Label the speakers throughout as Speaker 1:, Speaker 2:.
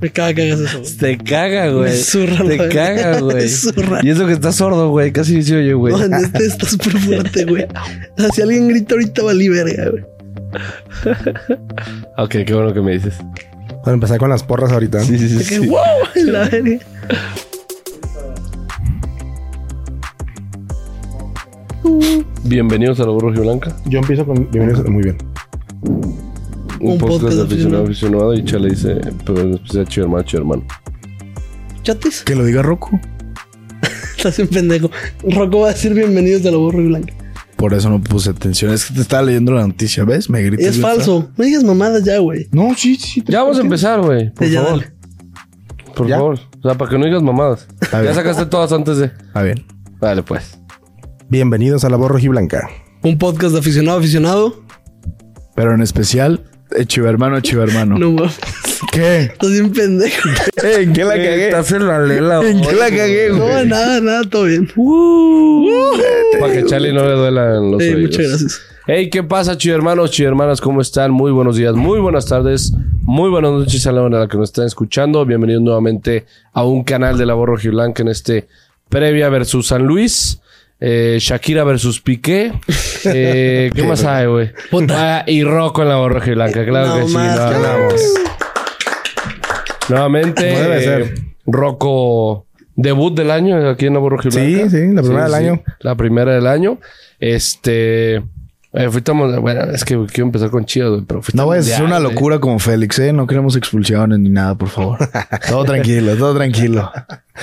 Speaker 1: Me caga que hagas eso. güey.
Speaker 2: Te caga, güey.
Speaker 1: Me zurra,
Speaker 2: Te
Speaker 1: güey.
Speaker 2: caga,
Speaker 1: Me
Speaker 2: güey.
Speaker 1: zurra.
Speaker 2: Y eso que estás sordo, güey. Casi se oye, güey.
Speaker 1: Juan, este estás por fuerte, güey. O sea, si alguien grita ahorita, valí verga, güey.
Speaker 2: Ok, qué bueno que me dices.
Speaker 3: Para empezar con las porras ahorita.
Speaker 2: Sí, sí, sí.
Speaker 1: De que,
Speaker 2: sí.
Speaker 1: wow, la verga.
Speaker 2: Bienvenidos a la Borja Blanca.
Speaker 3: Yo empiezo con. Bienvenidos. Muy bien.
Speaker 2: Un,
Speaker 1: Un
Speaker 2: podcast,
Speaker 1: podcast
Speaker 2: de aficionado aficionado. Y Chale dice, pero en especial chido hermano, chido hermano.
Speaker 1: Chatis,
Speaker 3: Que lo diga Roku.
Speaker 1: estás un pendejo. Rocco va a decir bienvenidos de la borra y blanca.
Speaker 4: Por eso no puse atención. Es que te estaba leyendo la noticia, ¿ves? Me gritas.
Speaker 1: Es
Speaker 4: bien
Speaker 1: falso. No digas mamadas ya, güey.
Speaker 3: No, sí, sí.
Speaker 2: Ya vamos a empezar, güey. Por
Speaker 1: Ya,
Speaker 2: favor.
Speaker 1: dale.
Speaker 2: Por
Speaker 3: ¿Ya?
Speaker 2: favor. O sea, para que no digas mamadas.
Speaker 3: A
Speaker 2: Ya
Speaker 3: ver.
Speaker 2: sacaste todas antes de.
Speaker 3: A ver.
Speaker 2: Dale, pues.
Speaker 3: Bienvenidos a la voz rojiblanca.
Speaker 1: Un podcast de aficionado a aficionado.
Speaker 4: feo. Pero en especial, eh, Chivermano, Chivermano.
Speaker 1: No, güey.
Speaker 4: ¿Qué?
Speaker 1: Estás bien pendejo.
Speaker 4: ¿En qué la cagué?
Speaker 2: Eh, Estás en la lela,
Speaker 4: ¿En qué la cagué,
Speaker 1: No,
Speaker 4: güey?
Speaker 1: nada, nada, todo bien.
Speaker 2: Para que Charlie no le duela en los
Speaker 1: Eh,
Speaker 2: oídos.
Speaker 1: muchas gracias.
Speaker 2: Hey, ¿qué pasa, chido hermanos, chido hermanas? ¿Cómo están? Muy buenos días, muy buenas tardes, muy buenas noches a la hora en la que nos están escuchando. Bienvenidos nuevamente a un canal de la voz rojiblanca en este previa versus San Luis. eh, Shakira versus Piqué. Eh, ¿Qué más hay, güey? Ah, y Rocco en la voz rojiblanca, claro
Speaker 1: No
Speaker 2: que sí.
Speaker 1: más.
Speaker 2: lo hablamos. Nuevamente,
Speaker 3: Como debe ser.
Speaker 2: Rocco, debut del año aquí en la voz rojiblanca.
Speaker 3: Sí, sí, la primera del año.
Speaker 2: La primera del año. Este. eh, fui tan mon- bueno, es que quiero empezar con chido, güey, pero fui
Speaker 4: No
Speaker 2: tan
Speaker 4: voy a hacer
Speaker 2: mundial,
Speaker 4: una
Speaker 2: güey.
Speaker 4: locura como Félix, ¿eh? No queremos expulsiones ni nada, por favor. Todo tranquilo, todo tranquilo.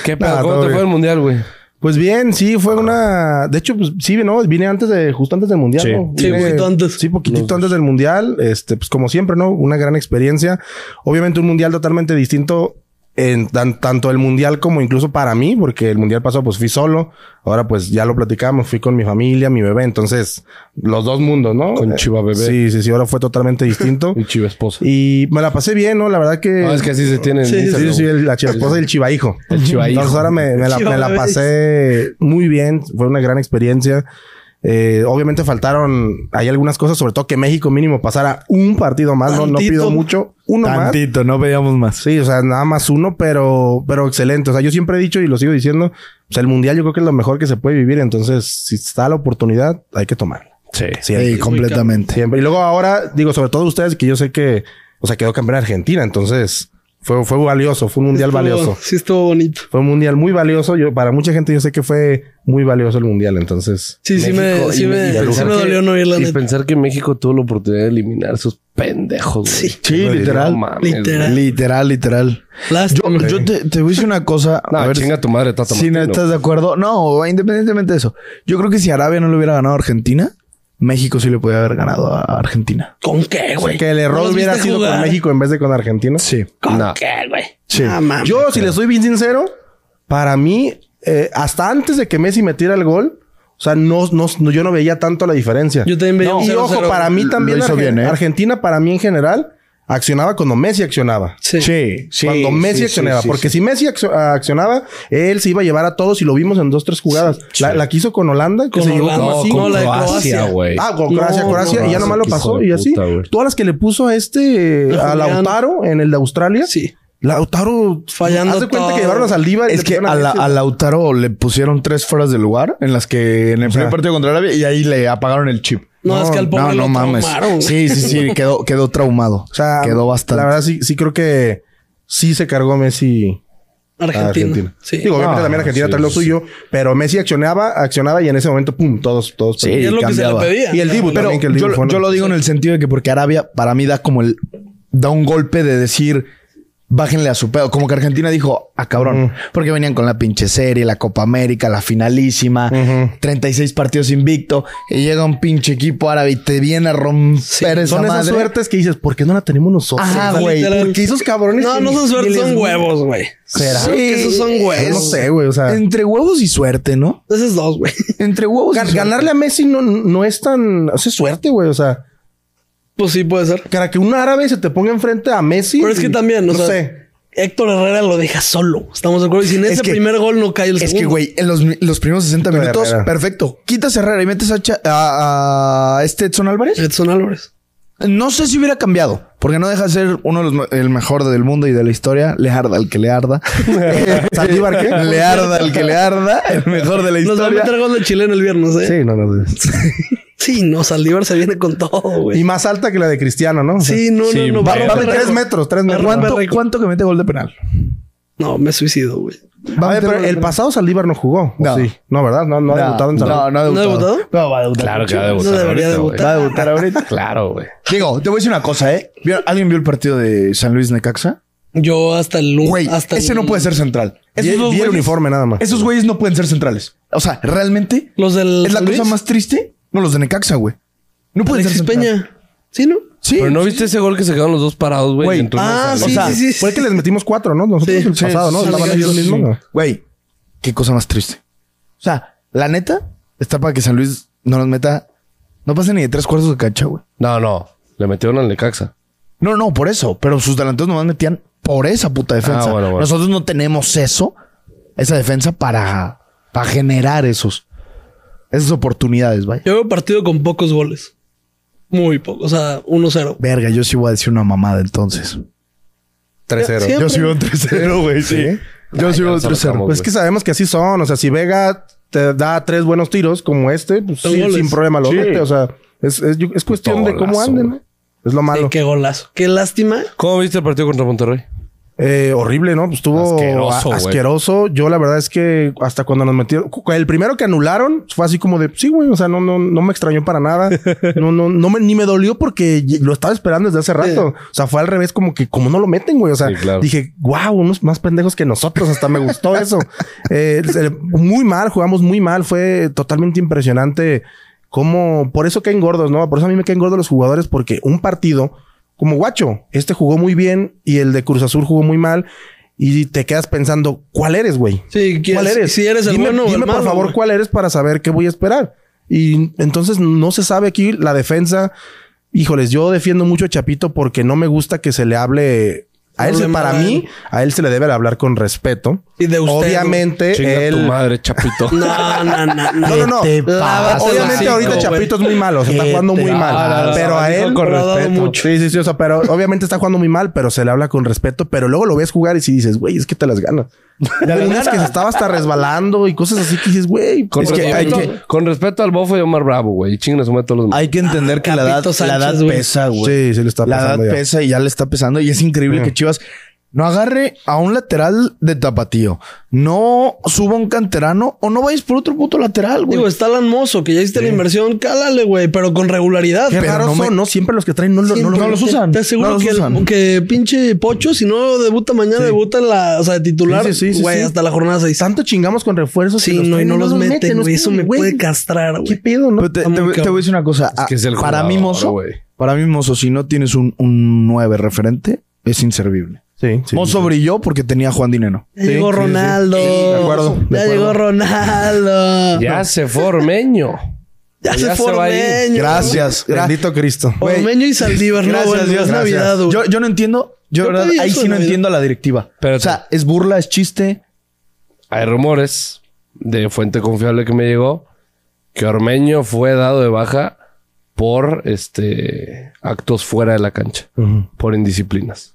Speaker 2: ¿Qué pedo?
Speaker 3: Nah,
Speaker 2: ¿Cómo
Speaker 3: todo
Speaker 2: te fue
Speaker 3: bien.
Speaker 2: el mundial, güey?
Speaker 3: Pues bien, sí,
Speaker 2: Ah.
Speaker 3: fue una. De hecho, pues sí, no, vine antes de, justo antes del mundial,
Speaker 2: Sí.
Speaker 3: ¿no?
Speaker 1: Sí,
Speaker 3: Vine-
Speaker 1: poquito antes.
Speaker 3: Sí, poquitito antes del mundial. Este, pues como siempre, ¿no? Una gran experiencia. Obviamente, un mundial totalmente distinto. En tan- tanto el mundial como incluso para mí, porque el mundial pasó, pues fui solo. Ahora, pues ya lo platicamos, fui con mi familia, mi bebé. Entonces, los dos mundos, ¿no?
Speaker 2: Con
Speaker 3: Eh,
Speaker 2: Chiva bebé.
Speaker 3: Sí, sí, sí. Ahora fue totalmente distinto.
Speaker 2: Y chiva esposa.
Speaker 3: y me la pasé bien, ¿no? La verdad que.
Speaker 2: No, es que así se tiene. en
Speaker 1: Sí, sí,
Speaker 3: Sí,
Speaker 2: Instagram,
Speaker 3: sí,
Speaker 2: güey.
Speaker 3: el- la chivasposa y el chivahijo.
Speaker 2: El chivahijo.
Speaker 3: Entonces ahora me, me la, me la pasé muy bien. Fue una gran experiencia. Eh, obviamente faltaron... Hay algunas cosas, sobre todo que México mínimo pasara un partido más. No, no
Speaker 1: Tantito.
Speaker 3: pido mucho. Uno más.
Speaker 4: Tantito, no pedíamos más.
Speaker 3: Sí, o sea, nada más uno, pero, pero excelente. O sea, yo siempre he dicho y lo sigo diciendo, o sea, el mundial yo creo que es lo mejor que se puede vivir. Entonces, si está la oportunidad, hay que tomarla.
Speaker 2: Sí.
Speaker 3: Siempre.
Speaker 4: Sí, completamente.
Speaker 3: Siempre. Y luego ahora, digo, sobre todo ustedes, que yo sé que, o sea, quedó campeón Argentina. Entonces, fue, fue valioso, fue un mundial
Speaker 1: Estuvo-
Speaker 3: valioso.
Speaker 1: Sí, estuvo bonito.
Speaker 3: Fue un mundial muy valioso. Yo, para mucha gente, yo sé que fue muy valioso el mundial. Entonces,
Speaker 1: Sí, sí
Speaker 2: México,
Speaker 1: me,
Speaker 2: y
Speaker 1: sí me,
Speaker 2: y
Speaker 1: sí
Speaker 2: pensar
Speaker 1: me
Speaker 2: que-
Speaker 1: dolió no ir la
Speaker 2: Y
Speaker 1: neta.
Speaker 2: pensar que México tuvo la oportunidad de eliminar a esos pendejos, güey.
Speaker 1: Sí.
Speaker 4: Sí,
Speaker 2: No,
Speaker 4: literal.
Speaker 2: mames, güey.
Speaker 1: Literal.
Speaker 4: Literal, literal.
Speaker 1: Lástima.
Speaker 4: Yo, yo te, te voy a decir una cosa.
Speaker 2: No,
Speaker 4: a ver
Speaker 2: chinga tu madre, Tata
Speaker 4: Si no
Speaker 2: Martino.
Speaker 4: estás de acuerdo. No, independientemente de eso. Yo creo que si Arabia no le hubiera ganado a Argentina, México sí le podía haber ganado a Argentina.
Speaker 1: ¿Con qué, Eh, güey?
Speaker 3: que el
Speaker 1: ¿No
Speaker 3: error
Speaker 1: los
Speaker 3: hubiera
Speaker 1: viste
Speaker 3: sido
Speaker 1: jugar?
Speaker 3: con México en vez de con Argentina.
Speaker 4: Sí.
Speaker 1: ¿Con
Speaker 2: No.
Speaker 1: qué, güey?
Speaker 4: Sí.
Speaker 1: Ah, mames.
Speaker 3: Yo, si les soy bien sincero, para mí, eh, hasta antes de que Messi metiera el gol, o sea, no, no, no- yo no veía tanto la diferencia.
Speaker 1: Yo también veía un
Speaker 3: Y
Speaker 1: 0-0.
Speaker 3: ojo, para mí
Speaker 4: Lo
Speaker 3: también
Speaker 4: hizo
Speaker 3: Argen-
Speaker 4: bien, ¿eh?
Speaker 3: Argentina, para mí en general, accionaba cuando Messi accionaba.
Speaker 1: Sí.
Speaker 4: Sí. sí,
Speaker 3: cuando Messi
Speaker 4: sí,
Speaker 3: accionaba.
Speaker 4: sí,
Speaker 3: porque
Speaker 4: sí.
Speaker 3: si Messi accio- ah, accionaba, él se iba a llevar a todos y lo vimos en dos, tres jugadas. La, la que hizo con Holanda, que
Speaker 1: Con
Speaker 3: se llevó
Speaker 1: Holanda.
Speaker 3: como
Speaker 2: No,
Speaker 1: Sí,
Speaker 3: cinco.
Speaker 2: con
Speaker 1: la de
Speaker 2: Croacia,
Speaker 1: Croacia.
Speaker 2: güey.
Speaker 3: Ah, con Croacia,
Speaker 1: No,
Speaker 3: Croacia.
Speaker 2: no,
Speaker 3: y ya nomás
Speaker 2: no,
Speaker 3: lo
Speaker 2: qué
Speaker 3: pasó.
Speaker 2: hijo de
Speaker 3: Y así.
Speaker 2: puta, güey.
Speaker 3: Todas las que le puso a este, a
Speaker 1: Julián.
Speaker 3: Lautaro en el de Australia.
Speaker 1: Sí.
Speaker 3: Lautaro
Speaker 1: Fallando
Speaker 3: Haz de cuenta
Speaker 1: todo.
Speaker 3: que llevaron a Saldívar. y
Speaker 4: Es
Speaker 3: le
Speaker 4: que
Speaker 3: pusieron
Speaker 4: a, la-
Speaker 3: Messi.
Speaker 4: a Lautaro le pusieron tres fueras de lugar en las que en el primer partido contra Arabia y ahí le apagaron el chip.
Speaker 1: No, es que al pobre lo traumaron, güey.
Speaker 4: Sí, sí, sí, quedó, quedó traumado.
Speaker 3: O sea,
Speaker 4: quedó bastante.
Speaker 3: La verdad, sí, sí creo que sí se cargó Messi.
Speaker 1: Argentina.
Speaker 3: a Ah, Argentina.
Speaker 1: Sí.
Speaker 3: Digo, obviamente
Speaker 4: Ah,
Speaker 3: también Argentina
Speaker 2: sí,
Speaker 3: trae lo
Speaker 2: sí,
Speaker 3: suyo, pero Messi accionaba, accionaba y en ese momento, pum, todos, todos.
Speaker 4: Sí,
Speaker 3: perdían.
Speaker 1: y es lo
Speaker 4: cambiaba.
Speaker 1: que se le pedía.
Speaker 3: Y el Dibu
Speaker 4: Pero
Speaker 3: también, que el
Speaker 4: yo,
Speaker 3: Dibu fue
Speaker 4: lo-
Speaker 3: una-
Speaker 4: yo lo digo en el sentido de que porque Arabia para mí da como el da un golpe de decir bájenle a su pedo, como que Argentina dijo, ah cabrón, porque venían con la pinche serie, la Copa América, la finalísima, 36 partidos invicto y llega un pinche equipo árabe y te viene a romper esa
Speaker 3: Son esas
Speaker 4: madre.
Speaker 3: suertes que dices, ¿por qué no la tenemos nosotros?
Speaker 4: Ajá, güey,
Speaker 1: Ah, Literal.
Speaker 4: porque esos cabrones
Speaker 1: No, no son suerte, son huevos, güey.
Speaker 4: ¿Será?
Speaker 1: Creo que esos son huevos.
Speaker 3: No sé, güey, o sea.
Speaker 4: entre huevos y suerte, ¿no?
Speaker 1: Esos dos, güey.
Speaker 4: Entre huevos
Speaker 3: gan-
Speaker 4: y suerte.
Speaker 3: Ganarle a Messi no, no es tan... O sea, es suerte, güey, o sea.
Speaker 1: Pues sí, puede ser.
Speaker 3: Para que un árabe se te ponga enfrente a Messi...
Speaker 1: Pero es que
Speaker 3: y-
Speaker 1: también, o
Speaker 3: no
Speaker 1: sea,
Speaker 3: sé.
Speaker 1: Héctor Herrera lo deja solo. Estamos de acuerdo. Y sin
Speaker 4: Es
Speaker 1: ese
Speaker 4: que-
Speaker 1: primer gol no cae el
Speaker 4: Es
Speaker 1: segundo.
Speaker 4: que, güey, en los, los primeros 60
Speaker 3: Héctor
Speaker 4: minutos,
Speaker 3: Herrera.
Speaker 4: perfecto. Quitas a Herrera y metes a, Cha- a- a este Edson Álvarez.
Speaker 1: Edson Álvarez.
Speaker 4: No sé si hubiera cambiado, porque no deja de ser uno de los me- el mejor del mundo y de la historia. Le arda al que le arda.
Speaker 3: ¿Saldívar qué?
Speaker 4: Le arda al que le arda. El mejor de la
Speaker 1: Nos va a
Speaker 4: historia.
Speaker 1: meter gol de chileno el viernes, ¿eh?
Speaker 3: Sí, no, no dudes.
Speaker 1: Sí, no, Saldívar se viene con todo,
Speaker 3: Y
Speaker 1: güey.
Speaker 3: más alta que la de Cristiano, ¿no? O sea,
Speaker 1: pues. Sí, no,
Speaker 2: Sí,
Speaker 1: no, no.
Speaker 2: va-
Speaker 1: a
Speaker 3: va a
Speaker 1: romper
Speaker 3: meter tres
Speaker 1: récord.
Speaker 3: metros, tres metros.
Speaker 1: Va a romper
Speaker 4: ¿Cuánto,
Speaker 1: récord.
Speaker 4: cuánto que mete gol de penal?
Speaker 1: No, me suicido, güey.
Speaker 4: Va a
Speaker 3: A ver,
Speaker 4: meter
Speaker 3: pero
Speaker 4: gol de
Speaker 3: el
Speaker 4: penal.
Speaker 3: pasado Saldívar no jugó. ¿o
Speaker 4: No.
Speaker 3: Sí. No, ¿verdad? No, no ha debutado en Salvador.
Speaker 4: No, no ha
Speaker 1: ¿No ha
Speaker 4: debutado.
Speaker 1: debutado?
Speaker 4: No, va a debutar.
Speaker 2: Claro que va a
Speaker 1: No
Speaker 2: debutar.
Speaker 1: debería
Speaker 2: ahorita, güey.
Speaker 1: debutar.
Speaker 4: Va a debutar ahorita.
Speaker 2: Claro, güey.
Speaker 4: Digo, te voy a decir una cosa, ¿eh? ¿Vieron- ¿Alguien vio el partido de San Luis Necaxa?
Speaker 1: Yo hasta el lunes.
Speaker 4: Güey,
Speaker 1: hasta
Speaker 4: ese
Speaker 1: el-
Speaker 4: no puede ser central.
Speaker 3: Vi-
Speaker 4: Esos dos
Speaker 3: vi el
Speaker 4: güeyes-
Speaker 3: uniforme nada más.
Speaker 4: Esos güeyes no pueden ser centrales. Pues, O sea, realmente
Speaker 1: Los del.
Speaker 4: es la
Speaker 1: San
Speaker 4: cosa
Speaker 1: Luis?
Speaker 4: más triste. No, los de Necaxa, güey. No pueden
Speaker 1: Alexis
Speaker 4: ser centrales.
Speaker 1: Peña. ¿Sí, no?
Speaker 4: Sí.
Speaker 2: Pero no viste ese gol que se quedaron los dos parados, güey.
Speaker 3: Güey,
Speaker 2: y entró
Speaker 1: ah,
Speaker 2: González?
Speaker 1: sí,
Speaker 2: O sea,
Speaker 1: sí, sí, sí.
Speaker 3: Fue el que les metimos cuatro, ¿no? Nosotros
Speaker 1: Sí.
Speaker 3: el pasado, ¿no?
Speaker 1: Sí,
Speaker 3: Estaban
Speaker 1: sí,
Speaker 3: ellos
Speaker 1: sí.
Speaker 3: mismos. ¿no?
Speaker 4: Güey, qué cosa más triste. O sea, la neta está para que San Luis no nos meta. No pase ni de tres cuartos de cancha, güey.
Speaker 2: No, no. Le metieron al Necaxa.
Speaker 4: No, no, por eso. Pero sus delanteros nomás metían por esa puta defensa.
Speaker 2: Ah, bueno, bueno.
Speaker 4: Nosotros no tenemos eso, esa defensa para, para generar esos, esas oportunidades, vaya.
Speaker 1: Yo veo partido con pocos goles. Muy poco. O sea, 1-0.
Speaker 4: Verga, yo sí voy a decir una mamada entonces.
Speaker 3: 3-0.
Speaker 1: Siempre.
Speaker 4: Yo sí veo un 3-0, güey, sí. Yo sí
Speaker 2: ya
Speaker 4: veo un
Speaker 2: nos
Speaker 4: 3-0.
Speaker 2: arrancamos.
Speaker 3: Pues es que sabemos que así son. O sea, si Vega te da tres buenos tiros como este, pues
Speaker 1: Son
Speaker 3: sí,
Speaker 1: goles.
Speaker 3: sin problema lo
Speaker 2: Sí.
Speaker 3: mete. O sea, es, es- es cuestión de cómo
Speaker 2: Golazo,
Speaker 3: anden,
Speaker 2: güey.
Speaker 3: ¿no? Es lo
Speaker 1: Sí,
Speaker 3: malo.
Speaker 1: qué golazo. Qué lástima.
Speaker 2: ¿Cómo viste el partido contra Monterrey?
Speaker 3: Eh, horrible, ¿no? Pues estuvo
Speaker 2: Asqueroso,
Speaker 3: a-
Speaker 2: güey.
Speaker 3: asqueroso. Yo la verdad es que hasta cuando nos metieron... cu- El primero que anularon fue así como de... Sí, güey. O sea, no, no, no me extrañó para nada. No, no, no me, ni me dolió porque y- lo estaba esperando desde hace rato. O sea, fue al revés como que como no lo meten, güey. O sea,
Speaker 2: Sí, claro.
Speaker 3: dije, wow, unos más pendejos que nosotros. Hasta me gustó eso. Eh, se- muy mal, jugamos muy mal. Fue totalmente impresionante cómo... Por eso caen gordos, ¿no? Por eso a mí me caen gordos los jugadores porque un partido como guacho, este jugó muy bien y el de Cruz Azul jugó muy mal. Y te quedas pensando, ¿cuál eres, güey?
Speaker 1: Sí, ¿quién-
Speaker 3: ¿cuál eres?
Speaker 1: si eres el
Speaker 3: dime,
Speaker 1: bueno o el
Speaker 3: dime
Speaker 1: malo,
Speaker 3: por favor,
Speaker 1: güey.
Speaker 3: ¿cuál eres para saber qué voy a esperar? Y entonces no se sabe aquí la defensa. Híjoles, yo defiendo mucho a Chapito porque no me gusta que se le hable. A él, se-
Speaker 1: Problema
Speaker 3: para
Speaker 1: de él.
Speaker 3: mí, a él se le debe hablar con respeto.
Speaker 1: Y de usted,
Speaker 3: Obviamente,
Speaker 2: Chinga tu
Speaker 3: él.
Speaker 2: madre, Chapito.
Speaker 1: No, no, no.
Speaker 3: No, no, no.
Speaker 4: Te
Speaker 3: La-
Speaker 4: pasas,
Speaker 3: obviamente
Speaker 4: güey.
Speaker 3: ahorita Chapito es muy malo, o sea, está
Speaker 4: Qué
Speaker 3: jugando muy
Speaker 4: te
Speaker 3: mal.
Speaker 2: pasas.
Speaker 3: pero a
Speaker 2: Dijo
Speaker 3: él
Speaker 2: con
Speaker 3: pero ha dado
Speaker 1: respeto.
Speaker 3: Sí, sí, sí, o sea, pero obviamente está jugando muy mal, pero se le habla con respeto, pero luego lo ves jugar y si dices, güey, es que te las ganas. Unas que se estaba hasta resbalando y cosas así que dices, güey,
Speaker 2: Con,
Speaker 3: es que hay
Speaker 2: respeto,
Speaker 3: que
Speaker 2: con respeto al bofo de Omar Bravo, güey. Y chingan a su madre todos los
Speaker 4: Hay que entender que la edad,
Speaker 1: Capito
Speaker 4: la
Speaker 1: Ah, Sánchez,
Speaker 4: edad
Speaker 1: güey.
Speaker 4: pesa, güey.
Speaker 3: Sí, sí le está
Speaker 4: La edad
Speaker 3: pasando ya.
Speaker 4: pesa y ya le está pesando. Y es increíble que Chivas no agarre a un lateral de tapatío. No suba un canterano o no vayas por otro puto lateral, güey.
Speaker 1: Digo, está Alan Mozo, que ya hiciste la inversión, cálale, güey, pero con regularidad.
Speaker 3: Qué
Speaker 1: Pero
Speaker 3: raros
Speaker 4: no me-
Speaker 3: son, ¿no? Siempre los que traen no, lo- no,
Speaker 1: siempre-
Speaker 3: lo-
Speaker 4: no los usan.
Speaker 1: Te aseguro
Speaker 4: No los
Speaker 1: que, el-
Speaker 4: usan.
Speaker 1: que pinche Pocho, si no debuta mañana, debuta en la, o sea, de titular,
Speaker 3: Sí,
Speaker 1: güey,
Speaker 3: sí, sí, sí, sí.
Speaker 1: hasta la jornada 6.
Speaker 3: Tanto chingamos con refuerzos.
Speaker 1: Sí,
Speaker 3: que
Speaker 1: no, y
Speaker 3: traen
Speaker 1: no los
Speaker 3: meten,
Speaker 1: meten,
Speaker 3: no
Speaker 1: güey.
Speaker 3: es
Speaker 1: Eso
Speaker 3: como,
Speaker 1: me
Speaker 3: güey,
Speaker 1: puede castrar,
Speaker 3: ¿Qué
Speaker 1: güey.
Speaker 3: pedo, no?
Speaker 4: Pero te,
Speaker 1: Está
Speaker 4: te-
Speaker 1: muy
Speaker 4: te
Speaker 1: cabrón.
Speaker 4: voy a decir una cosa.
Speaker 2: Es que es el
Speaker 4: Ah, para
Speaker 2: jugador,
Speaker 4: mí, mozo,
Speaker 2: güey.
Speaker 4: para mí, mozo, si no tienes un, un 9 referente, es inservible.
Speaker 3: Sí, sí.
Speaker 4: mozo brilló porque tenía a Juan Dineno.
Speaker 1: Ya llegó
Speaker 3: sí, sí.
Speaker 1: Ronaldo.
Speaker 3: De acuerdo, de
Speaker 1: Ya
Speaker 3: acuerdo.
Speaker 1: llegó Ronaldo. Ya,
Speaker 2: Ya se fue Ormeño.
Speaker 1: se
Speaker 2: ya
Speaker 1: fue
Speaker 2: se va a ir.
Speaker 1: Ormeño.
Speaker 4: Gracias. gra-
Speaker 3: Bendito Cristo.
Speaker 4: Güey,
Speaker 1: Ormeño y Saldívar, no,
Speaker 4: gracias,
Speaker 1: bueno,
Speaker 4: Dios,
Speaker 1: es
Speaker 4: gracias.
Speaker 1: Navidad, güey.
Speaker 4: Yo, yo no entiendo. Yo,
Speaker 1: Yo
Speaker 4: verdad,
Speaker 1: pedí
Speaker 4: ahí
Speaker 1: eso
Speaker 4: sí
Speaker 1: en
Speaker 4: no
Speaker 1: Navidad.
Speaker 4: entiendo a la directiva.
Speaker 2: Pero-
Speaker 4: o sea, es burla, es chiste.
Speaker 2: Hay rumores de fuente confiable que me llegó que Ormeño fue dado de baja por este actos fuera de la cancha, por indisciplinas.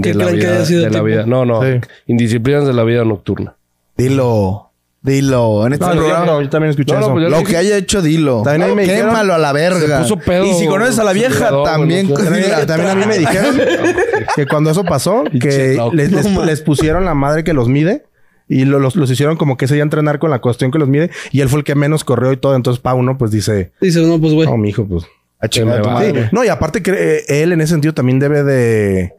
Speaker 1: ¿Qué creen que haya sido
Speaker 2: de la
Speaker 1: tipo?
Speaker 2: vida. No, no,
Speaker 3: Sí.
Speaker 2: indisciplinas de la vida nocturna.
Speaker 4: Dilo. Dilo. En este
Speaker 3: No,
Speaker 4: programa.
Speaker 3: yo, yo también escuché
Speaker 2: No, no,
Speaker 3: eso.
Speaker 2: pues yo-
Speaker 4: Lo que haya hecho, dilo.
Speaker 3: También ahí me dijeron-
Speaker 4: Quémalo a la verga.
Speaker 2: Se puso pedo,
Speaker 4: y si conoces a la
Speaker 2: se
Speaker 4: vieja,
Speaker 2: quedó,
Speaker 4: también.
Speaker 2: güey, no
Speaker 3: También, también a mí me dijeron que cuando eso pasó, que
Speaker 2: loco.
Speaker 3: les, les-
Speaker 1: No, man.
Speaker 3: les pusieron la madre que los mide y lo- los, los hicieron como que se iba a entrenar con la cuestión que los mide y él fue el que menos corrió y todo. Entonces, pa' uno, pues dice,
Speaker 1: Dice, no, pues, güey.
Speaker 3: no, mi hijo, pues.
Speaker 4: A chingar
Speaker 2: Se
Speaker 4: a
Speaker 2: me
Speaker 4: tu
Speaker 2: va.
Speaker 4: madre.
Speaker 3: Sí. No, y aparte que eh, él en ese sentido también debe de.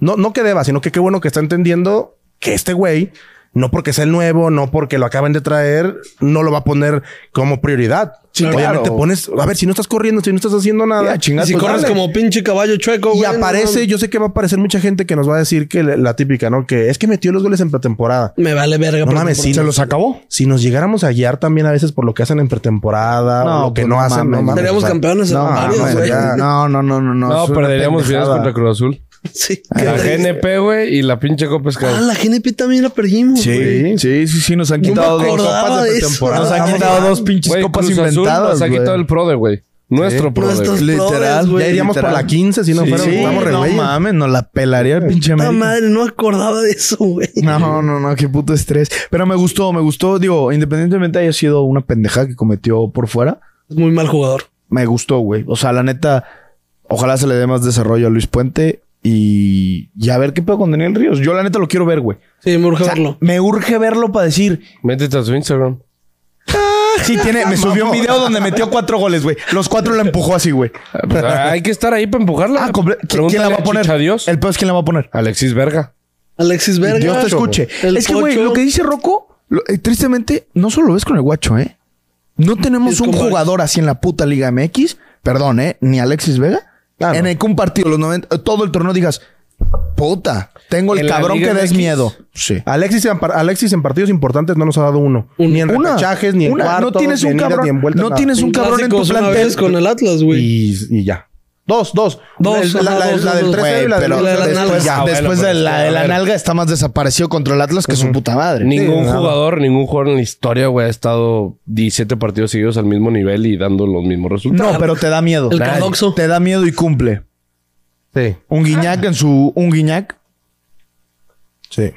Speaker 3: No, no que deba, sino que qué bueno que está entendiendo que este güey, no porque sea el nuevo, no porque lo acaben de traer, no lo va a poner como prioridad.
Speaker 4: Sí,
Speaker 3: Obviamente
Speaker 4: claro.
Speaker 3: pones, a ver, si no estás corriendo, si no estás haciendo
Speaker 4: Sí,
Speaker 3: nada,
Speaker 4: a chingar
Speaker 1: Y si
Speaker 4: pues
Speaker 1: corres
Speaker 4: dale.
Speaker 1: como pinche caballo chueco, güey.
Speaker 3: Y
Speaker 1: no, no,
Speaker 3: aparece,
Speaker 1: no.
Speaker 3: yo sé que va a aparecer mucha gente que nos va a decir que la, la típica, ¿no? Que es que metió los goles en pretemporada.
Speaker 1: Me vale verga.
Speaker 3: No
Speaker 1: por-
Speaker 3: mames,
Speaker 1: por-
Speaker 3: sí.
Speaker 4: ¿Se los acabó?
Speaker 3: Si nos llegáramos a guiar también a veces por lo que hacen en pretemporada,
Speaker 4: No,
Speaker 3: o lo que
Speaker 4: pues
Speaker 3: no
Speaker 4: no
Speaker 3: hacen,
Speaker 4: mames.
Speaker 3: no mames.
Speaker 1: Seríamos
Speaker 3: o sea,
Speaker 1: campeones en
Speaker 4: Ah, No,
Speaker 1: varios,
Speaker 3: mames,
Speaker 1: güey.
Speaker 3: ya.
Speaker 4: no, no, no, no.
Speaker 2: No,
Speaker 4: es una
Speaker 2: perderíamos finales
Speaker 4: pendejada.
Speaker 2: contra Cruz Azul.
Speaker 1: Sí.
Speaker 2: La GNP, güey, y la pinche Copa Sky.
Speaker 1: Ah, la GNP también la perdimos. güey.
Speaker 4: Sí, sí, sí, sí, nos han
Speaker 1: No me
Speaker 4: quitado dos
Speaker 1: acordaba
Speaker 4: copas de
Speaker 1: de eso.
Speaker 4: pretemporada. Nos han
Speaker 1: Estamos
Speaker 4: quitado
Speaker 1: mal.
Speaker 4: dos pinches
Speaker 2: Güey,
Speaker 4: copas
Speaker 2: Cruz Azul
Speaker 4: inventadas.
Speaker 2: nos ha
Speaker 4: güey.
Speaker 2: quitado el PRODE, güey. Nuestro proveedor.
Speaker 1: Nuestros
Speaker 4: Literal,
Speaker 1: literal,
Speaker 3: Ya
Speaker 1: güey.
Speaker 3: iríamos
Speaker 4: literal.
Speaker 3: por la 15 si no
Speaker 4: Sí,
Speaker 3: fuera. estamos re
Speaker 4: no
Speaker 3: güeyes.
Speaker 4: mames, nos la pelaría el pinche
Speaker 1: Puta
Speaker 4: América.
Speaker 1: Ah, madre, no acordaba de eso, güey.
Speaker 4: No, no, no, qué puto estrés. Pero me gustó, me gustó. Digo, independientemente haya sido una pendeja que cometió por fuera,
Speaker 1: Es muy mal jugador.
Speaker 4: me gustó, güey. O sea, la neta, ojalá se le dé más desarrollo a Luis Puente y, y a ver qué pedo con Daniel Ríos. Yo, la neta, lo quiero ver, güey.
Speaker 1: Sí, me urge
Speaker 4: O sea,
Speaker 1: verlo.
Speaker 4: me urge verlo para decir.
Speaker 2: Métete a su Instagram.
Speaker 4: Sí, tiene, me subió un video donde metió cuatro goles, güey. Los cuatro la empujó así, güey.
Speaker 2: Ah, pues, ah, hay que estar ahí para empujarla.
Speaker 4: Ah, comple- ¿quién, quién la va a poner?
Speaker 2: Dios.
Speaker 4: El pedo es quién la va a poner.
Speaker 2: Alexis Verga.
Speaker 1: Alexis Verga.
Speaker 4: Dios te escuche.
Speaker 1: El
Speaker 4: es que, güey,
Speaker 1: Pocho.
Speaker 4: lo que dice Rocco, lo- eh, tristemente, no solo lo ves con el guacho, ¿eh? No tenemos
Speaker 1: Es
Speaker 4: un
Speaker 1: con varios.
Speaker 4: jugador así en la puta Liga MX, perdón, ¿eh? Ni Alexis Vega.
Speaker 3: Claro.
Speaker 4: En el que un partido, los 90, eh, todo el torneo digas, puta, tengo el
Speaker 2: ¿En la
Speaker 4: cabrón
Speaker 2: Liga
Speaker 4: que des
Speaker 2: MX?
Speaker 4: miedo. Sí.
Speaker 3: Alexis en, par- Alexis en partidos importantes no nos ha dado uno.
Speaker 1: Un-
Speaker 3: ni en
Speaker 4: Una,
Speaker 3: repechajes, ni en
Speaker 4: una. No
Speaker 3: cuartos,
Speaker 4: tienes
Speaker 3: ni
Speaker 4: un
Speaker 3: en idas,
Speaker 4: cabrón-
Speaker 3: ni en vueltas,
Speaker 4: no
Speaker 3: nada.
Speaker 4: tienes un
Speaker 1: Un
Speaker 4: cabrón en tu
Speaker 1: clásicos una
Speaker 4: plantel.
Speaker 1: vez con el Atlas, güey.
Speaker 3: Y, y ya. Dos, dos.
Speaker 1: Dos,
Speaker 3: El- la,
Speaker 1: ajá,
Speaker 3: la-
Speaker 1: dos,
Speaker 3: la del
Speaker 1: dos,
Speaker 3: 13 y
Speaker 4: Güey,
Speaker 3: la del
Speaker 4: pero
Speaker 1: la de la
Speaker 4: después,
Speaker 1: nalga.
Speaker 4: ya,
Speaker 2: Ah, bueno,
Speaker 4: después
Speaker 2: pero
Speaker 4: de
Speaker 2: es
Speaker 4: la,
Speaker 2: que, a
Speaker 4: de la
Speaker 2: ver.
Speaker 4: nalga está más desaparecido contra el Atlas que su puta madre.
Speaker 2: Ningún
Speaker 3: Sí, nada.
Speaker 2: jugador, ningún jugador en la historia, güey, ha estado 17 partidos seguidos al mismo nivel y dando los mismos resultados.
Speaker 4: No, pero te da miedo.
Speaker 1: El Cardoxo.
Speaker 4: Te da miedo y cumple.
Speaker 3: Sí,
Speaker 4: Un guiñac en su. Un guiñac.
Speaker 3: sí.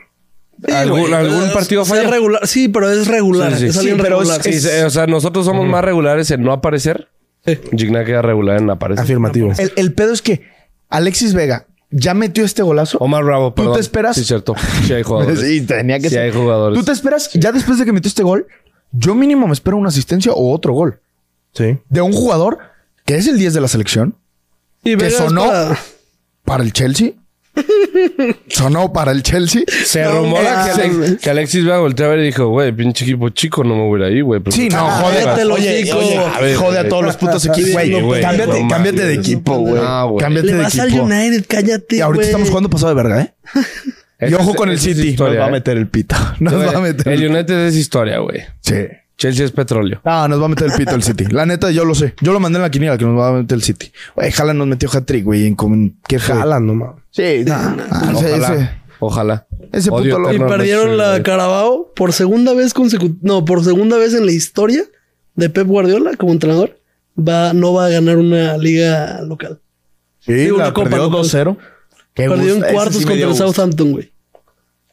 Speaker 1: Sí,
Speaker 2: ¿Algún-
Speaker 1: güey,
Speaker 2: algún
Speaker 1: es-
Speaker 2: partido
Speaker 1: es
Speaker 2: falla?
Speaker 1: regular. Sí, pero es regular.
Speaker 2: Sí, sí.
Speaker 1: Es
Speaker 2: Sí,
Speaker 1: alguien
Speaker 4: pero es-
Speaker 1: regular.
Speaker 2: Sí, sí, o sea, nosotros somos más regulares en no aparecer.
Speaker 1: Sí.
Speaker 2: Gignac queda regular en aparecer.
Speaker 3: Afirmativo.
Speaker 4: El, el pedo es que Alexis Vega ya metió este golazo.
Speaker 2: Omar Bravo,
Speaker 4: ¿Tú
Speaker 2: perdón.
Speaker 4: te esperas?
Speaker 2: Sí, cierto. Sí hay jugadores.
Speaker 4: Sí, tenía que
Speaker 2: Sí
Speaker 4: ser.
Speaker 2: hay jugadores.
Speaker 4: Tú te esperas, ya después de que metió este gol, yo mínimo me espero una asistencia o otro gol
Speaker 3: Sí.
Speaker 4: de un jugador que es el 10 de la selección,
Speaker 1: Y Vega es
Speaker 4: sonó.
Speaker 1: para-
Speaker 4: para el Chelsea. Sonó para el Chelsea.
Speaker 2: Se rumora que,
Speaker 4: mames.
Speaker 2: Alex- que Alexis Vega volteó a ver y dijo, güey, pinche equipo chico, no me voy a ir ahí, güey. Pero-
Speaker 4: Sí, no,
Speaker 1: Ah,
Speaker 4: joder.
Speaker 1: vete el
Speaker 4: Oye,
Speaker 1: hocico.
Speaker 4: oye,
Speaker 2: A ver,
Speaker 4: jode a
Speaker 2: güey.
Speaker 4: todos los putos equipos.
Speaker 1: Sí,
Speaker 4: Güey,
Speaker 1: no,
Speaker 4: cámbiate,
Speaker 2: no
Speaker 4: cámbiate de
Speaker 2: mames.
Speaker 4: equipo, güey.
Speaker 2: Ah, güey.
Speaker 4: Cámbiate
Speaker 1: Le
Speaker 4: de
Speaker 1: vas al
Speaker 4: equipo.
Speaker 1: United, cállate.
Speaker 4: Y ahorita
Speaker 1: güey.
Speaker 4: estamos jugando pasado de verga, ¿eh? Y
Speaker 2: Esa
Speaker 4: ojo
Speaker 2: es-
Speaker 4: con el
Speaker 2: esa es
Speaker 4: City.
Speaker 2: historia,
Speaker 4: nos va a
Speaker 2: ¿eh?
Speaker 4: meter el pito. Nos
Speaker 2: Güey,
Speaker 4: va a meter el
Speaker 2: El United es historia, güey.
Speaker 4: Sí.
Speaker 2: Chelsea es petróleo.
Speaker 4: No, nos va a meter el pito el City. La neta, yo lo sé. Yo lo mandé en la quiniela que nos va a meter el City. Güey, Haaland nos metió hat-trick, güey. En com- ¿Qué fue?
Speaker 3: Jalan, no mames.
Speaker 4: Sí, no. Ah, ese-
Speaker 2: Ojalá.
Speaker 4: ese-
Speaker 2: Ojalá.
Speaker 4: ese
Speaker 2: Odio
Speaker 4: puto lo-
Speaker 1: Y
Speaker 2: eterno a
Speaker 1: perdieron
Speaker 2: Manchester
Speaker 1: la
Speaker 2: United.
Speaker 1: Carabao por segunda vez consecutiva. No, por segunda vez en la historia de Pep Guardiola como entrenador. Va, no va a ganar una liga local.
Speaker 4: Sí,
Speaker 1: una
Speaker 4: la
Speaker 1: copa
Speaker 4: perdió
Speaker 1: local.
Speaker 4: 2-0. Qué gusto.
Speaker 1: Perdió en
Speaker 4: Ese sí
Speaker 1: cuartos
Speaker 4: me dio
Speaker 1: contra el
Speaker 4: gusto.
Speaker 1: Southampton, güey.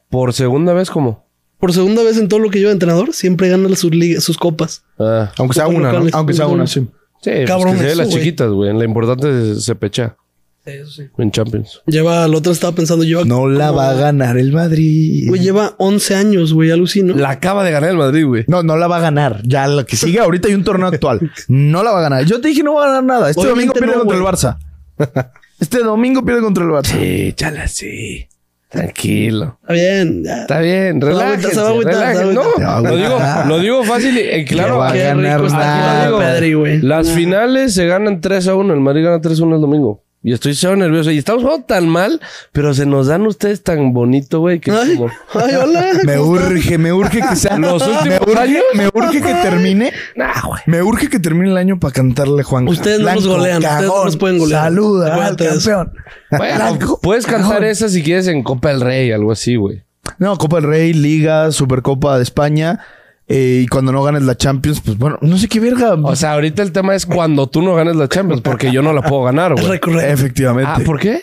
Speaker 2: Por segunda vez, como.
Speaker 1: Por segunda vez en todo lo que lleva de entrenador, siempre gana sus, ligas- sus copas.
Speaker 2: Ah.
Speaker 3: Aunque sea
Speaker 1: Copas
Speaker 3: una, ¿no?
Speaker 1: locales.
Speaker 3: Aunque sea una, sí.
Speaker 2: Sí, pues
Speaker 1: Cabrón,
Speaker 2: que se ve
Speaker 1: eso,
Speaker 2: las
Speaker 1: güey.
Speaker 2: chiquitas, güey. En La importante se, se pecha en Champions.
Speaker 1: Lleva, el otro estaba pensando, lleva.
Speaker 4: No la
Speaker 1: como-
Speaker 4: va a ganar el Madrid.
Speaker 1: Güey, lleva 11 años, güey, alucino.
Speaker 2: La acaba de ganar el Madrid, güey.
Speaker 4: No, no la va a ganar. Ya lo que sigue ahorita hay un torneo actual. No la va a ganar. Yo te dije no va a ganar nada. Este domingo
Speaker 1: Obviamente
Speaker 4: pierde
Speaker 1: no,
Speaker 4: contra
Speaker 1: güey.
Speaker 4: el Barça. Este domingo pierde contra el Barça.
Speaker 2: Sí, chala, sí. Tranquilo.
Speaker 1: Está Ah, bien. ya.
Speaker 2: Está bien,
Speaker 1: va a
Speaker 2: relájense,
Speaker 1: agüitar, se va a agüitar,
Speaker 2: relájense.
Speaker 1: se va a
Speaker 2: No,
Speaker 4: agüitar.
Speaker 2: lo digo, lo digo fácil y eh, claro.
Speaker 4: No va a
Speaker 2: aquí-
Speaker 1: Qué
Speaker 4: ganar
Speaker 1: rico está
Speaker 4: nada,
Speaker 1: jugando Pedri, güey.
Speaker 2: Las finales se ganan 3 a 1. El Madrid gana 3 a 1 el domingo. Y estoy cero nervioso. Y estamos jugando tan mal, pero se nos dan ustedes tan bonito, güey, que
Speaker 1: Ay,
Speaker 2: como...
Speaker 1: ay, hola.
Speaker 4: Me urge, me urge que sea.
Speaker 2: Los últimos
Speaker 4: me, urge,
Speaker 2: años.
Speaker 4: me urge que termine.
Speaker 2: Nah, güey.
Speaker 4: Me urge que termine el año para cantarle Juan.
Speaker 1: Ustedes no nos golean, ustedes no nos pueden golear.
Speaker 4: Saluda al
Speaker 1: Acuérdate de eso.
Speaker 4: campeón.
Speaker 2: Bueno,
Speaker 4: Blanco,
Speaker 2: puedes cantar
Speaker 4: cagón.
Speaker 2: esa si quieres en Copa del Rey, algo así, güey.
Speaker 4: No, Copa del Rey, Liga, Supercopa de España. eh, y cuando no ganes la Champions, pues bueno, no sé qué verga.
Speaker 2: O sea, ahorita el tema es cuando tú no ganes la Champions, porque yo no la puedo ganar,
Speaker 1: Es
Speaker 2: güey.
Speaker 1: recurrente.
Speaker 4: Efectivamente.
Speaker 2: Ah, ¿por qué?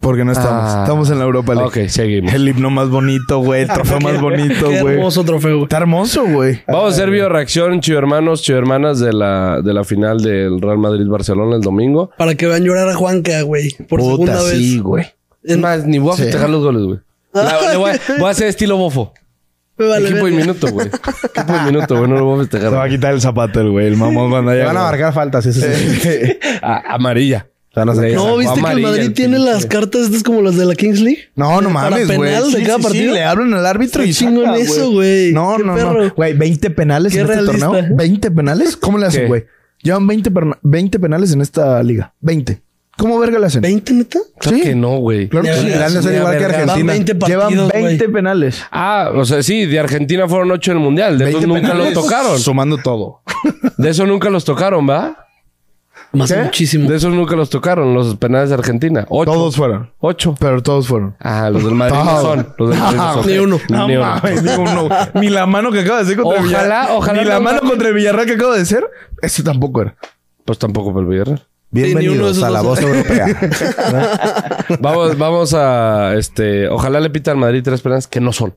Speaker 4: Porque no estamos.
Speaker 2: Ah.
Speaker 4: Estamos en la Europa League.
Speaker 2: Ok, seguimos.
Speaker 4: El himno más bonito, güey. El trofeo más bonito,
Speaker 1: Qué
Speaker 4: güey.
Speaker 1: hermoso trofeo, güey.
Speaker 4: Está hermoso, güey.
Speaker 2: Vamos a hacer bioreacción, chido hermanos, chido hermanas, de la, de la final del Real Madrid-Barcelona el domingo.
Speaker 1: Para que vean llorar a Juanca, güey. Por
Speaker 4: Puta,
Speaker 1: segunda vez.
Speaker 4: sí, güey.
Speaker 2: Es más, ni voy a festejar los goles, güey. La- le voy, a, voy a hacer estilo bofo.
Speaker 1: Me Ah. vale
Speaker 2: Equipo y
Speaker 1: verga.
Speaker 2: minuto, güey. Equipo y minuto, güey. No lo voy a
Speaker 4: Se va a
Speaker 2: festejar.
Speaker 4: quitar el zapato el güey, el mamón cuando
Speaker 3: Te
Speaker 4: haya.
Speaker 3: van a marcar faltas, ese sí.
Speaker 2: A- amarilla.
Speaker 3: Te van a sacar.
Speaker 2: Le
Speaker 1: No,
Speaker 2: sacó
Speaker 1: viste que el
Speaker 2: amarilla
Speaker 1: Madrid
Speaker 2: el
Speaker 1: tiene
Speaker 2: pinche.
Speaker 1: las cartas estas como las de la Kings League.
Speaker 4: No, no
Speaker 1: Para
Speaker 4: mames, güey.
Speaker 1: penal de cada partido.
Speaker 4: le Eh, hablan al árbitro y
Speaker 1: Qué chingón
Speaker 4: saca,
Speaker 1: eso, güey.
Speaker 4: No,
Speaker 1: Qué
Speaker 4: no, no.
Speaker 1: perro.
Speaker 4: Güey, 20 penales
Speaker 1: Qué
Speaker 4: en este
Speaker 1: realista.
Speaker 4: torneo. 20 penales. ¿Cómo le
Speaker 2: ¿Qué?
Speaker 4: hacen, güey? Llevan 20, perna- 20 penales en esta liga. 20. ¿Cómo verga le hacen?
Speaker 1: ¿20, neta?
Speaker 2: Claro
Speaker 4: Sí.
Speaker 2: que no, güey.
Speaker 4: Claro que
Speaker 1: Ya
Speaker 4: sí.
Speaker 1: verás,
Speaker 4: Le han de ser
Speaker 2: ya
Speaker 4: igual que
Speaker 2: verás.
Speaker 1: Van
Speaker 4: Argentina.
Speaker 1: 20 partidos,
Speaker 4: Llevan 20
Speaker 1: güey.
Speaker 4: penales.
Speaker 2: Ah, o sea, sí, de Argentina fueron ocho en el mundial. De esos
Speaker 4: 20
Speaker 2: nunca
Speaker 4: penales.
Speaker 2: los tocaron.
Speaker 4: Sumando todo.
Speaker 2: De esos nunca los tocaron, ¿va?
Speaker 1: Más
Speaker 4: ¿Qué?
Speaker 1: muchísimo.
Speaker 2: De esos nunca los tocaron, los penales de Argentina. Ocho.
Speaker 4: Todos fueron.
Speaker 2: Ocho.
Speaker 4: Pero todos fueron.
Speaker 2: Ah, los del Madrid no
Speaker 4: Todos.
Speaker 2: son. Los del Madrid no son.
Speaker 1: Ni uno.
Speaker 4: No
Speaker 2: Ni uno.
Speaker 4: mames, ni uno. Ni la mano que acaba de hacer contra
Speaker 2: Ojalá,
Speaker 4: Villarreal.
Speaker 2: ojalá
Speaker 4: Ni la
Speaker 2: no
Speaker 4: mano
Speaker 2: mames.
Speaker 4: contra el Villarreal que acaba de hacer. Eso tampoco era.
Speaker 2: Pues tampoco para el Villarreal.
Speaker 1: Sí, ni uno de
Speaker 3: Bienvenidos
Speaker 1: esos
Speaker 3: a la
Speaker 1: dos.
Speaker 3: voz europea.
Speaker 2: Vamos, vamos a este. Ojalá le pita al Madrid tres penales que no son.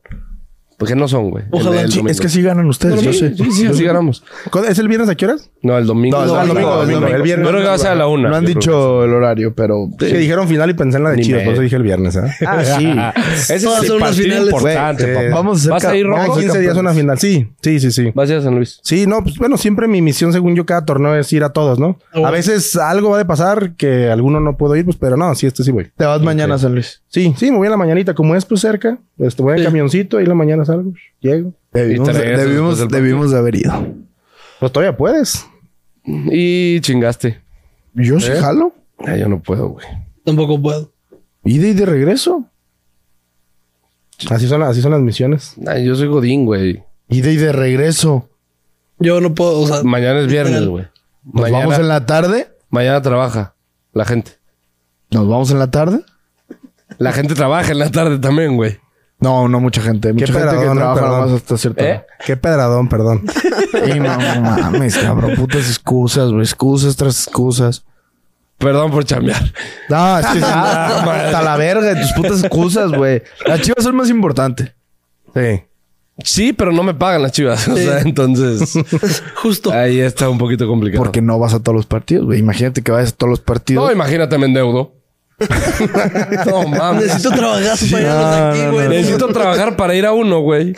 Speaker 2: Porque no son, güey. El
Speaker 1: Ojalá,
Speaker 2: del
Speaker 1: sí,
Speaker 2: domingo.
Speaker 4: Es que sí ganan ustedes.
Speaker 2: Sí,
Speaker 4: yo sé.
Speaker 2: sí, sí, así ganamos.
Speaker 3: ¿Cuándo- ¿Es el viernes a qué horas?
Speaker 2: No, el domingo.
Speaker 3: No, el
Speaker 2: el
Speaker 3: domingo, el domingo, el viernes.
Speaker 2: Yo creo que va a ser a la una.
Speaker 4: No han
Speaker 2: Yo creo
Speaker 4: dicho el horario, pero.
Speaker 3: Que dijeron final y pensé en la de
Speaker 2: Ni
Speaker 3: Chivas,
Speaker 2: me-
Speaker 3: por eso dije el viernes. ¿eh?
Speaker 4: Ah, sí.
Speaker 2: que- Ese es
Speaker 1: Todas
Speaker 2: el
Speaker 1: son unas
Speaker 2: partido
Speaker 1: finales.
Speaker 2: importante,
Speaker 3: Güey, eh,
Speaker 2: papá.
Speaker 4: vamos a ser
Speaker 2: Vas a
Speaker 4: ca-
Speaker 2: ir,
Speaker 3: Vamos
Speaker 2: Roberto?
Speaker 3: a 15 días a una final. Sí, sí, sí, sí.
Speaker 2: Vas a ir a San Luis.
Speaker 3: Sí, no, pues bueno, siempre mi misión, según yo, cada torneo es ir a todos, ¿no?
Speaker 1: Oh.
Speaker 3: A veces algo va de pasar que alguno no puedo ir, pues, pero no, sí, este sí voy.
Speaker 4: Te vas mañana, San Luis.
Speaker 3: Sí, sí, me voy en la mañanita, como es pues cerca, este, voy en camioncito, ahí en la mañana salgo, llego.
Speaker 4: Debimos,
Speaker 2: Y te regresas después
Speaker 4: debimos,
Speaker 2: del
Speaker 4: debimos de haber ido.
Speaker 3: Pues todavía puedes.
Speaker 2: Y chingaste.
Speaker 4: Yo
Speaker 3: Pues
Speaker 4: sí jalo.
Speaker 2: Ay, yo no puedo, güey.
Speaker 1: Tampoco puedo.
Speaker 4: Ida y de regreso.
Speaker 3: Así son, las- así son las misiones.
Speaker 2: Ay, yo soy Godín, güey.
Speaker 4: Ida y de regreso.
Speaker 1: Yo no puedo, o sea,
Speaker 2: Mañana es viernes,
Speaker 1: Literal.
Speaker 2: güey.
Speaker 4: Nos
Speaker 2: Mañana,
Speaker 4: vamos en la tarde.
Speaker 2: mañana trabaja la gente.
Speaker 4: Nos vamos en la tarde.
Speaker 2: La gente trabaja en la tarde también, güey.
Speaker 4: No, no mucha gente. Mucha gente
Speaker 3: pedradón,
Speaker 4: que
Speaker 3: ¿no?
Speaker 4: trabaja
Speaker 3: Perdón.
Speaker 4: nada más hasta cierto.
Speaker 2: ¿Eh?
Speaker 3: Qué pedradón, perdón.
Speaker 4: Y no, no mames, cabrón. Putas excusas, güey. Excusas tras excusas.
Speaker 2: Perdón por chambear.
Speaker 4: No, es que está hasta la verga de tus putas excusas, güey. Las chivas son más importante.
Speaker 3: Sí.
Speaker 2: Sí, pero no me pagan las chivas. O sea, entonces
Speaker 1: justo.
Speaker 2: ahí está un poquito complicado.
Speaker 4: Porque no vas a todos los partidos, güey. Imagínate que vayas a todos los partidos.
Speaker 2: No, imagínate, me endeudo. no mames.
Speaker 1: Necesito trabajar para ir a los de aquí, güey.
Speaker 2: Necesito trabajar para ir a uno, güey.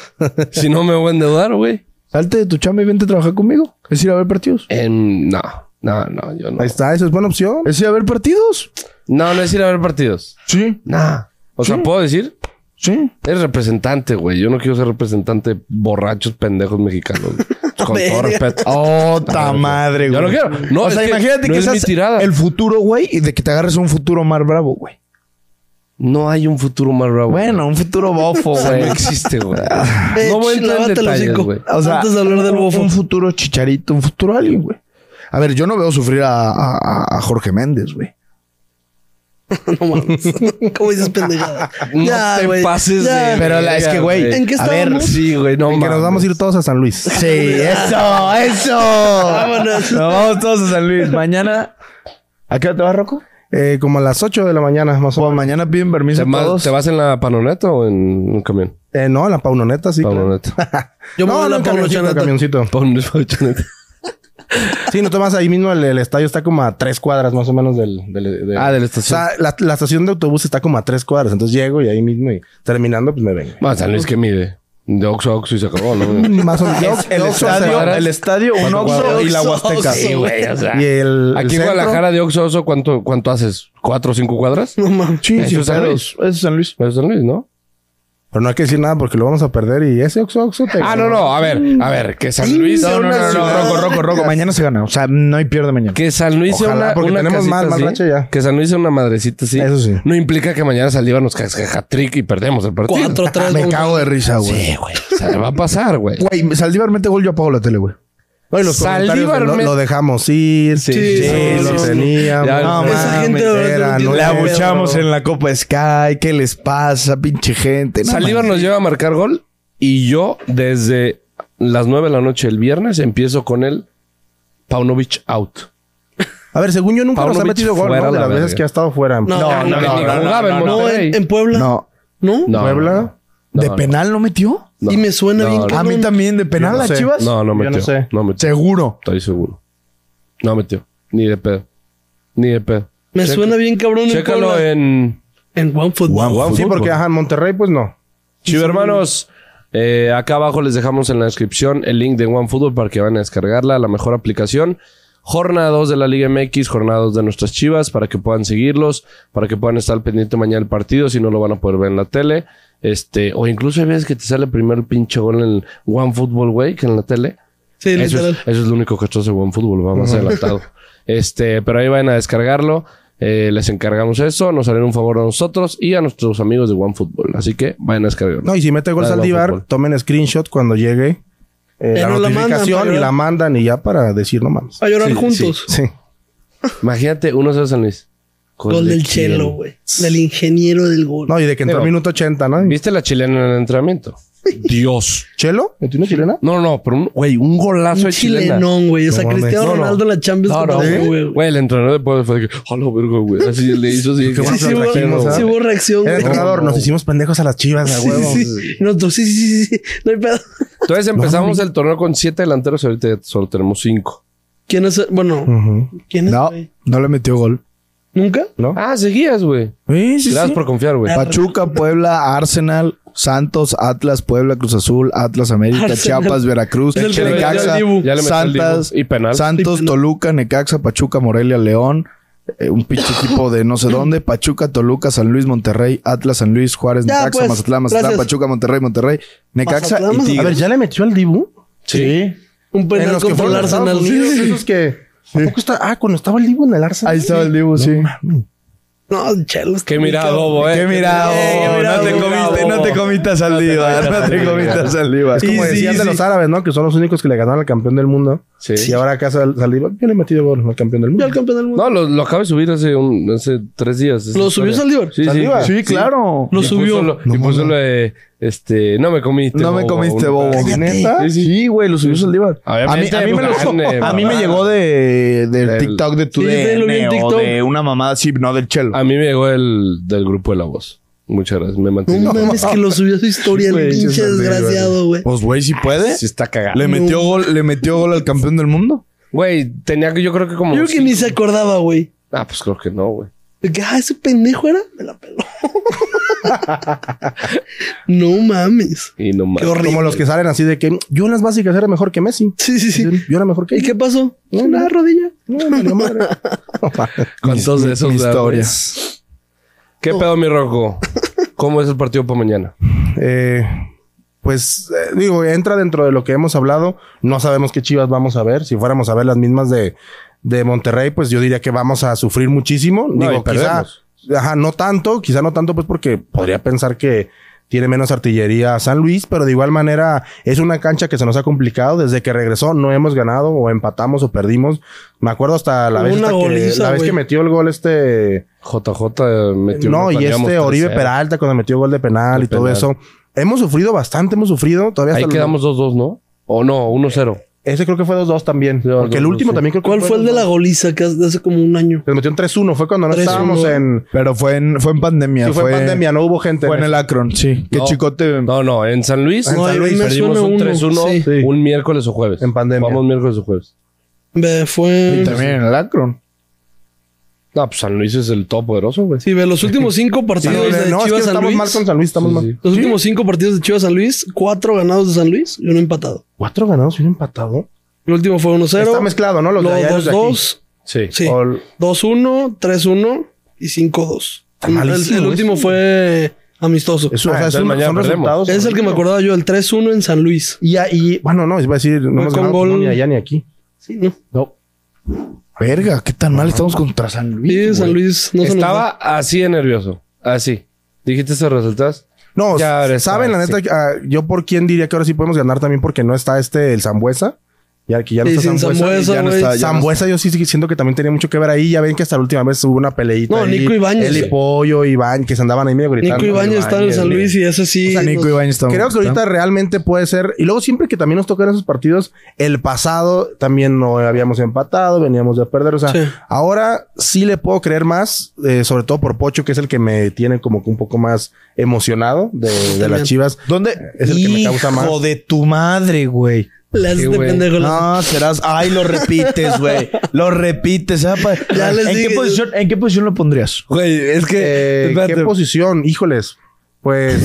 Speaker 2: Si no me voy a endeudar, güey.
Speaker 4: Salte de tu chamba y vente a trabajar conmigo. Es ir a ver partidos.
Speaker 2: Em, no, no, no, yo no.
Speaker 3: Ahí está, eso es buena opción.
Speaker 4: Es ir a ver partidos.
Speaker 2: No, no es ir a ver partidos.
Speaker 4: Sí,
Speaker 2: Nah. O sea, puedo decir,
Speaker 4: sí.
Speaker 2: eres representante, güey. Yo no quiero ser representante de borrachos pendejos mexicanos. güey. Con todo
Speaker 1: Verga.
Speaker 2: respeto.
Speaker 4: Oh, ta madre,
Speaker 2: Yo
Speaker 4: güey.
Speaker 2: no quiero. No,
Speaker 4: o
Speaker 2: es
Speaker 4: sea,
Speaker 2: que
Speaker 4: imagínate
Speaker 2: no
Speaker 4: que
Speaker 2: es
Speaker 4: seas
Speaker 2: mi tirada.
Speaker 4: el futuro, güey, y de que te agarres un futuro más bravo, güey.
Speaker 2: No hay un futuro más bravo.
Speaker 4: Bueno, un futuro bofo,
Speaker 2: O sea,
Speaker 4: güey.
Speaker 2: no existe, güey. Ah.
Speaker 1: Eh,
Speaker 2: No voy a entrar en
Speaker 1: lávate los
Speaker 2: detalles,
Speaker 1: cinco.
Speaker 2: güey.
Speaker 4: O sea,
Speaker 1: Antes de hablar del
Speaker 4: un-
Speaker 1: bofo.
Speaker 4: Un futuro chicharito, un futuro alguien, güey. A ver, yo no veo sufrir a, a- a Jorge Méndez, güey.
Speaker 1: No mames. ¿Cómo dices pendejada?
Speaker 2: No te pases
Speaker 1: ya.
Speaker 2: de- Pero la- es que, güey,
Speaker 1: ¿En qué
Speaker 4: a ver,
Speaker 1: estábamos?
Speaker 2: Sí, güey, no
Speaker 3: Y que nos vamos a ir todos a San Luis.
Speaker 4: sí, eso, eso.
Speaker 1: Vámonos.
Speaker 4: Nos vamos todos a San Luis. Mañana, ¿a qué hora te vas, Rocco?
Speaker 3: Eh, como a las 8 de la mañana, más o
Speaker 4: Pues mañana piden permiso
Speaker 2: ¿Te,
Speaker 4: a
Speaker 2: vas,
Speaker 4: todos.
Speaker 2: ¿Te vas en la panoneta o en un camión?
Speaker 3: menos. Eh, no, en la paunoneta, sí. claro.
Speaker 2: Panoneta.
Speaker 1: Yo me voy
Speaker 3: No,
Speaker 1: a
Speaker 3: no,
Speaker 1: la Pablo
Speaker 3: en camioncito, en
Speaker 1: Chanata.
Speaker 3: camioncito.
Speaker 2: Panoneta.
Speaker 3: Sí, no tomas ahí mismo el, el estadio está como a tres cuadras más o menos del, del- del-
Speaker 2: Ah, de la estación.
Speaker 3: O sea, la, la estación de autobús está como a tres cuadras, entonces llego y ahí mismo y terminando pues me vengo.
Speaker 2: Bueno, Ah, San Luis que mide. De Oxxo a Oxxo y se acabó, ¿no?
Speaker 3: Más o menos. El estadio, el
Speaker 4: estadio, un
Speaker 3: Oxxo y la Huasteca.
Speaker 1: Sí, güey,
Speaker 2: o sea.
Speaker 3: Y el
Speaker 2: Aquí en
Speaker 3: el centro,
Speaker 2: Guadalajara de Oxxo a Oxxo, ¿cuánto, ¿cuánto haces? ¿Cuatro o cinco cuadras?
Speaker 1: No mames.
Speaker 4: Sí,
Speaker 2: Eso
Speaker 4: sí,
Speaker 2: es San
Speaker 4: claro.
Speaker 2: Luis.
Speaker 4: Eso es San Luis.
Speaker 2: Eso es San Luis, ¿no?
Speaker 3: Pero no hay que decir nada porque lo vamos a perder y ese Oxxo Oxxo te-
Speaker 2: Ah, no, no. A ver, a ver. Que San Luis sea
Speaker 4: No, no,
Speaker 2: una
Speaker 4: no, no,
Speaker 2: ciudad-
Speaker 4: Rocco, Rocco, Rocco. Mañana se gana. O sea, no hay pierde mañana.
Speaker 2: Que San Luis sea
Speaker 3: Ojalá,
Speaker 2: una,
Speaker 3: porque
Speaker 2: una
Speaker 3: tenemos
Speaker 2: casita
Speaker 3: mal, mal
Speaker 2: así,
Speaker 3: racha ya.
Speaker 2: Que San Luis sea una madrecita así.
Speaker 3: Eso sí.
Speaker 2: No implica que mañana Saldívar nos casque hat-trick y perdemos el partido.
Speaker 1: Cuatro, tres.
Speaker 4: Me
Speaker 1: vamos.
Speaker 4: cago de risa, güey.
Speaker 2: Sí, güey. O sea, va a pasar, güey.
Speaker 4: Güey, Saldívar mete gol, yo apago la tele, güey.
Speaker 3: No, y los comentarios de
Speaker 2: Saldívar
Speaker 3: lo,
Speaker 2: me-
Speaker 3: lo dejamos ir. Sí,
Speaker 1: Sí, sí,
Speaker 3: lo
Speaker 1: sí.
Speaker 3: teníamos.
Speaker 2: Ya,
Speaker 3: no,
Speaker 2: esa
Speaker 3: mames,
Speaker 1: gente de verdad
Speaker 3: era
Speaker 1: no entiende
Speaker 4: Le
Speaker 1: La
Speaker 3: nuevo.
Speaker 1: abuchamos
Speaker 4: abuchamos en la Copa Sky. ¿Qué les pasa, pinche gente? No,
Speaker 2: Saldívar
Speaker 4: man.
Speaker 2: nos lleva a marcar gol y yo desde las 9 de la noche el viernes empiezo con el Paunovic out.
Speaker 3: A ver, según yo nunca nos ha
Speaker 2: Paunovic
Speaker 3: metido gol,
Speaker 2: fuera la
Speaker 3: ¿no? De las veces
Speaker 2: verga.
Speaker 3: que ha estado fuera.
Speaker 1: No,
Speaker 4: No, no,
Speaker 2: ni
Speaker 4: no,
Speaker 2: jugaba en
Speaker 1: No, en,
Speaker 2: Monterrey.
Speaker 1: en Puebla. No.
Speaker 4: No.
Speaker 2: No,
Speaker 3: Puebla.
Speaker 2: no, no.
Speaker 4: ¿De
Speaker 2: No,
Speaker 4: penal no metió?
Speaker 1: Y me suena
Speaker 2: No,
Speaker 1: bien.
Speaker 2: no.
Speaker 4: A mí
Speaker 1: cabrón.
Speaker 4: también, de penal
Speaker 3: Yo no
Speaker 4: a
Speaker 3: sé.
Speaker 4: Chivas.
Speaker 2: No, no
Speaker 3: Yo no
Speaker 2: metió.
Speaker 3: sé.
Speaker 2: No metió.
Speaker 4: Seguro.
Speaker 2: Estoy seguro. No metió. Ni de pedo. Ni de pedo.
Speaker 1: Me
Speaker 2: Checa-
Speaker 1: suena bien cabrón en
Speaker 2: Chécalo eh.
Speaker 1: Puebla.
Speaker 2: en...
Speaker 1: En OneFoot.
Speaker 3: Sí, porque ajá, en Monterrey pues no.
Speaker 2: Chivo hermanos, eh, acá abajo les dejamos en la descripción el link de OneFootball para que vayan a descargarla, la mejor aplicación. Jornada 2 de la Liga MX, jornada 2 de nuestras chivas, para que puedan seguirlos, para que puedan estar al pendiente mañana del partido, si no lo van a poder ver en la tele. Este, o incluso hay veces que te sale primero el pinche gol en el OneFootball, güey, que en la tele.
Speaker 1: Sí,
Speaker 2: Eso
Speaker 1: literal.
Speaker 2: es, eso es lo único cachoso de buen fútbol, va más adelantado. Este, pero ahí vayan a descargarlo. eh, les encargamos eso, nos harán un favor a nosotros y a nuestros amigos de OneFootball. Así que vayan a descargarlo.
Speaker 3: No, y si mete gol
Speaker 2: Nada,
Speaker 3: Saldívar,
Speaker 2: fútbol.
Speaker 3: tomen screenshot cuando llegue eh,
Speaker 1: Eh,
Speaker 3: la
Speaker 1: no la mandan
Speaker 3: notificación
Speaker 1: para
Speaker 3: y la
Speaker 1: llorar.
Speaker 3: mandan y ya para decir no mames.
Speaker 1: A llorar juntos.
Speaker 3: Sí.
Speaker 2: Imagínate, 1-0 San Luis.
Speaker 1: Gol del
Speaker 2: quién?
Speaker 1: chelo, güey. Del ingeniero del gol.
Speaker 3: No, y de que entró
Speaker 2: Digo,
Speaker 3: minuto 80, ¿no?
Speaker 2: ¿Viste la chilena en el entrenamiento? Dios.
Speaker 3: ¿Chelo? ¿Metió una chilena?
Speaker 2: No, no, pero un, güey, un
Speaker 1: Un
Speaker 2: golazo
Speaker 1: ¿Eh?
Speaker 2: de chilena.
Speaker 1: chilenón, güey. O sea,
Speaker 3: No mames.
Speaker 1: Cristiano
Speaker 3: No, no.
Speaker 1: Ronaldo en la Champions
Speaker 2: No, no,
Speaker 1: contra
Speaker 2: güey.
Speaker 1: Perú, güey.
Speaker 2: Güey, el entrenador de Puebla fue de que, hola, verga, güey. Así le hizo así.
Speaker 3: Sí,
Speaker 1: Sí,
Speaker 3: sí,
Speaker 1: sí, hubo,
Speaker 3: trajimos, ¿ah?
Speaker 1: sí hubo reacción,
Speaker 3: El
Speaker 1: güey.
Speaker 3: entrenador, nos hicimos pendejos a las chivas, a
Speaker 1: Sí,
Speaker 3: huevo.
Speaker 1: sí, sí. Nosotros, sí, sí, sí, sí. No hay pedo.
Speaker 2: Entonces empezamos el torneo con siete delanteros. Ahorita ya solo tenemos cinco.
Speaker 1: ¿Quién es? Bueno,
Speaker 3: Ujú.
Speaker 1: ¿quién es?
Speaker 4: No,
Speaker 1: güey?
Speaker 4: no le metió gol.
Speaker 1: ¿Nunca?
Speaker 2: Ah, seguías, güey.
Speaker 4: Sí,
Speaker 2: Gracias por confiar, güey.
Speaker 1: Ah,
Speaker 4: Pachuca, Puebla, Arsenal, Santos, Atlas, Puebla, Cruz Azul, Atlas América,
Speaker 1: Arsenal.
Speaker 4: Chiapas, Veracruz,
Speaker 1: Es el que le metió
Speaker 4: Necaxa,
Speaker 1: al Dibu.
Speaker 2: Ya le metió al Dibu.
Speaker 4: Santas,
Speaker 2: Y penal.
Speaker 4: Santos, Toluca, Necaxa, Pachuca, Morelia, León, eh, un pinche equipo de no sé dónde, Pachuca, Toluca, San Luis, Monterrey, Atlas, San Luis, Juárez,
Speaker 1: Ya,
Speaker 4: Necaxa,
Speaker 1: pues,
Speaker 4: Mazatlán, Mazatlán,
Speaker 1: gracias.
Speaker 4: Pachuca, Monterrey, Monterrey, Necaxa
Speaker 1: Mazatlán,
Speaker 4: y
Speaker 1: Mazatlán.
Speaker 3: A ver,
Speaker 4: Tigres.
Speaker 3: ¿ya le metió al Dibu?
Speaker 2: Sí.
Speaker 1: Un
Speaker 3: en
Speaker 1: penal
Speaker 3: los que
Speaker 1: contra
Speaker 3: fueron
Speaker 1: el
Speaker 3: a Estados
Speaker 1: Arsenal.
Speaker 3: Unidos,
Speaker 1: Sí, sí, sí.
Speaker 3: esos que... ¿A poco está- Ah, cuando estaba el Dibu en el Arsenal.
Speaker 4: Ahí estaba el Dibu, sí.
Speaker 1: No, chelos.
Speaker 2: Qué mirada, bobo, eh.
Speaker 4: Qué mirado,
Speaker 1: Eh, qué mirado,
Speaker 4: oh, no te
Speaker 1: qué
Speaker 4: comiste,
Speaker 2: mirado.
Speaker 4: no te comitas al Diva, no te comitas al Diva.
Speaker 3: Es como
Speaker 1: Sí,
Speaker 3: decían
Speaker 1: sí,
Speaker 3: de
Speaker 1: sí.
Speaker 3: los árabes, ¿no? Que son los únicos que le ganaron al campeón del mundo.
Speaker 2: Sí.
Speaker 3: Y ahora acá sal, saliva. Yo le he metido gol al campeón del
Speaker 1: Yo
Speaker 3: mundo.
Speaker 1: al campeón del mundo.
Speaker 2: No, lo, lo acabo de subir hace, un, hace tres días. esa
Speaker 1: ¿Lo subió
Speaker 2: historia.
Speaker 1: Saldívar?
Speaker 2: Sí, sí.
Speaker 3: ¿Saldívar?
Speaker 4: Sí, claro.
Speaker 1: Lo
Speaker 2: Y
Speaker 1: subió.
Speaker 2: Puso lo, y puso lo de, este, no me comiste.
Speaker 4: No me comiste,
Speaker 2: una-
Speaker 4: bobo.
Speaker 3: ¿Neta? Sí, güey, lo subió Saldívar.
Speaker 2: Obviamente,
Speaker 4: a mí, a mí me, lo-
Speaker 2: grande,
Speaker 4: a mí me
Speaker 2: mamá.
Speaker 4: llegó de, del
Speaker 2: Del-
Speaker 4: TikTok de tu
Speaker 1: Sí, yo lo vi en
Speaker 4: o
Speaker 1: TikTok.
Speaker 4: de una mamada así, no del chelo.
Speaker 2: A mí me llegó el del grupo de la voz. Muchas gracias. Me mantiene.
Speaker 1: No mames, que lo subió a su historia, el
Speaker 3: Güey,
Speaker 1: pinche
Speaker 3: Saldívar.
Speaker 1: desgraciado, güey.
Speaker 4: Pues güey, si puede.
Speaker 2: Sí está cagado.
Speaker 4: Le metió gol, le metió gol al campeón del mundo.
Speaker 2: Güey, tenía que, yo creo que como.
Speaker 1: Yo creo que ni se acordaba, güey.
Speaker 2: Ah, pues creo que no, güey.
Speaker 1: De que, ah, ese pendejo era, me la peló. no mames.
Speaker 2: Y no más.
Speaker 1: Qué horrible.
Speaker 3: Como los que salen así de que yo en las básicas era mejor que Messi.
Speaker 1: Sí, sí, sí.
Speaker 3: Yo era mejor que
Speaker 1: ¿Y
Speaker 3: él.
Speaker 1: qué pasó? Una rodilla.
Speaker 3: No, me valió madre. No, mames.
Speaker 2: ¿Cuántos de esos
Speaker 4: Mi
Speaker 2: da, güey?
Speaker 4: historia.
Speaker 2: ¿Qué pedo, mi roco? ¿Cómo es el partido para mañana?
Speaker 3: Eh, pues eh, digo, entra dentro de lo que hemos hablado. No sabemos qué chivas vamos a ver. Si fuéramos a ver las mismas de, de Monterrey, pues yo diría que vamos a sufrir muchísimo.
Speaker 2: No, y
Speaker 3: digo, quizá,
Speaker 2: perdemos.
Speaker 3: ajá, no tanto, quizá no tanto, pues porque podría pensar que tiene menos artillería San Luis, pero de igual manera es una cancha que se nos ha complicado. Desde que regresó no hemos ganado o empatamos o perdimos. Me acuerdo hasta la
Speaker 1: Hubo
Speaker 3: vez,
Speaker 1: una
Speaker 3: hasta que-
Speaker 1: goliza,
Speaker 3: la vez
Speaker 1: güey.
Speaker 3: que metió el gol este...
Speaker 2: JJ eh, metió.
Speaker 3: No,
Speaker 2: una,
Speaker 3: y
Speaker 2: teníamos
Speaker 3: este Oribe
Speaker 2: 3-0.
Speaker 3: Peralta cuando metió gol de penal
Speaker 2: De
Speaker 3: y todo
Speaker 2: penal.
Speaker 3: eso. Hemos sufrido bastante, hemos sufrido. Todavía
Speaker 2: Ahí
Speaker 3: hasta-
Speaker 2: quedamos 2-2, ¿no? O no, 1-0.
Speaker 3: Ese creo que fue 2-2 también.
Speaker 2: Sí,
Speaker 3: porque el
Speaker 2: 2-2,
Speaker 3: último
Speaker 2: sí.
Speaker 3: también creo que
Speaker 1: ¿Cuál fue el de la
Speaker 3: 2-2.
Speaker 1: goliza que hace hace como un año?
Speaker 3: Les metió un 3-1. Fue cuando no
Speaker 1: 3-1.
Speaker 3: estábamos en...
Speaker 4: Pero fue en, fue en pandemia.
Speaker 3: Sí, fue, en pandemia, no hubo gente.
Speaker 4: Fue
Speaker 3: en
Speaker 4: en el Akron, sí. Qué
Speaker 2: No.
Speaker 4: chicote.
Speaker 2: No, no, en San Luis.
Speaker 3: En San
Speaker 1: a mí
Speaker 3: Luis
Speaker 1: me
Speaker 2: Perdimos
Speaker 1: suena
Speaker 2: un
Speaker 1: uno.
Speaker 2: 3-1
Speaker 1: Sí.
Speaker 2: un miércoles o jueves.
Speaker 3: En pandemia.
Speaker 2: Vamos miércoles o jueves.
Speaker 1: Ve,
Speaker 4: Y
Speaker 1: fue.
Speaker 4: también en el Akron.
Speaker 2: No, pues San Luis es el todo poderoso, güey.
Speaker 1: Sí, ve, los últimos cinco
Speaker 3: Sí,
Speaker 1: partidos
Speaker 3: no,
Speaker 1: de
Speaker 3: no, es que
Speaker 1: Chivas San
Speaker 3: estamos
Speaker 1: Luis.
Speaker 3: mal con San Luis. Estamos
Speaker 2: Sí,
Speaker 3: mal.
Speaker 2: sí.
Speaker 1: Los últimos cinco partidos de Chivas San Luis, cuatro ganados de San Luis y uno empatado.
Speaker 3: Cuatro ganados y un empatado.
Speaker 1: El último fue 1-0.
Speaker 3: Está mezclado, ¿no? Los de
Speaker 1: Luego
Speaker 3: allá y los de aquí.
Speaker 1: 2-2.
Speaker 2: Sí.
Speaker 1: Sí.
Speaker 3: O el-
Speaker 1: 2-1, 3-1 y 5-2.
Speaker 3: Está
Speaker 1: El,
Speaker 3: malísimo
Speaker 1: el último
Speaker 3: eso.
Speaker 1: fue amistoso.
Speaker 3: Eso,
Speaker 2: Ah,
Speaker 3: o sea, es
Speaker 2: entonces
Speaker 3: un-
Speaker 2: mañana
Speaker 3: son
Speaker 2: perdemos.
Speaker 3: resultados.
Speaker 1: es el que me acordaba yo, el 3-1 en San Luis.
Speaker 3: Y, ahí- bueno, no, iba a decir, no
Speaker 1: Fue
Speaker 3: hemos
Speaker 1: con
Speaker 3: ganado pues,
Speaker 1: gol-
Speaker 3: no, ni allá ni aquí.
Speaker 1: Sí, ¿no?
Speaker 2: No.
Speaker 4: Verga, qué tan mal estamos contra San Luis.
Speaker 1: Sí, San
Speaker 4: güey.
Speaker 1: Luis no se nos
Speaker 2: Estaba
Speaker 1: da. así
Speaker 2: así de nervioso. Así. Dijiste esos resultados.
Speaker 3: No,
Speaker 2: Ya ahora está,
Speaker 3: saben, la
Speaker 2: sí.
Speaker 3: neta, ah, yo por quién diría que ahora sí podemos ganar también porque no está este, el Zambuesa. Ya que ya no
Speaker 1: Sí,
Speaker 3: está
Speaker 1: sin
Speaker 3: Zambuesa.
Speaker 1: Zambuesa,
Speaker 4: ya no
Speaker 1: güey.
Speaker 4: está, ya no
Speaker 3: Zambuesa yo sí siento que también tenía mucho que ver ahí. Ya ven que hasta la última vez hubo una peleita.
Speaker 1: No,
Speaker 3: ahí.
Speaker 1: Nico Ibáñez.
Speaker 3: Él y
Speaker 1: Sí.
Speaker 3: Pollo, Iván, que se andaban ahí medio gritando.
Speaker 1: Nico Ibañez está en el San Luis y ese sí.
Speaker 4: O sea, Nico
Speaker 1: nos-
Speaker 4: Ibañez está-
Speaker 3: Creo que ahorita realmente puede ser. Y luego siempre que también nos tocan esos partidos, el pasado también no habíamos empatado, veníamos de perder. O sea,
Speaker 1: Sí.
Speaker 3: ahora sí le puedo creer más, eh, sobre todo por Pocho, que es el que me tiene como que un poco más emocionado de, de las
Speaker 1: También.
Speaker 3: chivas.
Speaker 4: ¿Dónde?
Speaker 3: Es el que me causa más.
Speaker 4: Hijo de tu madre, güey.
Speaker 1: Le haces
Speaker 2: Sí,
Speaker 1: de
Speaker 2: güey.
Speaker 1: pendejo. la-
Speaker 4: No, serás. Ay, lo repites, güey. Lo repites. ah, pa-
Speaker 1: Ya les
Speaker 4: ¿En, qué
Speaker 1: dije.
Speaker 4: posición, ¿En qué posición lo pondrías?
Speaker 2: Güey, es
Speaker 3: Eh, ¿Qué posición? Híjoles. Pues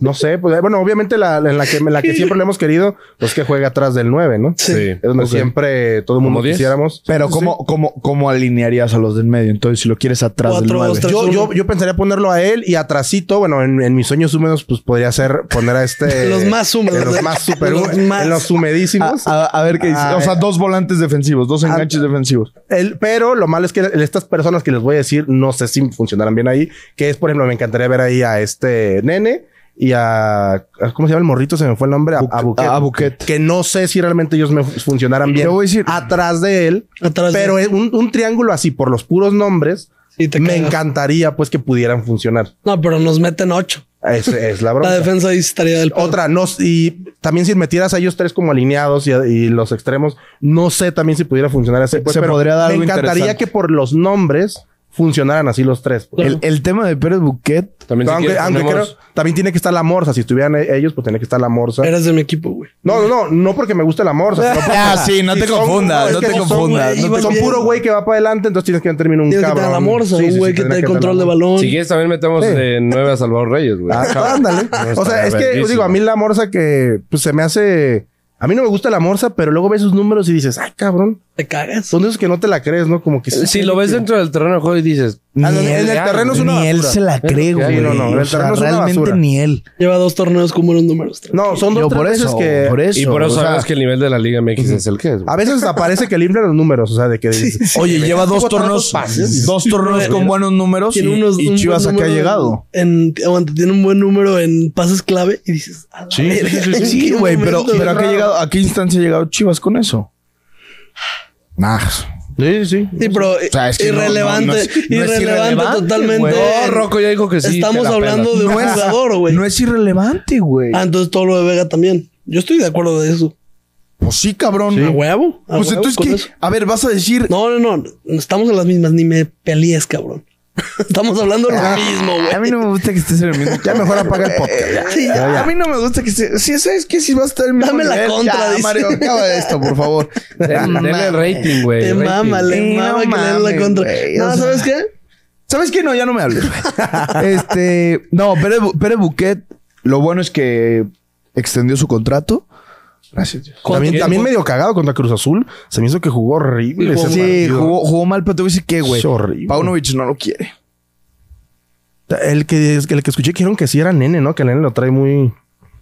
Speaker 3: no sé. Pues, eh, bueno, obviamente la, en la que, en la que siempre le hemos querido, pues que juega atrás del 9, ¿no?
Speaker 1: Sí.
Speaker 2: Sí.
Speaker 3: Es donde
Speaker 2: Ok.
Speaker 3: siempre todo el mundo
Speaker 2: ¿Como 10?
Speaker 3: quisiéramos.
Speaker 4: Pero, ¿cómo, cómo, ¿cómo alinearías a los del medio? Entonces, si lo quieres atrás
Speaker 1: Cuatro,
Speaker 4: del 9.
Speaker 1: tres,
Speaker 3: Yo,
Speaker 1: uno.
Speaker 3: yo, yo pensaría ponerlo a él y atrasito, bueno, en, en mis sueños húmedos, pues podría ser poner a este.
Speaker 1: Los más húmedos.
Speaker 3: En los más super
Speaker 1: Los
Speaker 3: húmedos,
Speaker 1: más.
Speaker 3: En los
Speaker 4: A,
Speaker 3: humedísimos.
Speaker 4: a- a ver qué dice.
Speaker 3: Ah,
Speaker 4: o sea, dos volantes defensivos, dos enganches defensivos.
Speaker 3: El- pero lo malo es que el- estas personas que les voy a decir, no sé si funcionarán bien ahí, que es, por ejemplo, me encantaría ver ahí a este nene y a, a- ¿cómo se llama el morrito? Se me fue el nombre, a, a Buquet.
Speaker 4: a Buquet.
Speaker 3: Que no sé si realmente ellos me fu- funcionaran bien.
Speaker 4: Te voy a decir-
Speaker 3: Atrás de él.
Speaker 1: Atrás de-
Speaker 3: pero es un, un triángulo así, por los puros nombres,
Speaker 1: Sí, te
Speaker 3: me
Speaker 1: cagas.
Speaker 3: encantaría pues que pudieran funcionar.
Speaker 1: No, pero nos meten ocho.
Speaker 3: Es, es la bronca.
Speaker 1: La defensa ahí estaría del pedo.
Speaker 3: Otra, no, y también si metieras a ellos tres como alineados y, y los extremos, no sé también si pudiera funcionar así. pues,
Speaker 4: Se
Speaker 3: pero
Speaker 4: podría dar
Speaker 3: Me
Speaker 4: algo
Speaker 3: encantaría
Speaker 4: interesante.
Speaker 3: que por los nombres funcionaran así los tres. pues.
Speaker 4: El, el tema de Pérez Buquet.
Speaker 2: También si
Speaker 3: aunque
Speaker 2: quieres,
Speaker 3: aunque
Speaker 2: ponemos-
Speaker 3: creo- también tiene que estar la morsa. Si estuvieran e- ellos, pues tiene que estar la morsa.
Speaker 1: Eres de mi equipo, güey.
Speaker 3: No, no, no, no porque me guste la morsa. sino porque-
Speaker 4: Ya, Ah, sí, no
Speaker 3: Sí,
Speaker 4: te
Speaker 3: son-
Speaker 4: confundas,
Speaker 3: es
Speaker 4: no
Speaker 3: que
Speaker 4: te
Speaker 3: son,
Speaker 4: confundas.
Speaker 1: güey,
Speaker 4: no te-
Speaker 1: iba-
Speaker 3: Son puro güey que va para adelante, entonces tienes que tener un
Speaker 1: Tienes que tener
Speaker 3: cabrón.
Speaker 1: la morsa,
Speaker 3: Sí,
Speaker 1: un
Speaker 3: sí,
Speaker 1: güey
Speaker 3: sí,
Speaker 1: que tenga
Speaker 3: tendría tener
Speaker 1: control
Speaker 3: la
Speaker 1: de
Speaker 3: morsa.
Speaker 1: balón.
Speaker 2: Si quieres, también metemos
Speaker 3: Sí.
Speaker 2: de nueve a Salvador Reyes, güey.
Speaker 3: Ah, ándale. o
Speaker 2: Estaría
Speaker 3: sea, es que yo
Speaker 2: verguísima.
Speaker 3: digo, a mí la morsa que pues, se me hace. A mí no me gusta la morsa, pero luego ves sus números y dices, ay, cabrón.
Speaker 1: Te cagas.
Speaker 3: Son de esos que no te la crees, ¿no? Como que
Speaker 4: Eh,
Speaker 3: sí.
Speaker 2: Si lo ves dentro del terreno de juego y dices,
Speaker 4: Ni
Speaker 3: ándale,
Speaker 4: él-
Speaker 3: en el terreno es una
Speaker 4: Ni él
Speaker 3: basura.
Speaker 4: se la cree,
Speaker 2: Sí,
Speaker 4: güey.
Speaker 3: no, no, en el
Speaker 4: O sea,
Speaker 3: terreno es una
Speaker 4: realmente
Speaker 3: basura.
Speaker 4: ni él.
Speaker 1: Lleva dos torneos con buenos números.
Speaker 3: No, son dos
Speaker 4: Yo
Speaker 3: tres
Speaker 4: por
Speaker 3: veces
Speaker 4: eso,
Speaker 3: que.
Speaker 4: por eso.
Speaker 2: y por eso
Speaker 4: o sea,
Speaker 2: sabes que el nivel de la Liga MX es el que es. güey.
Speaker 3: A veces aparece que limpian los números, o sea, de que dices,
Speaker 4: Oye, lleva dos
Speaker 3: tuvo tantos
Speaker 4: torneos,
Speaker 3: pases.
Speaker 4: dos torneos con buenos números y,
Speaker 1: Tiene unos,
Speaker 4: y
Speaker 1: un
Speaker 4: Chivas
Speaker 1: buen
Speaker 4: acá ha
Speaker 1: número
Speaker 4: llegado.
Speaker 1: En, aguanta, tiene un buen número en pases clave y dices, a la verga, ¿en qué
Speaker 4: Sí, güey, pero,
Speaker 1: momento,
Speaker 4: pero ¿a,
Speaker 1: güey?
Speaker 4: qué ha llegado, ¿a qué instancia ha llegado Chivas con eso? Nah.
Speaker 3: Sí, sí.
Speaker 1: Sí, pero
Speaker 4: sea, es que no-
Speaker 1: irrelevante,
Speaker 4: no- no es- no es
Speaker 1: irrelevante
Speaker 4: irrelevante,
Speaker 1: totalmente.
Speaker 4: güey.
Speaker 2: No, Rocco ya dijo que sí,
Speaker 1: Estamos
Speaker 2: te la
Speaker 1: hablando de un
Speaker 4: es-
Speaker 1: jugador, güey.
Speaker 4: no es irrelevante, güey.
Speaker 1: Ah, entonces todo lo de Vega también. Yo estoy de acuerdo de eso.
Speaker 4: Pues sí, cabrón.
Speaker 1: A huevo. a
Speaker 4: Pues
Speaker 1: huevo
Speaker 4: entonces,
Speaker 1: Ah, con
Speaker 4: ¿qué?
Speaker 1: eso.
Speaker 4: A ver, vas a decir...
Speaker 1: No, no, no. Estamos en las mismas. Ni me pelees, cabrón. Estamos hablando de lo mismo, güey.
Speaker 4: ah, A mí no me gusta que estés en el mismo. Eh,
Speaker 3: Ya mejor apaga el podcast. ya.
Speaker 1: Sí, ya.
Speaker 4: A mí no me gusta que estés... Si sabes que si vas a estar en el mismo
Speaker 1: Dame la
Speaker 4: nivel,
Speaker 1: contra,
Speaker 4: ya,
Speaker 1: dice.
Speaker 4: Mario, acaba esto, por favor.
Speaker 2: Den- Denle el rating, güey.
Speaker 1: Te
Speaker 2: el rating.
Speaker 1: mama, le
Speaker 4: Sí,
Speaker 1: mama
Speaker 4: no
Speaker 1: que le den la
Speaker 4: mames,
Speaker 1: contra.
Speaker 4: güey,
Speaker 1: no,
Speaker 4: o sea.
Speaker 1: ¿sabes qué?
Speaker 4: ¿Sabes qué? No, ya no me hables. este, no, Pérez, Bu- Pérez Buquet, lo bueno es que extendió su contrato. Gracias, Dios.
Speaker 3: También, también medio cagado contra Cruz Azul. Se me hizo que jugó horrible. ese
Speaker 4: Sí,
Speaker 3: partido.
Speaker 4: jugó, jugó mal, pero te voy a decir que, güey.
Speaker 3: Es horrible.
Speaker 4: Paunovic no lo quiere.
Speaker 3: El que, el que escuché que dijeron que sí era nene, ¿no? Que el nene lo trae muy.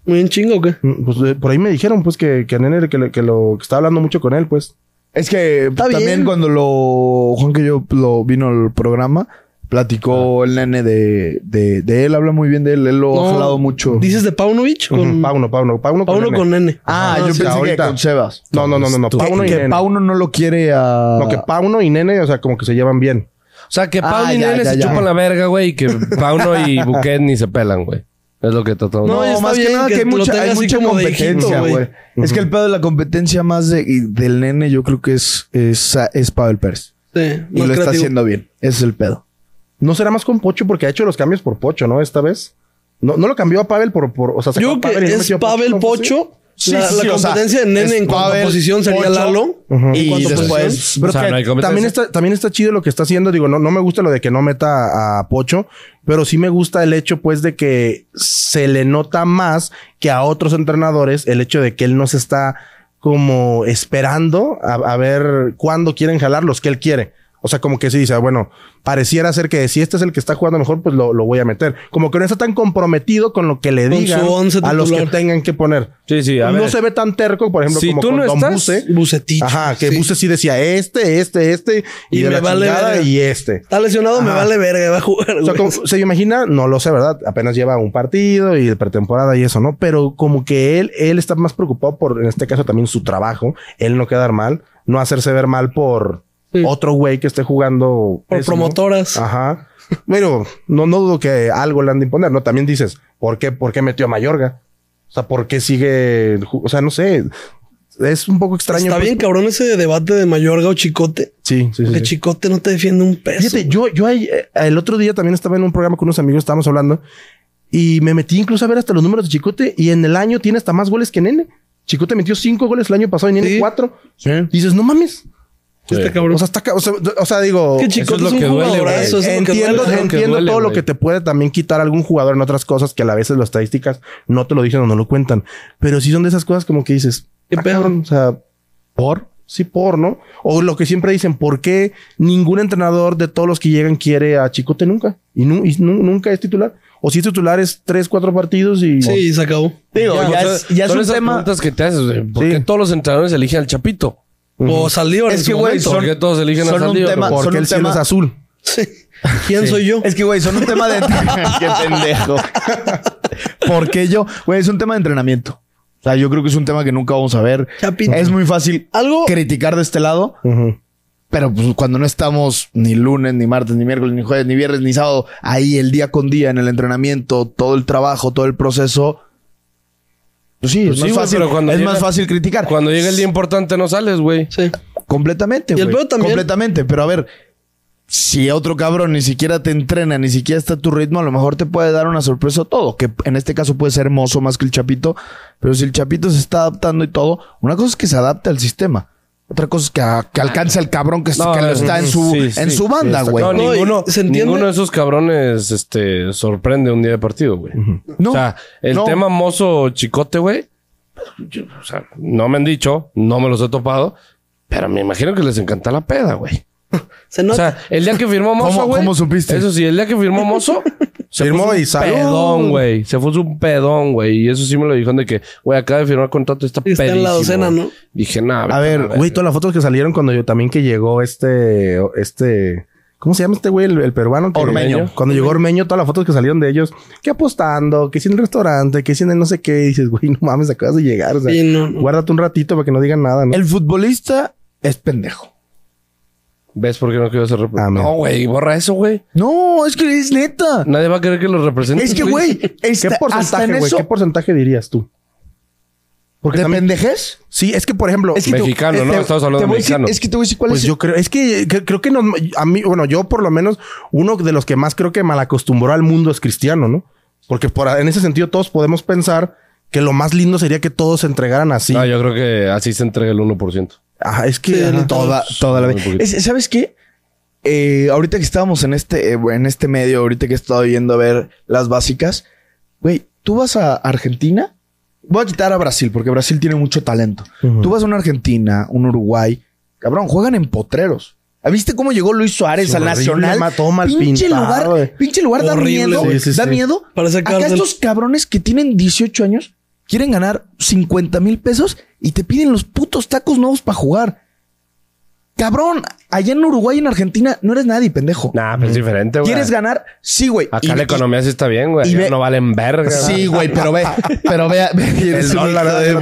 Speaker 1: Muy en chingo, ¿o qué?
Speaker 3: Mm, Pues de- por ahí me dijeron, pues, que, que a Nene que, le- que lo que está hablando mucho con él, pues.
Speaker 4: Es que también
Speaker 1: bien.
Speaker 4: cuando lo Juan que yo lo vino al programa, platicó el nene de, de, de él, habla muy bien de él, él lo
Speaker 1: No.
Speaker 4: ha jalado mucho.
Speaker 1: ¿Dices de Paunovic?
Speaker 3: Ujú,
Speaker 1: Con...
Speaker 3: Pauno, Pauno, Pauno,
Speaker 1: Pauno
Speaker 3: Nene.
Speaker 1: con Nene.
Speaker 4: ah, yo
Speaker 3: sí,
Speaker 4: pensé
Speaker 3: ahorita.
Speaker 4: que con Sebas.
Speaker 3: No, no, no, no, no.
Speaker 4: Que-
Speaker 3: Pauno y
Speaker 4: que
Speaker 3: Nene.
Speaker 4: Pauno no lo quiere a
Speaker 3: No, que Pauno y Nene, o sea, como que se llevan bien.
Speaker 2: O sea, que
Speaker 4: Ah,
Speaker 2: Pauno y
Speaker 4: ya,
Speaker 2: Nene
Speaker 4: ya,
Speaker 2: se
Speaker 4: ya.
Speaker 2: chupan la verga, güey, y que Pauno y Buquet ni se pelan, güey. Es lo que tratamos.
Speaker 1: No,
Speaker 4: No,
Speaker 1: está
Speaker 4: más
Speaker 1: bien
Speaker 4: que nada
Speaker 1: que
Speaker 4: que hay
Speaker 1: lo
Speaker 4: mucha,
Speaker 1: tenga
Speaker 4: hay
Speaker 1: así
Speaker 4: mucha
Speaker 1: como de
Speaker 4: competencia,
Speaker 1: hijito,
Speaker 4: güey.
Speaker 1: güey.
Speaker 4: Es que el pedo de la competencia más de, y del nene, yo creo que es, es, es Pavel Pérez.
Speaker 1: Sí,
Speaker 4: Y
Speaker 1: más
Speaker 4: lo está
Speaker 1: creativo.
Speaker 4: haciendo bien. Ese es el pedo.
Speaker 3: No será más con Pocho porque ha hecho los cambios por Pocho, ¿no? Esta vez. No, no lo cambió a Pavel por. por o sea, sacó
Speaker 1: Yo
Speaker 3: a
Speaker 1: creo
Speaker 3: y
Speaker 1: que
Speaker 3: no
Speaker 1: es
Speaker 3: metió a
Speaker 1: Pavel
Speaker 3: ¿no fue así?
Speaker 1: Pocho.
Speaker 4: Sí,
Speaker 1: la,
Speaker 4: sí, sí,
Speaker 1: la
Speaker 4: o sea,
Speaker 1: competencia de Nene
Speaker 4: es
Speaker 1: en cuanto a
Speaker 4: Pavel,
Speaker 1: posición sería
Speaker 4: Pocho,
Speaker 1: Lalo.
Speaker 4: Ujú.
Speaker 1: En
Speaker 4: y
Speaker 1: cuanto a
Speaker 4: después-
Speaker 1: posición.
Speaker 3: Pero
Speaker 2: O sea,
Speaker 3: que
Speaker 2: no hay competencia.
Speaker 3: también, está, también está chido lo que está haciendo. Digo, no, no me gusta lo de que no meta a Pocho, pero sí me gusta el hecho, pues, de que se le nota más que a otros entrenadores el hecho de que él no se está como esperando a, a ver cuándo quieren jalar los que él quiere. O sea, como que sí dice, "Ah, bueno, pareciera ser que si este es el que está jugando mejor, pues lo, lo voy a meter. Como que no está tan comprometido con lo que le
Speaker 1: Con
Speaker 3: digan
Speaker 1: su once
Speaker 3: a los que
Speaker 1: titular.
Speaker 3: tengan que poner.
Speaker 2: Sí, sí, a
Speaker 3: no
Speaker 2: ver.
Speaker 3: se ve tan terco, por ejemplo,
Speaker 2: Si
Speaker 3: como
Speaker 2: tú
Speaker 3: con
Speaker 2: no
Speaker 3: Don
Speaker 2: estás,
Speaker 3: Buse.
Speaker 1: Bucetich.
Speaker 3: Ajá, que
Speaker 1: sí.
Speaker 3: Buse sí decía este, este, este, y,
Speaker 1: Y
Speaker 3: de
Speaker 1: me
Speaker 3: la
Speaker 1: vale
Speaker 3: chingada
Speaker 1: verga.
Speaker 3: y este.
Speaker 1: Está lesionado, me
Speaker 3: Ajá.
Speaker 1: vale verga, va a jugar.
Speaker 3: O sea,
Speaker 1: güey.
Speaker 3: como- se imagina, no lo sé, ¿verdad? Apenas lleva un partido y de pretemporada y eso, ¿no? Pero como que él, él está más preocupado por, en este caso, también su trabajo, él no quedar mal, no hacerse ver mal por
Speaker 1: Sí.
Speaker 3: otro güey que esté jugando.
Speaker 1: Por
Speaker 3: ¿no?
Speaker 1: promotoras.
Speaker 3: Ajá. Pero no, no dudo que algo le han de imponer, ¿no? También dices, ¿por qué, por qué metió a Mayorga? O sea, ¿por qué sigue? ju- O sea, no sé. Es un poco extraño.
Speaker 1: Está
Speaker 3: pues.
Speaker 1: bien cabrón ese debate de Mayorga o Chicote.
Speaker 3: Sí, sí, sí.
Speaker 1: Que
Speaker 3: sí.
Speaker 1: Chicote no te defiende un peso.
Speaker 3: Fíjate, yo, yo ahí, eh, el otro día también estaba en un programa con unos amigos, estábamos hablando, y me metí incluso a ver hasta los números de Chicote, y en el año tiene hasta más goles que Nene. Chicote metió cinco goles el año pasado y Nene
Speaker 1: Sí.
Speaker 3: cuatro. Dices, no mames.
Speaker 1: Este
Speaker 2: Sí.
Speaker 1: cabrón.
Speaker 3: O sea, está, ca- o sea, d- o sea, digo,
Speaker 1: que
Speaker 2: eso es
Speaker 1: Chicote
Speaker 2: lo
Speaker 1: es,
Speaker 2: que
Speaker 1: un
Speaker 2: duele, güey.
Speaker 1: jugadorazo. eso es lo que
Speaker 3: Eh, entiendo,
Speaker 1: duele, güey.
Speaker 2: que
Speaker 3: entiendo
Speaker 2: duele,
Speaker 3: todo lo
Speaker 2: güey.
Speaker 3: que te puede también quitar algún jugador en otras cosas que a la veces las estadísticas no te lo dicen o no lo cuentan. Pero sí son de esas cosas como que dices,
Speaker 1: Qué
Speaker 3: "Ah,
Speaker 1: pedo".
Speaker 3: cabrón, O sea, por, sí, por, ¿no? O lo que siempre dicen, ¿por qué ningún entrenador de todos los que llegan quiere a Chicote nunca? Y, nu- y nu- nunca es titular. O si es titular es tres, cuatro partidos y...
Speaker 1: Sí, y se acabó.
Speaker 4: Digo,
Speaker 2: Ya,
Speaker 4: ya,
Speaker 2: o sea,
Speaker 4: es, ya es
Speaker 2: son
Speaker 4: un
Speaker 2: esas
Speaker 4: tema.
Speaker 2: preguntas que te haces, güey. ¿Por
Speaker 3: Sí.
Speaker 2: qué todos los entrenadores eligen al Chapito?
Speaker 1: O salió en
Speaker 4: Es
Speaker 1: su
Speaker 4: que, güey,
Speaker 1: momento.
Speaker 2: ¿Por
Speaker 4: son,
Speaker 2: qué todos eligen a
Speaker 4: son un
Speaker 2: Saldívar,
Speaker 4: tema.
Speaker 2: güey?
Speaker 3: Porque
Speaker 4: Son un
Speaker 3: el cielo
Speaker 4: tema
Speaker 3: es azul.
Speaker 1: Sí. ¿Quién soy yo?
Speaker 4: es que, güey, son un tema de. Qué pendejo. Porque yo, güey, es un tema de entrenamiento. O sea, yo creo que es un tema que nunca vamos a ver.
Speaker 1: Chapito.
Speaker 4: Es muy fácil
Speaker 1: Algo-
Speaker 4: criticar de este lado,
Speaker 3: Ujú.
Speaker 4: Pero pues, cuando no estamos ni lunes, ni martes, ni miércoles, ni jueves, ni viernes, ni sábado, ahí el día con día en el entrenamiento, todo el trabajo, todo el proceso. Pues sí,
Speaker 2: Pues
Speaker 4: es,
Speaker 2: sí,
Speaker 4: más,
Speaker 2: güey,
Speaker 4: fácil,
Speaker 2: pero cuando
Speaker 4: es
Speaker 2: llega-
Speaker 4: más fácil criticar.
Speaker 2: Cuando llega el día importante no sales, güey.
Speaker 1: Sí.
Speaker 4: Completamente,
Speaker 1: Y el
Speaker 4: güey.
Speaker 1: pedo también-
Speaker 4: Completamente. Pero a ver, si otro cabrón ni siquiera te entrena, ni siquiera está a tu ritmo, a lo mejor te puede dar una sorpresa todo. Que en este caso puede ser hermoso más que el Chapito. Pero si el Chapito se está adaptando y todo, una cosa es que se adapte al sistema. Otra cosa es que, a- que alcance al cabrón que,
Speaker 2: No,
Speaker 4: que lo está en su,
Speaker 2: sí, sí,
Speaker 4: en su banda,
Speaker 3: está
Speaker 4: güey.
Speaker 2: No,
Speaker 1: No, y
Speaker 2: ninguno,
Speaker 1: ¿se entiende?
Speaker 2: ninguno de esos cabrones este, sorprende un día de partido, güey.
Speaker 4: No,
Speaker 2: o sea, el
Speaker 4: no.
Speaker 2: tema mozo chicote, güey, yo, o sea, no me han dicho, no me los he topado, pero me imagino que les encanta la peda, güey.
Speaker 1: Se
Speaker 2: O
Speaker 1: nota.
Speaker 2: sea, el día que firmó Mozo,
Speaker 4: ¿Cómo-
Speaker 2: güey.
Speaker 4: cómo supiste?
Speaker 2: Eso sí, el día que firmó Mozo. Se
Speaker 3: Firmó
Speaker 2: puso
Speaker 3: y
Speaker 2: un
Speaker 3: salud.
Speaker 2: pedón, güey. Se puso un pedón, güey. Y eso sí me lo dijeron de que, güey, acaba de firmar contrato, está
Speaker 1: Está
Speaker 2: pedísimo.
Speaker 1: en la docena, ¿no?
Speaker 2: Dije, nada,
Speaker 3: A ver, güey, todas las fotos que salieron cuando yo también que llegó este, este, ¿cómo se llama este güey? El, el peruano. que-
Speaker 4: Ormeño.
Speaker 3: Cuando llegó Ormeño, todas las fotos que salieron de ellos, que apostando, que si en el restaurante, que si en el no sé qué, y dices, güey, no mames, acabas de llegar. O sea,
Speaker 1: Sí, no, no.
Speaker 3: Guárdate un ratito para que no digan nada, ¿no?
Speaker 4: el futbolista es pendejo.
Speaker 2: ¿Ves por qué no quiero ser rep-
Speaker 3: Ah, mira.
Speaker 2: No, güey, borra eso, güey.
Speaker 4: No, es que es neta.
Speaker 2: Nadie va a querer que lo represente.
Speaker 4: Es que, güey,
Speaker 3: ¿Qué
Speaker 4: está- hasta en
Speaker 3: porcentaje, güey?
Speaker 4: eso,
Speaker 3: ¿Qué porcentaje dirías tú? Porque
Speaker 4: ¿de
Speaker 3: también-
Speaker 4: pendejez?
Speaker 3: Sí, es que, por ejemplo,
Speaker 4: Es que te-
Speaker 2: Mexicano,
Speaker 4: eh,
Speaker 2: ¿no?
Speaker 4: te-
Speaker 2: Estamos hablando
Speaker 4: te
Speaker 2: de
Speaker 4: voy a decir-
Speaker 2: mexicano.
Speaker 4: Es que te voy a decir cuál
Speaker 3: Pues
Speaker 4: es
Speaker 3: yo creo, es que, que- creo que nos, a mí, bueno, yo por lo menos, uno de los que más creo que malacostumbró al mundo es cristiano, ¿no? Porque por, en ese sentido todos podemos pensar que lo más lindo sería que todos se entregaran así.
Speaker 4: Ah,
Speaker 2: No, yo creo que así se entrega el 1%.
Speaker 3: Ajá, es que
Speaker 1: Sí,
Speaker 3: ajá.
Speaker 1: no.
Speaker 4: toda, toda la
Speaker 2: Muy
Speaker 4: vida.
Speaker 2: poquito.
Speaker 4: Es- ¿Sabes qué? Eh, ahorita que estábamos en este, eh, en este medio, ahorita que he estado yendo a ver las básicas, güey, tú vas a Argentina, voy a quitar a Brasil, porque Brasil tiene mucho talento.
Speaker 3: Ujú.
Speaker 4: Tú vas a una Argentina, un Uruguay, cabrón, juegan en potreros. ¿Ah, ¿Viste cómo llegó Luis Suárez
Speaker 3: Sí,
Speaker 4: al
Speaker 3: horrible,
Speaker 4: Nacional?
Speaker 3: ma- todo mal
Speaker 4: pinche
Speaker 3: pintado, güey.
Speaker 4: lugar, pinche lugar da
Speaker 1: Horrible,
Speaker 4: miedo,
Speaker 3: sí, sí,
Speaker 4: da
Speaker 3: sí.
Speaker 4: miedo.
Speaker 1: Parece
Speaker 4: Acá
Speaker 1: cárcel.
Speaker 4: estos cabrones que tienen 18 años quieren ganar 50 mil pesos y te piden los putos tacos nuevos para jugar. Cabrón, allá en Uruguay y en Argentina no eres nadie, pendejo.
Speaker 2: Nah, pero es diferente, güey.
Speaker 4: ¿Quieres ganar? Sí, güey.
Speaker 2: Acá
Speaker 4: Y-
Speaker 2: la
Speaker 4: y-
Speaker 2: economía sí está bien, güey.
Speaker 4: y
Speaker 2: Allá
Speaker 4: ve-
Speaker 2: no valen verga.
Speaker 4: Sí, güey, pero ve, pero vea,
Speaker 3: El dólar de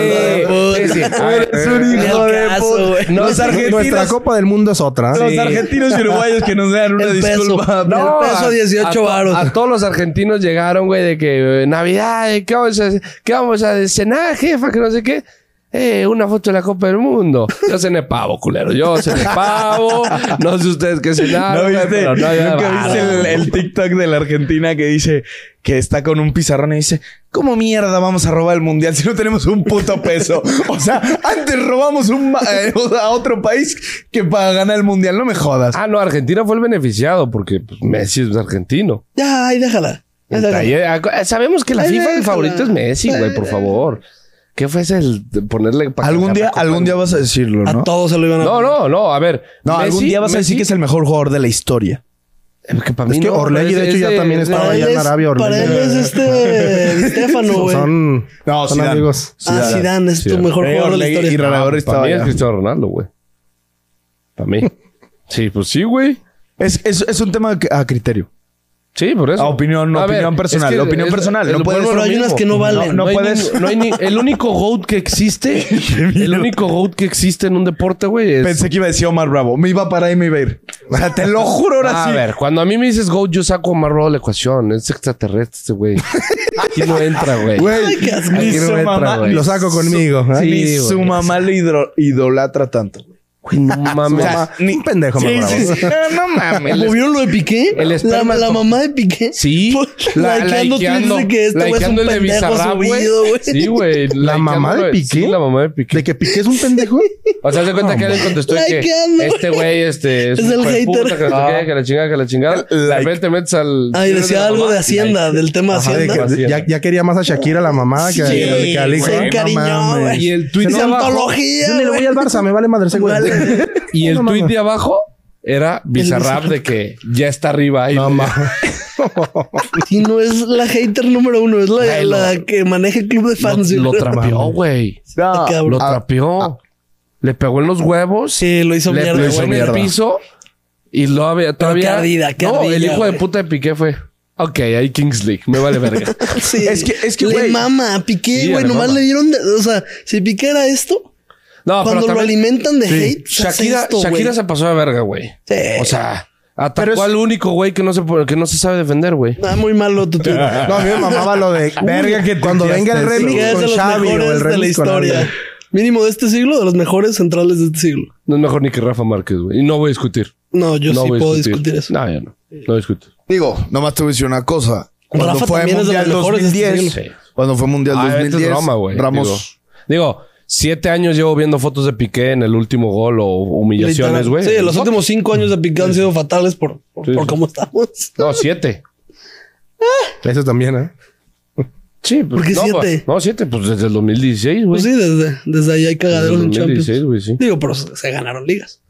Speaker 1: Sí, sí.
Speaker 4: Eres un
Speaker 1: Ni
Speaker 4: hijo
Speaker 1: al
Speaker 4: de
Speaker 1: caso,
Speaker 4: puta.
Speaker 1: güey.
Speaker 4: No, es
Speaker 3: Nuestra- Nuestra Copa del Mundo es otra. ¿eh?
Speaker 4: Los argentinos y uruguayos que nos dan una
Speaker 1: El peso.
Speaker 4: disculpa.
Speaker 1: No, El peso,
Speaker 2: a-
Speaker 1: 18
Speaker 2: a to-
Speaker 1: varos.
Speaker 2: A, todos los argentinos llegaron, güey, de que eh, Navidad, eh, ¿qué vamos a, qué vamos a cenar, jefa? Que no sé qué. Eh, una foto de la Copa del Mundo. Yo cené pavo, culero. Yo cené pavo. No sé ustedes qué cenaron.
Speaker 4: Ah, ¿No
Speaker 2: güey,
Speaker 4: viste?
Speaker 2: pero no había
Speaker 4: ¿Nunca
Speaker 2: varo,
Speaker 4: viste el,
Speaker 2: güey.
Speaker 4: el TikTok de la Argentina que dice que está con un pizarrón y dice, ¿cómo mierda vamos a robar el mundial si no tenemos un puto peso? O sea, antes robamos un ma- eh, o sea, a otro país que para ganar el mundial, no me jodas.
Speaker 2: Ah, no, Argentina fue el beneficiado porque pues, Messi es argentino.
Speaker 1: Ya, ahí déjala. Ahí déjala.
Speaker 2: Ahí, eh, ac- Sabemos que la
Speaker 1: Ay,
Speaker 2: FIFA el
Speaker 1: déjala.
Speaker 2: favorito es Messi, güey, por
Speaker 1: Eh.
Speaker 2: favor. ¿Qué fue ese el de ponerle para
Speaker 4: Algún
Speaker 2: que
Speaker 4: día,
Speaker 2: la Copa
Speaker 4: algún
Speaker 2: del
Speaker 4: día vas a decirlo,
Speaker 1: A
Speaker 4: ¿no?
Speaker 1: todos se lo iban a
Speaker 2: No, no, no, a ver.
Speaker 4: No, algún
Speaker 2: Messi-
Speaker 4: día vas a decir
Speaker 2: Messi-
Speaker 4: que es el mejor jugador de la historia.
Speaker 2: Es que para mí
Speaker 3: Es que
Speaker 2: no,
Speaker 3: Orlegi,
Speaker 2: pero
Speaker 3: de
Speaker 2: es-
Speaker 3: hecho, ya
Speaker 2: es de-
Speaker 3: también está
Speaker 1: Para
Speaker 3: allá
Speaker 1: él
Speaker 3: en
Speaker 1: es,
Speaker 3: Arabia.
Speaker 1: para él
Speaker 3: Ormeño.
Speaker 1: es este Di Stefano, güey.
Speaker 3: Son,
Speaker 4: No,
Speaker 3: son
Speaker 4: Zidane.
Speaker 3: amigos.
Speaker 1: ah,
Speaker 4: Zidane.
Speaker 1: Zidane es tu
Speaker 2: Zidane.
Speaker 1: mejor
Speaker 4: Eh,
Speaker 1: jugador de la
Speaker 4: Orlegi y
Speaker 1: historia.
Speaker 4: Radamel
Speaker 2: Para
Speaker 4: estaba
Speaker 2: mí es
Speaker 4: allá.
Speaker 2: Cristiano Ronaldo, güey. Para mí. Sí, pues sí, güey.
Speaker 4: Es, es, es un tema que- a criterio.
Speaker 2: Sí, por eso.
Speaker 4: A Ah, opinión, no, opinión personal, opinión personal, no puedes-
Speaker 1: Pero hay unas que no valen.
Speaker 2: No,
Speaker 4: No
Speaker 2: puedes.
Speaker 4: puedes-
Speaker 2: no hay ni, el único GOAT que existe. el único GOAT que existe en un deporte, güey, es.
Speaker 4: Pensé que iba a decir Omar Bravo. Me iba a parar y me iba a ir. O sea, te lo juro ahora sí.
Speaker 2: Ah, a ver, cuando a mí me dices GOAT, yo saco a Marro de la ecuación. Es extraterrestre, este güey. Aquí no entra, güey.
Speaker 1: Ay, qué asco.
Speaker 4: ni
Speaker 2: Aquí no
Speaker 4: su mamá-
Speaker 2: entra, güey.
Speaker 3: Lo saco conmigo. ¿eh?
Speaker 2: Sí,
Speaker 4: Ni
Speaker 2: güey.
Speaker 4: su mamá lo hidro- idolatra tanto.
Speaker 2: Güey, no mames.
Speaker 4: O sea,
Speaker 3: Ni un pendejo,
Speaker 4: Sí,
Speaker 3: mamá,
Speaker 4: sí,
Speaker 3: bravo.
Speaker 4: sí. No, no mames.
Speaker 1: ¿O vieron lo de Piqué?
Speaker 2: El
Speaker 1: la,
Speaker 2: esperma-
Speaker 1: la mamá de Piqué.
Speaker 2: Sí,
Speaker 1: la, likeando tweets de que este güey es un
Speaker 2: likeando el de
Speaker 1: pendejo
Speaker 2: Bizarrap, güey.
Speaker 1: subido, güey.
Speaker 2: Sí, güey.
Speaker 3: ¿La mamá de
Speaker 2: likeándolo-
Speaker 3: Piqué?
Speaker 2: Sí, la mamá de Piqué.
Speaker 3: ¿De que Piqué es un pendejo?
Speaker 2: O sea, se cuenta que alguien contestó de que
Speaker 1: Likeando.
Speaker 2: este güey este, es,
Speaker 1: Es
Speaker 2: un
Speaker 1: el
Speaker 2: hijo de puta,
Speaker 1: hater.
Speaker 2: que, no sé qué, que la chingada, que la chingada. De
Speaker 4: Like.
Speaker 2: repente te metes al...
Speaker 1: Ay,
Speaker 2: Twitter de
Speaker 1: decía
Speaker 2: la
Speaker 1: algo
Speaker 2: mamá
Speaker 1: de
Speaker 2: Ah, y
Speaker 1: Hacienda, del tema
Speaker 3: Ajá, de
Speaker 1: Hacienda.
Speaker 3: que-
Speaker 2: Hacienda.
Speaker 3: ya, ya quería más a Shakira la
Speaker 2: ah,
Speaker 3: mamada que,
Speaker 1: Sí,
Speaker 3: que- que al hijo.
Speaker 1: se
Speaker 3: Ay, no
Speaker 1: encariñó,
Speaker 3: mames.
Speaker 1: güey.
Speaker 2: Y el tweet de abajo...
Speaker 1: Santología,
Speaker 3: Yo ni le voy
Speaker 1: güey.
Speaker 3: al Barça, me vale madre ese güey.
Speaker 1: Vale.
Speaker 2: Y el
Speaker 3: No
Speaker 2: tweet
Speaker 3: mames.
Speaker 2: de abajo era Bizarrap de que ya está arriba. Y,
Speaker 3: No mames.
Speaker 1: Y no es la hater número uno, es la,
Speaker 2: Ay, lo-
Speaker 1: la que maneja el club de fans.
Speaker 2: lo, lo
Speaker 1: güey.
Speaker 2: trapeó, güey.
Speaker 1: Ah, cabrón.
Speaker 2: Lo trapeó. Le pegó en los huevos.
Speaker 1: Sí, lo hizo
Speaker 2: le
Speaker 1: mierda.
Speaker 2: pegó
Speaker 1: güey.
Speaker 2: en el piso y lo había todavía.
Speaker 1: qué ardida, qué
Speaker 2: no, el
Speaker 1: ardida,
Speaker 2: hijo de
Speaker 1: güey.
Speaker 2: puta de Piqué fue. Ok, hay Kings League, me vale verga.
Speaker 1: Sí.
Speaker 4: Es que- es que,
Speaker 1: le
Speaker 4: güey.
Speaker 1: mama a Piqué,
Speaker 2: Sí,
Speaker 1: güey.
Speaker 2: le
Speaker 1: nomás
Speaker 2: mama.
Speaker 1: le dieron. de- o sea, si Piqué era esto,
Speaker 2: No,
Speaker 1: Cuando
Speaker 2: pero
Speaker 1: lo
Speaker 2: también-
Speaker 1: alimentan de
Speaker 3: Sí.
Speaker 1: hate,
Speaker 2: Shakira, Shakira se pasó de verga, güey.
Speaker 1: Sí.
Speaker 2: O sea, atacó
Speaker 3: Pero es-
Speaker 2: al único güey que no se po- que no se sabe defender, güey.
Speaker 1: Está Ah, muy malo tu tweet.
Speaker 3: No, a mí me mamaba lo de verga que cuando venga el
Speaker 1: Ni
Speaker 3: remix
Speaker 1: que es
Speaker 3: con
Speaker 1: de los
Speaker 3: Xavi o el
Speaker 1: mejores de la
Speaker 3: remix con
Speaker 1: historia.
Speaker 3: Ávila.
Speaker 1: Mínimo de este siglo, de los mejores centrales de este siglo.
Speaker 2: No es mejor ni que Rafa Márquez, güey. Y no voy a discutir.
Speaker 1: No, yo
Speaker 2: no
Speaker 1: sí
Speaker 2: voy a
Speaker 1: puedo discutir eso.
Speaker 2: No, yo no. No discuto.
Speaker 4: Digo, nomás te voy a decir una cosa. Cuando
Speaker 1: Rafa
Speaker 4: fue
Speaker 1: también es de los
Speaker 4: Mundial
Speaker 1: mejores de este
Speaker 4: 2010,
Speaker 1: siglo.
Speaker 2: Sí.
Speaker 4: cuando fue Mundial
Speaker 2: Ah, esto
Speaker 4: 2010,
Speaker 2: es broma, güey.
Speaker 4: Ramos,
Speaker 2: Digo, digo, siete años llevo viendo fotos de Piqué en el último gol o humillaciones,
Speaker 1: Literal.
Speaker 2: güey.
Speaker 1: Sí, los
Speaker 2: No,
Speaker 1: últimos cinco años de Piqué han sido fatales por, por,
Speaker 2: Sí,
Speaker 1: por
Speaker 2: sí.
Speaker 1: cómo estamos.
Speaker 2: No, siete.
Speaker 3: Eso también, ¿eh?
Speaker 2: Sí, pues,
Speaker 1: ¿Por qué
Speaker 2: no,
Speaker 1: siete?
Speaker 2: pues, no, siete, pues desde el 2016, güey.
Speaker 1: Pues sí, desde, desde ahí hay
Speaker 2: desde
Speaker 1: cagaderos
Speaker 2: el
Speaker 1: en Champions.
Speaker 2: 2016, güey, sí.
Speaker 1: Digo, pero se, se ganaron ligas.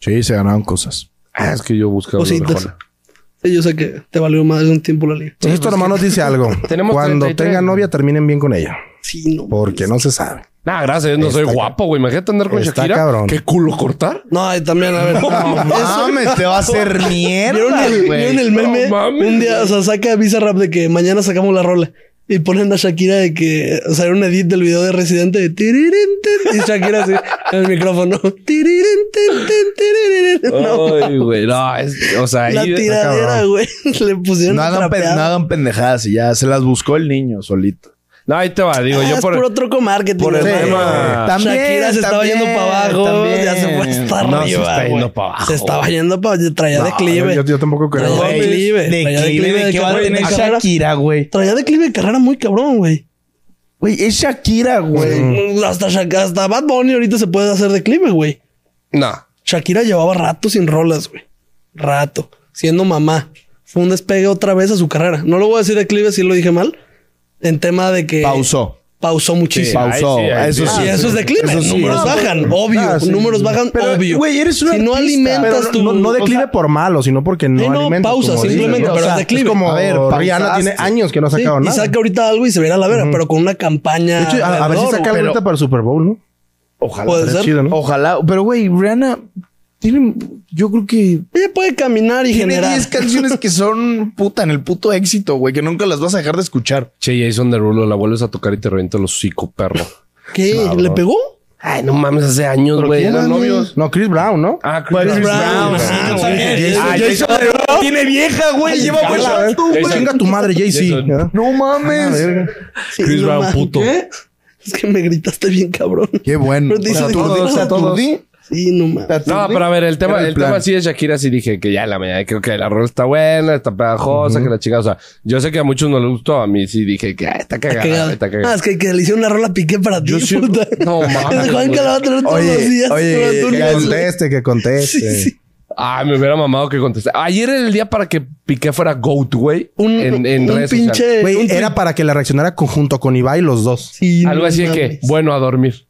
Speaker 4: sí, se ganaron cosas.
Speaker 2: Ah, es que yo buscaba la
Speaker 1: Cositas.
Speaker 2: mejor.
Speaker 1: Sí, yo sé que te valió más de un tiempo la liga.
Speaker 3: Esto nomás nos dice algo.
Speaker 2: Tenemos
Speaker 3: Cuando
Speaker 2: 33.
Speaker 3: tengan novia, terminen bien con ella.
Speaker 1: Sí, no.
Speaker 3: Porque no se sabe.
Speaker 2: Nah, gracias, yo no soy guapo, güey. Imagínate andar con
Speaker 3: Está
Speaker 2: Shakira.
Speaker 3: cabrón.
Speaker 2: ¿Qué culo cortar?
Speaker 1: No, y también, a ver. eso,
Speaker 4: Mames, te va a hacer mierda.
Speaker 1: ¿Vieron el, vieron el meme?
Speaker 2: No mames,
Speaker 1: un día, o sea, saca Visa Rap de que mañana sacamos la rola. Y ponen a Shakira de que, o sea, era un edit del video de Residente de tiririn, tin, y Shakira así en el micrófono. Tiririn, tin, tin, tiririn. No,
Speaker 2: Ay, güey. No, es- o sea,
Speaker 1: la
Speaker 2: ahí.
Speaker 1: tiradera, güey. Le pusieron
Speaker 4: No hagan, pen-
Speaker 1: trapeado.
Speaker 4: no hagan pendejadas y ya se las buscó el niño solito.
Speaker 2: No, ahí te va, digo,
Speaker 1: Ah,
Speaker 2: yo
Speaker 1: es
Speaker 2: por.
Speaker 1: puro truco marketing.
Speaker 2: por el
Speaker 1: güey.
Speaker 2: tema.
Speaker 1: Shakira se estaba
Speaker 4: también,
Speaker 1: yendo para abajo,
Speaker 4: también.
Speaker 1: ya se fue hasta
Speaker 2: No, se
Speaker 1: arriba.
Speaker 2: está yendo
Speaker 1: güey.
Speaker 2: pa' abajo,
Speaker 1: Se estaba yendo para traía declive.
Speaker 3: Yo, yo tampoco creo.
Speaker 1: Traía
Speaker 4: Güey,
Speaker 1: declive. Traía declive de
Speaker 4: ¿de qué va a
Speaker 1: carrera.
Speaker 4: tener
Speaker 1: Shakira.
Speaker 4: Shakira, güey?
Speaker 1: Traía declive de carrera muy cabrón, güey. Mm,
Speaker 4: Güey, es Shakira, güey.
Speaker 1: Hasta, Shak- hasta Bad Bunny ahorita se puede hacer declive, güey.
Speaker 2: No.
Speaker 1: Shakira llevaba rato sin rolas, güey. Rato. Siendo mamá. Fue un despegue otra vez a su carrera. No lo voy a decir declive si lo dije mal. En tema de que...
Speaker 4: Pausó.
Speaker 1: Pausó muchísimo.
Speaker 2: Sí,
Speaker 4: Pausó.
Speaker 2: ahí sí, ahí
Speaker 4: eso
Speaker 2: sí.
Speaker 4: sí.
Speaker 1: Y Ah, eso es declive.
Speaker 4: Eso sí.
Speaker 1: números
Speaker 4: No, pues,
Speaker 1: bajan, obvio.
Speaker 3: Ah, sí.
Speaker 1: Números bajan,
Speaker 4: Pero,
Speaker 1: obvio.
Speaker 4: güey, eres un
Speaker 1: Si no
Speaker 4: artista.
Speaker 1: alimentas
Speaker 3: Pero
Speaker 1: tu.
Speaker 3: no, no declive
Speaker 1: o sea,
Speaker 3: por malo, sino porque no
Speaker 1: Sí, no,
Speaker 3: alimenta.
Speaker 1: pausa,
Speaker 3: como dices,
Speaker 1: simplemente,
Speaker 3: ¿no?
Speaker 1: pero
Speaker 3: O sea,
Speaker 1: declive.
Speaker 3: Es como
Speaker 4: A ver,
Speaker 3: Rihanna
Speaker 4: pausaste.
Speaker 3: tiene años que no ha
Speaker 1: sí,
Speaker 3: sacado
Speaker 1: y
Speaker 3: pues, nada.
Speaker 1: saca ahorita algo y se verá la verga, pero con una campaña.
Speaker 3: De hecho, a, a ver si
Speaker 1: alrededor,
Speaker 3: saca
Speaker 1: güey.
Speaker 3: algo ahorita para el Super Bowl, ¿no?
Speaker 1: Ojalá. Puede
Speaker 3: Estaría
Speaker 1: ser.
Speaker 3: chido, ¿no?
Speaker 4: Ojalá. Pero, güey, Rihanna tiene. Yo creo que.
Speaker 1: Ella puede caminar y
Speaker 4: Tiene
Speaker 1: generar.
Speaker 4: 10 canciones que son puta en el puto éxito, güey, que nunca las vas a dejar de escuchar.
Speaker 2: Che, Jason Derulo, la vuelves a tocar y te revienta los hocico, perro.
Speaker 1: ¿Qué? ¿Le pegó?
Speaker 2: Ay, no mames, hace años, güey.
Speaker 3: ¿Quién
Speaker 2: Eran
Speaker 3: eran
Speaker 2: novios.
Speaker 3: No, Chris Brown, ¿no?
Speaker 2: Ah, Chris,
Speaker 1: Brown, ajá,
Speaker 2: Sí,
Speaker 1: güey.
Speaker 2: Jason-
Speaker 1: Ah,
Speaker 2: Ah, Jason Derulo tiene vieja, güey. Lleva
Speaker 3: A la
Speaker 2: buena.
Speaker 3: verga. Chinga tu madre, Jay-Z.
Speaker 2: Jason.
Speaker 3: ¿Ya?
Speaker 4: No
Speaker 3: A la
Speaker 4: mames.
Speaker 3: verga.
Speaker 1: Sí,
Speaker 2: Chris
Speaker 1: no
Speaker 2: Brown,
Speaker 1: mames.
Speaker 2: puto.
Speaker 1: ¿Qué? Es que me gritaste bien, cabrón.
Speaker 4: Qué bueno.
Speaker 1: Pero te hice
Speaker 4: O sea,
Speaker 1: de-
Speaker 4: aturdí-
Speaker 1: todos,
Speaker 4: te aturdí.
Speaker 1: Sí, no mames.
Speaker 2: No, pero a ver, el tema,
Speaker 4: Era el
Speaker 2: el tema
Speaker 4: plan.
Speaker 2: sí de Shakira sí dije que ya la mañana creo que la rola está buena, está pegajosa, que la chica, o sea, yo sé que a muchos no les gustó, a mí sí dije que ah, está cagada,
Speaker 1: Cagada.
Speaker 2: está
Speaker 1: Ah,
Speaker 2: cagada.
Speaker 1: es que, que le hicieron una rola piqué para ti,
Speaker 2: Yo sí-
Speaker 1: puta.
Speaker 2: No,
Speaker 1: Juanca
Speaker 2: mames, güey.
Speaker 1: la va a tener todos
Speaker 4: Oye,
Speaker 1: los días.
Speaker 4: oye,
Speaker 1: durante un
Speaker 4: que
Speaker 1: mes,
Speaker 3: Que
Speaker 1: güey.
Speaker 3: conteste, que conteste.
Speaker 1: Sí, sí.
Speaker 2: Ah, me hubiera mamado que contesté. Ayer era el día para que Piqué fuera GOAT, güey,
Speaker 1: Un,
Speaker 2: en, en
Speaker 1: un
Speaker 2: redes sociales.
Speaker 1: pinche.
Speaker 3: Güey,
Speaker 1: un
Speaker 3: era para que la reaccionara con- junto con Ibai los dos.
Speaker 1: Sí,
Speaker 2: Algo
Speaker 1: no
Speaker 2: así de que,
Speaker 1: mames.
Speaker 2: bueno, a dormir.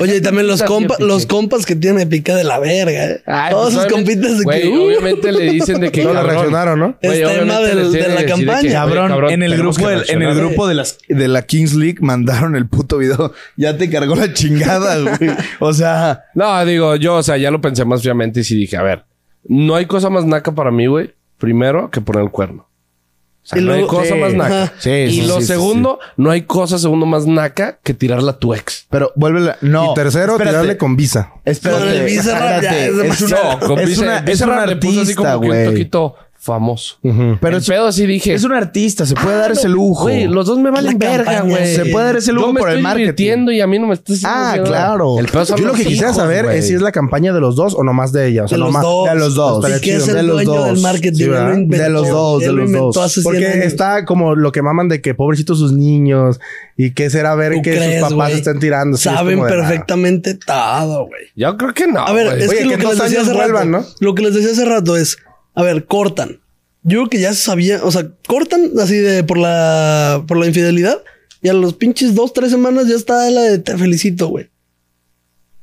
Speaker 1: Oye, y también los, compa-
Speaker 2: compas,
Speaker 1: los compas que tiene pica de la verga, ¿eh? Todos sus compitas de que.
Speaker 2: pues, Güey,
Speaker 1: uh,
Speaker 2: obviamente le dicen de que.
Speaker 3: No le
Speaker 2: cabrón.
Speaker 3: reaccionaron, ¿no?
Speaker 1: Es
Speaker 2: Güey,
Speaker 1: tema
Speaker 2: obviamente
Speaker 1: del-
Speaker 2: les
Speaker 1: de
Speaker 2: tienen
Speaker 1: la
Speaker 2: que decir
Speaker 1: campaña.
Speaker 2: que, güey,
Speaker 4: Cabrón, en el
Speaker 2: tenemos
Speaker 4: grupo,
Speaker 2: que
Speaker 4: del- en el
Speaker 2: reaccionar.
Speaker 4: grupo de las de la Kings League mandaron el puto video. Ya te cargó la chingada, güey. O sea,
Speaker 2: No, digo, yo, o sea, ya lo pensé más fríamente y sí dije, a ver, no hay cosa más naca para mí, güey, primero que poner el cuerno. O sea,
Speaker 1: Y
Speaker 2: no hay
Speaker 1: luego- Sí.
Speaker 2: cosa más naca.
Speaker 1: Ajá.
Speaker 4: Sí,
Speaker 2: y
Speaker 4: sí,
Speaker 2: lo
Speaker 4: sí, sí,
Speaker 2: segundo, no hay cosa segundo más naca que tirarla a tu ex.
Speaker 4: pero vuelve No.
Speaker 3: y tercero,
Speaker 4: espérate,
Speaker 3: tirarle con visa.
Speaker 1: Con el
Speaker 4: Espérate.
Speaker 1: Bizarrap ya
Speaker 4: espérate,
Speaker 1: es
Speaker 4: es una,
Speaker 1: demasiado.
Speaker 2: No, con
Speaker 4: es
Speaker 2: Bizar-
Speaker 4: una, es
Speaker 2: Bizarrap
Speaker 4: una
Speaker 2: le puso así
Speaker 4: artista,
Speaker 2: como que un
Speaker 4: güey.
Speaker 2: toquito famoso.
Speaker 4: Pero
Speaker 2: Pero
Speaker 4: es,
Speaker 2: el pedo sí dije.
Speaker 4: es un artista, se
Speaker 3: Ah,
Speaker 4: puede dar ese lujo.
Speaker 2: Güey, los dos me valen
Speaker 1: La
Speaker 2: verga,
Speaker 1: campaña,
Speaker 2: güey.
Speaker 4: se puede dar ese lujo
Speaker 2: Yo me
Speaker 4: por el
Speaker 2: estoy
Speaker 4: marketing.
Speaker 2: divirtiendo y a mí no me estás
Speaker 4: Ah,
Speaker 2: haciendo nada.
Speaker 4: claro.
Speaker 2: El pedo son
Speaker 3: Yo lo
Speaker 2: los
Speaker 3: que quisiera
Speaker 2: hijos,
Speaker 3: saber
Speaker 2: güey.
Speaker 3: es si es la campaña de los dos o nomás de ella. O sea,
Speaker 1: de los
Speaker 3: nomás.
Speaker 1: dos.
Speaker 4: de los dos.
Speaker 1: Y
Speaker 4: Estaría
Speaker 1: que es
Speaker 4: chido.
Speaker 1: el
Speaker 4: De los
Speaker 1: dueño
Speaker 4: dos.
Speaker 1: del marketing.
Speaker 3: Sí,
Speaker 1: él lo
Speaker 3: ¿verdad? De
Speaker 1: inventó,
Speaker 4: los dos,
Speaker 1: él
Speaker 4: de
Speaker 1: lo
Speaker 4: los
Speaker 1: inventó
Speaker 4: dos.
Speaker 1: hace cien
Speaker 3: Porque
Speaker 1: años.
Speaker 3: está como lo que maman de que pobrecitos sus niños y que será ver
Speaker 1: ¿Tú
Speaker 3: que
Speaker 1: crees,
Speaker 3: sus papás
Speaker 1: güey?
Speaker 3: están tirando. Sí, es
Speaker 1: Saben
Speaker 3: como de, ah,
Speaker 1: perfectamente todo, güey.
Speaker 2: Yo creo que no.
Speaker 1: A ver,
Speaker 2: güey.
Speaker 1: es
Speaker 3: Oye,
Speaker 1: que lo
Speaker 3: que
Speaker 1: que,
Speaker 3: en
Speaker 1: les
Speaker 3: dos
Speaker 1: decía
Speaker 3: años
Speaker 1: hace
Speaker 3: vuelvan,
Speaker 1: rato,
Speaker 3: ¿no?
Speaker 1: lo que les decía hace rato es, a ver, cortan. Yo creo que ya se sabía, o sea, cortan así de por la por la infidelidad y a los pinches dos, tres semanas ya está la de te felicito, güey.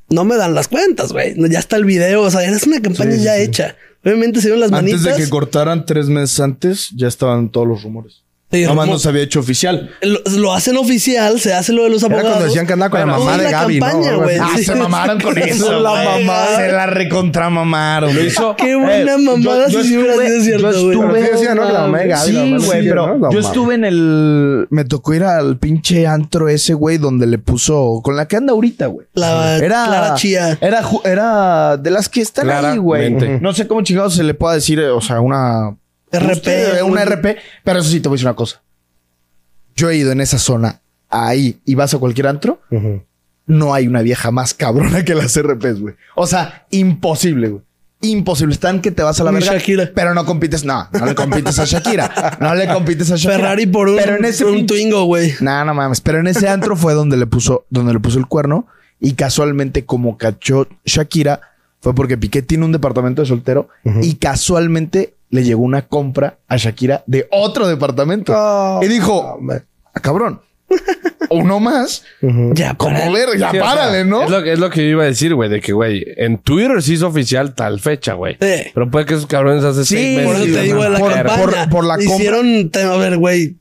Speaker 1: No me dan las cuentas, güey. No, Ya está el video, o sea, es una campaña ya hecha. Obviamente se dieron las
Speaker 4: Antes
Speaker 1: manitas.
Speaker 4: de que cortaran tres meses antes, ya estaban todos los rumores.
Speaker 1: Sí,
Speaker 4: Nomás
Speaker 1: Romo-
Speaker 4: no se había hecho oficial.
Speaker 1: lo, lo hacen oficial, se hace lo de los abogados.
Speaker 3: Era cuando decían que andaba con la
Speaker 1: Pero
Speaker 3: mamá
Speaker 1: hubo
Speaker 3: de
Speaker 1: una
Speaker 3: Gaby, ¿no?
Speaker 1: campaña,
Speaker 3: Algo así.
Speaker 1: güey.
Speaker 4: Ah,
Speaker 1: Sí.
Speaker 4: se mamaron con eso.
Speaker 1: la
Speaker 4: güey.
Speaker 1: mamada.
Speaker 4: Se la recontramamaron.
Speaker 2: Lo
Speaker 4: güey.
Speaker 2: hizo.
Speaker 1: Qué buena
Speaker 4: Eh,
Speaker 1: mamada
Speaker 4: yo-
Speaker 1: si sí
Speaker 4: yo
Speaker 1: hubiera
Speaker 4: estuve-
Speaker 1: sido cierto,
Speaker 4: yo
Speaker 1: güey.
Speaker 3: Pero sí decía, ¿no? Que la mamá de Gaby, la
Speaker 4: Sí,
Speaker 3: mamá de
Speaker 4: güey,
Speaker 3: Lucía,
Speaker 4: pero
Speaker 3: ¿no? La
Speaker 4: yo
Speaker 3: mamá.
Speaker 4: estuve en el. Me tocó ir al pinche antro ese, güey, donde le puso. Con la que anda ahorita, güey.
Speaker 1: La
Speaker 4: Era.
Speaker 1: Clara Chía.
Speaker 4: Era, ju- era de las que están ahí, güey.
Speaker 2: Claramente.
Speaker 4: No sé cómo chingados se le pueda decir, eh, o sea, una.
Speaker 1: RP,
Speaker 4: Usted, una
Speaker 1: güey.
Speaker 4: RP. Pero eso sí, te voy a decir una cosa. Yo he ido en esa zona ahí y vas a cualquier antro. No hay una vieja más cabrona que las RPs, güey. O sea, imposible, güey. Imposible. Están que te vas a la
Speaker 1: Ni
Speaker 4: verga.
Speaker 1: Shakira.
Speaker 4: Pero no compites. No, no le compites a Shakira. No le compites a Shakira.
Speaker 1: Ferrari por un,
Speaker 4: Pero en ese
Speaker 1: por un
Speaker 4: pinche-
Speaker 1: Twingo, güey.
Speaker 4: Nah, no mames. Pero en ese antro fue donde le puso, donde le puso el cuerno. Y casualmente, como cachó Shakira, fue porque Piqué tiene un departamento de soltero y casualmente le llegó una compra a Shakira de otro departamento. y dijo, "Ah, cabrón, uno más,
Speaker 1: Ya, para.
Speaker 4: como ver, ya
Speaker 2: Sí, o sea,
Speaker 4: párale, ¿no?
Speaker 2: Es lo, que- es lo que yo iba a decir, güey, de que, güey, en Twitter sí es oficial tal fecha, güey.
Speaker 1: Sí.
Speaker 2: Pero puede que esos cabrones hace
Speaker 4: Sí,
Speaker 2: seis meses.
Speaker 1: Por eso
Speaker 2: y
Speaker 1: te
Speaker 2: van
Speaker 1: digo
Speaker 2: a
Speaker 1: de la
Speaker 2: caer.
Speaker 1: campaña.
Speaker 4: por- por la compra.
Speaker 1: Hicieron, te- a ver, güey.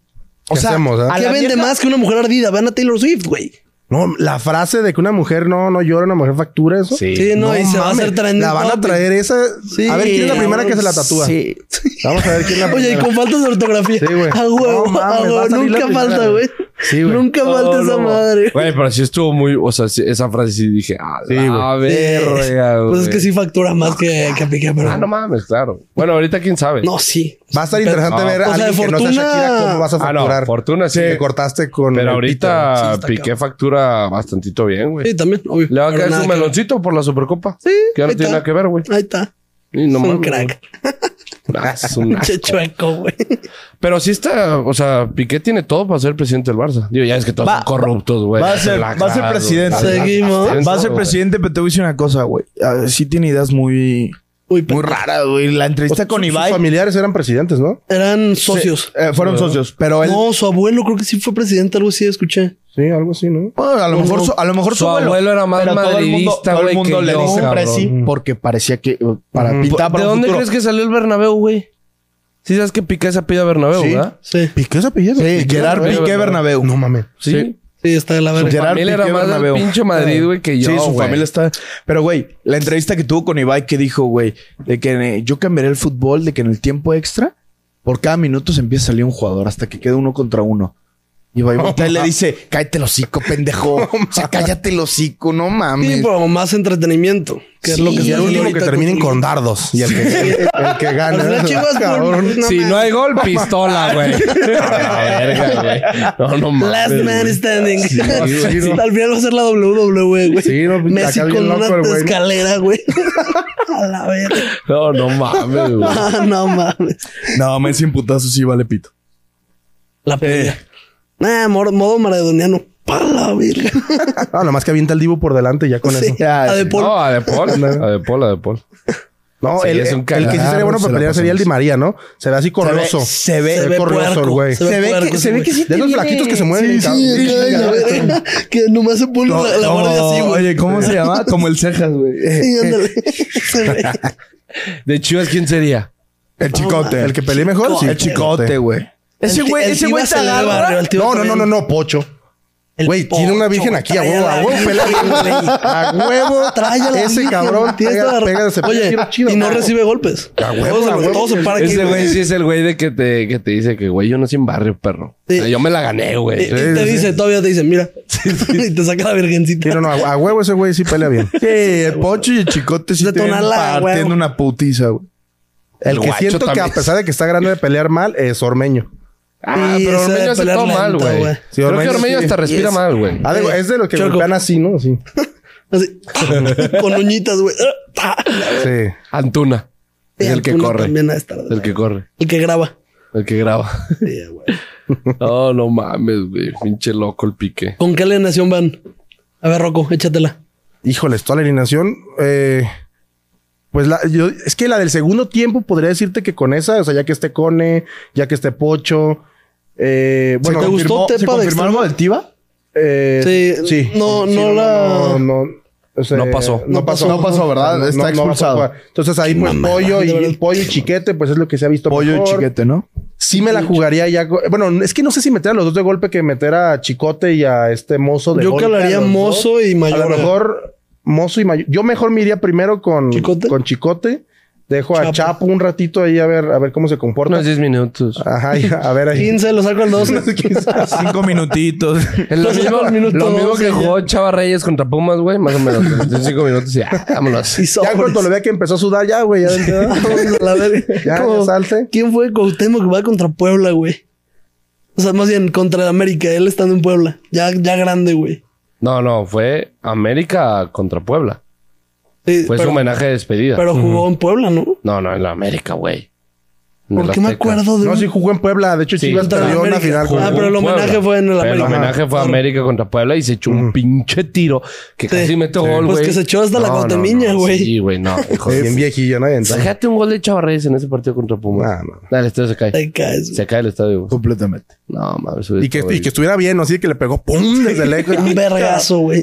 Speaker 3: ¿Qué hacemos, ah?
Speaker 4: a
Speaker 1: ¿Qué
Speaker 4: la
Speaker 1: vende
Speaker 4: vieja-
Speaker 1: más que una mujer ardida? Van a Taylor Swift, güey.
Speaker 3: No, la frase de que una mujer no, no llora, una mujer factura eso.
Speaker 2: Sí.
Speaker 1: Sí, no, y se va a
Speaker 3: mames,
Speaker 1: hacer trending
Speaker 3: La van a
Speaker 1: topic.
Speaker 3: traer esa.
Speaker 1: Sí,
Speaker 3: a ver quién es la primera que se la tatúa.
Speaker 4: Sí.
Speaker 3: Vamos a ver quién es la
Speaker 1: Oye, y
Speaker 3: primera.
Speaker 1: con faltas de ortografía.
Speaker 3: Sí, güey.
Speaker 1: A huevo,
Speaker 3: No mames,
Speaker 1: a huevo.
Speaker 3: va a salir la
Speaker 1: Nunca
Speaker 3: primera,
Speaker 1: falta,
Speaker 3: güey.
Speaker 1: güey.
Speaker 3: Sí, güey.
Speaker 1: Nunca
Speaker 2: No,
Speaker 1: falta
Speaker 2: no,
Speaker 1: esa
Speaker 2: no.
Speaker 1: madre.
Speaker 2: Güey, pero sí estuvo muy. O sea, sí, esa frase sí dije. A
Speaker 3: Sí,
Speaker 2: la
Speaker 1: Sí.
Speaker 2: Pues verga, güey.
Speaker 1: Pues es que sí factura más que, que Piqué, pero.
Speaker 2: Ah, no mames, claro. Bueno, ahorita quién sabe.
Speaker 1: No, sí.
Speaker 3: Va a estar interesante
Speaker 2: No.
Speaker 3: ver
Speaker 1: O
Speaker 3: a
Speaker 1: sea, de
Speaker 3: alguien que no sea
Speaker 1: fortuna-
Speaker 3: Shakira cómo vas a
Speaker 2: Ah, no,
Speaker 3: facturar.
Speaker 2: fortuna sí.
Speaker 3: Si te cortaste con.
Speaker 2: Pero
Speaker 3: el pito.
Speaker 2: ahorita
Speaker 1: está
Speaker 2: Piqué
Speaker 1: cabrón.
Speaker 2: factura bastantito bien, güey.
Speaker 1: Sí, también, obvio.
Speaker 2: Le va a
Speaker 1: Pero
Speaker 2: caer
Speaker 1: nada
Speaker 2: su
Speaker 1: que-
Speaker 2: meloncito por la Supercopa.
Speaker 1: Sí.
Speaker 2: Que ya no
Speaker 1: ahí
Speaker 2: tiene
Speaker 1: está.
Speaker 2: nada que ver, güey.
Speaker 1: Ahí está.
Speaker 2: Y No
Speaker 1: Es un
Speaker 2: mames,
Speaker 1: crack.
Speaker 2: güey. Ah, es un
Speaker 1: Che chueco, güey.
Speaker 2: Pero sí está, o sea, Piqué tiene todo para ser presidente del Barça. Digo, ya es que todos
Speaker 4: Va-
Speaker 2: son corruptos, güey.
Speaker 4: va a ser-
Speaker 2: Lacras,
Speaker 4: va a ser
Speaker 2: güey.
Speaker 4: presidente.
Speaker 1: Seguimos.
Speaker 2: Abstenso,
Speaker 4: Va a ser
Speaker 2: güey.
Speaker 4: presidente, pero te voy a decir una cosa, güey. A ver, Sí tiene ideas muy,
Speaker 1: Uy,
Speaker 4: muy
Speaker 1: pero
Speaker 4: raras, güey. La entrevista con
Speaker 3: Sus- sus
Speaker 4: Ibai.
Speaker 3: familiares eran presidentes, ¿no?
Speaker 1: eran socios.
Speaker 4: Eh, fueron socios, pero él.
Speaker 1: No, su abuelo creo que sí fue presidente, algo así escuché.
Speaker 3: Sí, algo así, ¿no?
Speaker 4: Bueno, a lo mejor su, a lo mejor
Speaker 2: Su abuelo era más
Speaker 4: pero todo el mundo-
Speaker 2: madridista,
Speaker 4: Todo
Speaker 2: güey,
Speaker 4: el mundo,
Speaker 2: que
Speaker 4: le
Speaker 2: yo,
Speaker 4: dice
Speaker 2: cabrón.
Speaker 4: Presi porque parecía que uh, para pintar
Speaker 2: ¿De
Speaker 4: para un
Speaker 2: dónde
Speaker 4: futuro.
Speaker 2: crees que salió el Bernabéu, güey? Sí sabes que Piqué se apellida Bernabéu,
Speaker 4: Sí.
Speaker 2: ¿verdad?
Speaker 1: Sí,
Speaker 3: Piqué ese apellido.
Speaker 4: Sí, Gerard
Speaker 2: Bernabéu,
Speaker 4: Piqué
Speaker 2: Bernabéu.
Speaker 4: Bernabéu.
Speaker 3: No mames.
Speaker 2: Sí.
Speaker 1: sí, está de la verga.
Speaker 4: Gerard
Speaker 2: familia era
Speaker 4: Piqué
Speaker 2: más del
Speaker 4: Bernabéu.
Speaker 2: pinche Madrid, güey, que yo,
Speaker 4: Sí, su
Speaker 2: güey.
Speaker 4: familia está. Pero, güey, la entrevista que tuvo con Ibai que dijo, güey, de que eh, yo cambiaré el fútbol, de que en el tiempo extra, por cada minuto se empieza a salir un jugador hasta que queda uno contra uno. Y Ibai voltea y le dice, cállate el hocico, pendejo. o sea, cállate el hocico, no mames.
Speaker 1: Sí, pero más entretenimiento, que es
Speaker 4: Sí,
Speaker 1: lo que
Speaker 4: y
Speaker 1: está
Speaker 3: Y el
Speaker 1: haciendo
Speaker 3: último que
Speaker 1: ahorita
Speaker 3: terminen con
Speaker 1: Cruz.
Speaker 3: dardos. Y el que, el que
Speaker 1: Al
Speaker 3: gana.
Speaker 1: final Chivas, güey,
Speaker 3: Cabrón.
Speaker 2: Si no
Speaker 1: mames.
Speaker 2: hay gol, pistola, güey. A la verga, güey. No, no mames.
Speaker 1: Last man
Speaker 2: güey.
Speaker 1: standing.
Speaker 3: güey, sí, no.
Speaker 1: Al final va a ser la WWE, güey.
Speaker 3: Sí, no, pues,
Speaker 1: Messi
Speaker 3: acá bien
Speaker 1: con
Speaker 3: loco
Speaker 1: una
Speaker 3: el güey, ¿no?
Speaker 1: escalera, güey. A la verga.
Speaker 2: No, no mames, güey.
Speaker 1: Ah, no mames.
Speaker 4: No, Messi en putazo sí vale pito.
Speaker 1: La pelea. Nah, mor- modo maradoniano. Pa' la verga.
Speaker 3: Ah, nomás que avienta el Divo por delante y ya con
Speaker 1: Sí,
Speaker 3: eso.
Speaker 4: Ya,
Speaker 1: a
Speaker 4: sí.
Speaker 1: de Paul.
Speaker 2: No, a De Paul. A De Paul, a De Paul.
Speaker 3: No,
Speaker 2: Sí,
Speaker 3: el,
Speaker 2: es un
Speaker 3: el que sí sería
Speaker 4: cagarro,
Speaker 3: bueno
Speaker 4: se
Speaker 3: para
Speaker 4: la
Speaker 3: pelear sería el Di María, ¿no? Se ve así corroso.
Speaker 4: se ve-
Speaker 3: se
Speaker 1: se
Speaker 3: ve
Speaker 1: ve
Speaker 3: corroso, el
Speaker 1: puerco,
Speaker 3: güey.
Speaker 1: se ve puerco, ese güey.
Speaker 3: De los flaquitos que se mueven.
Speaker 4: Sí,
Speaker 3: cabrón.
Speaker 4: sí,
Speaker 1: Ay, la verga. Que nomás se pone la, la guardia así, güey.
Speaker 4: Oye, ¿cómo se llama? Como el cejas, güey.
Speaker 1: Sí,
Speaker 3: eh,
Speaker 1: ándale. Se ve.
Speaker 2: De Chivas, ¿quién sería?
Speaker 3: El chicote. El que pelee mejor, sí.
Speaker 1: El
Speaker 3: este,
Speaker 4: Chicote, güey. Ese
Speaker 1: El ti-
Speaker 4: güey,
Speaker 1: el
Speaker 4: ese
Speaker 1: Tiva
Speaker 4: güey se
Speaker 1: se la
Speaker 4: agarra.
Speaker 1: barrió, el Tiva
Speaker 3: No, no, no,
Speaker 1: también.
Speaker 3: no, no, pocho.
Speaker 1: El
Speaker 3: Güey, tiene una
Speaker 1: pocho,
Speaker 3: virgen
Speaker 1: güey,
Speaker 3: aquí, a
Speaker 1: trae
Speaker 3: huevo, a
Speaker 1: la
Speaker 3: huevo,
Speaker 1: virgen,
Speaker 3: pelea.
Speaker 1: güey.
Speaker 3: A huevo,
Speaker 1: Trae a la
Speaker 3: Ese
Speaker 1: virgen,
Speaker 3: cabrón,
Speaker 1: tienes
Speaker 3: pega-
Speaker 1: toda la-
Speaker 3: pega, se pega
Speaker 1: Oye,
Speaker 3: tiro chido,
Speaker 1: y no
Speaker 3: cabrón.
Speaker 1: recibe golpes.
Speaker 3: A huevo,
Speaker 1: Todo se-
Speaker 3: a huevo.
Speaker 1: todo se para aquí,
Speaker 2: Ese
Speaker 1: güey.
Speaker 2: güey sí es el güey de que te, que te dice que, güey, yo nací en barrio, perro.
Speaker 1: Sí.
Speaker 2: O sea, yo me la gané,
Speaker 1: Y- y
Speaker 2: güey.
Speaker 1: te
Speaker 3: sí,
Speaker 1: dice, todavía te dice, mira. y te saca la virgencita.
Speaker 3: Sí, no, no, a a huevo ese güey sí pelea bien.
Speaker 4: Sí, el Pocho y el Chicote sí tienen
Speaker 1: Detonala, güey.
Speaker 4: partiendo una putiza, güey.
Speaker 3: El que
Speaker 2: guacho
Speaker 3: siento que a
Speaker 2: también.
Speaker 3: pesar de que está grande de pelear mal es Ormeño.
Speaker 2: Ah,
Speaker 1: Y
Speaker 2: pero
Speaker 1: ese de
Speaker 2: Ormeño hace
Speaker 1: pelear
Speaker 2: todo mal,
Speaker 1: lento,
Speaker 2: güey.
Speaker 1: güey.
Speaker 3: Sí,
Speaker 2: Creo que
Speaker 3: Ormeño
Speaker 2: Ormeño
Speaker 3: sí.
Speaker 2: hasta respira
Speaker 1: es-
Speaker 2: mal, güey.
Speaker 3: Ah, digo, es de los que
Speaker 1: Choco.
Speaker 3: golpean así, ¿no? Sí.
Speaker 1: Así, con uñitas, güey. Sí,
Speaker 3: Sí.
Speaker 2: Antuna. Es el que
Speaker 1: Antuna
Speaker 2: corre.
Speaker 1: también ha de estar de la
Speaker 2: El que corre.
Speaker 1: El que graba.
Speaker 2: El que graba.
Speaker 1: Sí, güey.
Speaker 2: No, no mames, güey. Pinche loco el pique.
Speaker 1: ¿Con qué alineación van? A ver, Rocco, échatela.
Speaker 3: Híjoles, toda la alineación. eh, pues la, yo, es que la del segundo tiempo podría decirte que con esa, o sea, ya que esté Cone, ya que esté Pocho. eh, bueno,
Speaker 1: te gustó
Speaker 3: confirmó-
Speaker 1: Tepa
Speaker 3: se
Speaker 1: de
Speaker 3: confirmó
Speaker 1: extremo?
Speaker 3: algo del Tiva? Eh,
Speaker 1: Sí,
Speaker 3: sí.
Speaker 1: no,
Speaker 3: Sí,
Speaker 1: no la-
Speaker 3: No, no, o sea,
Speaker 2: No pasó.
Speaker 3: No
Speaker 1: No
Speaker 3: pasó.
Speaker 1: pasó. No
Speaker 4: pasó, ¿verdad? Está
Speaker 3: va a
Speaker 4: expulsado.
Speaker 3: jugar. Entonces ahí, pues,
Speaker 1: mamada,
Speaker 3: pollo
Speaker 1: de
Speaker 3: y
Speaker 1: verdad.
Speaker 3: pollo y chiquete, pues es lo que se ha visto.
Speaker 4: Pollo y
Speaker 3: mejor.
Speaker 4: Chiquete, ¿no?
Speaker 3: Sí me la jugaría ya. co- Bueno, es que no sé si meter a los dos de golpe que meter a Chicote y a este mozo de
Speaker 1: Yo
Speaker 3: golpe.
Speaker 1: calaría
Speaker 3: a los
Speaker 1: Mozo
Speaker 3: dos.
Speaker 1: y Mayorga.
Speaker 3: A lo mejor mozo y mayor. Yo mejor me iría primero con
Speaker 1: ¿Chicote?
Speaker 3: Con Chicote. Dejo a
Speaker 1: Chapo.
Speaker 3: Chapo un ratito ahí a ver, a ver cómo se comporta.
Speaker 2: Unos 10
Speaker 1: Ah.
Speaker 2: minutos.
Speaker 3: Ajá, y a ver ahí.
Speaker 1: 15, lo saco al 12.
Speaker 5: Cinco minutitos.
Speaker 2: Es lo
Speaker 1: Los
Speaker 2: mismo,
Speaker 1: cinco minutos,
Speaker 2: lo mismo
Speaker 1: sí,
Speaker 2: que
Speaker 1: ya.
Speaker 2: jugó Chava Reyes contra Pumas, güey. Más o menos. En cinco minutos y ya, vámonos.
Speaker 1: y
Speaker 3: Ya
Speaker 1: sobres.
Speaker 3: cuando lo vea que empezó a sudar, ya, güey. Ya, ya,
Speaker 1: Vamos a la verga.
Speaker 3: ya
Speaker 1: Como,
Speaker 3: salte.
Speaker 1: ¿Quién fue Cuauhtémoc que va contra Puebla, güey? O sea, más bien contra América, él estando en Puebla. Ya, ya grande, güey.
Speaker 2: No, no, fue América contra Puebla.
Speaker 1: Sí,
Speaker 2: Fue su
Speaker 1: pero,
Speaker 2: homenaje de despedida.
Speaker 1: pero jugó en Puebla, ¿no?
Speaker 2: No, no, en la América, güey. En el
Speaker 1: ¿Por qué me
Speaker 2: Azteca.
Speaker 1: acuerdo de
Speaker 3: No,
Speaker 1: un-
Speaker 3: sí jugó en Puebla. De hecho,
Speaker 2: Sí.
Speaker 3: Chivas
Speaker 1: Contra
Speaker 3: perdió una
Speaker 1: América.
Speaker 3: final con
Speaker 1: Ah, pero el
Speaker 2: Puebla.
Speaker 1: homenaje fue en el
Speaker 2: Pero
Speaker 1: América.
Speaker 2: El homenaje fue a América contra Puebla y se echó un pinche tiro que
Speaker 1: Sí.
Speaker 2: casi mete gol, güey.
Speaker 1: Pues que se echó hasta la
Speaker 2: cotemiña,
Speaker 1: Cotemiña, güey.
Speaker 2: Sí, güey, no. hijo de-
Speaker 3: Bien viejillo, ¿no? Entonces,
Speaker 2: Déjate un gol de Chava Reyes en ese partido contra Pumas.
Speaker 3: Ah, no.
Speaker 2: Dale, el estadio se cae.
Speaker 1: Te caes, güey.
Speaker 2: Se cae el estadio. güey.
Speaker 4: Completamente.
Speaker 2: No, mames.
Speaker 3: y, que, y que estuviera bien, ¿no? así que le pegó pum desde lejos.
Speaker 1: Un vergazo, güey.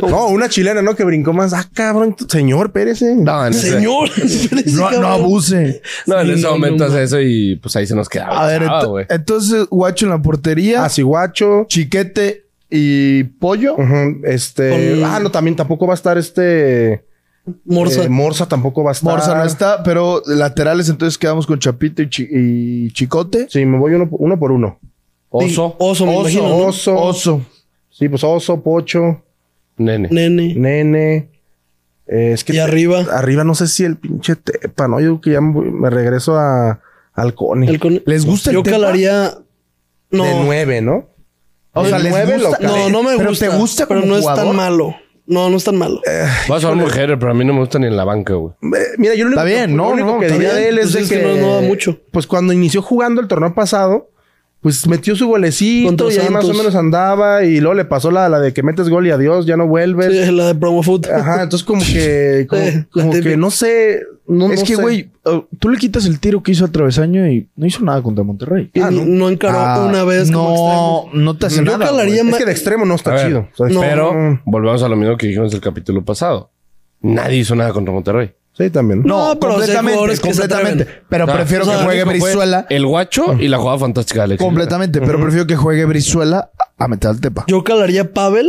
Speaker 3: No, una chilena, ¿no? Que brincó más. Ah, cabrón, t- señor, pérese.
Speaker 2: No, en ese,
Speaker 1: Señor, espérese,
Speaker 4: No, no
Speaker 1: cabrón.
Speaker 4: abuse.
Speaker 2: no, en
Speaker 1: Sí,
Speaker 2: ese
Speaker 1: no, no,
Speaker 2: momento hace eso y pues ahí se nos queda.
Speaker 4: A ver,
Speaker 2: chava,
Speaker 4: ento-
Speaker 2: güey.
Speaker 4: entonces, guacho en la
Speaker 3: Ah,
Speaker 4: portería,
Speaker 3: Aciguacho.
Speaker 4: chiquete y pollo.
Speaker 3: Ujú, Este.
Speaker 1: Con-
Speaker 3: Ah, no, también tampoco va a estar este.
Speaker 1: Morsa.
Speaker 3: eh, Morsa tampoco va a estar.
Speaker 4: Morsa no está, pero laterales, entonces quedamos con Chapito y, Chi- y Chicote.
Speaker 3: Sí, me voy uno, por- uno por uno.
Speaker 2: Oso,
Speaker 1: Oso, me
Speaker 3: Oso,
Speaker 1: imagino. ¿no?
Speaker 3: oso.
Speaker 4: Oso.
Speaker 3: Sí, pues oso, pocho,
Speaker 2: nene.
Speaker 1: Nene.
Speaker 3: nene. Eh, es que
Speaker 1: Y arriba.
Speaker 3: Arriba no sé si el pinche tepa, ¿no? Yo creo que ya me, voy- me regreso a, al Cone.
Speaker 1: El con-
Speaker 4: ¿Les gusta el
Speaker 1: Yo
Speaker 4: Tepa?
Speaker 1: calaría. No.
Speaker 3: De nueve, ¿no?
Speaker 4: O sea,
Speaker 3: El
Speaker 4: les
Speaker 3: nueve
Speaker 4: gusta-
Speaker 3: local.
Speaker 1: No, no me
Speaker 4: ¿Pero
Speaker 1: gusta.
Speaker 4: te gusta
Speaker 1: Pero
Speaker 4: como
Speaker 1: no es
Speaker 4: jugador? Eh,
Speaker 1: tan malo. No, no es tan malo.
Speaker 2: Vas a ser mujer, pero a mí no me gusta ni en la banca, güey.
Speaker 3: Eh, Mira, yo lo único,
Speaker 4: Está bien,
Speaker 3: que,
Speaker 4: no,
Speaker 3: lo único
Speaker 4: no,
Speaker 3: que
Speaker 4: está
Speaker 3: diría
Speaker 1: bien.
Speaker 3: de él es
Speaker 1: Pues
Speaker 3: de
Speaker 1: es
Speaker 3: que,
Speaker 1: que no- no da mucho.
Speaker 3: Pues cuando inició jugando el torneo pasado, pues metió su
Speaker 1: Contra
Speaker 3: golecito y ahí más o
Speaker 1: Santos.
Speaker 3: menos andaba y luego le pasó la, la de que metes gol y adiós, ya no vuelves.
Speaker 4: pues,
Speaker 1: Sí, la de promo food.
Speaker 3: Ajá, entonces como que como,
Speaker 1: Sí, la
Speaker 3: como que
Speaker 1: típica.
Speaker 3: no sé, no,
Speaker 4: es
Speaker 3: no
Speaker 4: que,
Speaker 3: sé.
Speaker 4: güey, uh, tú le quitas el tiro que hizo a Travesaño y no hizo nada contra Monterrey.
Speaker 1: Y
Speaker 3: Ah,
Speaker 1: no.
Speaker 3: no.
Speaker 1: encaró
Speaker 4: Ah,
Speaker 1: una vez.
Speaker 4: no,
Speaker 1: como
Speaker 4: no te hace
Speaker 1: Yo
Speaker 4: nada.
Speaker 1: calaría ma-
Speaker 4: güey.
Speaker 3: es que de extremo no
Speaker 2: A
Speaker 3: está
Speaker 2: ver,
Speaker 3: chido. O sea,
Speaker 1: no.
Speaker 2: Pero
Speaker 3: Mm.
Speaker 2: volvemos a lo mismo que dijimos el capítulo pasado. Nadie hizo nada contra Monterrey.
Speaker 3: Sí, también.
Speaker 1: No, pero sí hay jugadores que se atreven.
Speaker 4: pero
Speaker 2: Ah,
Speaker 4: prefiero
Speaker 2: o sea,
Speaker 4: que juegue
Speaker 2: lo único fue
Speaker 4: Brizuela.
Speaker 2: El guacho y la jugada fantástica de Alexis.
Speaker 4: Completamente, pero prefiero que juegue Brizuela a- a meter al Tepa.
Speaker 1: Yo calaría Pavel,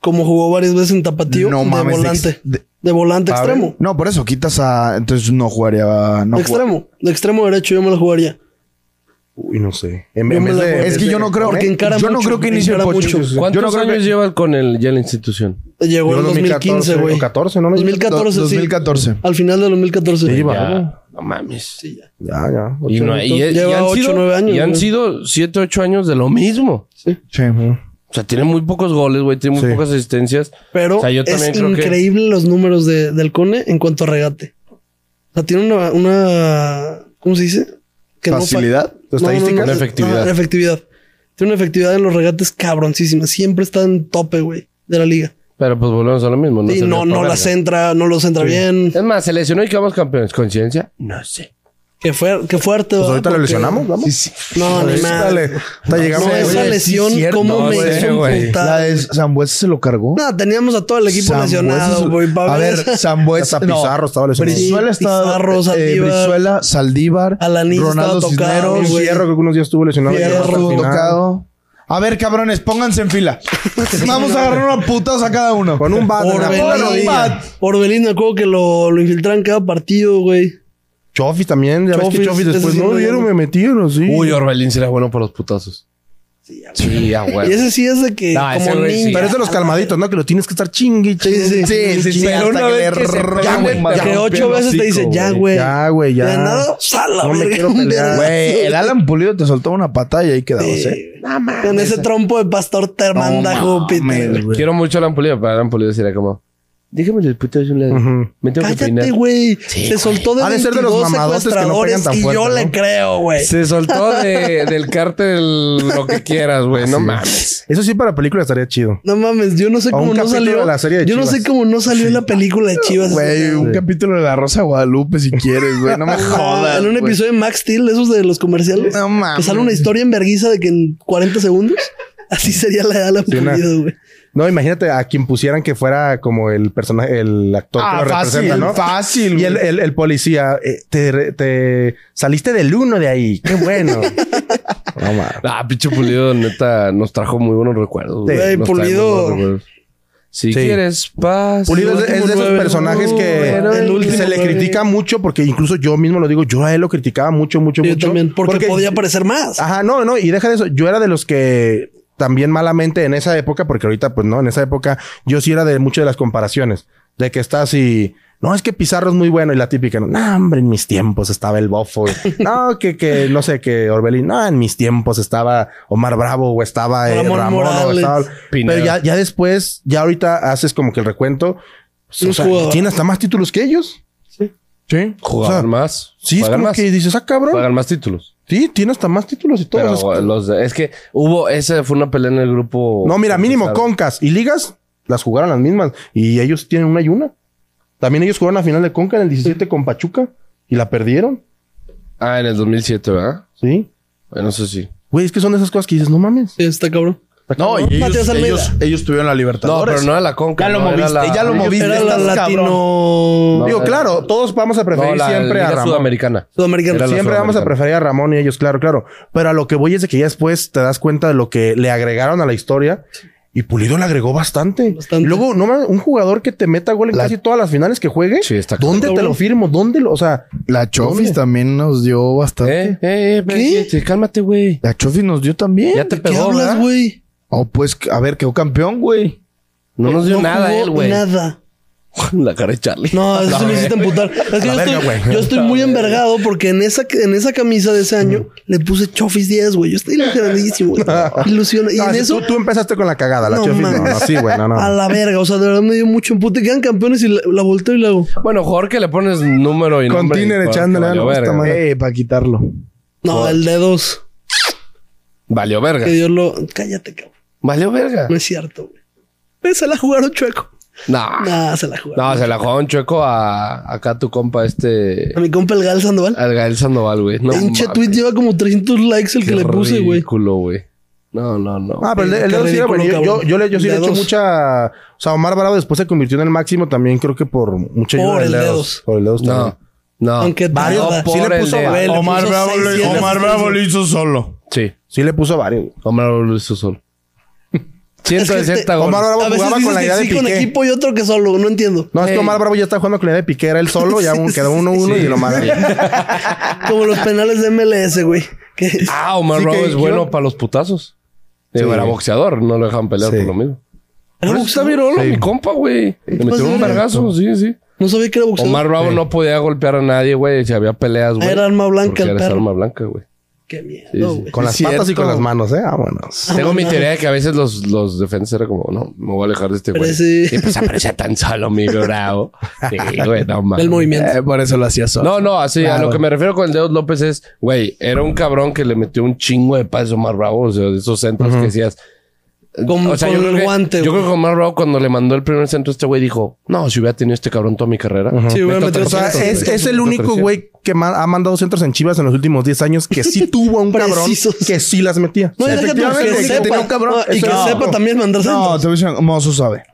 Speaker 1: como jugó varias veces en Tapatío,
Speaker 4: No
Speaker 1: de,
Speaker 4: mames, de ex-
Speaker 1: volante,
Speaker 4: de-
Speaker 1: de, volante
Speaker 3: Pavel.
Speaker 1: extremo.
Speaker 4: No, por eso quitas a. Entonces no jugaría. No
Speaker 1: de
Speaker 4: jug-
Speaker 1: extremo. De extremo derecho yo me la jugaría.
Speaker 3: Uy, no sé. En,
Speaker 1: Yo
Speaker 3: en
Speaker 1: me
Speaker 3: vez
Speaker 1: la
Speaker 3: de,
Speaker 1: juego.
Speaker 4: Es que yo no creo. ¿eh?
Speaker 1: Porque encara
Speaker 4: yo no
Speaker 1: mucho,
Speaker 4: creo que inicie el
Speaker 1: encara
Speaker 4: Pocho.
Speaker 1: mucho.
Speaker 4: Yo
Speaker 2: ¿Cuántos
Speaker 4: no creo
Speaker 2: años
Speaker 4: que-
Speaker 2: llevas con el, ya la institución?
Speaker 1: Llegó
Speaker 3: Llegó
Speaker 1: en 2015,
Speaker 3: 2014,
Speaker 1: güey.
Speaker 3: o 14, ¿no?
Speaker 1: 2014, sí.
Speaker 4: 2014.
Speaker 1: Al final de 2014.
Speaker 3: Sí, va.
Speaker 2: Ya, no mames.
Speaker 1: Sí, ya.
Speaker 3: Ya, ya.
Speaker 2: Y, no, y-
Speaker 1: Lleva
Speaker 2: y han
Speaker 1: ocho,
Speaker 2: sido,
Speaker 1: nueve años,
Speaker 2: y han
Speaker 1: güey.
Speaker 2: sido siete, ocho años de lo mismo.
Speaker 4: Sí.
Speaker 2: O sea, tiene muy pocos goles, güey. Tiene muy
Speaker 3: Sí.
Speaker 2: pocas asistencias.
Speaker 1: Pero
Speaker 2: O sea, yo también
Speaker 1: es
Speaker 2: creo que-
Speaker 1: increíble los números de, del Cone en cuanto a regate. O sea, tiene una, una ¿cómo se dice? Que no fa-
Speaker 4: Facilidad,
Speaker 3: estadística,
Speaker 2: una efectividad.
Speaker 1: no, efectividad. Tiene una efectividad en los regates cabroncísima. Siempre está en tope, güey, de la liga.
Speaker 2: Pero pues volvemos a lo mismo.
Speaker 1: y
Speaker 2: sirvió
Speaker 1: no,
Speaker 2: pa'
Speaker 1: no
Speaker 2: verga.
Speaker 1: la centra, no los centra bien.
Speaker 2: Es más, se lesionó y quedamos campeones. ¿Conciencia? No sé.
Speaker 1: Qué, fuer- qué fuerte,
Speaker 3: Pues
Speaker 1: ¿verdad?
Speaker 3: ahorita lo
Speaker 1: Porque-
Speaker 3: lesionamos, vamos.
Speaker 1: No,
Speaker 4: Pues,
Speaker 1: ni
Speaker 3: Dale,
Speaker 1: madre.
Speaker 3: hasta llegamos.
Speaker 1: No,
Speaker 3: Oye,
Speaker 1: esa
Speaker 4: sí,
Speaker 1: lesión,
Speaker 4: cierto,
Speaker 1: ¿cómo me
Speaker 2: güey,
Speaker 1: hizo
Speaker 2: güey.
Speaker 4: La
Speaker 1: emputar?
Speaker 4: de Sambuesa se lo cargó.
Speaker 1: No, teníamos a todo el equipo
Speaker 4: Sambuesa
Speaker 1: lesionado,
Speaker 4: se-
Speaker 1: güey.
Speaker 4: A
Speaker 1: Pavel
Speaker 4: ver,
Speaker 1: esa-
Speaker 4: Sambuesa.
Speaker 3: Hasta Pizarro estaba lesionado.
Speaker 4: Brizuela
Speaker 1: Sí,
Speaker 4: estaba.
Speaker 1: Pizarro,
Speaker 4: eh,
Speaker 1: Saldívar.
Speaker 4: Brizuela, Saldívar.
Speaker 1: Alanis
Speaker 4: Ronaldo
Speaker 1: estaba tocado,
Speaker 4: Cisneros.
Speaker 1: güey.
Speaker 3: Fierro, creo que unos días estuvo lesionado.
Speaker 1: Fierro,
Speaker 3: llegó hasta el
Speaker 1: güey.
Speaker 3: final.
Speaker 4: Tocado. A ver, cabrones, pónganse en fila. Vamos a agarrar una putas a cada uno.
Speaker 3: Con un bat. en la
Speaker 4: Orbelín.
Speaker 3: puta
Speaker 1: Orbelín.
Speaker 3: rodilla.
Speaker 1: Orbelín, me acuerdo que lo, lo infiltraron cada partido, güey.
Speaker 3: Chofis también. Ya ves que
Speaker 1: Chofis,
Speaker 3: Chofis
Speaker 1: ese
Speaker 3: después.
Speaker 1: sí
Speaker 3: No
Speaker 1: lo
Speaker 3: vieron,
Speaker 1: llamo.
Speaker 3: me metieron, sí.
Speaker 2: Uy, Orbelín será bueno por los putazos. Sí, ya, güey.
Speaker 1: Y ese sí es de que
Speaker 2: No, ese
Speaker 1: como
Speaker 2: güey sí.
Speaker 1: ninja.
Speaker 3: Pero es de los calmaditos, ¿no? Que lo tienes que estar chingue,
Speaker 1: Sí,
Speaker 3: chingue.
Speaker 1: sí, sí.
Speaker 4: Pero una vez que se
Speaker 3: Ya, güey,
Speaker 4: peguen,
Speaker 3: ya.
Speaker 1: que ocho veces te dice, ya, güey.
Speaker 3: Ya, güey, ya.
Speaker 1: De nada, sal a la
Speaker 3: No me
Speaker 1: verga,
Speaker 3: quiero
Speaker 1: un
Speaker 3: pelear.
Speaker 1: vergazo.
Speaker 4: Güey, el Alan Pulido te soltó una patada y ahí quedabas, ¿eh?
Speaker 1: Sí. Con ese trompo de pastor te manda Júpiter. güey.
Speaker 2: Quiero mucho a Alan Pulido, pero Alan Pulido sería como... Déjame el puto de un lado. Me tengo que peinar".
Speaker 1: Cállate, güey. se soltó de
Speaker 3: Ha de ser de los
Speaker 1: 22
Speaker 3: mamadotes que no
Speaker 1: secuestradores
Speaker 3: pegan tan
Speaker 1: y
Speaker 3: fuerte,
Speaker 1: yo
Speaker 3: ¿no?
Speaker 1: le creo, güey.
Speaker 2: Se soltó de- del cártel lo que quieras, güey. No mames.
Speaker 3: Eso sí, para película estaría chido.
Speaker 1: No mames, yo no sé
Speaker 3: A un
Speaker 1: cómo no
Speaker 3: capítulo
Speaker 1: salió.
Speaker 3: de la serie de
Speaker 1: yo no
Speaker 3: Chivas.
Speaker 1: sé cómo no salió la película de Chivas.
Speaker 4: Güey, un capítulo de La Rosa de Guadalupe si quieres, güey. No me
Speaker 1: Ah,
Speaker 4: jodas.
Speaker 1: En un
Speaker 4: güey.
Speaker 1: episodio de Max Steel, esos de los comerciales.
Speaker 4: No
Speaker 1: Que
Speaker 4: mames.
Speaker 1: sale una historia en verguiza de que en 40 segundos. Así sería la de Alan
Speaker 3: Sí, una-
Speaker 1: Pulido, güey.
Speaker 3: No, imagínate a quien pusieran que fuera como el personaje, el actor
Speaker 4: Ah,
Speaker 3: que lo
Speaker 4: fácil,
Speaker 3: representa, ¿no?
Speaker 4: fácil,
Speaker 3: Y el, el- el policía, eh, te, re- te saliste del uno de ahí. Qué bueno. no mames.
Speaker 2: Ah, pinche Pulido, neta, nos trajo muy buenos recuerdos. güey.
Speaker 1: Güey,
Speaker 2: Nos trae
Speaker 1: Pulido.
Speaker 2: muy buenos recuerdos. Si
Speaker 3: Sí.
Speaker 2: quieres paz.
Speaker 3: Pulido es de- es de, esos
Speaker 1: nueve.
Speaker 3: personajes que
Speaker 1: Pero el último
Speaker 3: se le
Speaker 1: nueve.
Speaker 3: critica mucho porque incluso yo mismo lo digo, yo a él lo criticaba mucho, mucho,
Speaker 1: Yo
Speaker 3: mucho.
Speaker 1: también, porque, podía parecer más.
Speaker 3: Ajá, no, no, y deja de eso. Yo era de los que también malamente en esa época, porque ahorita, pues no, en esa época yo sí era de mucho de las comparaciones, de que estás y. No, es que Pizarro es muy bueno y la típica, no, "No, hombre, en mis tiempos estaba el bofo. y, no, que, que, no sé, que Orbelín, no, en mis tiempos estaba Omar Bravo o estaba eh,
Speaker 1: Ramón
Speaker 3: Ramón, o
Speaker 1: Morales.
Speaker 3: estaba...
Speaker 2: Pineda.
Speaker 3: Pero ya, ya después, ya ahorita haces como que el recuento. pues, o
Speaker 1: Un
Speaker 3: sea,
Speaker 1: jugador.
Speaker 3: tiene hasta más títulos que ellos. Sí. Sí. O
Speaker 2: Jugaban
Speaker 3: sea,
Speaker 2: más.
Speaker 3: sí, es
Speaker 2: pagan
Speaker 3: como
Speaker 2: más.
Speaker 3: que dices, ah, cabrón.
Speaker 2: Pagan más títulos.
Speaker 3: Sí, tiene hasta más títulos y todo.
Speaker 2: Pero,
Speaker 3: O sea,
Speaker 2: güey, los de- es que hubo, esa fue una pelea en el grupo.
Speaker 3: No, mira, mínimo
Speaker 2: Claro.
Speaker 3: Concas y Ligas las jugaron las mismas. Y ellos tienen una y una. También ellos jugaron la final de Conca en el 17 con Pachuca y la perdieron.
Speaker 2: Ah, en el 2007, ¿verdad?
Speaker 3: Sí.
Speaker 2: Bueno, eso sí.
Speaker 3: Güey, es que son de esas cosas que dices, no mames.
Speaker 1: Sí, está cabrón.
Speaker 4: No, y ellos,
Speaker 1: Matías Almeida.
Speaker 4: ellos, ellos tuvieron la
Speaker 2: No,
Speaker 4: Libertadores.
Speaker 2: pero no era la Conca.
Speaker 4: Ya lo
Speaker 2: no, era
Speaker 4: moviste,
Speaker 2: la-
Speaker 4: ya lo moviste.
Speaker 1: Era la
Speaker 4: estás
Speaker 1: latino
Speaker 4: cabrón.
Speaker 2: No,
Speaker 3: Digo,
Speaker 2: era-
Speaker 3: claro, todos vamos a preferir
Speaker 2: no, la
Speaker 3: siempre
Speaker 2: Liga
Speaker 3: a Ramón.
Speaker 2: Sudamericana.
Speaker 1: sudamericano.
Speaker 2: Era la
Speaker 3: Siempre vamos a
Speaker 2: Sudamericana.
Speaker 3: preferir a Ramón y ellos, claro, claro. Pero a lo que voy es de que ya después te das cuenta de lo que le agregaron a la historia. Y Pulido le agregó bastante.
Speaker 1: Bastante.
Speaker 3: Y luego, no mames, un jugador que te meta gol en
Speaker 4: La-
Speaker 3: casi todas las finales que juegue.
Speaker 2: Sí, está
Speaker 3: ¿Dónde te
Speaker 1: cabrón.
Speaker 3: lo firmo? ¿Dónde lo? O sea,
Speaker 4: La Chofis también nos dio bastante.
Speaker 2: Eh, eh, eh,
Speaker 1: ¿Qué?
Speaker 2: ¿Qué? cálmate, güey.
Speaker 4: La Chofis nos dio también.
Speaker 2: Ya te
Speaker 1: ¿Qué
Speaker 2: pegó,
Speaker 1: hablas,
Speaker 2: ¿verdad?
Speaker 1: güey?
Speaker 4: Oh, pues, a ver, quedó campeón, güey.
Speaker 2: No nos dio
Speaker 1: No
Speaker 2: nada
Speaker 1: jugó
Speaker 2: él, güey.
Speaker 1: Nada.
Speaker 2: La cara de Charlie.
Speaker 1: No, eso sí me hiciste emputar. Es que yo,
Speaker 3: verga,
Speaker 1: estoy,
Speaker 3: güey.
Speaker 1: yo estoy muy envergado porque en esa, en esa camisa de ese año le puse Chofis 10, güey. Yo estoy ilusionadísimo. güey. Ilusiona- Y
Speaker 3: No,
Speaker 1: en
Speaker 3: si
Speaker 1: eso.
Speaker 3: tú, tú empezaste con la cagada, la
Speaker 1: No,
Speaker 3: Chofis.
Speaker 1: mames.
Speaker 3: No, no, sí, güey, no, no.
Speaker 1: A la verga. O sea, de verdad me dio mucho empute. Quedan campeones y la, la volteo y la hago.
Speaker 2: Bueno, mejor que le pones número y
Speaker 3: Con
Speaker 2: nombre.
Speaker 3: Tiner
Speaker 2: y-
Speaker 3: echándole
Speaker 2: valió
Speaker 3: algo,
Speaker 2: "Ah, verga.
Speaker 3: esta madre.
Speaker 4: Eh, para quitarlo.
Speaker 1: No, el de dos.
Speaker 2: Valió verga.
Speaker 1: Que Dios lo. Cállate, cabrón.
Speaker 2: Valió verga.
Speaker 1: No es cierto, güey. Eh, Se la jugaron chueco.
Speaker 2: No.
Speaker 1: Nah, se la jugaron.
Speaker 2: No, se la jugó un chueco a acá tu compa este...
Speaker 1: A mi compa el Gal Sandoval.
Speaker 2: Al Gael Sandoval, güey. Ah, No
Speaker 1: Pinche
Speaker 2: mames.
Speaker 1: tweet lleva como 300 likes el que
Speaker 2: Qué
Speaker 1: le puse, güey.
Speaker 2: ridículo, güey. No, no, no.
Speaker 3: Ah, pero el, de- el de
Speaker 1: Qué
Speaker 3: dos sí era
Speaker 1: ridículo,
Speaker 3: bueno. Yo, yo,
Speaker 1: cabrón.
Speaker 3: yo le, yo sí
Speaker 1: De
Speaker 3: le echo
Speaker 1: dos.
Speaker 3: mucha. O sea, Omar Bravo después se convirtió en el máximo también, creo que por mucha ayuda
Speaker 1: Por
Speaker 3: del
Speaker 1: el
Speaker 3: dedos.
Speaker 1: dedos.
Speaker 3: Por el dedos
Speaker 2: no,
Speaker 3: también.
Speaker 2: no.
Speaker 1: Aunque
Speaker 2: Varios-
Speaker 1: tarda.
Speaker 2: no,
Speaker 3: Sí le
Speaker 2: por el
Speaker 3: puso
Speaker 2: de-
Speaker 3: vale.
Speaker 1: Él le
Speaker 5: Omar
Speaker 1: puso
Speaker 5: Bravo,
Speaker 1: seis,
Speaker 5: lo-
Speaker 1: siete
Speaker 5: Omar
Speaker 1: asistencias.
Speaker 5: Bravo lo hizo solo.
Speaker 2: Sí.
Speaker 3: Sí le puso varios.
Speaker 2: Omar Bravo lo hizo solo.
Speaker 1: Es que
Speaker 2: 160
Speaker 1: este-
Speaker 2: goles.
Speaker 3: Omar Bravo
Speaker 1: A veces
Speaker 3: jugaba
Speaker 1: dices
Speaker 3: con la
Speaker 1: que
Speaker 3: idea de
Speaker 1: sí con
Speaker 3: Piqué.
Speaker 1: equipo y otro que solo. No entiendo.
Speaker 3: No, es
Speaker 2: Ey.
Speaker 3: que Omar Bravo ya está jugando con la idea de Piqué, era él solo, ya un- quedó uno uno y lo más.
Speaker 1: Como los penales de MLS, güey. Que
Speaker 2: Ah, Omar
Speaker 3: Sí,
Speaker 2: Bravo
Speaker 3: que
Speaker 2: es
Speaker 3: yo-
Speaker 2: bueno para los putazos. Digo,
Speaker 3: Sí.
Speaker 2: Era boxeador, no lo dejaban pelear
Speaker 3: Sí.
Speaker 2: por lo mismo.
Speaker 1: ¿Era
Speaker 2: Pero está
Speaker 1: boxeador?
Speaker 2: virolo, mi compa, güey. Le metió
Speaker 1: pasó?
Speaker 2: un vergazo, sí, sí.
Speaker 1: No sabía que era boxeador.
Speaker 2: Omar Bravo no podía golpear a nadie, güey. Si había peleas, güey.
Speaker 1: Era arma blanca
Speaker 2: Porque
Speaker 1: el
Speaker 2: era
Speaker 1: perro.
Speaker 2: arma blanca, güey.
Speaker 1: Qué miedo,
Speaker 2: Sí, sí.
Speaker 1: güey.
Speaker 3: Con las
Speaker 4: Es
Speaker 3: patas y
Speaker 4: cierto.
Speaker 3: con las manos, eh. Vámonos.
Speaker 1: Ah,
Speaker 2: Tengo mi teoría de que a veces los, los defensas era como, no, me voy a alejar de este güey.
Speaker 1: Parece-
Speaker 2: Y pues aparecía tan solo, mi bravo. Sí, güey, no mames.
Speaker 1: El movimiento.
Speaker 4: Eh, por eso lo hacía solo.
Speaker 2: No, no, así
Speaker 1: Ah,
Speaker 2: a lo que me refiero con el Dedos López es, güey, era un cabrón que le metió un chingo de pases a Omar Bravo, o sea, de esos centros que decías.
Speaker 1: Con, con
Speaker 2: creo
Speaker 1: el
Speaker 2: que-
Speaker 1: guante,
Speaker 2: Yo
Speaker 1: güey.
Speaker 2: creo que Omar Bravo cuando le mandó el primer centro este güey dijo, no, si hubiera tenido este cabrón toda mi carrera.
Speaker 1: Sí, güey,
Speaker 2: meto
Speaker 1: metió
Speaker 3: O sea,
Speaker 1: 300,
Speaker 3: es,
Speaker 1: güey.
Speaker 3: es el único güey que ma- ha mandado centros en Chivas en los últimos 10 años que sí tuvo a un cabrón
Speaker 1: Precisos.
Speaker 3: que sí las metía.
Speaker 1: No, y deja tú
Speaker 3: Efectivamente,
Speaker 1: que
Speaker 3: que tenía un
Speaker 1: sepa.
Speaker 3: cabrón.
Speaker 1: No, Ah, Y
Speaker 3: Eso
Speaker 1: que
Speaker 3: es
Speaker 1: sepa
Speaker 3: otro.
Speaker 1: también mandar
Speaker 4: No,
Speaker 1: centros.
Speaker 4: te voy a decir, Mozo sabe.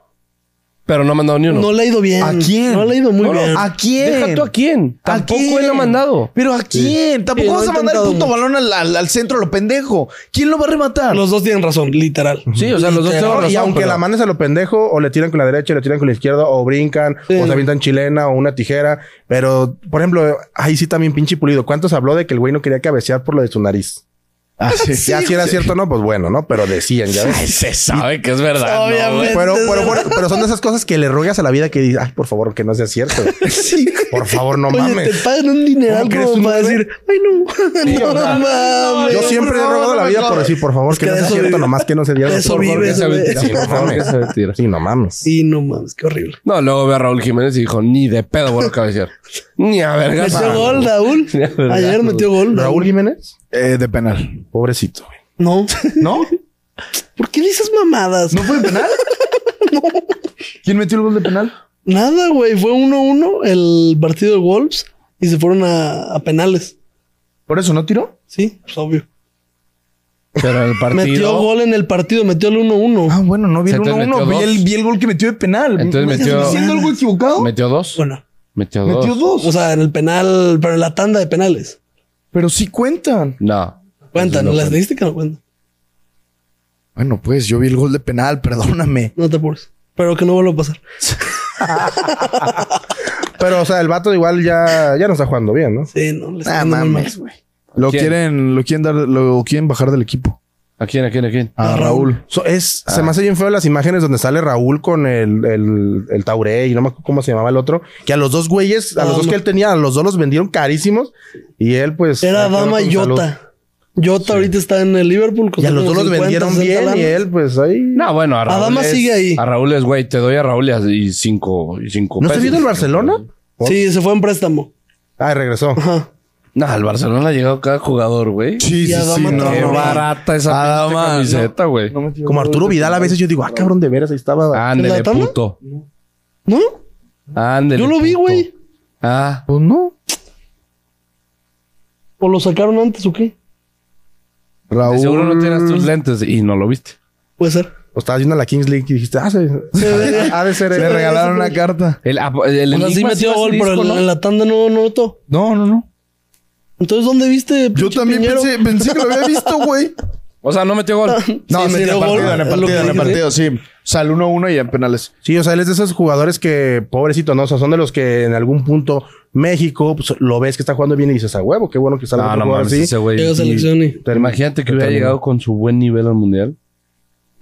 Speaker 2: Pero no ha mandado ni uno.
Speaker 1: No le ha ido bien.
Speaker 4: ¿A quién?
Speaker 1: No le ha ido muy
Speaker 2: No, no,
Speaker 5: Eh,
Speaker 1: bien.
Speaker 4: ¿A quién?
Speaker 2: Deja tú a quién. Tampoco él ha mandado.
Speaker 4: ¿Pero a quién? Tampoco
Speaker 1: Sí, lo
Speaker 4: vas
Speaker 1: ha
Speaker 4: a mandar el
Speaker 1: intentado
Speaker 4: puto
Speaker 1: mucho.
Speaker 4: balón al, al- al centro, lo pendejo. ¿Quién lo va a rematar?
Speaker 1: Los dos tienen razón, literal.
Speaker 2: Sí, o sea, los dos
Speaker 3: Pero-
Speaker 2: tenemos razón.
Speaker 3: y aunque
Speaker 2: pero-
Speaker 3: la manes a lo pendejo, o le tiran con la derecha, o le tiran con la izquierda, o brincan, o se avientan chilena, o una tijera. Pero, por ejemplo, ahí sí también pinche pulido. ¿Cuántos habló de que el güey no quería cabecear por lo de su nariz?
Speaker 4: Ah, sí.
Speaker 3: ya si era cierto o no, pues bueno, ¿no? Pero decían, ya ves.
Speaker 2: Ay, se sabe que es verdad. ¿no, güey?
Speaker 1: Obviamente.
Speaker 3: Pero, pero, bueno, pero son de esas cosas que le ruegas a la vida que dices, ay, por favor, que no sea cierto. Por favor, no
Speaker 1: Oye,
Speaker 3: mames.
Speaker 1: te pagan un dineral
Speaker 3: ¿Cómo crees
Speaker 1: como
Speaker 3: un
Speaker 1: para
Speaker 3: nueve?
Speaker 1: decir, ay, no. no,
Speaker 3: o sea,
Speaker 1: mames.
Speaker 3: Yo siempre he
Speaker 4: no,
Speaker 3: rogado
Speaker 4: no
Speaker 3: la
Speaker 4: me
Speaker 3: vida por
Speaker 4: jodas.
Speaker 3: decir, por favor,
Speaker 1: Es
Speaker 3: que
Speaker 1: que
Speaker 3: no
Speaker 1: de
Speaker 3: sea
Speaker 1: eso
Speaker 3: cierto,
Speaker 1: vive.
Speaker 3: nomás que no se diera.
Speaker 1: De eso
Speaker 3: Por favor,
Speaker 1: vive,
Speaker 3: que
Speaker 1: eso
Speaker 3: se-
Speaker 1: vive.
Speaker 3: Sí, no mames.
Speaker 2: Esa mentira.
Speaker 3: Sí, no mames.
Speaker 1: Sí, no mames, qué horrible.
Speaker 2: No, luego ve a Raúl Jiménez y dijo, ni de pedo vuelvo a cabecear. ni a vergas.
Speaker 1: Metió gol, Raúl.
Speaker 2: Ya, ¿verdad?
Speaker 1: Ayer metió gol.
Speaker 3: Raúl Jiménez,
Speaker 4: Eh, de penal.
Speaker 3: pobrecito, güey.
Speaker 1: No.
Speaker 3: ¿No?
Speaker 1: ¿Por qué dices mamadas?
Speaker 4: ¿No fue de penal? ¿Quién metió el gol de penal?
Speaker 1: Nada, güey. Fue 1-1 el partido de Wolves y se fueron a, a penales.
Speaker 4: ¿Por eso no tiró?
Speaker 1: Sí, pues obvio.
Speaker 2: Pero en el partido.
Speaker 1: Metió gol en el partido, metió el 1-1.
Speaker 4: Ah, bueno, no vi el
Speaker 2: Entonces
Speaker 4: 1-1.
Speaker 2: metió
Speaker 4: Vi
Speaker 2: dos.
Speaker 4: el, vi el gol que metió de penal.
Speaker 2: Entonces
Speaker 4: ¿Me
Speaker 2: metió-
Speaker 4: ¿Estás diciendo algo equivocado?
Speaker 2: ¿Metió dos?
Speaker 1: Bueno,
Speaker 2: Metió dos.
Speaker 4: Metió dos.
Speaker 1: o sea, en el penal, pero en la tanda de penales.
Speaker 3: Pues,
Speaker 4: Pero sí cuentan.
Speaker 2: No.
Speaker 1: Cuentan,
Speaker 2: No
Speaker 1: la
Speaker 2: cuenta.
Speaker 1: estadística no cuenta.
Speaker 4: Bueno, pues yo vi el gol de penal, perdóname.
Speaker 1: No te apures. Pero que no vuelva a pasar.
Speaker 3: Pero, o sea, el vato igual ya, ya no está jugando bien, ¿no?
Speaker 1: Sí, no. le está
Speaker 4: Ah,
Speaker 1: yendo muy
Speaker 4: mames,
Speaker 1: mal.
Speaker 4: güey. Lo
Speaker 2: ¿Quién?
Speaker 4: quieren, lo quieren dar, lo quieren bajar del equipo.
Speaker 2: ¿A quién, a quién, a quién?
Speaker 4: A Raúl.
Speaker 3: So, es,
Speaker 1: Ah.
Speaker 3: Se me hace bien feo las imágenes donde sale Raúl con el, el, el Tauré y no me acuerdo cómo se llamaba el otro. Que a los dos güeyes, a los
Speaker 1: Ah,
Speaker 3: dos
Speaker 1: no.
Speaker 3: que él tenía, a los dos los vendieron carísimos. Y él, pues.
Speaker 1: Era
Speaker 3: acá
Speaker 1: Dama
Speaker 3: con
Speaker 1: y
Speaker 3: salud.
Speaker 1: Jota. Jota ahorita está en el Liverpool.
Speaker 3: Y a los dos los
Speaker 1: los
Speaker 3: vendieron bien y él, pues ahí.
Speaker 2: No, bueno, a Raúl.
Speaker 1: Adama
Speaker 2: es-
Speaker 1: sigue ahí.
Speaker 2: A Raúl es, güey, te doy a Raúl y a- y cinco. Y cinco
Speaker 3: ¿No está viendo el
Speaker 2: pesos.
Speaker 3: Barcelona?
Speaker 1: Sí, se fue en préstamo.
Speaker 3: Ah, regresó.
Speaker 1: Ajá.
Speaker 2: No, al Barcelona ha llegado cada jugador, güey.
Speaker 4: Sí,
Speaker 1: Y a Dama
Speaker 2: Qué
Speaker 1: Traoré.
Speaker 4: no.
Speaker 2: barata esa
Speaker 4: Ah,
Speaker 2: pinche
Speaker 4: man,
Speaker 2: camiseta, güey.
Speaker 3: Como Arturo Vidal, a veces yo digo, ah, cabrón, de veras, ahí estaba.
Speaker 1: ¿En
Speaker 2: Ándele,
Speaker 1: la tabla?
Speaker 2: puto.
Speaker 1: ¿No?
Speaker 2: Ándele.
Speaker 1: Yo lo vi,
Speaker 2: puto.
Speaker 1: güey.
Speaker 2: Ah,
Speaker 4: Pues no.
Speaker 1: ¿O lo sacaron antes o qué?
Speaker 2: de
Speaker 4: Raúl.
Speaker 2: seguro no tienes tus lentes y no lo viste.
Speaker 1: Puede ser.
Speaker 3: O estabas viendo la Kings League y dijiste, ah, se- ha de ser.
Speaker 4: Le
Speaker 3: él.
Speaker 4: regalaron una carta.
Speaker 2: El, ap- el
Speaker 1: O sea, sí
Speaker 2: enigma
Speaker 1: metió
Speaker 2: va a
Speaker 1: gol,
Speaker 2: salir
Speaker 1: pero
Speaker 2: con-
Speaker 1: en, en la tanda no no notó.
Speaker 4: No, no, no.
Speaker 1: Entonces, ¿dónde viste?
Speaker 4: Yo
Speaker 1: pinche
Speaker 4: también
Speaker 1: Piñero?
Speaker 4: pensé, pensé que lo había visto, güey.
Speaker 2: O sea, no metió gol.
Speaker 4: No,
Speaker 1: Sí,
Speaker 4: sí, en
Speaker 1: metió
Speaker 4: el
Speaker 1: gol,
Speaker 4: partido, en
Speaker 1: es lo
Speaker 4: el
Speaker 1: que
Speaker 4: partido, en el
Speaker 1: dije,
Speaker 4: partido, sí. O sea, el 1-1 y en penales.
Speaker 3: Sí, o sea, él es de esos jugadores que, pobrecito, no, o sea, son de los que en algún punto México pues, lo ves que está jugando bien y dices, a huevo, qué bueno que salga
Speaker 2: No,
Speaker 3: otro
Speaker 2: no
Speaker 3: jugador
Speaker 2: mames, ese güey.
Speaker 1: Llegó a selección y...
Speaker 3: Termina-
Speaker 2: Imagínate que hubiera
Speaker 3: termina.
Speaker 2: llegado con su buen nivel al mundial.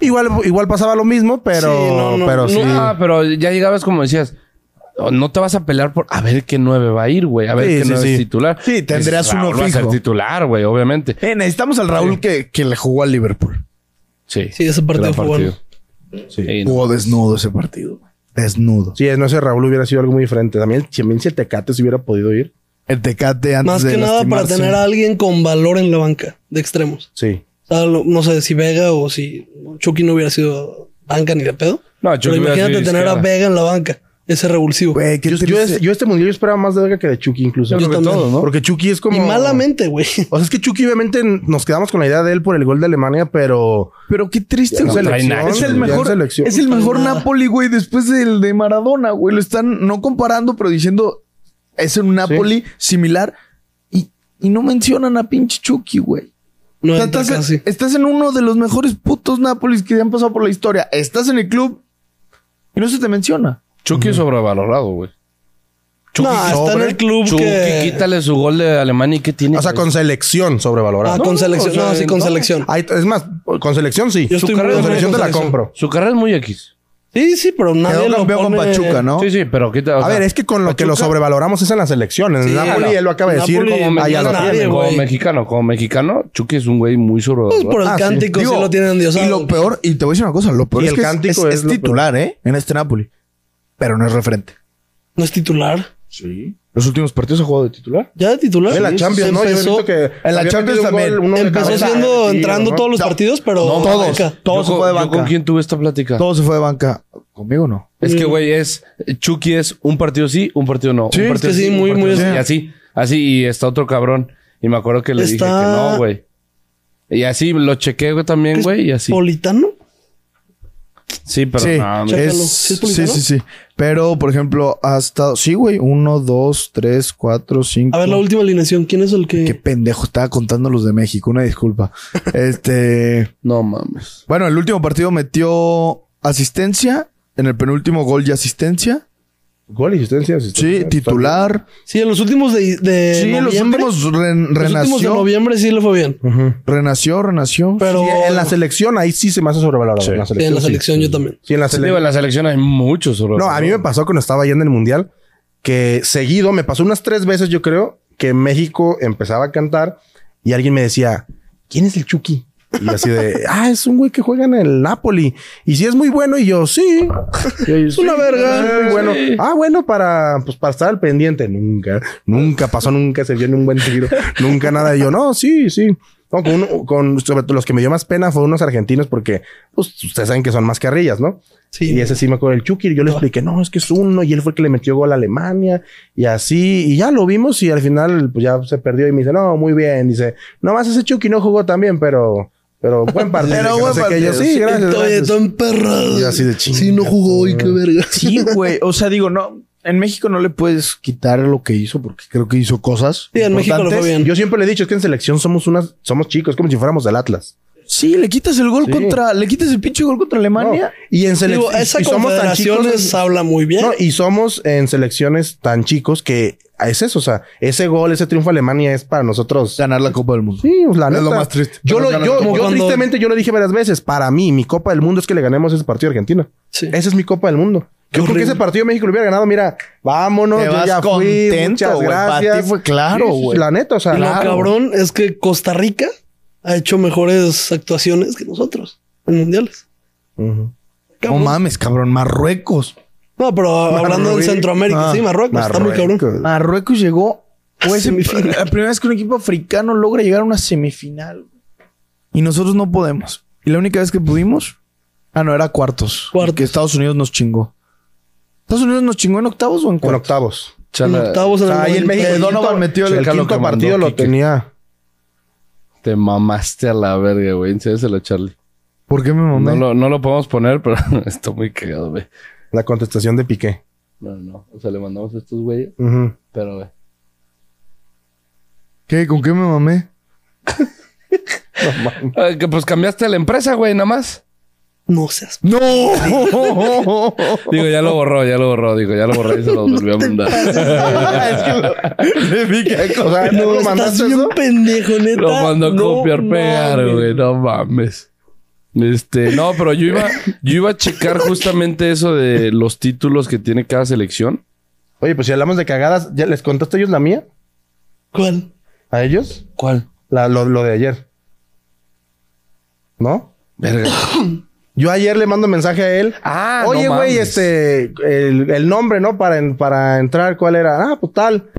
Speaker 3: Igual, igual pasaba lo mismo, pero,
Speaker 1: Sí, no, no,
Speaker 3: pero
Speaker 1: no.
Speaker 3: sí.
Speaker 2: Ah, pero ya llegabas como decías. oh, No te vas a pelear por a ver qué nueve va a ir, güey. A ver
Speaker 3: Sí,
Speaker 2: qué
Speaker 3: sí,
Speaker 2: nueve
Speaker 3: sí.
Speaker 2: es titular.
Speaker 4: Sí, tendrías
Speaker 2: Pues,
Speaker 4: uno
Speaker 2: Raúl va a ser
Speaker 4: fijo.
Speaker 2: titular, güey, obviamente.
Speaker 4: Eh, necesitamos al Raúl que, que le jugó al Liverpool.
Speaker 2: Sí.
Speaker 1: Sí, ese partido
Speaker 2: Gran
Speaker 1: fue bueno.
Speaker 2: Sí. no.
Speaker 4: Jugó desnudo ese partido. güey. Desnudo.
Speaker 3: Sí, no sé, Raúl hubiera sido algo muy diferente. También, también si el Tecate se hubiera podido ir.
Speaker 4: El Tecate antes
Speaker 1: Más
Speaker 4: de
Speaker 1: que nada para
Speaker 4: lastimarse.
Speaker 1: tener a alguien con valor en la banca de extremos.
Speaker 3: Sí.
Speaker 1: O sea, lo- no sé si Vega o si Chucky no hubiera sido banca ni de pedo.
Speaker 2: No,
Speaker 1: Pero
Speaker 2: Chucky hubiera sido
Speaker 1: imagínate tener a
Speaker 2: izquierda.
Speaker 1: Vega en la banca. Ese revulsivo.
Speaker 4: Güey, qué
Speaker 3: Yo, yo
Speaker 4: triste.
Speaker 3: es- yo este mundial yo esperaba más de Vega que de Chucky, incluso.
Speaker 1: Yo Yo creo que también. todos, ¿no?
Speaker 3: Porque Chucky es como.
Speaker 1: Y malamente, güey.
Speaker 3: O sea, es que Chucky, obviamente, nos quedamos con la idea de él por el gol de Alemania, pero.
Speaker 4: Pero qué triste,
Speaker 2: no
Speaker 4: güey.
Speaker 2: trae nada,
Speaker 4: es
Speaker 2: güey.
Speaker 4: el
Speaker 2: Ya
Speaker 4: mejor,
Speaker 3: en selección.
Speaker 4: es el
Speaker 1: No trae
Speaker 4: mejor
Speaker 1: nada.
Speaker 4: Napoli, güey, después del de Maradona, güey. Lo están no comparando, pero diciendo es un Napoli similar y, y no mencionan a pinche Chucky, güey.
Speaker 1: No
Speaker 4: O sea,
Speaker 1: entra
Speaker 4: estás,
Speaker 1: casi.
Speaker 4: estás en uno de los mejores putos Nápoles que han pasado por la historia. Estás en el club y no se te menciona.
Speaker 2: Chucky sobrevalorado, güey.
Speaker 1: No, está en el club
Speaker 2: Chucky,
Speaker 1: que...
Speaker 2: quítale su gol de Alemania y qué tiene.
Speaker 3: O sea,
Speaker 2: güey?
Speaker 3: con selección sobrevalorado.
Speaker 1: Ah,
Speaker 3: No,
Speaker 1: con selección.
Speaker 2: o sea,
Speaker 1: no, sí, con
Speaker 2: no.
Speaker 1: selección.
Speaker 3: Ahí- es más, con selección sí.
Speaker 1: Yo estoy
Speaker 3: con
Speaker 1: muy de acuerdo
Speaker 3: selección te
Speaker 1: con
Speaker 3: la
Speaker 1: selección.
Speaker 3: compro.
Speaker 2: Su carrera es muy X.
Speaker 1: Sí, sí, pero nadie
Speaker 4: Quedó
Speaker 1: lo
Speaker 4: campeón con
Speaker 1: pone-
Speaker 4: Pachuca, ¿no?
Speaker 2: Sí, sí, pero quita. o
Speaker 3: A
Speaker 2: sea,
Speaker 3: ver, es que con lo que lo
Speaker 2: Pachuca-
Speaker 3: sobrevaloramos es en la selección. En
Speaker 1: Sí,
Speaker 3: Napoli,
Speaker 1: no.
Speaker 3: él lo acaba de decir.
Speaker 1: Napoli,
Speaker 3: como, ah, ya lo
Speaker 1: no,
Speaker 3: tiene.
Speaker 1: nadie,
Speaker 2: como
Speaker 1: güey.
Speaker 2: mexicano, como mexicano, Chucky es un güey muy
Speaker 1: Pues
Speaker 2: sobrevalorado.
Speaker 1: por el
Speaker 3: Ah, sí.
Speaker 1: cántico sí,
Speaker 4: Digo,
Speaker 1: lo tienen dios.
Speaker 4: Y lo peor, y te voy a decir una cosa, lo peor
Speaker 3: Y
Speaker 4: es
Speaker 3: el
Speaker 4: que es-
Speaker 3: cántico
Speaker 4: es,
Speaker 3: es
Speaker 4: es
Speaker 3: lo
Speaker 4: titular, ¿eh? En este Napoli. Pero no es referente.
Speaker 1: No es titular.
Speaker 4: Sí. Los últimos partidos ha jugado de titular.
Speaker 1: Ya de titular.
Speaker 3: En la Champions,
Speaker 1: Se
Speaker 3: ¿no? Yo he
Speaker 1: empezó-
Speaker 3: visto que
Speaker 4: en la
Speaker 3: había
Speaker 4: Champions
Speaker 3: metido un
Speaker 4: también.
Speaker 3: uno de
Speaker 1: Empezó
Speaker 3: cabeza, de
Speaker 1: siendo
Speaker 3: tiro,
Speaker 1: entrando
Speaker 3: ¿no?
Speaker 1: todos los
Speaker 4: No,
Speaker 1: partidos, pero
Speaker 2: no,
Speaker 1: todos.
Speaker 4: todos. Todo
Speaker 2: Yo
Speaker 4: se
Speaker 2: con-
Speaker 4: fue de
Speaker 2: yo
Speaker 4: banca.
Speaker 2: ¿Con quién tuve esta plática?
Speaker 4: Todo se fue de banca. Conmigo no.
Speaker 2: Es que, güey, es. Chucky es un partido sí, un partido no.
Speaker 4: Sí,
Speaker 2: un partido
Speaker 1: es que sí, muy,
Speaker 2: un partido
Speaker 1: muy
Speaker 2: sí.
Speaker 1: así.
Speaker 2: Y así, así, y está otro cabrón. Y me acuerdo que le dije que
Speaker 1: Está-
Speaker 2: no, güey. Y así lo chequé, güey, también, güey, y así.
Speaker 1: ¿Politano?
Speaker 2: Sí, pero
Speaker 4: sí,
Speaker 2: no,
Speaker 1: Checa.
Speaker 4: es-
Speaker 1: Chécalo. ¿Sí
Speaker 4: sí,
Speaker 1: es puritano?
Speaker 4: sí, sí. Pero, por ejemplo, ha estado. Sí, güey. Uno, dos, tres, cuatro, cinco.
Speaker 1: A ver, eh. la última alineación. ¿Quién es el
Speaker 4: Qué
Speaker 1: que...?
Speaker 4: pendejo. Estaba contando los de México. Una disculpa. este.
Speaker 2: no mames.
Speaker 4: Bueno, el último partido metió asistencia. En el penúltimo gol y asistencia.
Speaker 3: Gol, asistencia, asistencia.
Speaker 4: Sí, titular.
Speaker 1: Sí, en los últimos de, de
Speaker 4: Sí, en los
Speaker 1: noviembre.
Speaker 4: últimos ren-
Speaker 1: Los últimos de
Speaker 4: renació.
Speaker 1: noviembre sí le fue bien.
Speaker 4: Renació, renació.
Speaker 1: Pero
Speaker 3: Sí, en la selección ahí sí se me hace sobrevalorado.
Speaker 2: Sí.
Speaker 3: En la
Speaker 1: Sí, en
Speaker 3: selección.
Speaker 1: la selección yo también.
Speaker 3: Sí, en la
Speaker 2: Sí, digo,
Speaker 3: selección.
Speaker 2: en la selección hay muchos, sobre-
Speaker 3: No, a mí me pasó cuando estaba yendo en el mundial que seguido me pasó unas tres veces, yo creo, que México empezaba a cantar y alguien me decía, ¿quién es el Chucky? Y yo así de, ah, es un güey que juega en el Napoli. Y si es muy bueno, y yo, sí. Es una verga. Muy bueno. Ah, bueno, para, pues, para estar al pendiente. Nunca, nunca pasó, nunca se vio en un buen tiro. Nunca nada. Y yo, no, sí, sí. No, con, uno- con- sobre todo los que me dio más pena fueron unos argentinos porque, pues, ustedes saben que son más carrillas, ¿no?
Speaker 1: Sí.
Speaker 3: Y ese sí me acuerdo del Chucky. Yo le expliqué, no, es que es uno. Y él fue el que le metió gol a Alemania. Y así. Y ya lo vimos. Y al final, pues ya se perdió. Y me dice, no, muy bien. Dice, nomás ese Chucky no jugó tan bien, pero Pero buen partido.
Speaker 4: Pero
Speaker 3: que no
Speaker 4: buen
Speaker 3: sé qué. Yo,
Speaker 4: partido.
Speaker 3: sí, gracias.
Speaker 1: Estoy
Speaker 3: gracias.
Speaker 1: tan perrado.
Speaker 3: Y así de chinga
Speaker 1: Sí, no jugó hoy, qué verga.
Speaker 4: Sí, güey. O sea, digo, no. En México no le puedes quitar lo que hizo porque creo que hizo cosas.
Speaker 1: Sí, en México lo fue
Speaker 3: Importantes.
Speaker 1: bien.
Speaker 3: Yo siempre le he dicho, es que en selección somos unas, somos chicos, como si fuéramos del Atlas.
Speaker 4: Sí, le quitas el gol contra, le quitas el pinche gol contra Alemania.
Speaker 3: No, Y en
Speaker 1: Digo,
Speaker 3: selección.
Speaker 1: esa
Speaker 3: y somos tan chicos.
Speaker 1: confederaciones habla muy bien.
Speaker 3: No, y somos en selecciones tan chicos que es eso. O sea, ese gol, ese triunfo a Alemania es para nosotros.
Speaker 4: Ganar la Copa del Mundo.
Speaker 3: Sí, pues, la
Speaker 4: Es
Speaker 3: neta.
Speaker 4: lo más triste.
Speaker 3: Yo, lo,
Speaker 4: Ganar la
Speaker 3: yo,
Speaker 4: Copa.
Speaker 1: Como
Speaker 3: yo
Speaker 1: cuando-
Speaker 3: tristemente, yo lo dije varias veces. Para mí, mi Copa del Mundo es que le ganemos ese partido a Argentina.
Speaker 1: Sí.
Speaker 3: Esa es mi Copa del Mundo. Yo creo que
Speaker 1: horrible.
Speaker 3: ese partido México lo hubiera ganado. Mira, vámonos.
Speaker 4: Te
Speaker 3: yo
Speaker 4: vas
Speaker 3: ya fui,
Speaker 4: contento,
Speaker 3: muchas
Speaker 4: güey. Para ti
Speaker 3: gracias.
Speaker 4: fue claro,
Speaker 3: Sí, sí, sí,
Speaker 4: güey.
Speaker 3: La neta, o sea,
Speaker 1: Y lo
Speaker 3: claro.
Speaker 1: cabrón es que Costa Rica ha hecho mejores actuaciones que nosotros en mundiales.
Speaker 3: Ujú.
Speaker 4: No
Speaker 1: Cabrón.
Speaker 4: mames, cabrón. Marruecos.
Speaker 1: No, pero hablando en
Speaker 3: Marruecos.
Speaker 1: Centroamérica,
Speaker 4: Ah,
Speaker 1: sí, Marruecos, está muy cabrón.
Speaker 4: Marruecos llegó. güey, se-
Speaker 1: Semifinal.
Speaker 4: la primera vez que un equipo africano logra llegar a una semifinal. güey. Y nosotros no podemos. Y la única vez que pudimos. Ah, no, era cuartos.
Speaker 1: Cuartos.
Speaker 4: Que Estados Unidos nos chingó. ¿Estados Unidos nos chingó en octavos o en
Speaker 3: Con
Speaker 4: cuartos?
Speaker 3: octavos.
Speaker 1: En
Speaker 2: Chala,
Speaker 1: octavos en
Speaker 3: O sea, Ah, ahí
Speaker 1: el
Speaker 3: el México. eh,
Speaker 1: México.
Speaker 4: Donovan
Speaker 3: quinto-
Speaker 4: metió
Speaker 2: el-
Speaker 3: el
Speaker 2: Checa lo que
Speaker 3: quinto
Speaker 2: mandó
Speaker 3: partido lo
Speaker 2: Quique.
Speaker 3: tenía.
Speaker 2: te mamaste a la verga, güey. Enséñaselo, Charlie.
Speaker 4: ¿Por qué me
Speaker 2: No
Speaker 4: mamé?
Speaker 2: lo, no lo podemos poner, pero está muy cagado, güey.
Speaker 3: La contestación de Piqué.
Speaker 2: No, no. O sea, le mandamos a estos güeyes,
Speaker 3: Ujú.
Speaker 2: pero, güey.
Speaker 4: ¿Qué? ¿Con qué me mamé?
Speaker 2: Ah, que, Pues cambiaste a la empresa, güey, nada más.
Speaker 1: No seas.
Speaker 4: ¡No!
Speaker 2: Digo, ya lo borró, ya lo borró. Digo, ya lo borré y se lo volvió a mandar.
Speaker 3: O sea, ¿no lo
Speaker 1: estás
Speaker 3: mandaste
Speaker 1: bien
Speaker 3: eso?
Speaker 1: pendejo, neta.
Speaker 2: Lo mandó a
Speaker 1: No
Speaker 2: copiar, pegar,
Speaker 1: mames.
Speaker 2: güey. No mames. Este, no, pero yo iba, yo iba a checar justamente eso de los títulos que tiene cada selección.
Speaker 3: Oye, pues si hablamos de cagadas, ¿ya les contaste a ellos la mía?
Speaker 1: ¿Cuál?
Speaker 3: ¿A ellos?
Speaker 2: ¿Cuál?
Speaker 3: La- lo, lo de ayer. ¿No?
Speaker 2: Verga.
Speaker 3: Yo ayer le mando mensaje a él.
Speaker 2: Ah,
Speaker 3: Oye,
Speaker 2: no
Speaker 3: güey,
Speaker 2: mames.
Speaker 3: este, el, el nombre, ¿no? Para, en- para entrar, ¿cuál era? Ah, pues tal.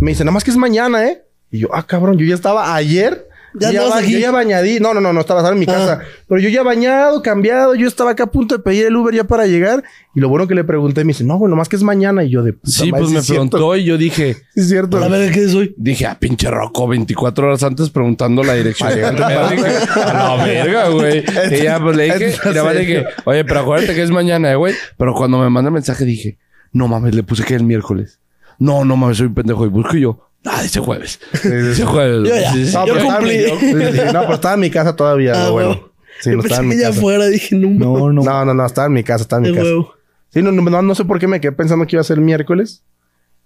Speaker 3: Me dice, nada más que es mañana, ¿eh? Y yo, ah, cabrón, yo ya estaba ayer.
Speaker 1: Ya
Speaker 3: yo, ya
Speaker 1: andabas
Speaker 3: ba-
Speaker 1: aquí.
Speaker 3: yo ya bañadí. No, no, no, no estaba, estaba en mi casa. Pero yo ya bañado, cambiado. Yo estaba acá a punto de pedir el Uber ya para llegar. Y lo bueno que le pregunté, me dice, no, güey, nomás que es mañana. Y yo de puta
Speaker 2: Sí,
Speaker 3: madre,
Speaker 2: pues me
Speaker 3: es cierto,
Speaker 2: preguntó y yo dije,
Speaker 3: sí Es cierto.
Speaker 1: A ver, ¿qué soy?
Speaker 2: dije, ah, pinche roco, 24 horas antes preguntando la dirección. Primero dije, a la verga, güey. Y ya, pues le dije, y nada más le dije, oye, pero acuérdate que es mañana, eh, güey. Pero cuando me manda el mensaje dije, no mames, le puse que el miércoles. No, no mames, soy un pendejo. Y busco y yo, ah, ese jueves. Ese jueves.
Speaker 1: Yo ya.
Speaker 3: No,
Speaker 1: Yo
Speaker 3: pero estaba en mi-
Speaker 1: cumplí.
Speaker 3: Sí, sí, no, pero estaba en mi casa todavía.
Speaker 1: Ah,
Speaker 3: lo bueno.
Speaker 1: huevo.
Speaker 3: Sí,
Speaker 1: Yo
Speaker 3: no estaba
Speaker 1: pensé
Speaker 3: en
Speaker 1: que
Speaker 3: mi
Speaker 1: ya
Speaker 3: casa.
Speaker 1: fuera, dije, no, no,
Speaker 3: No, no, no, estaba en mi casa, estaba en mi casa.
Speaker 1: huevo.
Speaker 3: Sí, no, no, no, no sé por qué me quedé pensando que iba a ser miércoles.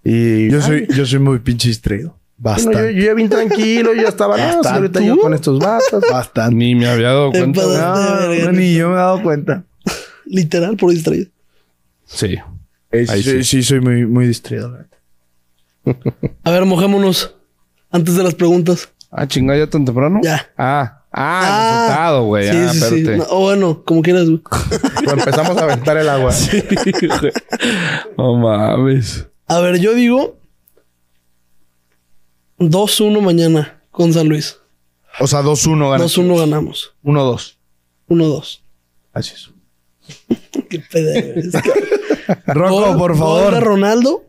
Speaker 3: Y
Speaker 4: Yo soy, yo soy muy pinche distraído.
Speaker 3: No, yo,
Speaker 4: Bastante.
Speaker 3: yo ya bien tranquilo, yo ya estaba. No, sí, ahorita yo con estos vatos.
Speaker 4: Bastante.
Speaker 2: Ni me había dado
Speaker 1: Te
Speaker 2: cuenta. güey.
Speaker 1: pasaste de verga,
Speaker 4: No,
Speaker 1: neta.
Speaker 4: ni yo me he dado cuenta.
Speaker 1: Literal, por distraído.
Speaker 2: Sí.
Speaker 4: Eh,
Speaker 2: Ahí
Speaker 4: sí,
Speaker 2: sí.
Speaker 4: sí, soy muy, muy distraído. la neta.
Speaker 1: A ver, mojémonos. Antes de las preguntas.
Speaker 2: Ah, chinga, ya tan temprano.
Speaker 1: Ya.
Speaker 2: Ah, ah, el resultado, güey.
Speaker 1: Sí,
Speaker 2: ah,
Speaker 1: sí, sí.
Speaker 2: espérate.
Speaker 1: No, o bueno, como quieras, güey.
Speaker 3: Bueno, empezamos a aventar el agua.
Speaker 2: Sí, güey. No mames.
Speaker 1: A ver, yo digo 2-1 mañana con San Luis.
Speaker 4: O sea, 2-1 ganas.
Speaker 1: 2-1 ganamos.
Speaker 4: 1-2.
Speaker 1: 1-2.
Speaker 4: Así es.
Speaker 1: Qué pedo. eres, cabrón.
Speaker 4: Rocco,
Speaker 1: Gol- Gol
Speaker 4: por
Speaker 1: de
Speaker 4: favor.
Speaker 1: Ronaldo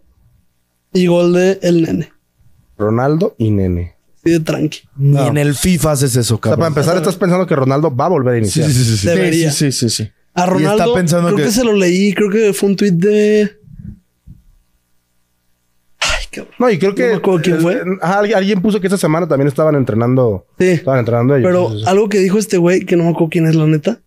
Speaker 1: y gol de el nene.
Speaker 3: Ronaldo y Nene.
Speaker 1: Sí, de tranqui.
Speaker 4: Ni en el FIFA haces eso,
Speaker 3: O sea, para
Speaker 4: cabrón.
Speaker 3: empezar, estás pensando que Ronaldo va a volver a iniciar.
Speaker 4: sí, sí.
Speaker 1: Debería.
Speaker 4: Sí, sí, sí.
Speaker 1: A
Speaker 4: Y
Speaker 1: Ronaldo,
Speaker 4: está pensando
Speaker 1: creo que...
Speaker 4: que-
Speaker 1: se lo leí. Creo que fue un tuit de... Ay, cabrón.
Speaker 3: No, y creo que. eh,
Speaker 1: No me acuerdo quién fue.
Speaker 3: Ajá, alguien, alguien puso que esta semana también estaban entrenando.
Speaker 1: Sí.
Speaker 3: Estaban entrenando ellos.
Speaker 1: Pero
Speaker 3: Sí, sí, sí.
Speaker 1: algo que dijo este güey, que no me acuerdo quién es la neta,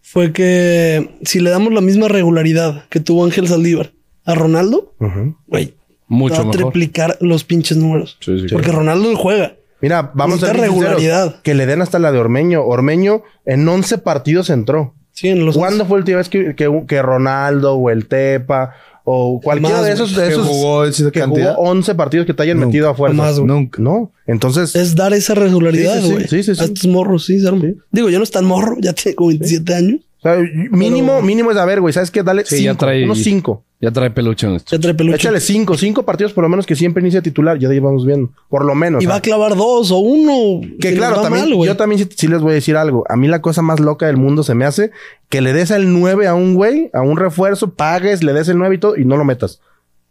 Speaker 1: fue que si le damos la misma regularidad que tuvo Ángel Saldívar a Ronaldo,
Speaker 3: Ujú.
Speaker 1: güey,
Speaker 2: Mucho
Speaker 1: va a
Speaker 2: mejor.
Speaker 1: triplicar los pinches números.
Speaker 2: Sí, sí,
Speaker 1: Porque Ronaldo juega.
Speaker 3: Mira, vamos a
Speaker 1: Necesita
Speaker 3: ser bien sinceros,
Speaker 1: regularidad.
Speaker 3: Que le den hasta la de Ormeño. Ormeño en 11 partidos entró.
Speaker 1: Sí, en los
Speaker 3: ¿Cuándo fue la última vez que, que- que Ronaldo o el Tepa o cualquiera
Speaker 1: Más,
Speaker 3: de esos, de
Speaker 4: que
Speaker 3: esos
Speaker 4: jugó esa
Speaker 3: que
Speaker 4: cantidad?
Speaker 3: jugó 11 partidos que te hayan metido a fuerza?
Speaker 1: Más, güey.
Speaker 3: Nunca. No. Entonces,
Speaker 1: Es dar esa regularidad,
Speaker 3: Sí, sí, sí.
Speaker 1: güey.
Speaker 3: Sí, sí, sí.
Speaker 1: A estos morros, sí, se arma. Digo, yo no es tan morro, ya tiene como 27 años.
Speaker 3: o sea, mínimo, mínimo es a ver, güey. ¿Sabes qué? Dale
Speaker 2: Sí,
Speaker 3: cinco,
Speaker 2: ya trae-
Speaker 3: unos 5.
Speaker 2: Ya trae peluche en esto.
Speaker 1: Ya trae peluche.
Speaker 3: Échale 5, 5 partidos por lo menos que siempre inicia titular. Ya llevamos viendo. Por lo menos.
Speaker 1: y va
Speaker 3: ¿ah?
Speaker 1: a clavar dos o uno.
Speaker 3: Que
Speaker 1: si nos
Speaker 3: claro,
Speaker 1: va
Speaker 3: también,
Speaker 1: mal, güey.
Speaker 3: yo también sí, sí les voy a decir algo. A mí la cosa más loca del mundo se me hace que le des el 9 a un güey, a un refuerzo, pagues, le des el 9 y todo, y no lo metas.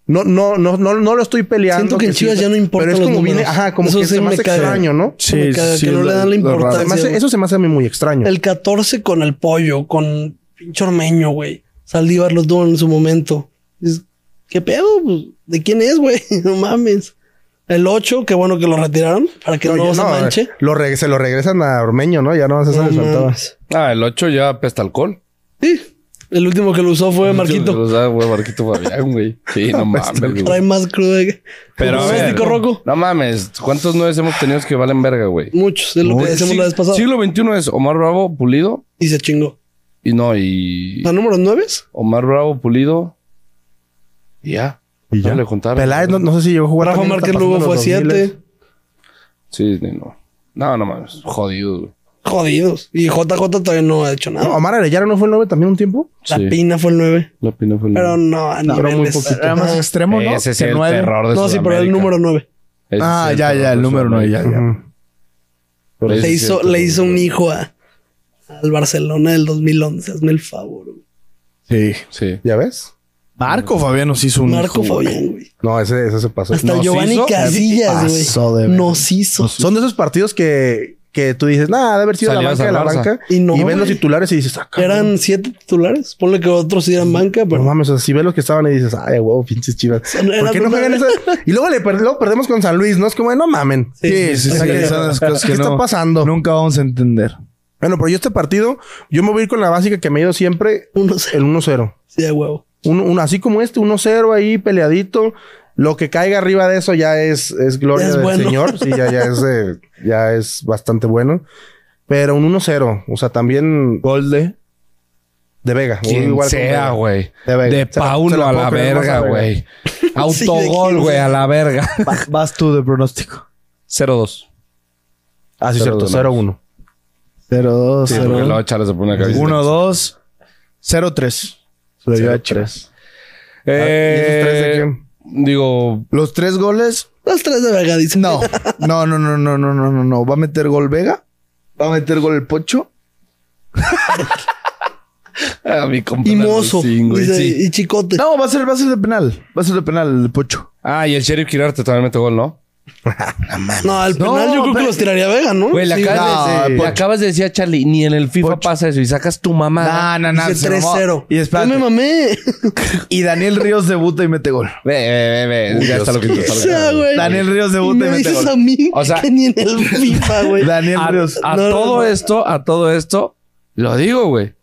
Speaker 3: No, no, no, no, no lo estoy peleando.
Speaker 1: Siento que en
Speaker 3: sí,
Speaker 1: Chivas ya no importa.
Speaker 3: Pero es
Speaker 1: los
Speaker 3: como viene,
Speaker 1: números.
Speaker 3: ajá, como
Speaker 1: Eso
Speaker 3: que
Speaker 1: sí
Speaker 3: se me hace
Speaker 1: caga.
Speaker 3: extraño, ¿no?
Speaker 1: Sí, me caga
Speaker 5: sí,
Speaker 1: que no
Speaker 5: es
Speaker 1: le
Speaker 5: lo-
Speaker 1: dan la
Speaker 5: lo raro.
Speaker 1: importancia.
Speaker 3: Se me hace-
Speaker 1: güey.
Speaker 3: eso se me hace a mí muy extraño.
Speaker 1: El 14 con el pollo, con pinche ormeño, güey. Saldívar los dos en su momento. Es- ¿Qué pedo? Pues, ¿De quién es, güey? No mames. El 8, qué bueno que lo retiraron para que no,
Speaker 3: ya-
Speaker 1: se manche.
Speaker 3: lo reg- se lo regresan a Ormeño, ¿no? Ya no se
Speaker 1: No
Speaker 3: les faltaba.
Speaker 1: mames.
Speaker 2: Ah, el 8 ya pesta alcohol.
Speaker 1: Sí. El último que lo usó fue Marquito.
Speaker 2: O sea, güey, Marquito Fabián, güey. Sí, no mames,
Speaker 1: Trae
Speaker 2: güey.
Speaker 1: más crudo que-
Speaker 2: Pero a
Speaker 1: ¿Sabes,
Speaker 2: ver,
Speaker 1: Tico Rocco?
Speaker 2: no mames, ¿cuántos nueves hemos tenido que valen verga, güey?
Speaker 1: Muchos, es lo que decíamos la vez pasada.
Speaker 2: Siglo XXI es Omar Bravo, Pulido
Speaker 1: Y se chingó.
Speaker 2: y no, y
Speaker 1: ¿La número 9?
Speaker 2: Omar Bravo, Pulido y ya.
Speaker 3: Y ya.
Speaker 2: No le contaron.
Speaker 3: Peláez, no, no sé si llegó a jugar.
Speaker 1: Rafa
Speaker 3: también,
Speaker 1: Márquez
Speaker 3: está pasando
Speaker 1: Lugo
Speaker 3: los
Speaker 1: fue
Speaker 3: 2000s.
Speaker 1: 7.
Speaker 2: Sí, sí, no. No, no mames, jodido, güey.
Speaker 1: Jodidos. Y JJ todavía no ha hecho
Speaker 3: No,
Speaker 1: nada.
Speaker 3: Omar Arellano no fue el 9 también un tiempo.
Speaker 1: La
Speaker 2: sí.
Speaker 1: Pina fue el 9.
Speaker 2: La pina fue el
Speaker 1: Pero
Speaker 3: Mm.
Speaker 1: no, a niveles.
Speaker 4: Era más extremo, ¿no?
Speaker 2: Ese sí
Speaker 4: Que
Speaker 2: es el
Speaker 4: nueve.
Speaker 2: terror de
Speaker 1: No, sí, pero era el
Speaker 2: Sudamérica.
Speaker 1: número 9.
Speaker 2: Ese
Speaker 4: Ah,
Speaker 2: sí es
Speaker 4: ya, ya,
Speaker 2: terror
Speaker 4: el
Speaker 2: de
Speaker 4: número nueve, ya,
Speaker 2: Sudamérica.
Speaker 4: ya.
Speaker 3: Ujú.
Speaker 2: Pero ese
Speaker 1: Le
Speaker 2: sí
Speaker 1: hizo,
Speaker 2: es el
Speaker 1: le hizo
Speaker 2: terror.
Speaker 1: un hijo a- al Barcelona del 2011. Hazme el favor. güey.
Speaker 4: Sí.
Speaker 2: Sí.
Speaker 3: ¿Ya ves?
Speaker 4: Marco Fabián nos hizo un.
Speaker 1: Marco
Speaker 4: hijo, güey.
Speaker 1: Fabián, güey.
Speaker 3: No, ese, ese se
Speaker 2: Pues
Speaker 3: pasó.
Speaker 1: Hasta
Speaker 4: ¿Nos
Speaker 1: Giovanni
Speaker 4: hizo?
Speaker 1: Casillas,
Speaker 4: Pasó
Speaker 1: güey.
Speaker 4: de ver-
Speaker 1: Nos hizo.
Speaker 4: Pues
Speaker 3: Son de esos partidos que, que tú dices, nada, de haber sido la
Speaker 2: Salidas
Speaker 3: banca de la
Speaker 2: al Barça.
Speaker 3: banca.
Speaker 1: Y
Speaker 3: Y,
Speaker 1: no,
Speaker 3: ves los
Speaker 1: güey.
Speaker 3: titulares y dices, ah, cabrón.
Speaker 1: Eran siete titulares. Ponle que otros sí eran banca,
Speaker 3: No
Speaker 1: pero
Speaker 3: mames, o sea, si ves los que estaban y dices, ay, huevo, pinches chivas.
Speaker 1: era
Speaker 3: ¿Por qué no
Speaker 1: una-
Speaker 3: juegan esa? Y luego le per- luego perdemos con San Luis, ¿no? Es como, de, no mamen.
Speaker 1: Sí, sí, sí,
Speaker 4: Sí,
Speaker 1: sí.
Speaker 4: son las cosas que
Speaker 3: ¿Qué está
Speaker 4: no-
Speaker 3: pasando?
Speaker 4: Nunca vamos a entender.
Speaker 3: Bueno, pero yo este partido, yo me voy a ir con la básica que me he ido siempre,
Speaker 1: uno se
Speaker 3: el 1-0.
Speaker 1: sí, a huevo.
Speaker 3: Un, un- así como este, 1-0 ahí peleadito. Lo que caiga arriba de eso ya es, es gloria
Speaker 1: Ya es
Speaker 3: del
Speaker 1: bueno.
Speaker 3: Señor. Sí, ya, ya, es, eh, ya es bastante bueno. Pero un 1-0. O sea, también
Speaker 4: Gol de.
Speaker 3: de Vega.
Speaker 2: Quien
Speaker 3: Igual con
Speaker 2: sea,
Speaker 3: Vega.
Speaker 2: güey.
Speaker 3: De Vega.
Speaker 2: De
Speaker 3: Se la- se
Speaker 2: Paulo
Speaker 3: la
Speaker 2: a
Speaker 3: puedo
Speaker 2: la
Speaker 3: creer más
Speaker 2: verga,
Speaker 3: a Vega.
Speaker 2: güey.
Speaker 1: Sí, de
Speaker 2: Autogol,
Speaker 1: quién
Speaker 2: güey, a la verga.
Speaker 4: Vas tú de pronóstico.
Speaker 2: 0-2.
Speaker 3: Ah, sí,
Speaker 2: Cero
Speaker 3: cierto.
Speaker 2: de
Speaker 3: 0-1.
Speaker 4: 0-2,
Speaker 2: Sí, porque luego Charles se pone acá.
Speaker 4: 1-2, 0-3. Se lo dio a Chivas.
Speaker 2: "Ah,
Speaker 3: ¿Y esos Ah, tres de
Speaker 2: Eh,
Speaker 3: quién?
Speaker 2: digo,
Speaker 4: Los tres goles.
Speaker 1: Las tres de Vega, dice.
Speaker 4: No, no, no, no, no, no, no, no, no. Va a meter gol Vega. Va a meter gol el Pocho.
Speaker 2: a mi compa.
Speaker 1: Y mozo.
Speaker 2: Alcín, güey,
Speaker 1: dice,
Speaker 2: sí.
Speaker 1: Y chicote.
Speaker 4: No, va a ser, va a ser de penal. Va a ser de penal el Pocho.
Speaker 2: Ah, y el Sheriff Quirarte también mete gol, ¿no?
Speaker 1: No, al penal yo creo que los tiraría Vega, ¿no?
Speaker 2: Güey, le,
Speaker 1: Mm, Sí,
Speaker 2: acabas
Speaker 4: no,
Speaker 2: de, decir- le
Speaker 4: Pocho.
Speaker 2: acabas de decir a Charlie, ni en el FIFA
Speaker 4: Pocho.
Speaker 2: pasa eso y sacas tu mamá.
Speaker 4: No, no, no.
Speaker 1: Ah, Dice
Speaker 4: se mamó.
Speaker 1: 3-0.
Speaker 4: Y espérate.
Speaker 1: Yo me mamé.
Speaker 4: Y Daniel Ríos debuta y mete gol.
Speaker 2: Ve, ve, ve, ve. Ya está lo que
Speaker 1: O sea, güey.
Speaker 4: Daniel Ríos
Speaker 1: Y
Speaker 4: debuta y
Speaker 1: me
Speaker 4: mete
Speaker 1: dices
Speaker 4: gol.
Speaker 1: a mí
Speaker 2: O sea-
Speaker 1: que ni en el FIFA, güey.
Speaker 4: Daniel
Speaker 2: A,
Speaker 4: Ríos.
Speaker 2: a
Speaker 1: No, no,
Speaker 2: todo
Speaker 1: no.
Speaker 2: esto, a todo esto, lo digo, güey.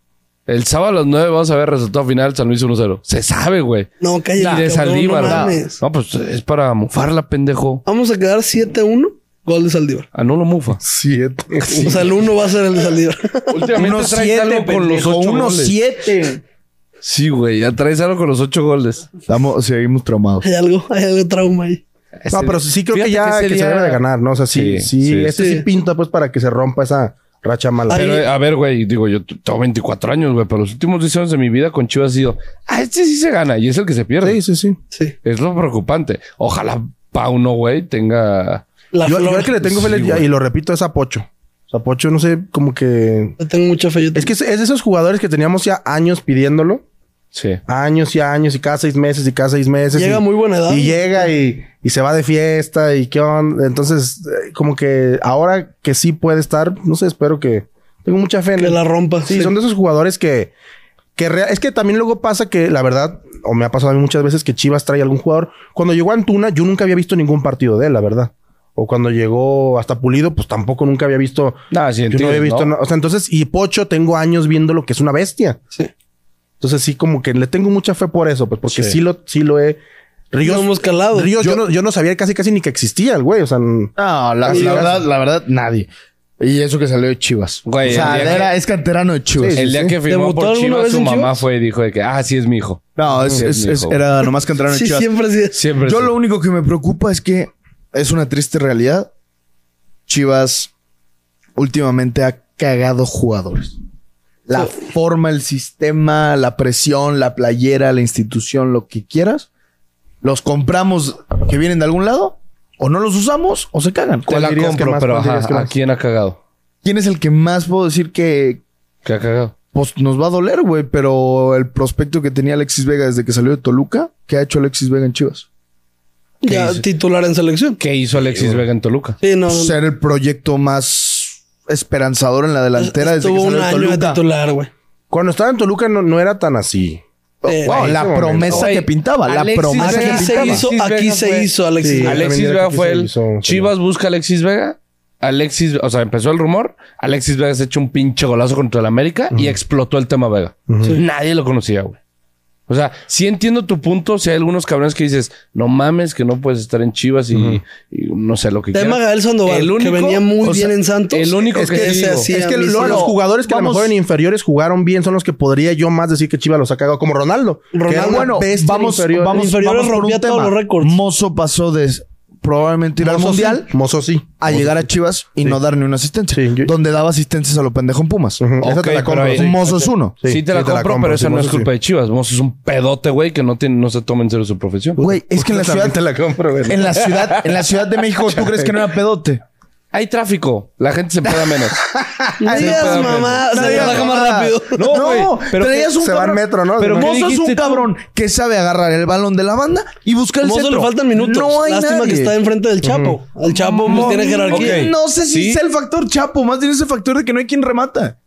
Speaker 2: El sábado a las 9 vamos a ver resultado final San Luis 1-0. Se sabe, güey.
Speaker 1: No,
Speaker 2: Y
Speaker 1: cállate.
Speaker 2: de
Speaker 1: cabrón,
Speaker 2: Saldívar.
Speaker 1: no
Speaker 2: No,
Speaker 1: mames.
Speaker 2: No, pues es para mufarla, pendejo.
Speaker 1: Vamos a quedar 7-1. Gol de Saldívar.
Speaker 2: Ah, no lo mufa.
Speaker 3: 7.
Speaker 1: O sea, el 1 va a ser el de Saldívar.
Speaker 2: Últimamente traes algo con los 8 goles.
Speaker 4: 1-7.
Speaker 2: Sí, güey. Ya traes algo con los 8 goles.
Speaker 4: Estamos, seguimos traumados.
Speaker 1: hay algo, hay algo de trauma ahí.
Speaker 3: No, pero sí, sí creo que
Speaker 2: Fíjate
Speaker 3: ya
Speaker 2: ese
Speaker 3: que se
Speaker 2: día-
Speaker 3: debe de ganar, ¿no? O sea,
Speaker 2: Sí,
Speaker 3: sí, sí,
Speaker 2: sí.
Speaker 3: este
Speaker 1: Sí.
Speaker 3: sí pinta pues para que se rompa esa racha mala.
Speaker 1: Ay,
Speaker 2: Pero, eh, a ver, güey, digo, yo t- tengo 24 años, güey, pero los últimos 10 años de mi vida con Chivas ha sido, ah, este sí se gana y es el que se pierde.
Speaker 3: sí, sí, sí.
Speaker 1: Sí.
Speaker 2: Es lo preocupante. Ojalá Pauno, güey, tenga...
Speaker 1: La
Speaker 3: Yo, yo
Speaker 1: flor.
Speaker 3: al que le tengo
Speaker 2: Sí,
Speaker 3: feliz,
Speaker 2: güey.
Speaker 3: y lo repito, es a Pocho. O sea, Pocho, no sé, como que...
Speaker 1: Le tengo mucha fe. yo
Speaker 3: Es que es, es de esos jugadores que teníamos ya años pidiéndolo.
Speaker 2: Sí.
Speaker 3: Años y años y cada seis meses y cada seis meses.
Speaker 1: Llega
Speaker 3: y-
Speaker 1: a muy buena edad.
Speaker 3: Y llega y, y se va de fiesta y qué onda. Entonces, eh, como que ahora que sí puede estar, no sé, espero que... Tengo mucha fe en
Speaker 1: que
Speaker 3: él.
Speaker 1: la rompa.
Speaker 3: Sí, son de esos jugadores que, que rea- es que también luego pasa que la verdad, o me ha pasado a mí muchas veces que Chivas trae algún jugador. Cuando llegó Antuna, yo nunca había visto ningún partido de él, la verdad. O cuando llegó hasta Pulido, pues tampoco nunca había visto.
Speaker 2: Nah, sí,
Speaker 3: Yo
Speaker 2: entiendo,
Speaker 3: no había visto.
Speaker 2: ¿no?
Speaker 3: na- O sea, entonces, y Pocho tengo años viendo lo que es una bestia.
Speaker 1: Sí.
Speaker 3: Entonces, sí, como que le tengo mucha fe por eso, pues porque sí, lo, sí lo he.
Speaker 1: Lo hemos
Speaker 3: Ríos,
Speaker 1: calado.
Speaker 3: Ríos, yo, no, yo no sabía casi casi ni que existía el güey. O sea, n-
Speaker 4: No, la,
Speaker 3: Casi
Speaker 4: la
Speaker 3: casi.
Speaker 4: verdad, la verdad, nadie. Y eso que salió de Chivas.
Speaker 2: Güey,
Speaker 4: o sea,
Speaker 2: el día
Speaker 4: era- es canterano de Chivas.
Speaker 3: Sí,
Speaker 2: El
Speaker 3: sí,
Speaker 2: día
Speaker 3: sí.
Speaker 2: que firmó
Speaker 1: ¿Debutó
Speaker 2: por
Speaker 1: alguna
Speaker 2: Chivas,
Speaker 1: vez
Speaker 2: su
Speaker 1: en
Speaker 2: mamá
Speaker 1: Chivas?
Speaker 2: fue y dijo de que, ah, sí es mi hijo.
Speaker 4: No, es,
Speaker 2: Sí,
Speaker 4: es-
Speaker 2: mijo.
Speaker 4: es- era nomás canterano de
Speaker 1: Sí,
Speaker 4: Chivas.
Speaker 1: siempre así es.
Speaker 2: Siempre.
Speaker 4: Yo
Speaker 2: sí.
Speaker 4: lo único que me preocupa es que es una triste realidad. Chivas últimamente ha cagado jugadores. La forma, el sistema, la presión, la playera, la institución, lo que quieras. Los compramos que vienen de algún lado o no los usamos o se cagan.
Speaker 2: Te la
Speaker 3: dirías que
Speaker 2: compro,
Speaker 3: más?
Speaker 2: pero
Speaker 3: ¿Cuál
Speaker 2: ajá,
Speaker 3: dirías que
Speaker 2: ¿a
Speaker 3: más?
Speaker 2: quién ha cagado?
Speaker 4: ¿Quién es el que más puedo decir que
Speaker 2: ¿Qué ha cagado?
Speaker 4: pues nos va a doler, güey. Pero el prospecto que tenía Alexis Vega desde que salió de Toluca, ¿qué ha hecho Alexis Vega en Chivas?
Speaker 1: Ya
Speaker 2: hizo?
Speaker 1: titular en selección.
Speaker 2: ¿Qué hizo Alexis Vega en Toluca?
Speaker 1: Sí, no.
Speaker 4: Ser el proyecto más esperanzador en la delantera desde que
Speaker 1: Estuvo un
Speaker 4: salió de
Speaker 1: año de
Speaker 4: Toluca.
Speaker 1: titular, güey.
Speaker 3: Cuando estaba en Toluca no, no era tan así.
Speaker 1: Eh,
Speaker 4: Oh, Wow,
Speaker 3: en ese
Speaker 4: la
Speaker 3: momento.
Speaker 4: promesa
Speaker 2: Güey,
Speaker 4: que pintaba, la
Speaker 2: Alexis
Speaker 4: promesa
Speaker 2: Vega
Speaker 1: Aquí
Speaker 4: que
Speaker 1: se
Speaker 4: pintaba.
Speaker 1: hizo, aquí
Speaker 2: Vega
Speaker 1: se
Speaker 2: fue-
Speaker 1: hizo Alexis.
Speaker 3: Sí.
Speaker 1: Vega.
Speaker 2: Alexis
Speaker 3: también
Speaker 2: Vega
Speaker 3: aquí
Speaker 2: fue
Speaker 3: se
Speaker 2: el.
Speaker 3: hizo, señor.
Speaker 2: Chivas busca a Alexis Vega. Alexis, o sea, empezó el rumor. Alexis Vega se echó un pinche golazo contra el América y explotó el tema Vega. Nadie lo conocía, güey. O sea, sí entiendo tu punto. Si hay algunos cabrones que dices, no mames, que no puedes estar en Chivas y, y no sé lo que
Speaker 1: Tema
Speaker 2: quieras.
Speaker 1: Gael Sandoval,
Speaker 2: El
Speaker 1: que venía muy
Speaker 2: o sea,
Speaker 1: bien en Santos.
Speaker 2: El único
Speaker 1: Es
Speaker 2: que,
Speaker 1: que
Speaker 2: sí
Speaker 1: ese
Speaker 2: digo,
Speaker 1: así-
Speaker 3: Es que
Speaker 1: a mí
Speaker 3: lo-
Speaker 1: sí.
Speaker 3: los jugadores que a lo
Speaker 4: Vamos-
Speaker 3: mejor en inferiores jugaron bien son los que podría yo más decir que Chivas los ha cagado, como Ronaldo. que
Speaker 1: Ronaldo,
Speaker 3: era una
Speaker 4: Bueno,
Speaker 3: bestia en
Speaker 4: vamos,
Speaker 3: inferiores.
Speaker 4: vamos,
Speaker 1: Inferiores
Speaker 4: vamos por
Speaker 1: rompía
Speaker 4: un
Speaker 1: todos
Speaker 4: tema.
Speaker 1: los récords.
Speaker 4: Mozo pasó de s- probablemente ir al
Speaker 3: Mozo
Speaker 4: mundial
Speaker 3: sí, Mozo sí.
Speaker 4: a llegar a Chivas y no dar ni una asistencia.
Speaker 3: Sí, yo-
Speaker 4: donde daba asistencias a lo pendejo en Pumas.
Speaker 3: Ujú, esa
Speaker 2: Ok,
Speaker 3: te la compro.
Speaker 2: pero ahí-
Speaker 3: sí.
Speaker 4: Mozo es uno.
Speaker 2: Sí, te la compro, pero
Speaker 3: sí,
Speaker 2: esa no
Speaker 3: Mozo
Speaker 2: es culpa
Speaker 3: sí.
Speaker 2: de Chivas. Mozo es un pedote, güey, que no, tiene, no se toma en serio su profesión.
Speaker 4: Güey, es que en la ciudad,
Speaker 3: También te la compro, güey.
Speaker 4: en la ciudad, en la ciudad de México, ¿tú crees que no era pedote?
Speaker 2: Hay tráfico. La gente se peda menos.
Speaker 1: No digas
Speaker 2: Sí,
Speaker 1: mamá, Ah, se
Speaker 4: No digas
Speaker 1: viaja más
Speaker 4: mamada.
Speaker 1: rápido.
Speaker 2: No, güey, pero
Speaker 4: traías
Speaker 3: se va en metro, ¿no?
Speaker 4: Pero
Speaker 3: ¿Qué
Speaker 4: Mozo es un
Speaker 2: dijiste tú?
Speaker 4: cabrón que sabe agarrar el balón de la banda y buscar el
Speaker 1: Mozo
Speaker 4: centro.
Speaker 1: le faltan minutos.
Speaker 4: No hay
Speaker 1: Lástima
Speaker 4: nadie.
Speaker 1: que está enfrente del Chapo. El Chapo pues,
Speaker 4: No,
Speaker 1: tiene jerarquía.
Speaker 2: Ok.
Speaker 4: No sé si
Speaker 2: Sí.
Speaker 4: es el factor Chapo, más bien es el factor de que no hay quien remata.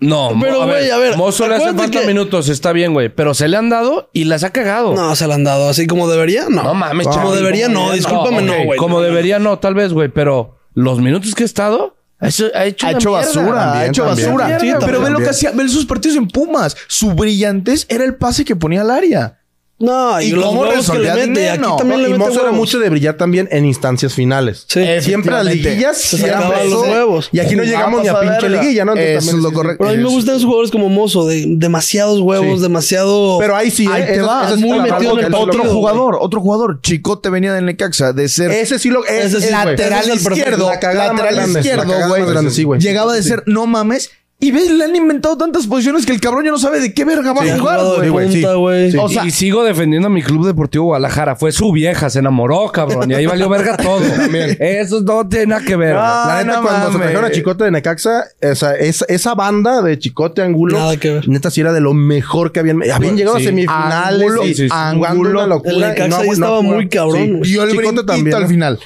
Speaker 2: No, mo-
Speaker 1: Pero, güey, a ver,
Speaker 2: Mozo le hacen
Speaker 1: acuérdate
Speaker 2: falta
Speaker 1: que-
Speaker 2: minutos, está bien, güey. Pero se le han dado y las ha cagado. No,
Speaker 1: No, se la han dado así como debería. No,
Speaker 2: mames,
Speaker 1: Como
Speaker 2: Charlie,
Speaker 1: debería, no. Discúlpame, no,
Speaker 2: ok,
Speaker 1: güey.
Speaker 2: Como debería, no, tal vez, güey. Pero los minutos que ha estado, eso ha hecho,
Speaker 4: Ha
Speaker 2: una
Speaker 4: hecho
Speaker 2: mierda.
Speaker 4: basura, ha
Speaker 3: También,
Speaker 4: hecho
Speaker 3: también.
Speaker 4: basura.
Speaker 1: Sí, también,
Speaker 4: Pero ve lo que
Speaker 3: también.
Speaker 4: hacía, ve sus partidos en Pumas. Su brillantez era el pase que ponía al área.
Speaker 1: No, y,
Speaker 4: ¿Y
Speaker 1: los
Speaker 4: cómo
Speaker 1: huevos que le
Speaker 4: resolvía
Speaker 1: mete. y
Speaker 4: dinero?
Speaker 1: Aquí también le
Speaker 3: Y
Speaker 1: mete
Speaker 3: Mozo era
Speaker 1: huevos.
Speaker 3: mucho de brillar también en instancias finales.
Speaker 1: Sí.
Speaker 3: Siempre las
Speaker 4: Efectivamente.
Speaker 3: liguillas
Speaker 1: Se
Speaker 3: siempre
Speaker 1: sacaban los
Speaker 3: eso.
Speaker 1: huevos.
Speaker 3: Y aquí no llegamos ni a
Speaker 4: Vamos a
Speaker 3: pinche
Speaker 4: verla.
Speaker 3: liguilla, ¿no? Entonces
Speaker 4: Eso
Speaker 3: también
Speaker 4: es lo
Speaker 3: sí.
Speaker 4: correcto.
Speaker 1: Pero a mí me
Speaker 4: Eso.
Speaker 1: gustan esos jugadores como Mozo, de demasiados huevos,
Speaker 3: Sí.
Speaker 1: demasiado.
Speaker 3: Pero ahí sí,
Speaker 4: Ahí
Speaker 3: ¿eh?
Speaker 4: te
Speaker 3: Eso-
Speaker 4: va.
Speaker 3: eso sí
Speaker 1: Muy
Speaker 3: te la
Speaker 1: metido
Speaker 3: valgo,
Speaker 1: en el
Speaker 3: que eso
Speaker 1: partido,
Speaker 3: es
Speaker 4: Otro
Speaker 3: lo-
Speaker 4: jugador, otro jugador. Chicote venía de Necaxa de ser
Speaker 3: Ese sí lo es,
Speaker 1: Ese sí,
Speaker 3: es
Speaker 1: güey.
Speaker 4: lateral
Speaker 1: Ese es el perfecto.
Speaker 4: izquierdo.
Speaker 3: La cagada más
Speaker 4: lateral
Speaker 3: grande, la
Speaker 4: izquierdo,
Speaker 3: cagada
Speaker 4: güey.
Speaker 3: más grande, sí, güey.
Speaker 4: Llegaba de ser, no mames. Y ves, le han inventado tantas posiciones que el cabrón ya no sabe de qué verga va
Speaker 1: Sí,
Speaker 4: a
Speaker 1: ha
Speaker 4: jugar,
Speaker 1: jugado
Speaker 4: güey.
Speaker 1: de
Speaker 3: güey, sí.
Speaker 1: punta, güey.
Speaker 3: Sí.
Speaker 4: O
Speaker 2: Y-
Speaker 4: sea-
Speaker 2: y sigo defendiendo a mi club deportivo Guadalajara. Fue su vieja, se enamoró, cabrón. Y ahí valió verga todo. Eso no tiene nada que ver.
Speaker 3: La
Speaker 4: Ah,
Speaker 3: neta,
Speaker 4: no
Speaker 3: cuando se
Speaker 4: mames.
Speaker 3: trajeron a Chicote de Necaxa, esa, esa, esa banda de Chicote Angulo,
Speaker 1: Nada que ver.
Speaker 3: neta, sí era de lo mejor que habían. Habían llegado a
Speaker 2: sí.
Speaker 3: semifinales,
Speaker 4: Angulo,
Speaker 2: sí,
Speaker 3: y
Speaker 2: sí.
Speaker 3: jugando
Speaker 4: Angulo.
Speaker 3: una locura.
Speaker 1: El Necaxa
Speaker 3: y
Speaker 1: ahí estaba muy cabrón, güey.
Speaker 4: Dio el brinquito
Speaker 3: ¿eh?
Speaker 4: al final.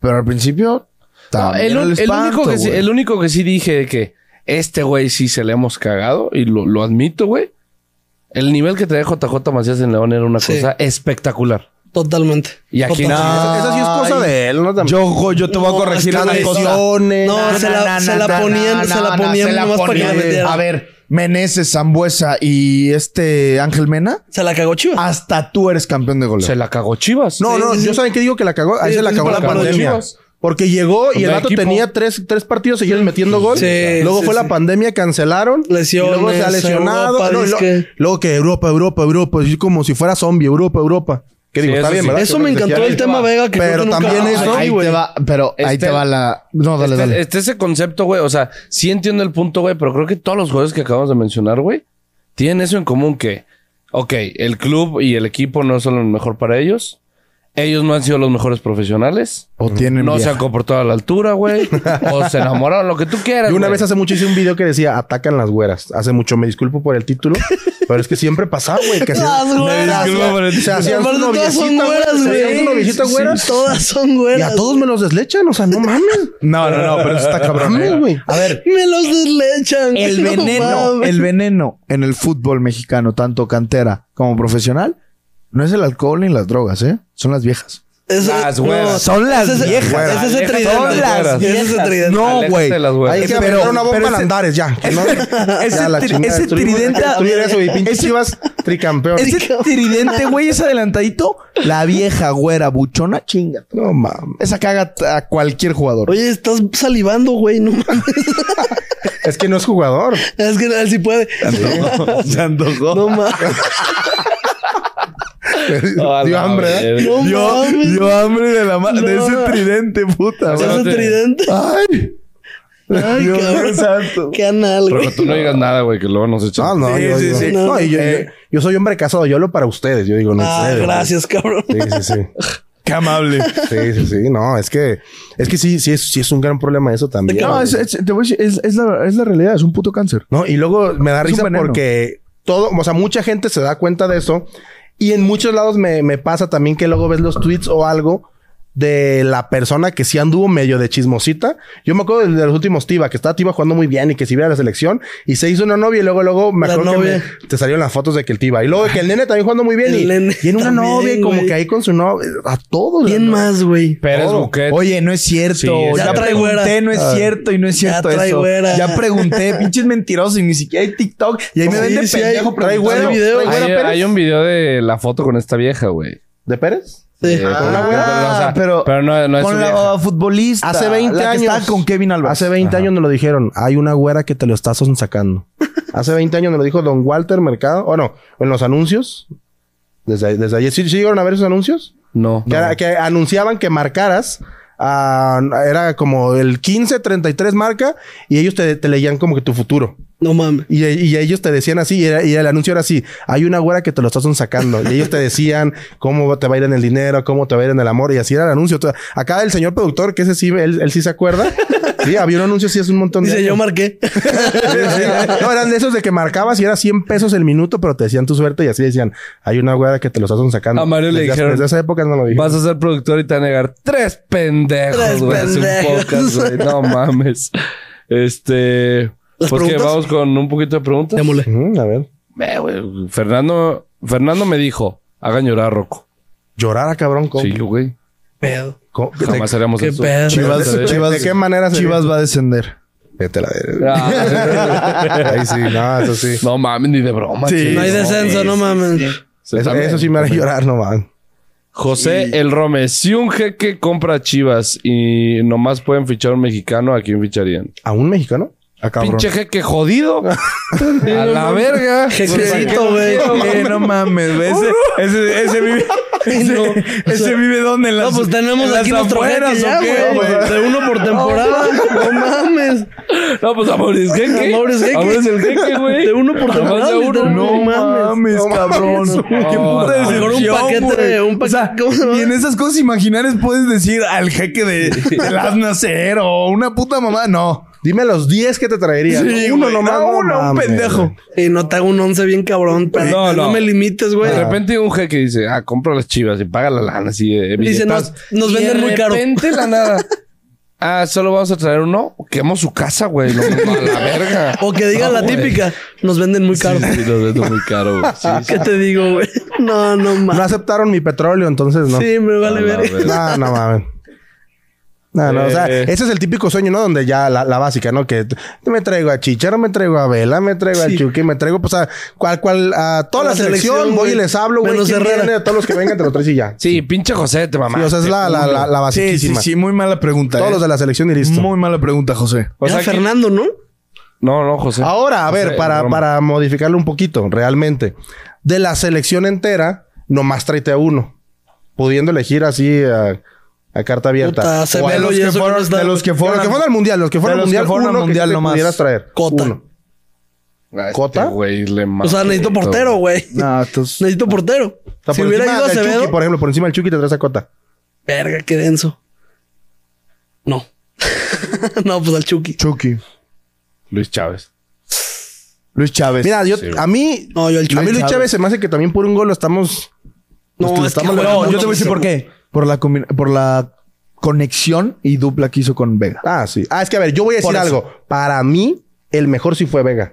Speaker 4: Pero al principio, también
Speaker 2: Ah, el, un- el
Speaker 4: espanto,
Speaker 2: único que sí,
Speaker 4: güey.
Speaker 2: el único que sí dije de que este güey sí se le hemos cagado y lo, lo admito, güey. El nivel que traía JJ Macías en León era una
Speaker 1: Sí.
Speaker 2: cosa espectacular.
Speaker 1: Totalmente.
Speaker 2: Y aquí
Speaker 1: Totalmente.
Speaker 2: nada.
Speaker 3: Esa, esa sí es cosa
Speaker 4: Ay.
Speaker 3: de él, ¿no? También.
Speaker 4: Yo, yo te voy
Speaker 1: No,
Speaker 4: a corregir
Speaker 1: es que
Speaker 4: una
Speaker 1: la
Speaker 4: cosa.
Speaker 3: lesiones.
Speaker 1: No, se la- se la ponían- se la ponían
Speaker 4: se la
Speaker 1: nomás para que la
Speaker 4: ponían.
Speaker 1: metieran.
Speaker 4: A ver, Meneses, Zambuesa y este Ángel Mena,
Speaker 1: Se la cagó
Speaker 4: Ah,
Speaker 1: Chivas.
Speaker 4: hasta tú eres campeón de goleo.
Speaker 2: Se la cagó Chivas.
Speaker 3: No,
Speaker 1: Sí,
Speaker 3: no,
Speaker 1: sí,
Speaker 3: yo
Speaker 1: sí.
Speaker 3: saben que digo que la cagó. Ahí
Speaker 1: Sí,
Speaker 3: se la
Speaker 1: sí,
Speaker 3: acabó
Speaker 1: para
Speaker 3: la
Speaker 1: los
Speaker 3: pandemia.
Speaker 2: Chivas.
Speaker 3: Porque llegó y el
Speaker 2: Contra
Speaker 3: vato
Speaker 2: equipo.
Speaker 3: tenía tres, tres partidos seguidos metiendo gol.
Speaker 1: Sí,
Speaker 3: luego
Speaker 1: sí,
Speaker 3: fue
Speaker 1: sí.
Speaker 3: la pandemia, cancelaron.
Speaker 1: Lesiones,
Speaker 3: y luego se ha lesionado.
Speaker 1: Europa,
Speaker 3: No, y lo-
Speaker 1: dizque.
Speaker 3: luego que Europa, Europa, Europa. Así como si fuera zombie, Europa, Europa. Que digo,
Speaker 2: Sí,
Speaker 3: está
Speaker 2: eso
Speaker 3: bien,
Speaker 2: sí.
Speaker 3: ¿verdad?
Speaker 1: Eso
Speaker 3: Que
Speaker 1: me
Speaker 3: no les
Speaker 1: encantó
Speaker 3: decía
Speaker 1: el
Speaker 3: bien.
Speaker 1: tema Vega. Que creo
Speaker 3: Pero
Speaker 1: que nunca-
Speaker 3: también
Speaker 1: Ah,
Speaker 3: eso.
Speaker 1: ahí
Speaker 4: ahí te va, pero ahí
Speaker 2: Este-
Speaker 4: te va la. No, dale,
Speaker 2: este,
Speaker 4: dale.
Speaker 2: este ese concepto, güey. O sea, sí entiendo el punto, güey, pero creo que todos los jugadores que acabamos de mencionar, güey, tienen eso en común que, ok, el club y el equipo no son lo mejor para ellos. Ellos no han sido los mejores profesionales.
Speaker 4: o tienen.
Speaker 2: No se
Speaker 4: vieja.
Speaker 2: han comportado a la altura, güey. o se enamoraron, lo que tú quieras.
Speaker 3: Yo una
Speaker 2: güey.
Speaker 3: vez hace mucho hice un video que decía atacan las güeras. Hace mucho, me disculpo por el título, pero es que siempre pasaba, güey. Que hacían-
Speaker 1: Las güeras.
Speaker 3: Me disculpo por el- Se hacían
Speaker 1: Aparte,
Speaker 3: su
Speaker 1: todas son
Speaker 3: noviecita, güey.
Speaker 1: güeras,
Speaker 3: Se
Speaker 1: güey.
Speaker 3: hacían su noviecita
Speaker 1: Sí,
Speaker 3: güeras.
Speaker 1: Todas son
Speaker 3: Y
Speaker 1: güeras.
Speaker 3: a todos me los deslechan, o sea, no mames.
Speaker 4: No, no, no, pero eso está cabrón.
Speaker 3: Mames,
Speaker 4: eh.
Speaker 3: güey.
Speaker 4: A ver,
Speaker 1: Me los deslechan.
Speaker 4: el
Speaker 1: no
Speaker 4: veneno,
Speaker 1: mames.
Speaker 4: el veneno en el fútbol mexicano, tanto cantera como profesional, no es el alcohol ni las drogas, ¿eh? Son las viejas.
Speaker 1: Ese-
Speaker 2: Las güeras.
Speaker 4: Son las
Speaker 1: ese-
Speaker 4: viejas.
Speaker 1: ese Es ese
Speaker 2: Son
Speaker 1: tridente.
Speaker 2: las güeras.
Speaker 1: Ese es el tridente.
Speaker 4: No,
Speaker 2: Aléjate
Speaker 4: güey.
Speaker 2: de las güeras.
Speaker 3: Hay que
Speaker 4: Pero-
Speaker 3: aventar una bomba
Speaker 4: pero
Speaker 3: en
Speaker 4: ese-
Speaker 3: Andares, ya. que no- ya, la
Speaker 4: tri-
Speaker 3: chingada,
Speaker 4: ese
Speaker 3: destruimos-
Speaker 4: tridente-
Speaker 3: destruir eso y pinche Chivas tricampeón.
Speaker 4: Ese tridente, güey, es adelantadito. La vieja güera buchona, chinga.
Speaker 3: No mames.
Speaker 4: Esa caga a cualquier jugador.
Speaker 1: Oye, estás salivando, güey. No mames.
Speaker 3: Es que no es jugador.
Speaker 1: Es que él sí puede.
Speaker 4: Se antojó.
Speaker 1: No mames.
Speaker 2: A la
Speaker 3: Dio hambre, ¿eh?
Speaker 2: verga.
Speaker 1: No
Speaker 4: Yo,
Speaker 1: mames.
Speaker 4: yo hambre de, la ma- de
Speaker 1: No.
Speaker 4: ese tridente, puta.
Speaker 1: Ese es el
Speaker 2: Acuérdate.
Speaker 1: tridente.
Speaker 4: Ay.
Speaker 1: Ay,
Speaker 4: Dios
Speaker 1: cabrón.
Speaker 4: santo.
Speaker 1: Qué anal,
Speaker 2: Pero
Speaker 1: güey.
Speaker 2: tú no digas nada, güey, que luego nos echan.
Speaker 3: No, Ah, no,
Speaker 4: Sí,
Speaker 3: yo,
Speaker 4: sí,
Speaker 3: yo-
Speaker 4: sí. eh.
Speaker 3: no, y yo, yo- yo soy hombre casado, yo hablo para ustedes. Yo digo, no
Speaker 1: Ah,
Speaker 3: ustedes, güey.
Speaker 1: gracias, cabrón.
Speaker 3: Sí, sí, sí.
Speaker 5: Qué amable.
Speaker 3: Sí, sí, sí. No, es que, es que sí, sí es, sí es un gran problema eso también.
Speaker 4: No, es, es- te voy a decir, es- es la, es la realidad, es un puto cáncer.
Speaker 3: No, y luego me da
Speaker 4: Es un
Speaker 3: risa
Speaker 4: veneno.
Speaker 3: porque todo, o sea, mucha gente se da cuenta de eso. Y en muchos lados me, me pasa también que luego ves los tweets o algo de la persona que sí anduvo medio de chismosita. Yo me acuerdo de, de los últimos Tiva, que estaba Tiva jugando muy bien y que si viera la selección y se hizo una novia y luego, luego me
Speaker 1: La
Speaker 3: acuerdo que
Speaker 1: novia.
Speaker 3: me- te salieron las fotos de que el Tiva. Y luego de que el nene también jugando muy bien
Speaker 1: El
Speaker 3: y,
Speaker 1: nene
Speaker 3: y en una
Speaker 1: también,
Speaker 3: novia y como
Speaker 1: güey.
Speaker 3: que ahí con su novia, a todos. la
Speaker 1: ¿Quién
Speaker 3: novia.
Speaker 1: más, güey?
Speaker 2: Pérez Buquet.
Speaker 4: Oye, no es cierto.
Speaker 2: Sí, es
Speaker 4: ya
Speaker 1: cierto.
Speaker 4: pregunté,
Speaker 1: Ya trae güera.
Speaker 4: no es cierto y no es
Speaker 1: Ya
Speaker 4: cierto
Speaker 1: trae
Speaker 4: eso.
Speaker 1: güera.
Speaker 4: Ya pregunté, pinches mentirosos y ni siquiera hay TikTok. Y ahí me
Speaker 1: Sí,
Speaker 4: venden
Speaker 1: sí hay,
Speaker 4: pendejo.
Speaker 1: trae
Speaker 4: preguntando.
Speaker 1: güero.
Speaker 4: Video.
Speaker 3: Trae güera
Speaker 2: Hay,
Speaker 3: Pérez.
Speaker 2: hay un video de la foto con esta vieja, güey.
Speaker 3: ¿De Pérez?
Speaker 1: Sí.
Speaker 2: Eh, con una-
Speaker 4: Ah,
Speaker 2: pero,
Speaker 4: pero-
Speaker 2: pero no, no es su
Speaker 4: Con la
Speaker 2: vieja.
Speaker 4: futbolista.
Speaker 3: Hace 20
Speaker 4: la que
Speaker 3: años.
Speaker 4: estaba con Kevin Álvarez.
Speaker 3: Hace 20 años nos lo dijeron. Hay una güera que te lo está sacando. Hace 20 años nos lo dijo Don Walter Mercado. O no, en los anuncios. Desde, desde ayer. ¿Sí, sí llegaron a ver esos anuncios?
Speaker 2: No.
Speaker 3: Que, era- que anunciaban que marcaras. ah, era como el 15-33 marca. Y ellos te, te leían como que tu futuro.
Speaker 1: No mames.
Speaker 3: Y, y ellos te decían así, y, era- y el anuncio era así, hay una güera que te lo estás sacando. Y ellos te decían cómo te va a ir en el dinero, cómo te va a ir en el amor, y así era el anuncio. Todo- Acá el señor productor, que ese sí, él, él sí se acuerda. Sí, había un anuncio así hace un montón de
Speaker 1: Dice, yo
Speaker 3: años.
Speaker 1: marqué.
Speaker 3: Sí, sí. No, eran de esos de que marcabas y era 100 pesos el minuto, pero te decían tu suerte y así decían, hay una güera que te lo estás sacando.
Speaker 2: A Mario le
Speaker 3: Desde-
Speaker 2: dijeron,
Speaker 3: Desde esa época no lo dije.
Speaker 2: Vas a ser productor y te van a negar tres pendejos,
Speaker 1: Tres
Speaker 2: güey. hace un
Speaker 1: pendejos.
Speaker 2: podcast, güey. No mames. Este.
Speaker 1: ¿Las
Speaker 2: Pues que
Speaker 1: preguntas?
Speaker 2: vamos con un poquito de preguntas.
Speaker 1: Te molé.
Speaker 3: Ujú, Mm, a ver.
Speaker 2: Eh, güey, Fernando, Fernando me dijo: hagan llorar a Rocco.
Speaker 3: Llorar a cabrón, ¿cómo?
Speaker 2: Sí, güey.
Speaker 1: Pedo.
Speaker 3: ¿Cómo?
Speaker 2: Jamás haríamos
Speaker 1: qué
Speaker 2: eso.
Speaker 1: pedo.
Speaker 3: Chivas-
Speaker 2: ¿De- de-
Speaker 3: Chivas- ¿De qué manera se-
Speaker 4: Chivas va a descender.
Speaker 3: Vete a la verga.
Speaker 2: Ah,
Speaker 3: Ahí sí, no, eso sí.
Speaker 2: no mames, ni de broma.
Speaker 4: Sí.
Speaker 1: No hay descenso, no mames.
Speaker 3: Eso, eso sí me hará llorar, no man.
Speaker 2: José El Rome, si un jeque compra a Chivas y nomás pueden fichar un mexicano, ¿a quién ficharían?
Speaker 3: ¿A un mexicano? A cabrón.
Speaker 2: Pinche jeque jodido. a la verga.
Speaker 1: Jequecito, güey.
Speaker 5: Eh, no mames, güey. Ese, ese, ese vive. Ese, ese vive donde en las.
Speaker 1: No, pues
Speaker 5: en
Speaker 1: tenemos
Speaker 5: las
Speaker 1: aquí nuestro jeque
Speaker 5: afueras,
Speaker 1: ya,
Speaker 5: ¿o qué,
Speaker 1: güey.
Speaker 5: güey?
Speaker 1: De uno por temporada. No mames.
Speaker 2: No, pues amor es jeque.
Speaker 1: Amor es jeque.
Speaker 2: Amor es el jeque, güey.
Speaker 1: De uno por
Speaker 2: Nomás
Speaker 1: temporada.
Speaker 2: de uno.
Speaker 1: literal,
Speaker 5: No mames, cabrón. Qué
Speaker 2: No,
Speaker 5: puta
Speaker 2: no.
Speaker 1: Mejor un
Speaker 5: decepción,
Speaker 1: paquete,
Speaker 5: güey.
Speaker 1: un
Speaker 5: O sea,
Speaker 1: paquete, ¿cómo se llama?
Speaker 5: y en esas cosas imaginarias puedes decir al jeque de del Nacer o una puta mamá. No.
Speaker 3: Dime los 10 que te traería.
Speaker 5: Sí,
Speaker 3: uno
Speaker 5: güey.
Speaker 3: nomás.
Speaker 5: No, uno, un
Speaker 3: mames,
Speaker 5: pendejo.
Speaker 3: güey.
Speaker 1: Y no te hago un once bien cabrón. pero
Speaker 2: No, Ah.
Speaker 1: No,
Speaker 2: no.
Speaker 1: me limites, güey.
Speaker 2: De repente un jeque dice, ah, compra las chivas y paga la lana así de
Speaker 1: Dice,
Speaker 2: billetas.
Speaker 1: nos, nos
Speaker 2: Y
Speaker 1: venden muy caro.
Speaker 2: De repente la nada. Ah, solo vamos a traer uno. Quemamos su casa, güey. Lo- A la verga.
Speaker 1: O que digan la típica, nos venden muy caro.
Speaker 2: Sí, nos venden muy caro, güey. Sí, sí.
Speaker 1: ¿Qué te digo, güey? No, no
Speaker 3: No
Speaker 1: mames.
Speaker 3: aceptaron mi petróleo, entonces no.
Speaker 1: Sí, me vale
Speaker 2: A la
Speaker 1: ver.
Speaker 2: verga.
Speaker 3: No, no mames. No, no, o sea,
Speaker 2: Eh.
Speaker 3: ese es el típico sueño, ¿no? Donde ya la, la básica, ¿no? Que t- me traigo a Chicharo, me traigo a Vela, me traigo
Speaker 1: Sí.
Speaker 3: a Chucky, me traigo, pues a cual, cual, a toda
Speaker 1: A
Speaker 3: la,
Speaker 1: la
Speaker 3: selección,
Speaker 1: selección,
Speaker 3: voy y
Speaker 1: güey.
Speaker 3: les hablo, güey.
Speaker 1: Menos
Speaker 3: ¿quién
Speaker 1: Herrera.
Speaker 3: viene? A todos los que vengan, te los traes y ya.
Speaker 2: Sí, pinche José, te mamá.
Speaker 3: Sí, o sea, es la, la, la, la
Speaker 5: Sí, sí,
Speaker 3: basiquísima.
Speaker 5: sí, muy mala pregunta.
Speaker 3: Todos
Speaker 5: eh.
Speaker 3: los de la selección y listo.
Speaker 5: Muy mala pregunta, José.
Speaker 2: O sea,
Speaker 1: Era
Speaker 2: que-
Speaker 1: Fernando, ¿no?
Speaker 2: No, no, José.
Speaker 3: Ah, Ahora, a ver,
Speaker 2: José,
Speaker 3: para,
Speaker 2: broma.
Speaker 3: para modificarlo un poquito, realmente. De la selección entera, nomás tráete a uno. Pudiendo elegir así a, a carta abierta.
Speaker 1: Puta,
Speaker 3: O a
Speaker 1: Acevedo
Speaker 3: los
Speaker 1: y
Speaker 3: que
Speaker 1: eso que
Speaker 3: fueron-
Speaker 1: no está-
Speaker 3: de los que fueron, al mundial, los que fueron
Speaker 5: de
Speaker 3: al
Speaker 5: los que
Speaker 3: mundial,
Speaker 5: fueron al
Speaker 3: uno
Speaker 5: Mundial
Speaker 3: que sí te
Speaker 5: nomás.
Speaker 3: pudieras traer.
Speaker 1: Cota.
Speaker 3: Uno.
Speaker 2: Ah, este
Speaker 3: ¿Cota?
Speaker 2: güey, le
Speaker 1: O sea, necesito
Speaker 2: mamó.
Speaker 1: portero, güey.
Speaker 4: No, entonces.
Speaker 1: Necesito portero.
Speaker 3: O sea,
Speaker 1: si
Speaker 3: por
Speaker 1: hubiera
Speaker 3: encima
Speaker 1: ido a
Speaker 3: del
Speaker 1: Acevedo,
Speaker 3: Chucky, por ejemplo, por encima del Chucky te traes a Cota.
Speaker 1: verga, qué denso. No. no, pues al Chucky.
Speaker 4: Chucky.
Speaker 2: Luis Chávez.
Speaker 4: Luis
Speaker 5: Pues
Speaker 4: Chávez.
Speaker 3: Mira, yo,
Speaker 2: Sí.
Speaker 3: a mí,
Speaker 1: No, yo al Chucky.
Speaker 3: a mí Luis
Speaker 1: Chávez.
Speaker 3: Chávez se me hace que también por un gol lo estamos.
Speaker 1: No,
Speaker 3: Nos
Speaker 1: es que
Speaker 3: estamos
Speaker 1: juega
Speaker 3: levantando
Speaker 1: muy
Speaker 4: yo te voy a decir
Speaker 1: mucho.
Speaker 4: por qué. Por la, combi- por la conexión y dupla que hizo con Vega.
Speaker 3: Ah, sí. Ah, es que a ver, yo voy a
Speaker 4: Por
Speaker 3: decir
Speaker 4: eso.
Speaker 3: algo. Para mí, el mejor sí fue Vega.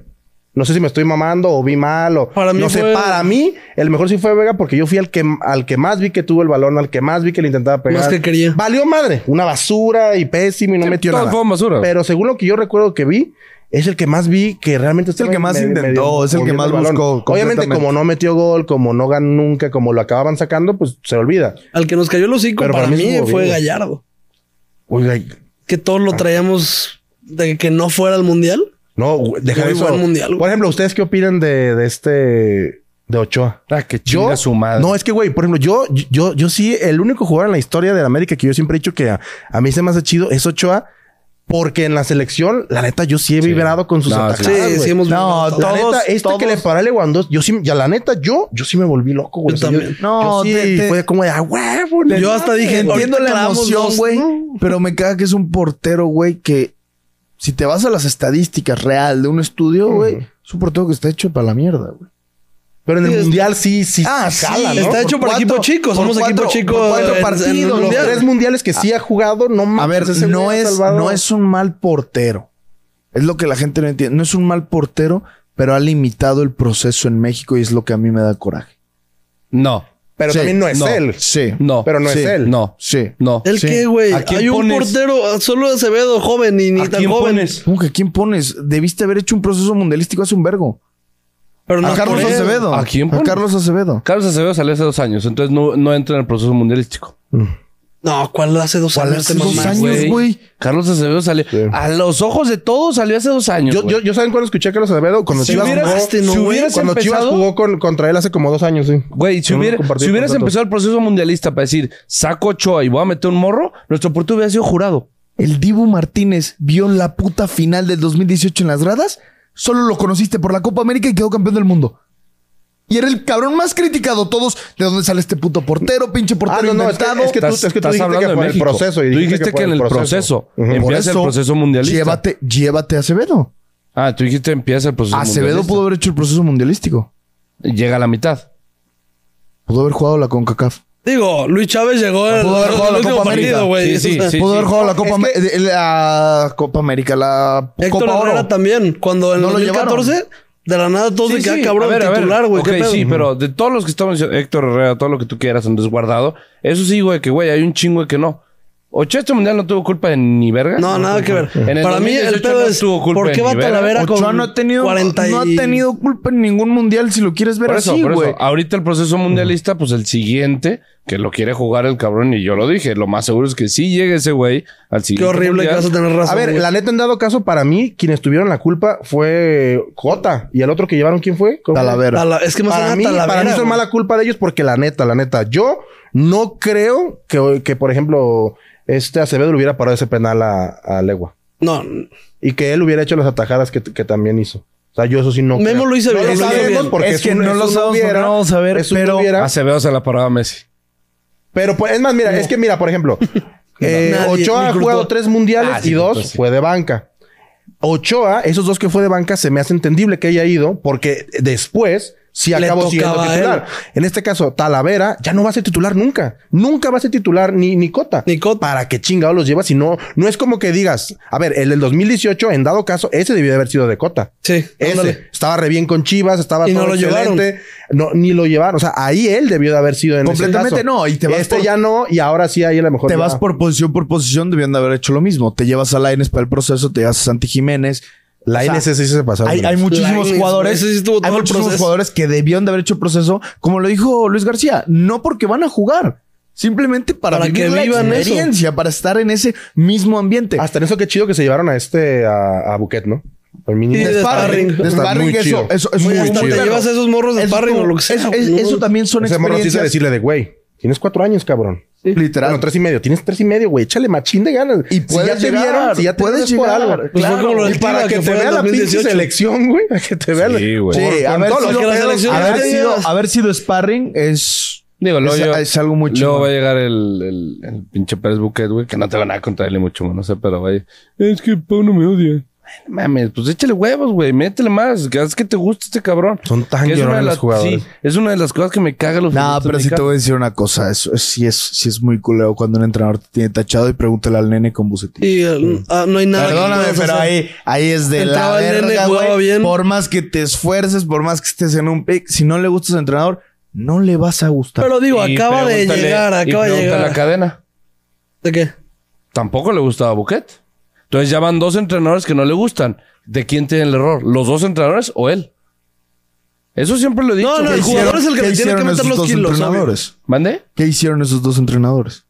Speaker 3: No sé si me estoy mamando o vi mal o
Speaker 1: Para mí
Speaker 3: no sé.
Speaker 1: fue-
Speaker 3: Para mí, el mejor sí fue Vega porque yo fui al que al que más vi que tuvo el balón, al que más vi que le intentaba pegar.
Speaker 1: Más que quería.
Speaker 3: Valió madre, una basura y pésimo y no
Speaker 2: Sí,
Speaker 3: metió
Speaker 2: todos
Speaker 3: nada.
Speaker 2: fueron basura.
Speaker 3: Pero según lo que yo recuerdo que vi. Es el que más vi que realmente
Speaker 5: el
Speaker 3: estaba
Speaker 5: que más
Speaker 3: medio-
Speaker 5: intentó,
Speaker 3: medio
Speaker 5: es el que
Speaker 3: moviendo
Speaker 5: más
Speaker 3: balón.
Speaker 5: buscó
Speaker 3: Obviamente,
Speaker 5: completamente.
Speaker 3: como no metió gol, como no ganó nunca, como lo acababan sacando, pues se olvida.
Speaker 1: Al que nos cayó el hocico,
Speaker 3: Pero
Speaker 1: para
Speaker 3: para mí
Speaker 1: mí
Speaker 3: estuvo
Speaker 1: fue
Speaker 3: bien.
Speaker 1: Gallardo.
Speaker 3: Oiga,
Speaker 1: Que todos lo traíamos de que no fuera al mundial.
Speaker 3: no, güey, deja
Speaker 1: Muy
Speaker 3: eso.
Speaker 1: buen mundial, güey.
Speaker 3: Por ejemplo, ¿ustedes qué opinan de, de este de Ochoa?
Speaker 2: Ah, que chinga su madre.
Speaker 3: No, es que, güey, por ejemplo, yo, yo, yo sí, el único jugador en la historia de la América que yo siempre he dicho que a, a mí se me hace chido es Ochoa. Porque en la selección, la neta, yo sí he vibrado con sus
Speaker 2: No, sí.
Speaker 3: atajadas,
Speaker 1: Sí,
Speaker 3: güey.
Speaker 1: sí hemos vibrado.
Speaker 4: No,
Speaker 3: La
Speaker 4: todos-
Speaker 3: neta, este
Speaker 4: todos-
Speaker 3: que le paró a Lewandowski, yo sí, ya la neta, yo, yo sí me volví loco, güey.
Speaker 1: Yo
Speaker 3: O sea,
Speaker 1: también.
Speaker 3: yo
Speaker 4: No,
Speaker 3: sí
Speaker 4: te- te-
Speaker 3: fue como de, ah, huevo, no
Speaker 1: Yo hasta dije,
Speaker 4: Entiendo
Speaker 1: ahorita
Speaker 4: la
Speaker 1: clavamos
Speaker 4: emoción,
Speaker 1: dos.
Speaker 4: güey. Pero me caga que es un portero, güey, que si te vas a las estadísticas real de un estudio, güey, es un portero que está hecho para la mierda, güey.
Speaker 3: Pero en el
Speaker 1: Sí, es-
Speaker 3: mundial sí, sí.
Speaker 4: Ah, sí,
Speaker 3: ¿no?
Speaker 1: Está hecho por equipo chico,
Speaker 4: por
Speaker 1: somos
Speaker 4: cuatro-
Speaker 1: equipo chico
Speaker 4: por cuatro
Speaker 1: en- en el
Speaker 4: partidos, los
Speaker 3: Los
Speaker 1: mundial.
Speaker 3: tres mundiales que sí ha jugado, no
Speaker 4: A
Speaker 3: mames,
Speaker 4: ver,
Speaker 3: ese
Speaker 4: no
Speaker 3: güey ha
Speaker 4: es,
Speaker 3: salvado-
Speaker 4: no es un mal portero. Es lo que la gente no entiende. No es un mal portero, pero ha limitado el proceso en México y es lo que a mí me da coraje.
Speaker 2: No.
Speaker 3: Pero
Speaker 4: Sí,
Speaker 3: también no es
Speaker 2: no.
Speaker 3: él.
Speaker 4: Sí.
Speaker 2: No.
Speaker 3: Pero no
Speaker 4: Sí.
Speaker 3: es él.
Speaker 2: No.
Speaker 4: Sí.
Speaker 2: No.
Speaker 1: ¿El
Speaker 4: Sí.
Speaker 1: qué, güey?
Speaker 2: ¿A quién
Speaker 1: Hay un
Speaker 2: pones?
Speaker 1: portero, solo Acevedo, joven y ni
Speaker 2: ¿A
Speaker 1: tan
Speaker 2: quién
Speaker 1: joven.
Speaker 2: pones?
Speaker 4: ¿Cómo que a quién pones? Debiste haber hecho un proceso mundialístico hace un vergo.
Speaker 1: Pero no
Speaker 4: A
Speaker 1: es
Speaker 4: Carlos
Speaker 1: por él.
Speaker 4: Acevedo.
Speaker 2: ¿A quién
Speaker 4: A
Speaker 2: pones?
Speaker 4: Carlos Acevedo.
Speaker 2: Carlos Acevedo salió hace dos años, entonces no, no entra en el proceso este mundialístico.
Speaker 4: Mm.
Speaker 1: No, ¿cuál hace dos
Speaker 4: ¿Cuál
Speaker 1: años?
Speaker 4: hace
Speaker 1: te
Speaker 4: dos
Speaker 1: mamás,
Speaker 4: años,
Speaker 1: güey?
Speaker 4: güey.
Speaker 2: Carlos Acevedo salió. A los ojos de todos salió hace dos años.
Speaker 3: Yo,
Speaker 2: güey.
Speaker 3: yo, yo saben cuándo escuché a Carlos Acevedo cuando
Speaker 1: Si
Speaker 3: Chivas
Speaker 1: hubieras-
Speaker 3: jugó,
Speaker 1: este, no,
Speaker 2: si
Speaker 1: güey.
Speaker 2: hubieras
Speaker 3: cuando Chivas
Speaker 2: empezado,
Speaker 3: jugó con, contra él hace como dos años, sí.
Speaker 2: güey, si,
Speaker 3: No, no
Speaker 2: hubiera-
Speaker 3: compartí
Speaker 2: si hubieras
Speaker 3: contratos.
Speaker 2: empezado el proceso mundialista para decir, saco Ochoa y voy a meter un morro, nuestro portero hubiera sido jurado.
Speaker 4: El Dibu Martínez vio la puta final del 2018 en las gradas. Solo lo conociste por la Copa América y quedó campeón del mundo. Y era el cabrón más criticado todos. ¿De dónde sale este puto portero? Pinche portero
Speaker 3: Ah, no, no, es que-
Speaker 4: inventado.
Speaker 3: es que tú-
Speaker 2: Estás-
Speaker 3: es que tú
Speaker 2: estás
Speaker 3: dijiste
Speaker 2: hablando
Speaker 3: que
Speaker 2: de
Speaker 3: fue el
Speaker 2: México.
Speaker 3: proceso y
Speaker 2: Tú
Speaker 3: dijiste
Speaker 2: dijiste
Speaker 3: que
Speaker 2: que
Speaker 3: fue
Speaker 2: en el
Speaker 3: el
Speaker 2: proceso.
Speaker 3: proceso. Ujú.
Speaker 4: Por
Speaker 2: Empieza el
Speaker 4: eso,
Speaker 2: proceso mundialista.
Speaker 4: Llévate, llévate a Acevedo.
Speaker 2: Ah, tú dijiste empieza el proceso
Speaker 4: Acevedo
Speaker 2: mundialista.
Speaker 4: pudo haber hecho el proceso mundialístico.
Speaker 2: Llega a la mitad.
Speaker 4: Pudo haber jugado la CONCACAF.
Speaker 1: Digo, Luis Chávez llegó al
Speaker 4: Pudo haber jugado
Speaker 1: al
Speaker 4: la
Speaker 1: último
Speaker 4: Copa América.
Speaker 1: partido, güey.
Speaker 2: Sí, sí,
Speaker 1: O sea,
Speaker 2: sí.
Speaker 4: Pudo haber jugado la Copa,
Speaker 3: es
Speaker 4: Am- la Copa América, la
Speaker 1: Héctor
Speaker 4: Copa
Speaker 1: Herrera
Speaker 4: Oro.
Speaker 1: también. Cuando en
Speaker 4: No lo
Speaker 1: 2014, de la nada todos
Speaker 2: Sí,
Speaker 1: se quedan
Speaker 2: sí.
Speaker 1: cabrón
Speaker 2: A ver, a ver.
Speaker 1: titular, güey.
Speaker 2: Ok,
Speaker 1: ¿Qué pedo?
Speaker 2: sí, pero de todos los que estamos diciendo, Héctor Herrera, todo lo que tú quieras, en desguardado, eso sí, güey, que güey, hay un chingo de que no. Ochoa este mundial no tuvo culpa de ni verga.
Speaker 1: No, nada que ver.
Speaker 2: En el
Speaker 1: Para mí el
Speaker 2: 2018
Speaker 1: pedo
Speaker 2: no
Speaker 1: es
Speaker 2: tuvo culpa
Speaker 1: ¿por qué
Speaker 2: de
Speaker 1: va
Speaker 2: Rivera?
Speaker 1: Talavera
Speaker 4: Ochoa
Speaker 1: con
Speaker 4: no ha tenido,
Speaker 1: 40 y-
Speaker 4: no ha tenido culpa en ningún mundial si lo quieres ver
Speaker 2: Por eso,
Speaker 4: así,
Speaker 2: por eso.
Speaker 4: güey.
Speaker 2: Ahorita el proceso mundialista, pues el siguiente, que lo quiere jugar el cabrón, y yo lo dije, lo más seguro es que sí llegue ese güey al
Speaker 1: Qué
Speaker 2: siguiente.
Speaker 1: horrible que
Speaker 2: mundial.
Speaker 1: vas a tener razón.
Speaker 3: A ver,
Speaker 1: güey.
Speaker 3: la neta, en dado caso, para mí, quienes tuvieron la culpa fue Jota. ¿Y el otro que llevaron quién fue? ¿Cómo fue?
Speaker 4: Talavera.
Speaker 1: Tala- es que más
Speaker 3: Para
Speaker 1: bien
Speaker 3: mí,
Speaker 1: Talavera,
Speaker 3: para mí son
Speaker 1: güey.
Speaker 3: mala culpa de ellos porque la neta, la neta, yo no creo que, que por ejemplo, este Acevedo le hubiera parado ese penal a, a Legua.
Speaker 1: No,
Speaker 3: Y que él hubiera hecho las atajadas que, que también hizo. O sea, yo eso sí no
Speaker 1: Memo
Speaker 3: creo.
Speaker 1: lo hizo
Speaker 3: No
Speaker 1: bien, lo hizo
Speaker 3: sabemos
Speaker 1: bien.
Speaker 3: porque
Speaker 4: Es que no
Speaker 3: un
Speaker 4: lo sabemos porque
Speaker 3: hubiera,
Speaker 4: no vamos a ver,
Speaker 3: es un
Speaker 4: pero-
Speaker 3: hubiera.
Speaker 2: Acevedo se la paraba a Messi.
Speaker 3: Pero pues, es más, mira, es que mira, por ejemplo, eh,
Speaker 1: Nadie, ni
Speaker 3: Ochoa ha
Speaker 1: Courtois.
Speaker 3: jugado tres mundiales
Speaker 2: Ah, sí,
Speaker 3: y dos
Speaker 1: pues
Speaker 2: Courtois, sí.
Speaker 3: fue de banca. Ochoa, esos dos que fue de banca, se me hace entendible que haya ido porque después sí
Speaker 1: Le
Speaker 3: acabó siendo
Speaker 1: tocaba a él.
Speaker 3: titular. En este caso, Talavera ya no va a ser titular nunca. Nunca va a ser titular ni, ni Cota.
Speaker 1: Ni Cota.
Speaker 3: ¿Para qué chingado los llevas? Si no, no es como que digas, a ver, el del 2018, en dado caso, ese debió de haber sido de Cota.
Speaker 1: sí.
Speaker 3: Ese.
Speaker 1: ándale.
Speaker 3: Estaba re bien con Chivas, estaba
Speaker 1: Y no
Speaker 3: todo
Speaker 1: lo llevaron.
Speaker 3: excelente. No, ni lo llevaron. O sea, ahí él debió de haber sido en
Speaker 4: Completamente
Speaker 3: ese caso.
Speaker 4: no, y te vas
Speaker 3: Este
Speaker 4: por-
Speaker 3: ya no, y ahora sí ahí a lo mejor.
Speaker 4: Te
Speaker 3: ya.
Speaker 4: vas por posición por posición, debiendo haber hecho lo mismo. Te llevas a Laines para el proceso, te llevas a Santi Jiménez.
Speaker 3: La
Speaker 4: O sea,
Speaker 3: NSS sí se pasaron.
Speaker 4: Hay, hay muchísimos
Speaker 1: Lainez,
Speaker 4: jugadores.
Speaker 1: güey, ese sí estuvo todo
Speaker 4: hay
Speaker 1: el
Speaker 4: muchísimos
Speaker 1: proceso.
Speaker 4: jugadores que debieron de haber hecho el proceso, como lo dijo Luis García, no porque van a jugar, simplemente para,
Speaker 1: Para
Speaker 4: vivir
Speaker 1: que
Speaker 4: la
Speaker 1: vivan eso.
Speaker 4: experiencia, para estar en ese mismo ambiente.
Speaker 3: Hasta en eso qué chido que se llevaron a este, a, a Buquet, ¿no? El mini-
Speaker 1: Y de sparring.
Speaker 4: Sparring,
Speaker 3: Está
Speaker 4: sparring,
Speaker 3: muy
Speaker 4: eso,
Speaker 3: chido.
Speaker 4: eso, eso
Speaker 1: Muy
Speaker 4: es
Speaker 1: chido. Te llevas esos morros de
Speaker 4: Eso es
Speaker 1: sparring
Speaker 4: como-
Speaker 1: o lo que sea,
Speaker 4: eso-
Speaker 1: güey,
Speaker 4: es-
Speaker 1: no
Speaker 4: eso
Speaker 1: mames.
Speaker 4: también son
Speaker 3: Ese morro sí hizo
Speaker 4: experiencias.
Speaker 3: decirle de güey. Tienes cuatro años, cabrón.
Speaker 4: Literal.
Speaker 3: Bueno, tres y medio. Tienes tres y medio, güey. Échale machín de ganas.
Speaker 4: Y puedes
Speaker 3: si ya
Speaker 4: llegar,
Speaker 3: te vieron, si ya te
Speaker 4: puedes
Speaker 3: vieron es por
Speaker 4: llegar.
Speaker 3: algo.
Speaker 1: Pues fue como lo
Speaker 3: y
Speaker 1: del
Speaker 3: para
Speaker 1: Tiva
Speaker 3: que,
Speaker 1: que
Speaker 3: te
Speaker 1: fue
Speaker 3: vea
Speaker 1: en
Speaker 3: la pinche
Speaker 1: 2018.
Speaker 3: selección, güey. A que te vea la...
Speaker 2: Sí, güey.
Speaker 4: Sí,
Speaker 3: Por- con
Speaker 4: haber
Speaker 3: todos
Speaker 4: sido,
Speaker 3: los
Speaker 1: que la selección
Speaker 4: haber,
Speaker 1: ya
Speaker 4: sido,
Speaker 1: llevas.
Speaker 4: haber sido sparring es,
Speaker 2: Digo, luego
Speaker 4: es,
Speaker 2: yo-
Speaker 4: es algo muy
Speaker 2: Luego
Speaker 4: chido.
Speaker 2: va a llegar el, el- el pinche Pérez Buquet, güey, que no te van a contar ni mucho, no sé, pero vaya. Es que Pau no me odia. Ay, no Mames, pues échale huevos, güey, métele más, que haz que te guste este cabrón.
Speaker 3: Son tan
Speaker 2: Que es una
Speaker 3: llorones
Speaker 2: de
Speaker 3: los
Speaker 2: las-
Speaker 3: jugadores.
Speaker 2: Sí, es una de las cosas que me caga los
Speaker 4: No,
Speaker 2: futbolistas
Speaker 4: pero sí te
Speaker 2: mexicanos.
Speaker 4: voy a decir una cosa. Eso es- sí, es, sí es muy culero cuando un entrenador te tiene tachado y pregúntale al nene con bucetín.
Speaker 1: Y eh, ah, no hay nada. que
Speaker 4: Perdóname,
Speaker 1: puedas
Speaker 4: pero
Speaker 1: hacer.
Speaker 4: ahí, ahí es de
Speaker 1: Entraba
Speaker 4: la
Speaker 1: el nene,
Speaker 4: verga,
Speaker 1: jugaba
Speaker 4: güey.
Speaker 1: bien.
Speaker 4: Por más que te esfuerces, por más que estés en un pick, si no le gustas al entrenador, no le vas a gustar.
Speaker 1: Pero digo,
Speaker 2: Y
Speaker 1: acaba de
Speaker 2: pregúntale-
Speaker 1: llegar,
Speaker 2: y
Speaker 1: acaba de
Speaker 2: pregúntale a
Speaker 1: llegar.
Speaker 2: cadena.
Speaker 1: ¿De qué?
Speaker 2: Tampoco le gustaba Buquet. Entonces ya van dos entrenadores que no le gustan. ¿De quién tiene el error? ¿Los dos entrenadores o él? Eso siempre lo he dicho.
Speaker 1: No, no,
Speaker 2: güey.
Speaker 1: el jugador es el que
Speaker 4: ¿Qué
Speaker 1: le tiene que
Speaker 4: hicieron
Speaker 1: meter
Speaker 4: esos
Speaker 1: los
Speaker 4: dos
Speaker 1: kilos,
Speaker 4: entrenadores?
Speaker 2: ¿Mande?
Speaker 4: ¿Qué hicieron esos dos entrenadores?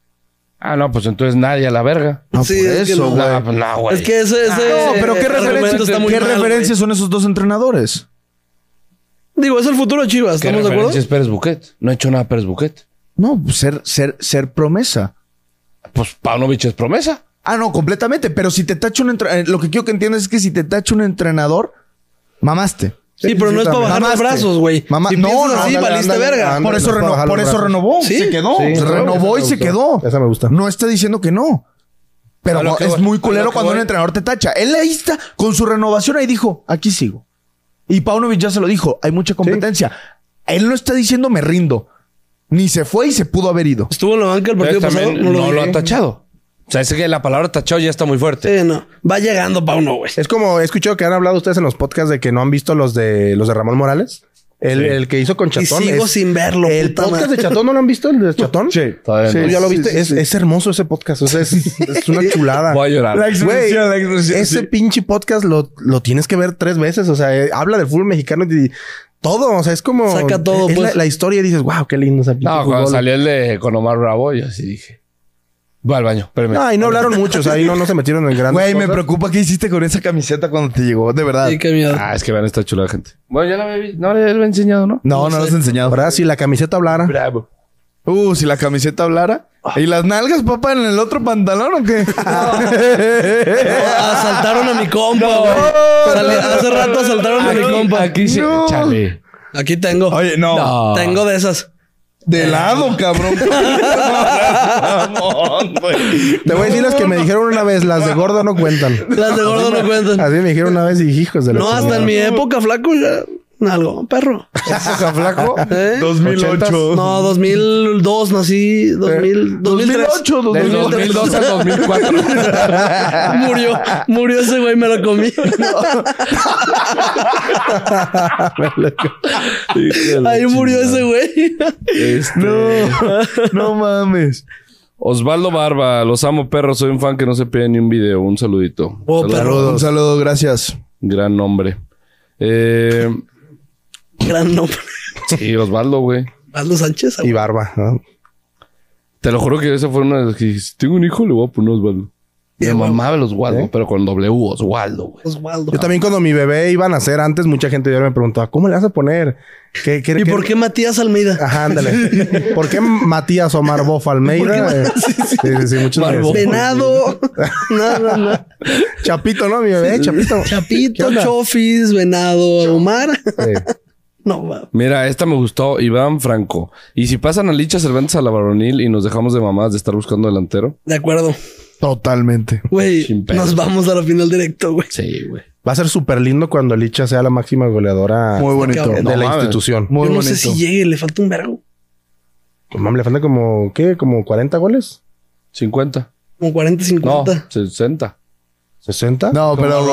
Speaker 2: Ah, no, pues entonces nadie a la verga.
Speaker 4: No,
Speaker 1: Sí,
Speaker 4: por
Speaker 1: es que
Speaker 4: eso,
Speaker 1: no.
Speaker 4: güey.
Speaker 2: No, pues no, güey.
Speaker 1: Es que ese, ese
Speaker 4: Ah, No, pero ¿qué,
Speaker 1: eh, argumento
Speaker 4: referencia,
Speaker 1: está muy
Speaker 4: ¿qué
Speaker 1: mal,
Speaker 4: referencias son esos dos entrenadores?
Speaker 1: güey. Digo, es el futuro de Chivas,
Speaker 2: ¿Qué
Speaker 1: ¿estamos de acuerdo?
Speaker 2: referencia es Pérez Buquet? No ha hecho nada Pérez Buquet.
Speaker 4: No, ser, ser, ser promesa.
Speaker 2: Pues Paunovic es promesa.
Speaker 4: Ah, no, completamente. Pero si te tacha un entrenador, lo que quiero que entiendas es que si te tacha un entrenador, mamaste.
Speaker 1: Sí, pero no es para bajar los
Speaker 4: Mamaste.
Speaker 1: brazos, güey.
Speaker 4: Mamá-
Speaker 1: Si
Speaker 4: no,
Speaker 1: piensas
Speaker 4: no,
Speaker 1: así,
Speaker 4: ándale,
Speaker 1: valiste
Speaker 3: ándale,
Speaker 1: verga.
Speaker 3: ándale.
Speaker 4: por eso,
Speaker 3: no
Speaker 4: reno-
Speaker 3: bajar los
Speaker 4: por eso
Speaker 3: brazos.
Speaker 4: renovó.
Speaker 1: Sí.
Speaker 4: Se quedó.
Speaker 3: Sí,
Speaker 4: se
Speaker 3: esa me
Speaker 4: renovó y
Speaker 3: gustó.
Speaker 4: se quedó.
Speaker 3: Esa me gusta.
Speaker 4: No está diciendo que no. Pero
Speaker 2: A lo
Speaker 4: no,
Speaker 2: que
Speaker 4: es
Speaker 2: voy-
Speaker 4: muy
Speaker 2: a lo
Speaker 4: culero
Speaker 2: que
Speaker 4: cuando un
Speaker 2: voy.
Speaker 4: entrenador te tacha. Él ahí está con su renovación ahí dijo, aquí sigo. Y Paunovic ya se lo dijo, hay mucha competencia. Él no está diciendo me rindo. Ni se fue y se pudo haber ido.
Speaker 1: Estuvo en la banca el partido
Speaker 2: Pero
Speaker 1: pasado.
Speaker 2: también no, lo,
Speaker 1: vi.
Speaker 2: ha tachado. O sea, es que la palabra tachado ya está muy fuerte.
Speaker 1: Sí, no. Va llegando para uno, güey.
Speaker 3: Es como he escuchado que han hablado ustedes en los podcasts de que no han visto los de los de Ramón Morales. El,
Speaker 2: Sí.
Speaker 3: el que hizo con Chatón.
Speaker 1: sigo
Speaker 3: es-
Speaker 1: sin verlo,
Speaker 3: El
Speaker 1: puta
Speaker 3: podcast
Speaker 1: madre.
Speaker 3: de Chatón, ¿no lo han visto? El de Chatón. Sí,
Speaker 2: todavía no.
Speaker 3: ya lo
Speaker 2: Sí,
Speaker 3: viste. es, es hermoso ese podcast. O sea, es, es una chulada.
Speaker 2: Voy a llorar.
Speaker 5: La
Speaker 3: Güey,
Speaker 5: expresión, la expresión,
Speaker 3: ese
Speaker 5: sí.
Speaker 3: pinche podcast lo, lo tienes que ver tres veces. O sea, eh, habla del fútbol mexicano y todo. O sea, es como.
Speaker 1: Saca todo,
Speaker 3: es la-
Speaker 1: pues.
Speaker 3: la, historia y dices, wow, qué lindo esa pinche
Speaker 2: No, cuando
Speaker 3: fútbol".
Speaker 2: salió el de con Omar Bravo, yo así dije. Va al baño, espérame.
Speaker 3: No, ahí Ah, no hablaron mucho. O sea, ahí no, no se metieron en grandes.
Speaker 4: Güey, me
Speaker 3: cosas.
Speaker 4: preocupa qué hiciste con esa camiseta cuando te llegó, de verdad.
Speaker 1: Sí, qué miedo.
Speaker 2: Ah, es que vean esta chulada gente. Bueno, ya la había visto. No le había enseñado, ¿no?
Speaker 4: No, no, lo has enseñado.
Speaker 3: Ahora, si la camiseta hablara.
Speaker 2: Bravo.
Speaker 4: Uh, si la camiseta hablara. ¿Y las nalgas, papá, en el otro pantalón o qué?
Speaker 1: Ah, Asaltaron a mi compa, güey. Sale- hace rato asaltaron a mi compa.
Speaker 2: Aquí sí.
Speaker 4: No.
Speaker 2: Chale.
Speaker 1: Aquí tengo.
Speaker 4: Oye, no.
Speaker 2: No.
Speaker 1: Tengo de esas.
Speaker 4: De lado, cabrón.
Speaker 3: Te voy a decir las que me dijeron una vez. Las de gordo no cuentan.
Speaker 1: Las de gordo no cuentan.
Speaker 3: Así me dijeron una vez y dije, hijos de la
Speaker 1: No, hasta
Speaker 3: chingada.
Speaker 1: en mi época, flaco, ya. Algo, perro.
Speaker 4: Época flaco.
Speaker 1: ¿Eh?
Speaker 4: 2008.
Speaker 1: No, 2002 nací.
Speaker 3: Eh,
Speaker 1: 2000, 2003.
Speaker 4: 2008,
Speaker 2: Del
Speaker 4: 2003.
Speaker 2: 2002 al 2004.
Speaker 1: Murió, murió ese güey, me lo comí. Ahí murió ese güey.
Speaker 2: Este,
Speaker 4: No mames.
Speaker 2: Osvaldo Barba, los amo perros, soy un fan que no se pierde ni un video. Un saludito.
Speaker 1: Oh,
Speaker 2: Saludos.
Speaker 1: perro.
Speaker 4: Un saludo, gracias.
Speaker 2: Gran nombre. Eh,
Speaker 1: Gran nombre.
Speaker 2: sí, Osvaldo, güey.
Speaker 1: Aldo Sánchez.
Speaker 3: Y
Speaker 1: güey.
Speaker 3: barba. ¿no?
Speaker 2: Te lo juro que esa fue una de las que dije, si tengo un hijo, le voy a poner Osvaldo. Mi mamá de los Osvaldo, pero con W, Osvaldo, güey.
Speaker 1: Osvaldo.
Speaker 3: Yo también cuando mi bebé iba a nacer antes, mucha gente ya me preguntaba, ¿cómo le vas a poner? ¿Qué, qué,
Speaker 1: ¿Y por qué Matías
Speaker 4: Ah,
Speaker 1: Almeida?
Speaker 3: Ajá, ándale. ¿Por qué Matías Omar Boff Almeida? Eh, Sí, sí, sí, muchos me
Speaker 2: Barbo.
Speaker 3: decían.
Speaker 1: Venado. No, no, no.
Speaker 3: Chapito, ¿no? Mi bebé, Chapito.
Speaker 1: Chapito, Chofis, Venado, Omar. No, va.
Speaker 2: Mira, esta me gustó, Iván Franco. Y si pasan a Licha Cervantes a la varonil y nos dejamos de mamás de estar buscando delantero.
Speaker 1: De acuerdo.
Speaker 4: Totalmente.
Speaker 1: Güey,
Speaker 2: Sin pedo.
Speaker 1: nos vamos a la final directo, güey.
Speaker 2: Sí, güey.
Speaker 3: Va a ser súper lindo cuando Licha sea la máxima goleadora
Speaker 4: Muy bonito.
Speaker 3: de
Speaker 1: Cabrón.
Speaker 3: la
Speaker 2: No mames.
Speaker 3: institución.
Speaker 1: Yo
Speaker 4: Muy
Speaker 1: no
Speaker 4: bonito.
Speaker 1: sé si llegue, le falta un vergo.
Speaker 3: Mam, le faltan como, ¿qué? ¿Como 40 goles?
Speaker 2: 50.
Speaker 1: Como 40,
Speaker 2: No,
Speaker 1: 50.
Speaker 2: 60.
Speaker 3: ¿60?
Speaker 4: No,
Speaker 2: O
Speaker 4: pero.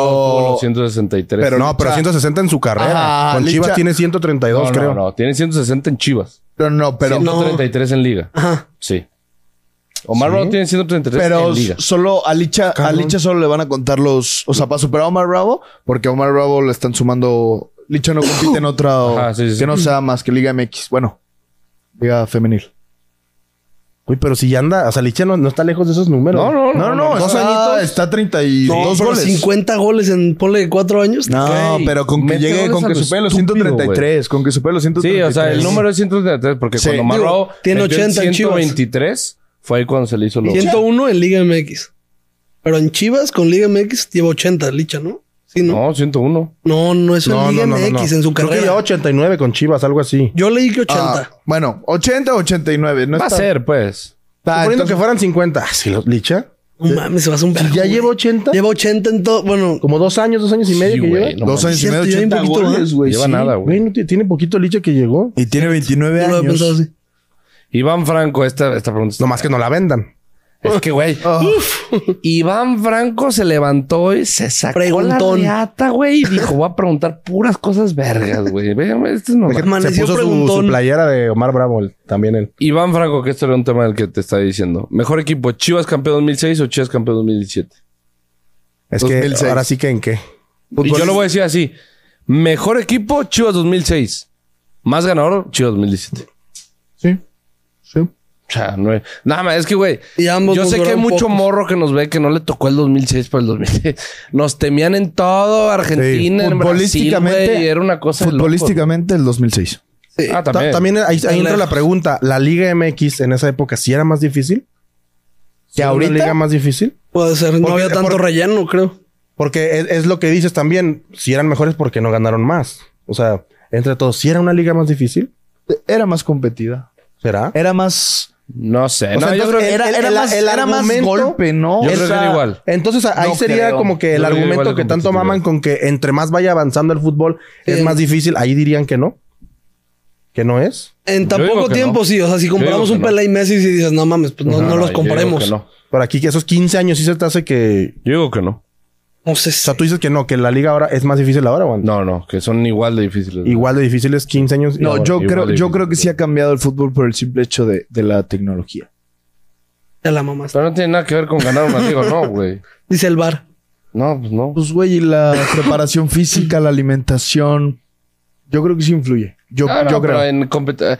Speaker 2: los 163.
Speaker 3: pero no, pero
Speaker 4: Licha-
Speaker 3: 160 en su carrera.
Speaker 4: Ah,
Speaker 3: Con
Speaker 4: Licha-
Speaker 3: Chivas tiene 132,
Speaker 2: no, no,
Speaker 3: creo.
Speaker 2: no. Tiene 160 en Chivas.
Speaker 4: Pero no, pero.
Speaker 1: Sí, no.
Speaker 2: 133 en liga.
Speaker 1: Ajá.
Speaker 2: Sí. Omar Bravo tiene 133
Speaker 4: Pero
Speaker 2: en liga.
Speaker 4: solo a Licha, a Licha solo le van a contar los. O sea, para superar a Omar Bravo, porque a Omar Bravo le están sumando. Licha no compite en otra. o-
Speaker 2: Ajá, sí, sí, sí.
Speaker 4: Que no sea más que Liga MX. Bueno, Liga Femenil.
Speaker 3: Uy, pero si ya anda, o sea, Licha no, no está lejos de esos números.
Speaker 2: No, no,
Speaker 4: No, no,
Speaker 3: Dos
Speaker 4: está,
Speaker 3: añitos.
Speaker 4: está 32
Speaker 1: pero
Speaker 4: goles.
Speaker 1: 50 goles en pole de 4 años.
Speaker 4: No,
Speaker 2: Güey,
Speaker 4: pero con que
Speaker 2: mete
Speaker 4: llegue,
Speaker 2: goles
Speaker 4: con
Speaker 2: a
Speaker 4: que
Speaker 2: lo
Speaker 4: supere los
Speaker 2: estúpido,
Speaker 4: 133, con que supere los 133.
Speaker 2: Sí, o sea, el número es 133 porque
Speaker 4: Sí.
Speaker 2: cuando Omar
Speaker 1: Digo,
Speaker 2: Bravo
Speaker 1: tiene
Speaker 2: metió el
Speaker 1: 80 en Chivas.
Speaker 2: 123 fue ahí cuando se le hizo lo
Speaker 1: 101 en Liga MX. Pero en Chivas con Liga MX lleva 80, Licha, ¿no? Sí, ¿no?
Speaker 2: No, 101.
Speaker 1: No, no, eso
Speaker 3: No,
Speaker 1: en
Speaker 3: no,
Speaker 1: Liga
Speaker 3: no, no,
Speaker 1: MX
Speaker 3: no.
Speaker 1: en su
Speaker 3: Creo
Speaker 1: carrera.
Speaker 3: que ya 89 con Chivas, algo así.
Speaker 1: Yo leí que 80.
Speaker 4: Ah, bueno, 80 o 89. No
Speaker 2: Va a
Speaker 4: está-
Speaker 2: ser, pues.
Speaker 4: Ah,
Speaker 3: Suponiendo
Speaker 4: entonces-
Speaker 3: que fueran 50. Ah, sí, lo- Licha.
Speaker 1: no mames, se va a hacer un vergo.
Speaker 3: ya
Speaker 1: güey.
Speaker 3: lleva 80.
Speaker 1: Lleva 80 en todo. Bueno,
Speaker 3: Como dos años, dos años y medio
Speaker 2: Sí,
Speaker 3: que
Speaker 2: güey,
Speaker 3: lleva.
Speaker 2: no mames.
Speaker 4: dos años y medio,
Speaker 1: Cierto, lleva un
Speaker 4: 80
Speaker 1: poquito,
Speaker 4: goles,
Speaker 1: ¿eh?
Speaker 4: güey.
Speaker 2: Lleva
Speaker 4: sí.
Speaker 2: nada,
Speaker 3: Güey,
Speaker 2: güey.
Speaker 3: no tiene- tiene poquito Licha que llegó.
Speaker 4: Y tiene 29
Speaker 1: yo lo había
Speaker 4: años.
Speaker 1: pensado así.
Speaker 2: Iván Franco, esta, esta pregunta está-
Speaker 3: Nomás que no la vendan.
Speaker 2: Es que, güey.
Speaker 4: Ah,
Speaker 2: uf, Iván Franco se levantó y se sacó
Speaker 1: Preguntón.
Speaker 2: la riata, güey. Y dijo, voy a preguntar puras cosas vergas, güey. Ve, güey, Este es normal.
Speaker 3: Se
Speaker 1: Amaneció
Speaker 3: puso su,
Speaker 1: preguntón.
Speaker 3: su playera de Omar Bravo el- también él.
Speaker 2: Iván Franco, que esto era un tema del que te estaba diciendo. Mejor equipo, Chivas campeón 2006 o Chivas campeón 2017.
Speaker 3: Es que
Speaker 4: 2006.
Speaker 3: ahora sí que en qué.
Speaker 2: Y yo lo voy a decir así. Mejor equipo, Chivas 2006. Más ganador, Chivas 2017.
Speaker 4: Sí. Sí.
Speaker 2: O sea, no es... Nada más, es que, güey,
Speaker 1: Y ambos
Speaker 2: yo
Speaker 1: nos
Speaker 2: sé que hay
Speaker 1: duraron
Speaker 2: mucho
Speaker 1: pocos.
Speaker 2: morro que nos ve que no le tocó el 2006 para el 2006. Nos temían en todo Argentina, en Brasil, güey, y era una cosa de locos.
Speaker 4: futbolísticamente el 2006.
Speaker 1: Sí.
Speaker 2: Ah,
Speaker 3: Ta-
Speaker 2: también.
Speaker 3: También ahí, ahí entra
Speaker 1: lejos.
Speaker 3: la pregunta. ¿La Liga MX en esa época sí era más difícil? ¿Sí era una
Speaker 4: ahorita?
Speaker 3: liga más difícil?
Speaker 1: Puede ser. No
Speaker 3: Porque-
Speaker 1: había tanto
Speaker 3: por-
Speaker 1: relleno, creo.
Speaker 3: Porque es, es lo que dices también. Si eran mejores, porque no ganaron más? O sea, entre todos, si era una liga más difícil,
Speaker 4: Era más competida.
Speaker 3: ¿será?
Speaker 4: Era más.
Speaker 2: No sé.
Speaker 3: O sea,
Speaker 2: no, yo
Speaker 3: entonces,
Speaker 2: creo que-
Speaker 4: era- era más- era más golpe, ¿no?
Speaker 2: Yo
Speaker 3: O
Speaker 2: creo que
Speaker 3: sea,
Speaker 2: era igual.
Speaker 3: Entonces ahí
Speaker 4: No
Speaker 3: sería
Speaker 4: creo.
Speaker 3: como que
Speaker 2: Yo
Speaker 3: el
Speaker 2: creo que igual
Speaker 3: argumento
Speaker 2: de
Speaker 3: que tanto
Speaker 2: competitividad.
Speaker 3: maman con que entre más vaya avanzando el fútbol es
Speaker 1: Sí.
Speaker 3: más difícil. Ahí dirían que no. Que no es.
Speaker 1: En
Speaker 2: Yo
Speaker 1: tan
Speaker 2: digo
Speaker 1: poco
Speaker 2: que
Speaker 1: tiempo,
Speaker 2: no.
Speaker 1: sí. O sea, si
Speaker 2: Yo
Speaker 1: comparamos
Speaker 2: digo
Speaker 1: un
Speaker 2: que no.
Speaker 1: Pelé y Messi, si dices, no mames, pues no, no los
Speaker 2: yo digo
Speaker 1: comparemos.
Speaker 2: que
Speaker 1: No.
Speaker 2: no.
Speaker 3: Por aquí que esos 15 años sí se te hace que.
Speaker 2: Yo digo que no.
Speaker 1: sé.
Speaker 3: O sea, tú dices que no, que la liga ahora es más difícil ahora, Juan.
Speaker 2: No, no, que son igual de difíciles.
Speaker 3: Igual de difíciles 15 años. y
Speaker 4: No,
Speaker 3: ahora.
Speaker 4: yo
Speaker 2: igual
Speaker 4: creo,
Speaker 2: de
Speaker 4: yo
Speaker 2: bien.
Speaker 4: creo que sí ha cambiado el fútbol por el simple hecho de, de la tecnología.
Speaker 1: Te la mamás.
Speaker 2: Pero no tiene nada que ver con ganar una liga, no, güey.
Speaker 1: Dice el bar.
Speaker 2: No, pues no.
Speaker 4: Pues, güey, y la preparación física, la alimentación, yo creo que sí influye. Yo,
Speaker 2: Ah, no,
Speaker 4: yo
Speaker 2: pero
Speaker 4: creo.
Speaker 2: en compet- eh,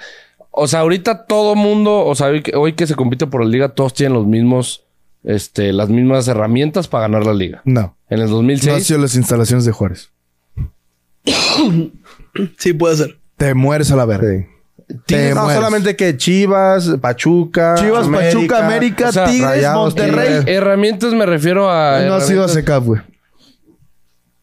Speaker 2: o sea, ahorita todo mundo, o sea, hoy que, hoy que se compite por la liga, todos tienen los mismos, este, las mismas herramientas para ganar la liga.
Speaker 4: No.
Speaker 2: En el
Speaker 4: No ha
Speaker 2: 2006,
Speaker 4: sido las instalaciones de Juárez.
Speaker 1: Sí, puede ser.
Speaker 4: Te mueres a la verga. Te
Speaker 3: No,
Speaker 4: mueres.
Speaker 3: solamente que Chivas, Pachuca.
Speaker 4: Chivas, Pachuca, América,
Speaker 2: O sea,
Speaker 4: Tigres, Eh,
Speaker 3: Rayados,
Speaker 4: Monterrey.
Speaker 3: Tigres.
Speaker 2: eh, herramientas me refiero a.
Speaker 4: No ha sido a
Speaker 2: herramientas-
Speaker 4: SECAP, güey.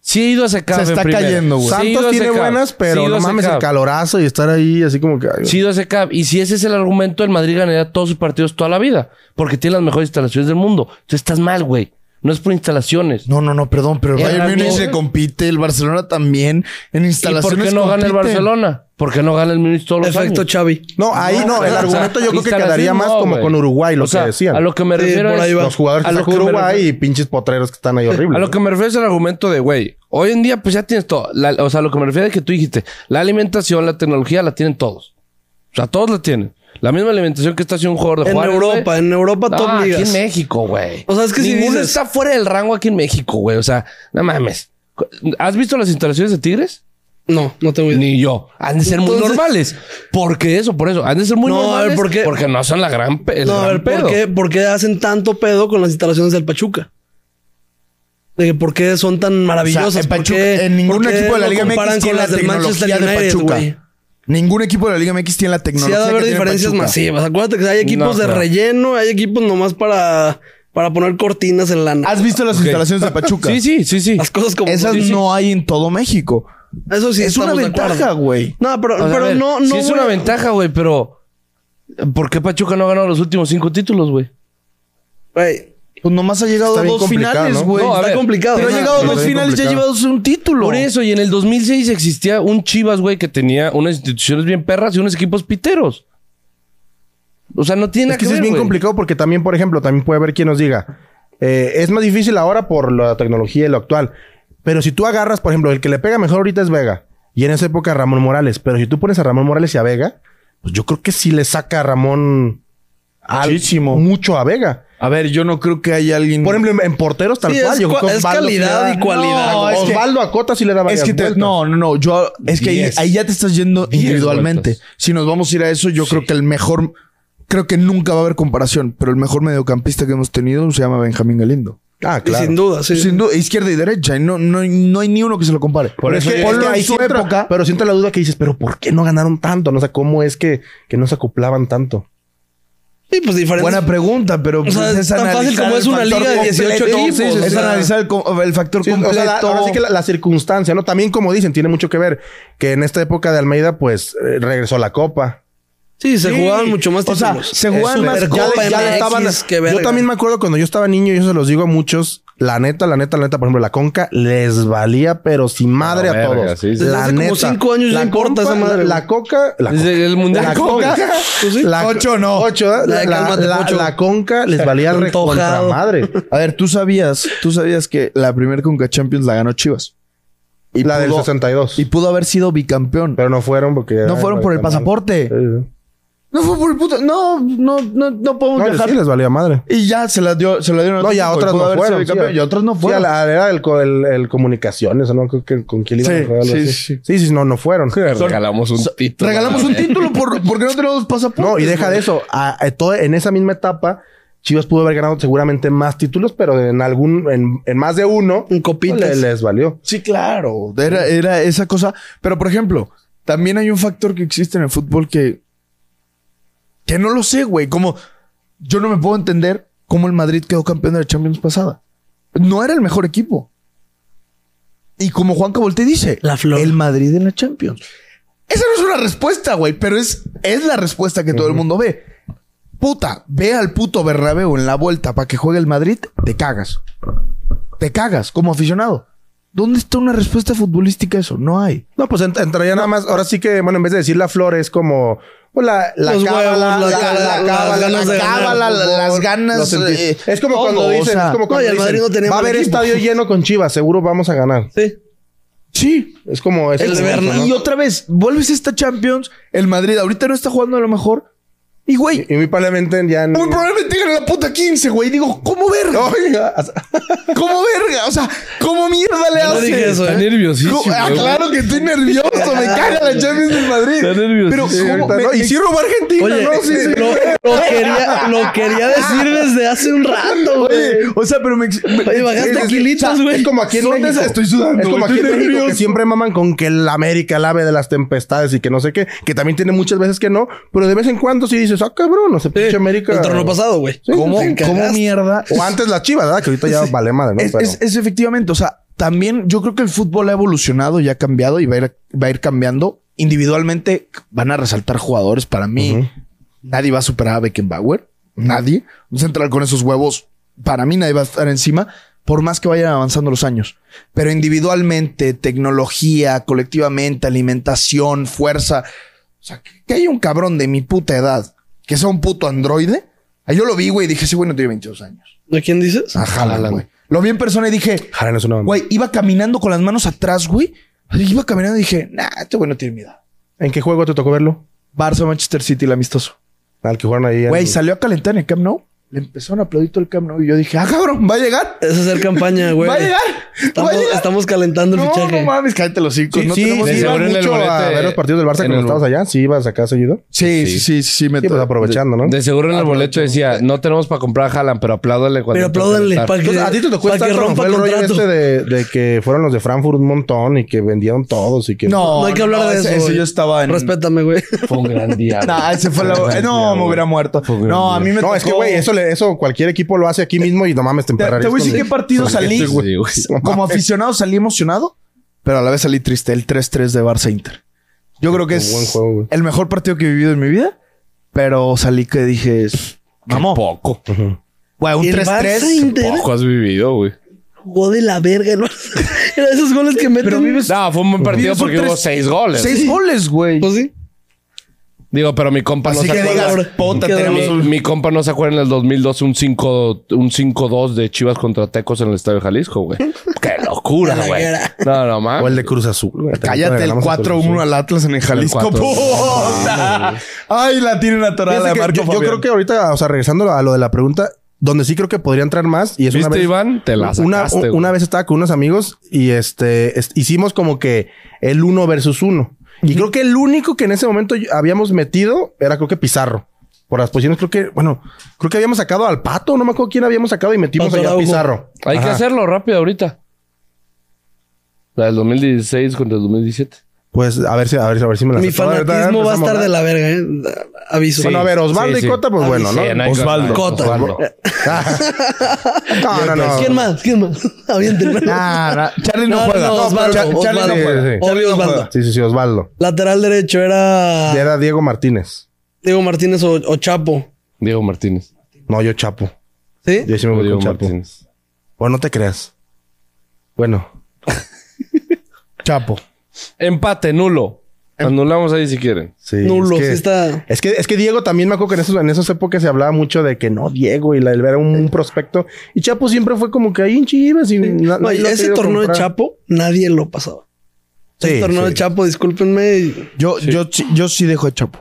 Speaker 2: Sí he ido a secar.
Speaker 4: Se está cayendo, güey.
Speaker 2: Sí he ido
Speaker 3: Santos
Speaker 2: a
Speaker 3: tiene
Speaker 2: SECAP.
Speaker 3: buenas,
Speaker 2: Sí
Speaker 3: pero
Speaker 2: he ido
Speaker 3: no
Speaker 2: a
Speaker 3: mames el
Speaker 2: SECAP.
Speaker 3: calorazo y estar ahí así como que. ay,
Speaker 2: Sí, 12 cap. Y si ese es el argumento, el Madrid ganará todos sus partidos toda la vida. Porque tiene las mejores instalaciones del mundo. Tú estás mal, güey. No es por instalaciones.
Speaker 4: No, no, no, perdón, pero el
Speaker 2: Era
Speaker 4: Bayern Múnich
Speaker 2: bien.
Speaker 4: se compite, el Barcelona también. En
Speaker 2: ¿Y por
Speaker 4: instalaciones
Speaker 2: qué no gana el
Speaker 4: compiten.
Speaker 2: Barcelona? ¿Por qué no gana el Múnich todos los
Speaker 1: Efecto
Speaker 2: años?
Speaker 1: Xavi.
Speaker 3: No, ahí no, el
Speaker 2: O sea,
Speaker 3: argumento yo creo que
Speaker 2: instalación
Speaker 3: quedaría más
Speaker 2: no,
Speaker 3: como
Speaker 2: güey.
Speaker 3: con Uruguay, lo
Speaker 2: O sea,
Speaker 3: que decían.
Speaker 2: A lo que me
Speaker 1: Sí,
Speaker 2: refiero
Speaker 1: por
Speaker 2: es-
Speaker 1: ahí va.
Speaker 3: Los jugadores
Speaker 2: a
Speaker 3: que
Speaker 2: lo
Speaker 3: sacó
Speaker 2: que me
Speaker 3: Uruguay
Speaker 2: refiero-
Speaker 3: y pinches potreros que están ahí horribles.
Speaker 2: A lo que me refiero es el argumento de, güey, hoy en día pues ya tienes todo. La- o sea, lo que me refiero es que tú dijiste, la alimentación, la tecnología la tienen todos. O sea, todos la tienen. La misma alimentación que está haciendo un jugador de
Speaker 1: En
Speaker 2: Juárez,
Speaker 1: Europa,
Speaker 2: güey.
Speaker 1: en Europa top
Speaker 2: Ah,
Speaker 1: ligas.
Speaker 2: aquí en México, güey.
Speaker 1: O sea, es que si
Speaker 2: Ninguno
Speaker 1: dices-
Speaker 2: está fuera del rango aquí en México, güey. O sea, no mames. ¿Has visto las instalaciones de Tigres?
Speaker 1: No, no tengo idea.
Speaker 2: Ni yo. Han de ser muy
Speaker 1: Entonces-
Speaker 2: normales. ¿Por qué eso? Por eso. Han de ser muy
Speaker 1: No, a ver,
Speaker 2: normales.
Speaker 1: ¿por qué?
Speaker 2: Porque no son la gran... pe- el
Speaker 1: no, a ver,
Speaker 2: gran
Speaker 1: ¿por
Speaker 2: pedo.
Speaker 1: qué, ¿por qué hacen tanto pedo con las instalaciones del Pachuca? De que por qué son tan maravillosas.
Speaker 4: en
Speaker 1: ¿Por
Speaker 4: Pachuca-
Speaker 1: qué-
Speaker 4: en ningún
Speaker 1: por qué
Speaker 4: equipo de la
Speaker 1: lo
Speaker 4: Liga MX
Speaker 1: comparan con
Speaker 4: tiene
Speaker 1: las
Speaker 4: la
Speaker 1: del Manchester
Speaker 4: tecnología de
Speaker 1: United,
Speaker 4: Pachuca.
Speaker 1: güey?
Speaker 4: Ningún equipo de la Liga MX tiene la
Speaker 1: Sí,
Speaker 4: tecnología.
Speaker 1: ha de
Speaker 4: que
Speaker 1: haber
Speaker 4: tiene
Speaker 1: diferencias
Speaker 4: Pachuca.
Speaker 1: masivas. Acuérdate que hay equipos
Speaker 2: No,
Speaker 1: de
Speaker 2: claro.
Speaker 1: relleno, hay equipos nomás para, para poner cortinas en lana.
Speaker 4: ¿Has visto las instalaciones de Pachuca?
Speaker 2: Sí, sí, sí, sí.
Speaker 1: Las cosas como
Speaker 4: Esas
Speaker 1: son.
Speaker 4: no hay en todo México.
Speaker 1: Eso sí,
Speaker 4: es una
Speaker 1: estamos de acuerdo.
Speaker 4: ventaja, güey.
Speaker 1: No, pero,
Speaker 2: O sea, a
Speaker 1: pero
Speaker 2: ver,
Speaker 1: no, no.
Speaker 2: sí es una
Speaker 1: güey.
Speaker 2: ventaja, güey, pero ¿por qué Pachuca no ha ganado los últimos cinco títulos, güey?
Speaker 1: Güey,
Speaker 4: Pues nomás ha llegado
Speaker 3: Está
Speaker 4: a
Speaker 3: bien
Speaker 4: dos
Speaker 3: complicado,
Speaker 4: finales,
Speaker 3: ¿no?
Speaker 4: güey.
Speaker 2: No, a
Speaker 1: está
Speaker 2: ver,
Speaker 1: complicado.
Speaker 4: Pero ha
Speaker 1: Ajá.
Speaker 4: llegado a dos
Speaker 3: está bien
Speaker 4: finales, ya ha
Speaker 3: complicado.
Speaker 4: llevado un título.
Speaker 2: Por eso, y en el 2006 existía un Chivas, güey, que tenía unas instituciones bien perras y unos equipos piteros. O sea, no tiene
Speaker 3: Es que sí
Speaker 2: nada
Speaker 3: es
Speaker 2: que
Speaker 3: bien
Speaker 2: ver, güey.
Speaker 3: complicado porque también, por ejemplo, también puede haber quien nos diga, eh, es más difícil ahora por la tecnología y lo actual. Pero si tú agarras, por ejemplo, el que le pega mejor ahorita es Vega. Y en esa época Ramón Morales. Pero si tú pones a Ramón Morales y a Vega, pues yo creo que sí le saca a Ramón al-
Speaker 4: Muchísimo.
Speaker 3: mucho a Vega.
Speaker 4: A ver, yo no creo que haya alguien.
Speaker 3: Por ejemplo, en, en porteros tal
Speaker 1: Sí,
Speaker 3: cual.
Speaker 1: es
Speaker 3: yo creo
Speaker 1: cua-
Speaker 3: que
Speaker 1: es
Speaker 3: Osvaldo sí le
Speaker 1: calidad
Speaker 3: da-
Speaker 1: y cualidad.
Speaker 4: No, es que-
Speaker 3: Osvaldo a Cota sí le da varias
Speaker 4: es que te,
Speaker 3: vueltas.
Speaker 4: no, no, no. Yo es que ahí,
Speaker 2: Diez.
Speaker 4: ahí ya te estás yendo
Speaker 2: Diez
Speaker 4: individualmente.
Speaker 2: vueltas.
Speaker 4: Si nos vamos a ir a eso, yo creo que el mejor, creo que nunca va a haber comparación, pero el mejor mediocampista que hemos tenido se llama Benjamín Galindo.
Speaker 3: Ah,
Speaker 1: Y
Speaker 3: claro.
Speaker 1: Sin duda, sí.
Speaker 4: Sin duda, izquierda y derecha, y no, no, hay- no hay ni uno que se lo compare.
Speaker 3: Pero es que, es que
Speaker 4: ponlo
Speaker 3: ahí
Speaker 4: en su
Speaker 3: sí entra-
Speaker 4: época.
Speaker 3: Pero siento la duda que dices, pero ¿por qué no ganaron tanto? No sé cómo es que, que no se acoplaban tanto.
Speaker 1: Sí, pues diferentes.
Speaker 4: Buena pregunta, pero pues
Speaker 1: sea, es tan fácil
Speaker 4: analizar
Speaker 1: como
Speaker 4: el
Speaker 1: es una
Speaker 4: factor
Speaker 1: liga de 18
Speaker 4: completo.
Speaker 1: equipos,
Speaker 4: Sí, sí, sí,
Speaker 1: o
Speaker 4: es
Speaker 1: sea.
Speaker 4: analizar el, co- el factor
Speaker 3: Sí,
Speaker 4: completo.
Speaker 3: o sea, la- ahora sí que la, la circunstancia, ¿no? También, como dicen, tiene mucho que ver que en esta época de Almeida, pues eh, regresó la copa.
Speaker 1: Sí, se jugaban mucho más
Speaker 4: O sea,
Speaker 1: títulos. Este,
Speaker 4: se jugaban
Speaker 1: Eso,
Speaker 4: más
Speaker 1: pero
Speaker 3: Ya,
Speaker 1: Copa
Speaker 3: ya
Speaker 1: MX,
Speaker 3: estaban-
Speaker 1: qué verga.
Speaker 3: yo también me acuerdo cuando yo estaba niño, y eso se los digo a muchos. La neta, la neta, la neta, por ejemplo, la conca les valía, pero sin madre
Speaker 2: Ah,
Speaker 3: a
Speaker 2: verga,
Speaker 3: todos.
Speaker 2: sí,
Speaker 1: Desde
Speaker 2: sí.
Speaker 3: La
Speaker 1: hace como
Speaker 3: neta.
Speaker 1: cinco años ya
Speaker 3: La
Speaker 1: importa esa madre,
Speaker 3: La
Speaker 1: güey.
Speaker 3: coca, la
Speaker 2: Desde
Speaker 3: coca.
Speaker 2: el Mundial
Speaker 3: La
Speaker 2: de
Speaker 3: coca.
Speaker 2: Coca.
Speaker 1: Pues sí.
Speaker 3: La,
Speaker 4: Ocho no.
Speaker 3: Ocho, ¿eh?
Speaker 1: La
Speaker 3: la,
Speaker 1: de
Speaker 3: la,
Speaker 1: cálmate,
Speaker 3: la-
Speaker 1: pocho.
Speaker 3: la conca les valía recontra
Speaker 1: Antojado.
Speaker 3: madre.
Speaker 4: A ver, tú sabías, tú sabías que la primer Conca Champions la ganó Chivas. Y
Speaker 3: la del
Speaker 4: pudo-
Speaker 3: 62.
Speaker 4: Y pudo haber sido bicampeón.
Speaker 3: pero no fueron porque...
Speaker 4: no fueron por el pasaporte.
Speaker 3: Sí, sí.
Speaker 4: No fue por el puto. No, no, no, no podemos
Speaker 3: No,
Speaker 4: viajar.
Speaker 3: sí les valía madre.
Speaker 4: Y ya se la dio, se la dieron a
Speaker 3: No,
Speaker 4: otro
Speaker 3: ya
Speaker 4: equipo y
Speaker 3: otras
Speaker 4: pudo
Speaker 3: no
Speaker 4: haber sido
Speaker 3: fueron. sí,
Speaker 4: bicampeón.
Speaker 3: a-
Speaker 4: y otras no
Speaker 3: sí,
Speaker 4: fueron.
Speaker 3: a la- era el, co- el- el comunicaciones, ¿no? Creo que con quién iban
Speaker 4: Sí,
Speaker 3: a jugar. algo
Speaker 4: sí,
Speaker 3: así.
Speaker 4: sí.
Speaker 3: sí, sí, no, no fueron.
Speaker 2: Regalamos un título.
Speaker 4: Regalamos un título por, porque no tenemos pasaporte.
Speaker 3: No, y deja de eso. a- a todo- en esa misma etapa, Chivas pudo haber ganado seguramente más títulos, pero en algún, en, en más de uno,
Speaker 1: En copitas.
Speaker 3: le- les valió.
Speaker 4: Sí, claro. Era, era esa cosa. Pero, por ejemplo, también hay un factor que existe en el fútbol que. que no lo sé, güey. Como yo no me puedo entender cómo el Madrid quedó campeón de la Champions pasada. No era el mejor equipo. Y como Juan Cabolte dice,
Speaker 1: La flor.
Speaker 4: el Madrid en la Champions. Esa no es una respuesta, güey, pero es, es la respuesta que todo el mundo ve. Puta, ve al puto Bernabéu en la vuelta para que juegue el Madrid, te cagas. Te cagas como aficionado. ¿Dónde está una respuesta futbolística a eso? No hay.
Speaker 3: No, pues ent- entraría nada más. Ahora sí que, bueno, en vez de decir la flor, es como. pues, la, la
Speaker 1: Los
Speaker 3: cábala,
Speaker 1: huevos, la
Speaker 3: la-
Speaker 1: cábala,
Speaker 3: la
Speaker 1: las
Speaker 3: cábala,
Speaker 1: ganas
Speaker 3: la
Speaker 1: de ganar,
Speaker 3: cábala,
Speaker 4: por
Speaker 3: la- las
Speaker 4: favor.
Speaker 3: ganas.
Speaker 4: Los
Speaker 3: eh,
Speaker 4: senti-
Speaker 3: es como
Speaker 4: todo,
Speaker 3: cuando dicen,
Speaker 4: o sea,
Speaker 3: es como cuando
Speaker 1: no, y el
Speaker 3: dicen,
Speaker 1: Madrid no tenía
Speaker 3: va a
Speaker 1: mal
Speaker 3: haber
Speaker 1: equipo".
Speaker 3: estadio lleno con Chivas, seguro vamos a ganar.
Speaker 1: Sí.
Speaker 4: Sí.
Speaker 3: Es como ese
Speaker 1: El de
Speaker 3: concepto,
Speaker 1: Bernal.
Speaker 3: ¿no?
Speaker 4: Y otra vez, vuelves a esta Champions, el Madrid ahorita no está jugando a lo mejor. Y güey,
Speaker 3: Y muy probablemente ya no.
Speaker 4: muy probablemente gane la puta 15, güey. Digo, ¿cómo verga?
Speaker 3: Oiga,
Speaker 4: ¿Cómo verga? O sea, ¿cómo mierda le
Speaker 1: Yo no
Speaker 4: haces?
Speaker 1: dije eso,
Speaker 2: Está
Speaker 1: ¿eh?
Speaker 2: nerviosísimo.
Speaker 4: Co- ah,
Speaker 2: güey.
Speaker 4: claro que estoy nervioso, me caga la Champions del Madrid.
Speaker 2: Está nervioso.
Speaker 4: Pero
Speaker 2: Sí,
Speaker 4: ¿cómo?
Speaker 3: ahorita,
Speaker 4: Me-
Speaker 3: ¿no? Y sí robó Argentina,
Speaker 1: Oye, eh,
Speaker 3: ¿no? Sí, sí.
Speaker 1: Lo, lo quería, lo quería decir desde hace un rato, güey.
Speaker 4: Oye, o sea, pero me, me-
Speaker 1: Oye, bajaste kilitos, güey.
Speaker 3: Es como aquí en
Speaker 4: Son de
Speaker 3: México.
Speaker 4: esas- estoy sudando,
Speaker 3: Es como
Speaker 4: estoy
Speaker 3: aquí en México, que
Speaker 4: nervioso.
Speaker 3: siempre maman con que el América, el ave de las tempestades y que no sé qué, que también tiene muchas veces que no, pero de vez en cuando sí dices, ah, cabrón, no sé, pinche América.
Speaker 1: El torneo pasado, güey.
Speaker 4: ¿Cómo,
Speaker 1: Te
Speaker 4: ¿Cómo
Speaker 1: cagaste.
Speaker 4: mierda?
Speaker 3: O antes las chivas, ¿verdad? Que ahorita ya vale madre, ¿no?
Speaker 4: Es,
Speaker 3: Pero-
Speaker 4: es- es efectivamente, o sea, también yo creo que el fútbol ha evolucionado y ha cambiado y va a ir, va a ir cambiando. Individualmente van a resaltar jugadores. Para mí, nadie va a superar a Beckenbauer. Nadie. Un central con esos huevos, para mí nadie va a estar encima, por más que vayan avanzando los años. Pero individualmente, tecnología, colectivamente, alimentación, fuerza. O sea, que, que hay un cabrón de mi puta edad que sea un puto androide. Ah, Yo lo vi, güey, y dije, ese güey no tiene 22 años.
Speaker 1: ¿De quién dices?
Speaker 3: Ah.
Speaker 4: A Haaland, güey. Lo vi en persona y dije,
Speaker 3: Jaren es una mamá.
Speaker 4: güey, iba caminando con las manos atrás, güey. Iba caminando y dije, nah, este güey no tiene mi edad.
Speaker 3: ¿En qué juego te tocó verlo?
Speaker 4: Barça, Manchester City, el amistoso.
Speaker 3: Al que jugaron ahí. en-
Speaker 4: Güey, salió a calentar en el Camp Nou. Le empezaron a aplaudir todo el Camp Nou y yo dije, ah, cabrón, va a llegar.
Speaker 1: Esa es el campaña, güey.
Speaker 4: Va a llegar. va
Speaker 1: Estamos,
Speaker 4: a llegar.
Speaker 1: estamos calentando el
Speaker 4: No,
Speaker 1: fichaje.
Speaker 4: no mames, cállate los cinco.
Speaker 3: Sí,
Speaker 4: no
Speaker 3: sí,
Speaker 4: tenemos
Speaker 3: sí,
Speaker 4: ni
Speaker 3: ibas
Speaker 4: idad.
Speaker 2: seguro en el
Speaker 3: mucho a
Speaker 2: boleto,
Speaker 3: ver los partidos del Barça
Speaker 2: en
Speaker 3: cuando
Speaker 2: el-
Speaker 3: estabas allá. Sí, ibas acá seguido.
Speaker 4: sí, sí, sí, sí, sí, me
Speaker 3: Sí, pues aprovechando, ¿no?
Speaker 2: De seguro en
Speaker 4: Ah,
Speaker 2: el boleto decía, no tenemos para comprar a Haaland, pero apláudale cuando...
Speaker 1: Pero apláudanle
Speaker 2: para
Speaker 1: para que,
Speaker 3: Entonces, a ti te tocó
Speaker 1: para
Speaker 3: estar
Speaker 1: que
Speaker 3: cuando
Speaker 1: rompa
Speaker 3: fue el rollo
Speaker 1: contrato.
Speaker 3: este de, de que fueron los de Frankfurt un montón y que vendieron todos y que...
Speaker 1: No hay que hablar de eso.
Speaker 4: Ese,
Speaker 1: güey.
Speaker 4: yo estaba en.
Speaker 1: Respétame, güey.
Speaker 2: Fue un gran día.
Speaker 4: Nah, ese fue la. eh, No, me hubiera muerto. No, a mí me
Speaker 3: No,
Speaker 4: tocó-
Speaker 3: es que, güey, eso, le- eso cualquier equipo lo hace aquí mismo y no mames, te
Speaker 4: Te,
Speaker 3: emperrarías.
Speaker 4: te voy a decir
Speaker 3: con-
Speaker 4: qué partido salí.
Speaker 2: Sí, Este güey.
Speaker 4: Como aficionado salí emocionado, pero a la vez salí triste. El 3-3 de Barça Inter. Yo creo que
Speaker 3: Un
Speaker 4: es
Speaker 3: buen juego, güey.
Speaker 4: el mejor partido que he vivido en mi vida, pero salí que dije, mamó.
Speaker 2: Poco.
Speaker 4: Güey, un
Speaker 1: El Barça
Speaker 4: 3-3.
Speaker 1: Inter
Speaker 2: Poco has vivido, güey.
Speaker 1: jugó de la verga. el Barça. Era de esos goles que meten.
Speaker 2: No, fue un buen partido
Speaker 4: Son
Speaker 2: porque hubo
Speaker 4: tres-
Speaker 2: seis goles.
Speaker 4: Seis goles, güey.
Speaker 1: Pues sí.
Speaker 2: Digo, pero mi compa
Speaker 4: Así
Speaker 2: no se
Speaker 4: que
Speaker 2: acuerda.
Speaker 4: digas,
Speaker 1: Ahora,
Speaker 4: puta,
Speaker 1: qué
Speaker 4: tenemos
Speaker 1: dolor.
Speaker 4: un...
Speaker 2: Mi, mi compa no se acuerda en el 2012 un 5 un 5-2 de Chivas contra Tecos en el Estadio Jalisco, güey. Qué locura,
Speaker 1: La
Speaker 2: güey.
Speaker 1: guerra.
Speaker 2: No, no más.
Speaker 3: O el de Cruz Azul. güey.
Speaker 4: Cállate
Speaker 3: Le
Speaker 4: el
Speaker 3: ganamos a Cruz
Speaker 4: 4-1
Speaker 3: Azul.
Speaker 4: al Atlas en el Jalisco.
Speaker 2: 4-1.
Speaker 4: puta. Ay, la tienen atorada
Speaker 3: Fíjate
Speaker 4: de
Speaker 3: que
Speaker 4: Marco
Speaker 3: yo, yo
Speaker 4: Fabián.
Speaker 3: creo que ahorita, o sea, regresando a lo de la pregunta, donde sí creo que podría entrar más y es una
Speaker 2: ¿Viste,
Speaker 3: vez...
Speaker 2: Iván? Te la
Speaker 3: una,
Speaker 2: sacaste,
Speaker 3: u-
Speaker 2: güey.
Speaker 3: una vez estaba con unos amigos y este est- hicimos como que el uno versus uno. Y creo que el único que en ese momento yo- habíamos metido era creo que Pizarro. Por las posiciones, creo que, bueno, creo que habíamos sacado al pato, no me acuerdo quién habíamos sacado y metimos
Speaker 1: Pato
Speaker 3: allá a
Speaker 1: Araujo.
Speaker 3: Pizarro.
Speaker 2: Hay que
Speaker 3: Ajá.
Speaker 2: hacerlo rápido ahorita. La del 2016 contra el 2017.
Speaker 3: Pues a ver si, a ver, si- a ver si me la
Speaker 1: Mi
Speaker 3: saco. Ahorita
Speaker 1: fanatismo va a
Speaker 3: empezamos,
Speaker 1: estar de
Speaker 3: ¿verdad?
Speaker 1: la verga, ¿eh? Aviso.
Speaker 3: Bueno, a ver, Osvaldo
Speaker 2: Sí,
Speaker 3: y
Speaker 2: sí.
Speaker 3: Cota, pues
Speaker 1: Ah,
Speaker 3: bueno,
Speaker 1: sí,
Speaker 3: ¿no?
Speaker 2: Sí, no hay-
Speaker 5: Osvaldo.
Speaker 1: Cota.
Speaker 2: Osvaldo.
Speaker 3: No, no, no.
Speaker 1: ¿Quién más? ¿Quién más? Aviéntenme.
Speaker 4: Nah, nah, Ah, Charlie no,
Speaker 1: No,
Speaker 4: juega.
Speaker 1: no,
Speaker 4: No,
Speaker 1: Osvaldo,
Speaker 4: Char- Charlie
Speaker 1: Osvaldo.
Speaker 4: no juega.
Speaker 3: Sí, sí.
Speaker 1: Obvio, Osvaldo.
Speaker 3: Sí, sí, sí, Osvaldo.
Speaker 1: Lateral derecho
Speaker 3: Y
Speaker 1: era
Speaker 3: Era Diego Martínez.
Speaker 1: Diego Martínez o, o Chapo.
Speaker 2: Diego Martínez.
Speaker 3: No, yo Chapo.
Speaker 1: ¿Sí?
Speaker 3: Yo sí me voy
Speaker 2: Diego
Speaker 3: con Chapo.
Speaker 2: Martínez.
Speaker 3: Bueno, no te creas. Bueno.
Speaker 4: Chapo.
Speaker 2: Empate, nulo.
Speaker 3: Em-
Speaker 2: Anulamos ahí si quieren.
Speaker 3: Sí,
Speaker 1: Nulo,
Speaker 3: es que,
Speaker 1: sí está.
Speaker 3: Es que, es que Diego también me acuerdo que en, esos, en esas épocas se hablaba mucho de que no, Diego, y la, era un, un prospecto. Y Chapo siempre fue como que ahí en Chivas. Y na-
Speaker 1: No, y
Speaker 3: nadie lo ha
Speaker 1: ese
Speaker 3: querido
Speaker 1: torneo de
Speaker 3: comprar.
Speaker 1: Chapo, nadie lo pasaba.
Speaker 3: Sí,
Speaker 1: ese torneo
Speaker 3: sí.
Speaker 1: de Chapo, discúlpenme. y-
Speaker 4: Yo, yo, sí- yo sí dejo a Chapo.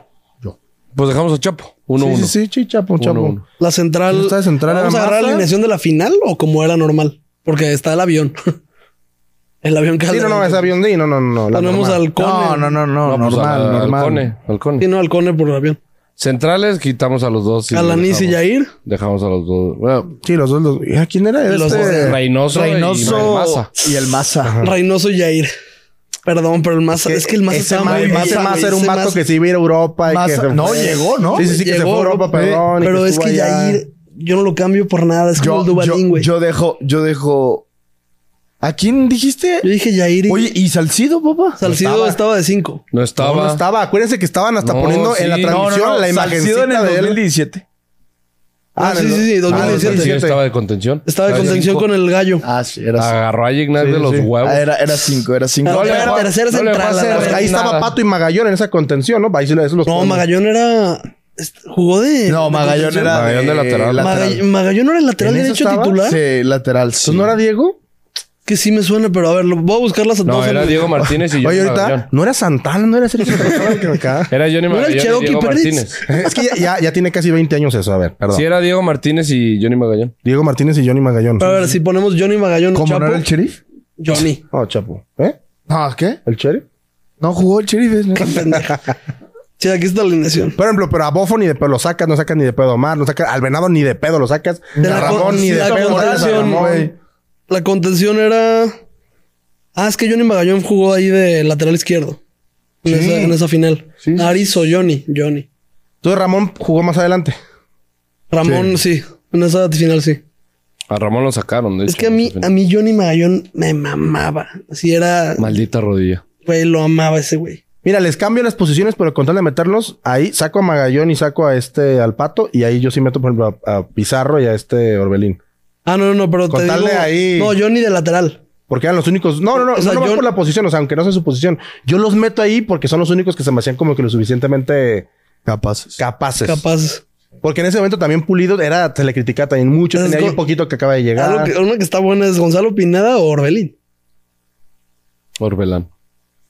Speaker 2: Pues dejamos a Chapo. 1-1.
Speaker 3: Sí, sí, sí, sí, Chapo, Chapo.
Speaker 2: uno.
Speaker 1: La central.
Speaker 3: ¿Quién está de central?
Speaker 1: ¿Vamos a
Speaker 3: ¿Era
Speaker 1: agarrar la
Speaker 3: Maza?
Speaker 1: alineación de la final o como era normal? Porque está el avión. el avión que
Speaker 3: Sí, no, no, es avión de... No, no, no. no la
Speaker 1: Ponemos
Speaker 3: normal.
Speaker 1: al Cone.
Speaker 4: No, no, no,
Speaker 2: No,
Speaker 4: no,
Speaker 2: pues,
Speaker 4: normal,
Speaker 2: al- al
Speaker 4: normal.
Speaker 2: Cone, al Cone.
Speaker 1: Sí, no, al Cone por el avión.
Speaker 2: Centrales, quitamos a los dos.
Speaker 1: Alanis y
Speaker 2: dejamos-
Speaker 1: Jair.
Speaker 2: Dejamos a los dos. Bueno,
Speaker 3: Sí, los dos. Los, Ah, ¿Quién era?
Speaker 1: Los
Speaker 3: este?
Speaker 1: dos de-
Speaker 2: Reynoso, y
Speaker 4: Eh, Reynoso
Speaker 2: Massa.
Speaker 4: y el Maza.
Speaker 1: Reynoso y Jair. Perdón, pero el más. Es que el más
Speaker 3: Ese
Speaker 1: estaba
Speaker 3: más,
Speaker 1: muy
Speaker 3: ese
Speaker 1: bien,
Speaker 3: más
Speaker 1: güey,
Speaker 3: era un
Speaker 1: ese
Speaker 3: vato
Speaker 1: más-
Speaker 3: que se iba a ir a Europa. y
Speaker 4: Massa-
Speaker 3: que se
Speaker 4: no,
Speaker 3: fue.
Speaker 4: llegó, ¿no?
Speaker 3: Sí, sí, sí, que se
Speaker 1: Llegó,
Speaker 3: fue a Europa,
Speaker 1: güey,
Speaker 3: perdón. y
Speaker 1: Pero es
Speaker 3: estuvo
Speaker 1: que
Speaker 3: allá.
Speaker 1: Jair yo no lo cambio por nada. Es como
Speaker 4: Yo,
Speaker 1: el Dubalín,
Speaker 4: yo,
Speaker 1: güey. Yo,
Speaker 4: yo dejo, yo dejo. ¿A quién dijiste?
Speaker 1: dije Yair y
Speaker 4: Oye, ¿y Salcido, papá?
Speaker 1: Salcido estaba,
Speaker 3: estaba.
Speaker 1: de 5.
Speaker 2: No
Speaker 3: No,
Speaker 2: estaba.
Speaker 3: no estaba. Acuérdense que estaban hasta
Speaker 2: No,
Speaker 3: poniendo en la
Speaker 2: sí. No, no, no,
Speaker 3: transmisión la
Speaker 5: Salcido
Speaker 3: imagencita
Speaker 5: en el
Speaker 3: de él.
Speaker 5: 2017.
Speaker 1: Ah, sí,
Speaker 3: en el-
Speaker 1: sí, sí,
Speaker 2: Ah,
Speaker 1: 2017.
Speaker 2: sí, estaba de contención.
Speaker 1: Estaba de
Speaker 2: Estaba
Speaker 1: contención
Speaker 2: cinco.
Speaker 1: con el gallo.
Speaker 4: Ah, sí, era cinco.
Speaker 2: Agarró a Gignac de los
Speaker 3: sí.
Speaker 2: huevos.
Speaker 4: Ah, era, era cinco, era cinco.
Speaker 1: No,
Speaker 2: le
Speaker 1: Era
Speaker 2: fue a-
Speaker 1: tercera
Speaker 2: le fue a
Speaker 1: central,
Speaker 2: hacer
Speaker 1: la verdad.
Speaker 3: Ahí
Speaker 2: nada.
Speaker 3: estaba Pato y Magallón en esa contención, ¿no? Ahí sí los
Speaker 1: No, Magallón era. est- Jugó de.
Speaker 4: No,
Speaker 1: de
Speaker 4: Magallón
Speaker 1: contención.
Speaker 4: era
Speaker 2: Magallón de lateral.
Speaker 1: Magall- Magallón no era el lateral
Speaker 3: ¿En eso
Speaker 1: derecho
Speaker 3: estaba?
Speaker 1: titular.
Speaker 4: Sí, lateral. sí.
Speaker 3: Pues, ¿No era Diego?
Speaker 1: Que sí me suena, pero a ver, lo- voy a buscar las
Speaker 2: No,
Speaker 1: dos
Speaker 2: era
Speaker 1: al-
Speaker 2: Diego Martínez y yo.
Speaker 3: Oye, ahorita, ¿no era Santana? Pues, ¿No era Sergio Santana? Que acá?
Speaker 2: Era Johnny
Speaker 1: ¿No era el
Speaker 2: Magallón y
Speaker 1: Cherokee
Speaker 2: Diego
Speaker 1: Pérez?
Speaker 2: Martínez.
Speaker 3: Eh, Es que ya, ya, ya tiene casi 20 años eso. A ver, perdón.
Speaker 2: Sí, era Diego Martínez y Johnny Magallón.
Speaker 3: Diego Martínez y Johnny Magallón.
Speaker 1: Pero a ver, si ponemos Johnny Magallón,
Speaker 4: ¿Cómo
Speaker 1: Chapo,
Speaker 4: no era el sheriff?
Speaker 1: Johnny.
Speaker 3: Oh, chapo. ¿Eh?
Speaker 4: No, Ah, ¿qué?
Speaker 3: ¿El Cherry?
Speaker 4: No jugó el sheriff. ¿no?
Speaker 1: Pendejo. Sí, aquí está la alineación.
Speaker 3: Por ejemplo, pero a Bofo ni de pedo lo sacas, no sacas ni de pedo a Omar, no sacas al Venado ni de pedo lo sacas,
Speaker 1: De
Speaker 3: a
Speaker 1: la con-
Speaker 3: Ramón ni
Speaker 1: sí,
Speaker 3: de
Speaker 1: la
Speaker 3: pedo lo sacas a
Speaker 1: contención,
Speaker 3: Ramón.
Speaker 1: güey. La contención era. Ah, es que Johnny Magallón jugó ahí de lateral izquierdo. En, esa, en esa final. Arizo, Johnny, Johnny.
Speaker 3: Entonces Ramón jugó más adelante.
Speaker 1: Ramón, sí. En esa final, sí.
Speaker 2: A Ramón lo sacaron. de
Speaker 1: Es
Speaker 2: hecho,
Speaker 1: que a mí, a mí Johnny Magallón me mamaba. Así era.
Speaker 2: Maldita rodilla.
Speaker 1: Güey, lo amaba ese güey.
Speaker 3: Mira, les cambio las posiciones, pero con tal de meterlos, ahí saco a Magallón y saco a este al Pato, y ahí yo sí meto, por ejemplo, a, a Pizarro y a este Orbelín.
Speaker 1: Ah, no, no, no, pero te
Speaker 3: Contale
Speaker 1: digo.
Speaker 3: ahí.
Speaker 1: No, Johnny de lateral.
Speaker 3: Porque eran los únicos. No, no, no,
Speaker 1: O sea,
Speaker 3: no nomás
Speaker 1: yo-
Speaker 3: por la posición, o sea, aunque no sea su posición. Yo los meto ahí porque son los únicos que se me hacían como que lo suficientemente
Speaker 4: Capaces.
Speaker 3: capaces.
Speaker 1: Capaz.
Speaker 3: Porque en ese momento también Pulido era, se le criticaba también mucho,
Speaker 1: Es
Speaker 3: tenía ahí
Speaker 1: go-
Speaker 3: un poquito que acaba de llegar.
Speaker 1: Algo que- una que está buena es Gonzalo Pineda o Orbelín.
Speaker 2: Orbelán.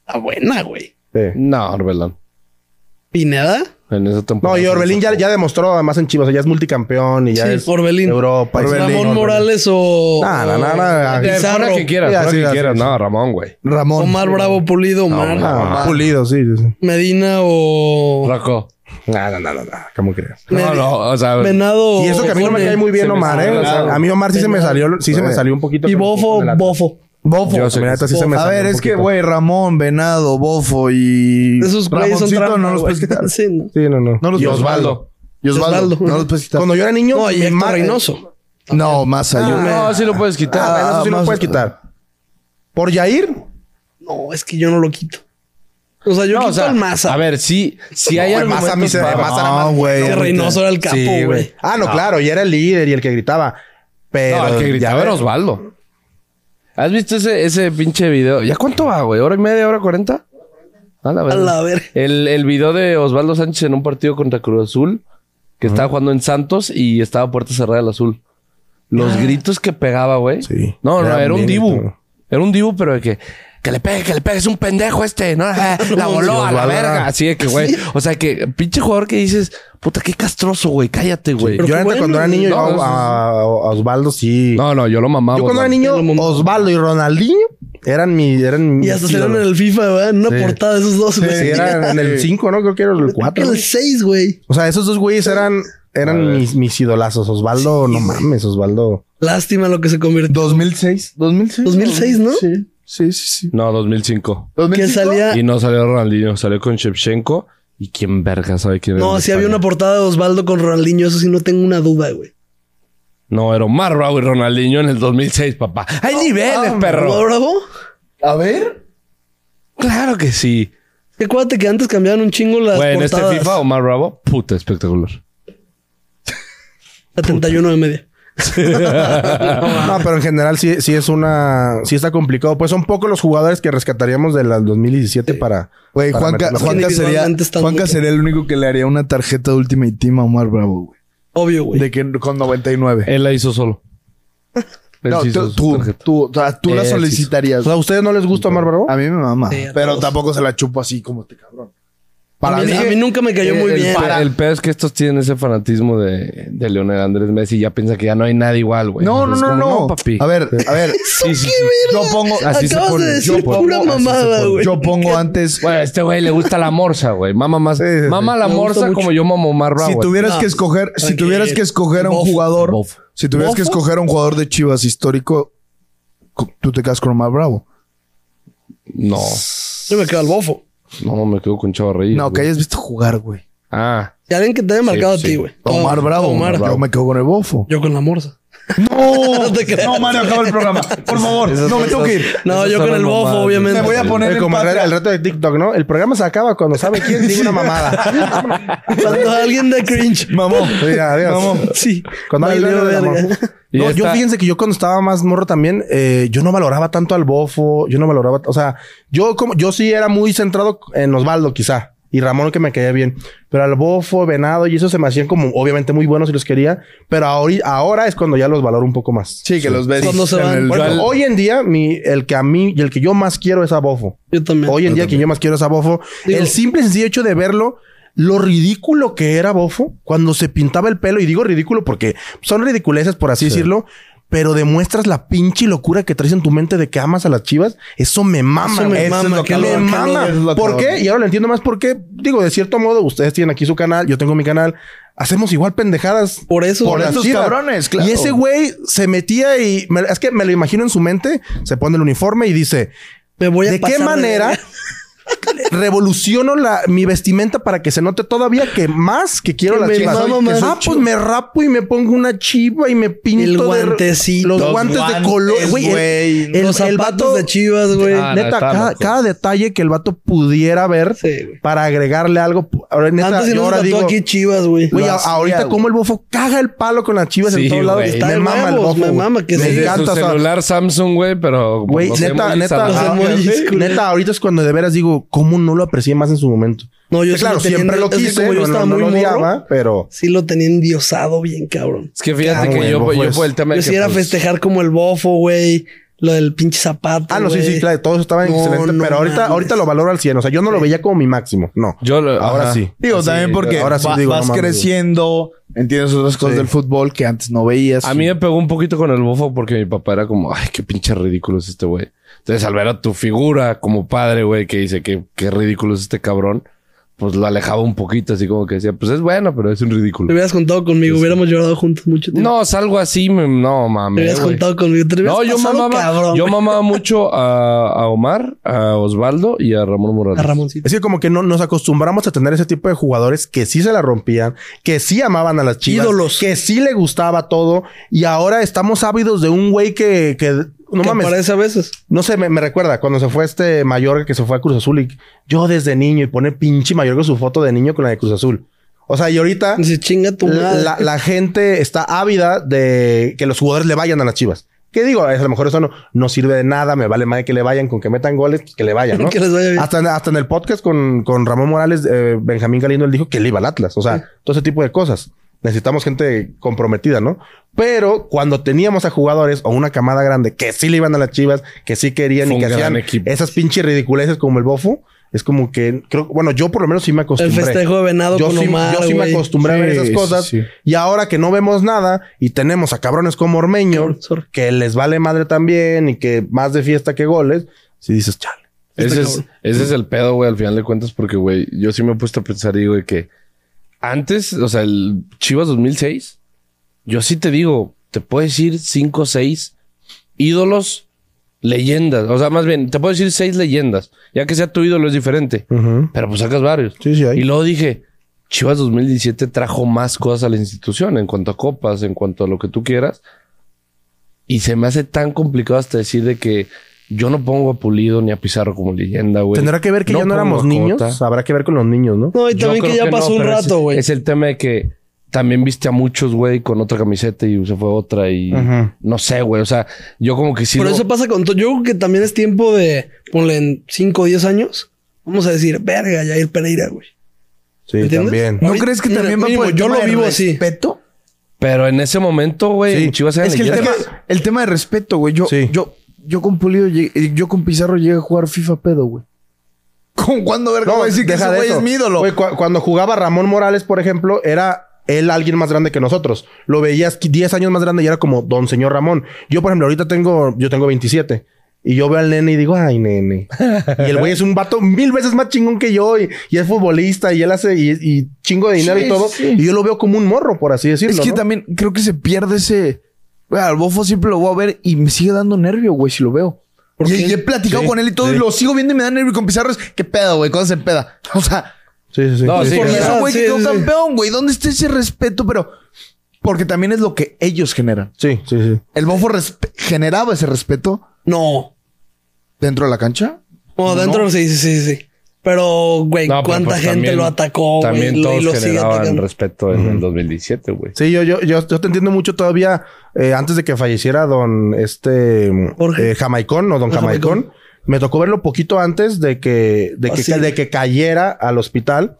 Speaker 1: Está buena, güey.
Speaker 3: Sí.
Speaker 2: No, Orbelán.
Speaker 1: Pineda.
Speaker 2: En esa temporada.
Speaker 3: No, y Orbelín ya, ya demostró además en Chivas, o sea, ya es multicampeón y ya
Speaker 1: sí,
Speaker 3: es
Speaker 1: Orbelín.
Speaker 3: Europa. y-
Speaker 1: Ramón
Speaker 3: Orbelín.
Speaker 1: Morales o.
Speaker 3: Nah, nah, nah,
Speaker 1: o-
Speaker 3: nah,
Speaker 1: o
Speaker 3: nah.
Speaker 2: Pon
Speaker 1: Pizarro.
Speaker 2: a Ah, quien quieras,
Speaker 3: Sí,
Speaker 2: pon a
Speaker 3: así,
Speaker 2: quien
Speaker 3: así,
Speaker 2: quieras.
Speaker 3: así.
Speaker 2: No, Ramón, güey.
Speaker 4: Ramón.
Speaker 1: Omar Bravo Pulido, Omar.
Speaker 3: Ah, Pulido, sí, sí, sí.
Speaker 1: Medina o.
Speaker 2: Raco.
Speaker 3: No, no, no, no, no, ¿cómo crees?
Speaker 2: No,
Speaker 1: Medi-
Speaker 2: no, o sea.
Speaker 1: Venado.
Speaker 3: Y eso que a mí no me
Speaker 1: Cone.
Speaker 3: cae muy bien
Speaker 2: Se me
Speaker 3: Omar,
Speaker 2: salió
Speaker 3: ¿eh? O sea,
Speaker 2: algo.
Speaker 3: a mí Omar sí se me salió, sí se me salió un poquito.
Speaker 1: Y
Speaker 3: con-
Speaker 1: Bofo,
Speaker 3: con el-
Speaker 1: Bofo.
Speaker 4: Bofo.
Speaker 2: Yo sé
Speaker 3: La
Speaker 2: que
Speaker 3: neta este sí se me
Speaker 4: A
Speaker 3: salió
Speaker 4: ver,
Speaker 3: un
Speaker 4: es que,
Speaker 3: poquito.
Speaker 4: güey, Ramón, Venado, Bofo y.
Speaker 1: Esos güeyes son
Speaker 4: Ramoncito
Speaker 1: trampa,
Speaker 4: no los
Speaker 1: güey.
Speaker 4: puedes quitar.
Speaker 1: Sí, no.
Speaker 3: Sí, no, no.
Speaker 4: No los
Speaker 2: Y
Speaker 4: puedes-
Speaker 2: Osvaldo.
Speaker 4: Y Osvaldo.
Speaker 1: Osvaldo.
Speaker 4: No los puedes quitar.
Speaker 3: Cuando yo era niño,
Speaker 1: No, y
Speaker 3: mi
Speaker 1: Héctor
Speaker 3: madre-
Speaker 1: Reynoso.
Speaker 4: No, más allá.
Speaker 2: No, sí lo puedes quitar.
Speaker 3: Ah, bueno, eso sí
Speaker 4: Ah,
Speaker 3: lo
Speaker 4: más-
Speaker 3: puedes quitar. Por Yair,
Speaker 1: No, es que yo no lo quito. O sea, yo
Speaker 2: No,
Speaker 1: quito
Speaker 2: o sea,
Speaker 1: el masa.
Speaker 2: a ver, sí, sí
Speaker 3: No,
Speaker 2: hay
Speaker 3: el Maza a mí
Speaker 2: argumentos
Speaker 3: se-
Speaker 2: para-
Speaker 3: el Maza-
Speaker 4: No, güey.
Speaker 1: que Reynoso era el capo,
Speaker 2: Sí, güey.
Speaker 1: güey.
Speaker 3: Ah, no, claro, ya era el líder y el que gritaba. Pero.
Speaker 2: No, el que gritaba
Speaker 3: ya-
Speaker 2: era Osvaldo. ¿Has visto ese, ese pinche video? ¿Ya cuánto va, güey? ¿Hora y media, hora cuarenta? A la
Speaker 1: A
Speaker 2: verga.
Speaker 1: la verga.
Speaker 2: El, el video de Osvaldo Sánchez en un partido contra Cruz Azul, que estaba jugando en Santos y estaba a puerta cerrada el azul. Los gritos que pegaba, güey.
Speaker 3: Sí.
Speaker 2: No, no,
Speaker 3: Eran
Speaker 2: era un
Speaker 3: bien
Speaker 2: dibu.
Speaker 3: gritos.
Speaker 2: Era un dibu, pero de que. Que le pegue, que le pegue, es un pendejo este, ¿no? Eh, la voló a la
Speaker 3: Osvaldo era-
Speaker 2: verga. Así de que, güey. O sea, que pinche jugador que dices, puta, qué castroso, güey, cállate, güey.
Speaker 1: Pero
Speaker 3: Yo,
Speaker 1: qué
Speaker 3: la neta,
Speaker 1: bueno,
Speaker 3: cuando era niño,
Speaker 2: no,
Speaker 3: yo
Speaker 2: no,
Speaker 3: a, a- a Osvaldo sí.
Speaker 2: No, no, yo lo mamaba.
Speaker 3: yo cuando era
Speaker 2: Osvaldo.
Speaker 3: niño,
Speaker 1: Te lo mamaba.
Speaker 3: Osvaldo y Ronaldinho eran mi. Eran
Speaker 1: Y
Speaker 3: mis
Speaker 1: hasta
Speaker 3: ídolos.
Speaker 1: salieron en el FIFA, ¿verdad? En una portada de esos dos, güey.
Speaker 3: Sí, eran en el 5, ¿no? Creo que era el 4.
Speaker 1: El 6, güey.
Speaker 3: O sea, esos dos güeyes eran, eran mis, mis idolazos. Osvaldo, no mames, Osvaldo.
Speaker 1: Lástima lo que se convirtió.
Speaker 4: 2006. 2006.
Speaker 1: 2006, ¿no?
Speaker 4: Sí, sí, sí. sí.
Speaker 2: No, 2005.
Speaker 1: Que
Speaker 4: 2005.
Speaker 1: salía.
Speaker 2: Y no salió Ronaldinho, salió con Shevchenko. ¿Y quién verga sabe quién era
Speaker 1: No,
Speaker 2: en
Speaker 1: sí había
Speaker 2: España?
Speaker 1: una portada de Osvaldo con Ronaldinho, eso sí no tengo una duda, güey.
Speaker 2: No, era Omar Bravo y Ronaldinho en el 2006, papá. ¡Hay niveles,
Speaker 1: ¿Bravo,
Speaker 2: perro!
Speaker 1: bravo?
Speaker 4: A ver.
Speaker 2: Claro que sí.
Speaker 1: Que acuérdate que antes cambiaban un chingo las
Speaker 2: Güey, en este
Speaker 1: portadas.
Speaker 2: FIFA, Omar Bravo, puta espectacular.
Speaker 1: 71 de media.
Speaker 3: No, pero en general sí, sí es una. Sí está complicado. Pues son pocos los jugadores que rescataríamos de las 2017 para.
Speaker 4: Güey,
Speaker 3: para
Speaker 4: Juanca,
Speaker 3: meterlos.
Speaker 4: Juanca sería,
Speaker 1: Individualmente están
Speaker 4: Juanca
Speaker 1: muy-
Speaker 4: sería el único que le haría una tarjeta de Ultimate Team a Omar Bravo, güey.
Speaker 1: Obvio, güey.
Speaker 4: De que con 99.
Speaker 2: Él la hizo solo. Él
Speaker 4: no,
Speaker 2: Pues sí hizo
Speaker 4: tú,
Speaker 2: su
Speaker 4: tú,
Speaker 2: tarjeta.
Speaker 4: tú, o sea, tú la
Speaker 2: Eh, sí,
Speaker 3: O
Speaker 4: solicitarías.
Speaker 3: sea, ¿a ustedes no les gusta Omar Bravo?
Speaker 4: A mí me mama.
Speaker 1: Sí, a
Speaker 4: pero
Speaker 1: todos.
Speaker 4: tampoco se la chupo así como este cabrón.
Speaker 1: A mí- a mí nunca me cayó muy
Speaker 2: el,
Speaker 1: bien.
Speaker 2: pe- el pedo es que estos tienen ese fanatismo de, de Leonel Andrés Messi. Ya piensa que ya no hay nada igual, güey.
Speaker 4: No, no,
Speaker 2: Es
Speaker 4: no,
Speaker 2: Pues como,
Speaker 4: no.
Speaker 2: papi.
Speaker 4: A ver, a ver.
Speaker 2: Sí, sí, sí.
Speaker 4: Yo pongo.
Speaker 2: Así se
Speaker 1: Acabas
Speaker 2: pone,
Speaker 1: de
Speaker 2: yo
Speaker 1: decir
Speaker 2: pongo-
Speaker 1: pura
Speaker 2: así se
Speaker 1: mamada, güey.
Speaker 4: Yo pongo antes.
Speaker 2: Bueno, a este güey le gusta la morsa, güey. Mama más.
Speaker 3: sí, sí.
Speaker 2: Mama la
Speaker 1: Me gusta
Speaker 2: morsa
Speaker 1: mucho.
Speaker 2: como yo mamo Omar Bravo.
Speaker 4: Si
Speaker 2: güey.
Speaker 4: tuvieras
Speaker 1: No,
Speaker 4: que escoger, si
Speaker 1: tranquilo.
Speaker 4: tuvieras que escoger a un
Speaker 1: Bofo.
Speaker 4: jugador,
Speaker 2: Bofo.
Speaker 4: si tuvieras que
Speaker 1: ¿Bofo?
Speaker 4: escoger a un jugador de Chivas histórico, co- tú te quedas con Omar Bravo.
Speaker 2: No,
Speaker 1: Yo me quedo al bofo.
Speaker 2: no, me quedo con Chavo Reyes.
Speaker 4: No,
Speaker 2: güey.
Speaker 4: que hayas visto jugar, güey.
Speaker 2: Ah,
Speaker 1: Y alguien que te haya marcado a ti, güey.
Speaker 4: Omar
Speaker 1: Oh,
Speaker 4: Bravo.
Speaker 1: Omar.
Speaker 4: Yo me quedo con el bofo.
Speaker 1: Yo con la morsa.
Speaker 5: No,
Speaker 1: te creas.
Speaker 5: no, Mario, acaba el programa. Por favor,
Speaker 2: Esas
Speaker 5: no me
Speaker 2: cosas-
Speaker 5: tengo que ir.
Speaker 1: No,
Speaker 2: esas
Speaker 1: yo con
Speaker 2: son
Speaker 1: el
Speaker 2: las
Speaker 1: bofo,
Speaker 2: mamadas.
Speaker 1: obviamente.
Speaker 5: Me voy a poner
Speaker 3: Eh,
Speaker 5: en
Speaker 3: como el, re- el
Speaker 5: patria.
Speaker 3: reto de TikTok, ¿no? El programa se acaba cuando sabe quién dice una mamada.
Speaker 1: Cuando alguien de cringe.
Speaker 5: Mamó.
Speaker 3: Sí, adiós.
Speaker 5: Mamó.
Speaker 1: Sí.
Speaker 3: Cuando
Speaker 1: Valió
Speaker 3: alguien habla del
Speaker 1: verga.
Speaker 3: amor.
Speaker 2: Y
Speaker 3: No, yo
Speaker 2: esta-
Speaker 3: fíjense que yo cuando estaba más morro también, eh, yo no valoraba tanto al bofo, yo no valoraba, o sea, yo como, yo sí era muy centrado en Osvaldo quizá, y Ramón que me caía bien, pero al bofo, venado y eso se me hacían como obviamente muy buenos y los quería, pero ahora, ahora es cuando ya los valoro un poco más.
Speaker 4: Sí, que los ves.
Speaker 1: Cuando se
Speaker 4: en
Speaker 1: van.
Speaker 4: el-
Speaker 3: Por
Speaker 2: Yo
Speaker 3: ejemplo,
Speaker 2: al-
Speaker 3: Hoy en día, mi, el que a mí y el que yo más quiero es a Bofo.
Speaker 1: Yo también.
Speaker 3: Hoy en día, quien yo más quiero es a Bofo.
Speaker 1: Digo-
Speaker 3: el simple y sencillo hecho de verlo, lo ridículo que era Bofo cuando se pintaba el pelo, y digo ridículo porque son ridiculeces, por así decirlo, pero demuestras la pinche locura que traes en tu mente de que amas a las chivas. Eso me mama.
Speaker 1: Eso me
Speaker 3: güey.
Speaker 1: mama, qué
Speaker 3: me
Speaker 1: loco, qué
Speaker 3: mama.
Speaker 1: loco,
Speaker 4: es lo
Speaker 3: ¿Por
Speaker 4: que-
Speaker 3: qué? Y ahora lo entiendo más porque, digo, de cierto modo, ustedes tienen aquí su canal, yo tengo mi canal. Hacemos igual pendejadas
Speaker 1: Por eso,
Speaker 3: por
Speaker 1: güey.
Speaker 3: las
Speaker 4: esos
Speaker 3: chivas.
Speaker 4: cabrones, claro.
Speaker 3: Y ese güey se metía y me- es que me lo imagino en su mente, se pone el uniforme y dice,
Speaker 1: Me voy a
Speaker 3: ¿de qué
Speaker 1: pasar
Speaker 3: manera
Speaker 1: verga.
Speaker 3: revoluciono la, mi vestimenta para que se note todavía que más que quiero
Speaker 1: Que
Speaker 3: las
Speaker 1: me
Speaker 3: chivas?
Speaker 1: mama
Speaker 3: Soy-
Speaker 1: más.
Speaker 3: ah, pues me rapo y me pongo una chiva y me pinto
Speaker 1: El
Speaker 3: de-
Speaker 1: guantecito.
Speaker 3: los
Speaker 1: Los
Speaker 3: guantes, de color, güey,
Speaker 4: güey,
Speaker 3: el, el,
Speaker 1: Los
Speaker 3: el
Speaker 1: zapatos
Speaker 3: vato
Speaker 1: de chivas, güey.
Speaker 2: Ah, no,
Speaker 3: Neta,
Speaker 2: está
Speaker 3: cada,
Speaker 2: loco.
Speaker 3: cada detalle que el vato pudiera ver
Speaker 1: Sí, güey.
Speaker 3: para agregarle algo. Ahora, neta,
Speaker 1: Antes se
Speaker 3: yo
Speaker 1: nos
Speaker 3: ahora
Speaker 1: tatuó
Speaker 3: digo,
Speaker 1: aquí chivas, güey.
Speaker 3: Güey,
Speaker 4: Lo
Speaker 3: a-
Speaker 4: hacía,
Speaker 3: ahorita
Speaker 4: güey.
Speaker 3: como el bofo caga el palo con las chivas
Speaker 2: Sí,
Speaker 3: en todos lados.
Speaker 2: güey.
Speaker 3: y
Speaker 1: Está
Speaker 3: Me
Speaker 1: de
Speaker 3: mama el
Speaker 1: huevos,
Speaker 3: bofo.
Speaker 1: me
Speaker 3: güey.
Speaker 1: mama que
Speaker 3: me
Speaker 1: sí.
Speaker 2: Desde
Speaker 3: encanta.
Speaker 2: su
Speaker 3: o sea,
Speaker 2: celular Samsung, güey, pero... pues
Speaker 3: Güey,
Speaker 2: los
Speaker 3: neta,
Speaker 2: emojis a la
Speaker 3: neta.
Speaker 1: Los
Speaker 3: ah,
Speaker 2: verga.
Speaker 1: emojis,
Speaker 3: sí.
Speaker 1: culero.
Speaker 3: Neta, ahorita es cuando de veras digo, ¿cómo no lo aprecié más en su momento?
Speaker 1: No, yo
Speaker 3: Que
Speaker 1: sí
Speaker 3: claro,
Speaker 1: lo tenía
Speaker 3: siempre
Speaker 1: en-
Speaker 3: lo
Speaker 1: es que
Speaker 3: quise,
Speaker 1: como yo
Speaker 3: no, no,
Speaker 1: estaba
Speaker 3: no
Speaker 1: muy
Speaker 3: lo
Speaker 1: morro,
Speaker 3: odiaba, pero
Speaker 1: Sí lo tenía endiosado bien, cabrón.
Speaker 2: Es que fíjate
Speaker 3: Ah,
Speaker 2: que
Speaker 3: güey,
Speaker 2: yo,
Speaker 3: bofo
Speaker 2: yo
Speaker 3: es-
Speaker 2: fue el tema
Speaker 1: Yo
Speaker 2: de
Speaker 1: sí
Speaker 2: que,
Speaker 1: era
Speaker 2: pues,
Speaker 1: festejar como el bofo, güey. Lo del pinche zapato,
Speaker 3: Ah, no, sí,
Speaker 1: güey.
Speaker 3: sí, claro, todo estaba
Speaker 1: No,
Speaker 3: excelente,
Speaker 1: no
Speaker 3: pero ahorita
Speaker 1: mames.
Speaker 3: ahorita lo valoro al 100, o sea, yo no lo veía como mi máximo, no.
Speaker 2: Yo lo-
Speaker 3: ahora
Speaker 2: ajá.
Speaker 3: sí.
Speaker 4: Digo,
Speaker 2: Así,
Speaker 4: también porque
Speaker 3: ahora sí
Speaker 4: va-
Speaker 3: digo, no
Speaker 4: vas
Speaker 3: mames, güey.
Speaker 4: creciendo, entiendes otras cosas
Speaker 3: Sí.
Speaker 4: del fútbol que antes no veías.
Speaker 2: A mí me pegó un poquito con el bofo porque mi papá era como, ay, qué pinche ridículo es este güey. Entonces, al ver a tu figura como padre, güey, que dice que qué ridículo es este cabrón, pues lo alejaba un poquito, así como que decía, pues es bueno, pero es un
Speaker 1: Te
Speaker 2: ridículo.
Speaker 1: hubieras contado conmigo, hubiéramos llorado juntos mucho tiempo.
Speaker 2: No, salgo así, me- no
Speaker 1: Te
Speaker 2: mames.
Speaker 1: hubieras
Speaker 2: güey.
Speaker 1: contado conmigo. Te hubieras
Speaker 2: No, yo
Speaker 1: pasado,
Speaker 2: mamaba,
Speaker 1: cabrón,
Speaker 2: yo
Speaker 1: güey.
Speaker 2: mamaba mucho a, a Omar, a Osvaldo y a Ramón Morales.
Speaker 1: A Ramoncito.
Speaker 3: Es que como que no nos acostumbramos a tener ese tipo de jugadores que sí se la rompían, que sí amaban a las chivas,
Speaker 1: Ídolos.
Speaker 3: que sí le gustaba todo y ahora estamos ávidos de un güey que, que
Speaker 1: No
Speaker 3: no
Speaker 1: mames.
Speaker 3: mames,
Speaker 1: Parece a veces.
Speaker 3: No sé, me, me recuerda cuando se fue este Mayorga que se fue a Cruz Azul y yo desde niño y pone pinche Mayorga su foto de niño con la de Cruz Azul. O sea, y ahorita
Speaker 1: Dice, chinga tu
Speaker 3: la,
Speaker 1: madre.
Speaker 3: la- la gente está ávida de que los jugadores le vayan a las chivas. ¿Qué digo? A lo mejor eso no, no sirve de nada, me vale madre que le vayan, con que metan goles, pues que le vayan, ¿no?
Speaker 1: Que les vaya bien.
Speaker 3: Hasta, en- hasta en el podcast con, con Ramón Morales, eh, Benjamín Galindo, él dijo que le iba al Atlas. O sea, todo ese tipo de cosas. Necesitamos gente comprometida, ¿no? Pero cuando teníamos a jugadores o una camada grande que sí le iban a las chivas, que sí querían
Speaker 2: Fue
Speaker 3: y que
Speaker 2: un gran
Speaker 3: hacían
Speaker 2: equipo.
Speaker 3: esas pinches ridiculeces como el bofo, es como que creo, bueno, yo por lo menos sí me
Speaker 1: El
Speaker 3: acostumbré.
Speaker 1: festejo de venado
Speaker 3: Yo
Speaker 1: con
Speaker 3: sí,
Speaker 1: Omar,
Speaker 3: yo sí me
Speaker 1: güey.
Speaker 3: acostumbré a ver
Speaker 2: Sí,
Speaker 3: esas
Speaker 2: sí,
Speaker 3: cosas.
Speaker 2: sí.
Speaker 3: Y ahora que no vemos nada y tenemos a cabrones como Ormeño,
Speaker 1: Sorry.
Speaker 3: que les vale madre también y que más de fiesta que goles, si dices, chale.
Speaker 2: Ese es,
Speaker 1: cabrón.
Speaker 2: ese es el pedo, güey, al final de cuentas, porque, güey, yo sí me he puesto a pensar y digo de que antes, o sea, el Chivas 2006, yo sí te digo, te puedo decir cinco o seis ídolos, leyendas, o sea, más bien, te puedo decir seis leyendas, ya que sea tu ídolo es diferente,
Speaker 3: Ujú.
Speaker 2: pero pues sacas varios.
Speaker 3: Sí, sí, hay.
Speaker 2: Y luego dije, Chivas 2017 trajo más cosas a la institución en cuanto a copas, en cuanto a lo que tú quieras. Y se me hace tan complicado hasta decir de que yo no pongo a Pulido ni a Pizarro como leyenda, güey.
Speaker 3: Tendrá que ver que ya no
Speaker 2: pongo
Speaker 3: éramos
Speaker 2: a
Speaker 3: niños.
Speaker 2: Cota.
Speaker 3: Habrá que ver con los niños, ¿no?
Speaker 1: No, y
Speaker 2: Yo
Speaker 1: también que
Speaker 2: creo
Speaker 1: ya
Speaker 2: no,
Speaker 1: pasó un
Speaker 2: pero es-
Speaker 1: rato, güey.
Speaker 2: Es el tema de que también viste a muchos, güey, con otra camiseta y se fue otra y
Speaker 3: Ujú.
Speaker 2: no sé, güey. O sea, yo como que sí.
Speaker 1: Pero
Speaker 2: lo-
Speaker 1: eso pasa con todo. Yo creo que también es tiempo de, ponle en 5 o 10 años, vamos a decir, verga, Jair Pereira, güey.
Speaker 3: Sí,
Speaker 1: ¿Entiendes?
Speaker 3: también.
Speaker 5: ¿No
Speaker 1: Ahorita-
Speaker 5: crees que
Speaker 1: mira,
Speaker 5: también va
Speaker 1: mínimo,
Speaker 5: por el
Speaker 1: yo
Speaker 5: tema
Speaker 1: lo
Speaker 5: de
Speaker 1: vivo así.
Speaker 5: respeto?
Speaker 2: Pero en ese momento, güey,
Speaker 3: Sí.
Speaker 2: Chivas era
Speaker 4: Es que el tema,
Speaker 2: leyenda.
Speaker 4: el tema de respeto, güey. Yo,
Speaker 3: Sí.
Speaker 4: yo, yo con Pulido, llegué- yo con Pizarro llegué a jugar FIFA pedo, güey.
Speaker 5: ¿Con cuándo verga voy a decir que
Speaker 3: deja
Speaker 5: ese
Speaker 3: de
Speaker 5: güey
Speaker 3: eso.
Speaker 5: es mi ídolo?
Speaker 3: Güey, cu- cuando jugaba Ramón Morales, por ejemplo, era él alguien más grande que nosotros. Lo veías 10 años más grande y era como don señor Ramón. Yo, por ejemplo, ahorita tengo, yo tengo 27. Y yo veo al nene y digo, ay, nene. Y el güey es un vato mil veces más chingón que yo. Y, y es futbolista y él hace y, y chingo de dinero
Speaker 4: Sí,
Speaker 3: y todo.
Speaker 4: sí.
Speaker 3: Y yo lo veo como un morro, por así decirlo.
Speaker 4: Es que
Speaker 3: ¿no?
Speaker 4: también creo que se pierde ese. Güey, al bofo siempre lo voy a ver y me sigue dando nervio, güey, si lo veo.
Speaker 1: ¿Por
Speaker 4: Y,
Speaker 1: qué?
Speaker 4: y he platicado con él y todo, y lo sigo viendo y me da nervio Y con Pizarro. Es, ¿Qué pedo, güey? ¿Cómo se peda? O sea,
Speaker 3: Sí, Sí, sí, sí.
Speaker 2: No, sí,
Speaker 4: Por
Speaker 2: claro.
Speaker 4: eso, güey,
Speaker 1: Sí,
Speaker 4: que quedó
Speaker 1: sí, sí.
Speaker 4: campeón, güey. ¿Dónde está ese respeto? Pero porque también es lo que ellos generan.
Speaker 3: Sí, sí, sí.
Speaker 4: El Bofo resp- generaba ese respeto
Speaker 1: No.
Speaker 4: dentro de la cancha.
Speaker 1: No, dentro sí, sí, sí, sí. Pero, güey,
Speaker 2: No, pero
Speaker 1: ¿cuánta
Speaker 2: pues
Speaker 1: gente
Speaker 2: también-
Speaker 1: lo atacó, güey?
Speaker 2: También
Speaker 1: Lo-
Speaker 2: todos
Speaker 1: y lo sigue
Speaker 2: generaban
Speaker 1: atacando.
Speaker 2: respeto en el 2017, güey.
Speaker 3: Sí, yo, yo, yo, yo te entiendo mucho todavía. eh, antes de que falleciera don este mm,
Speaker 1: Jorge.
Speaker 3: eh, Jamaicón o don
Speaker 1: Jorge
Speaker 3: Jamaicón, me tocó verlo poquito antes de que, de
Speaker 1: Ah,
Speaker 3: que,
Speaker 1: sí.
Speaker 3: de que cayera al hospital.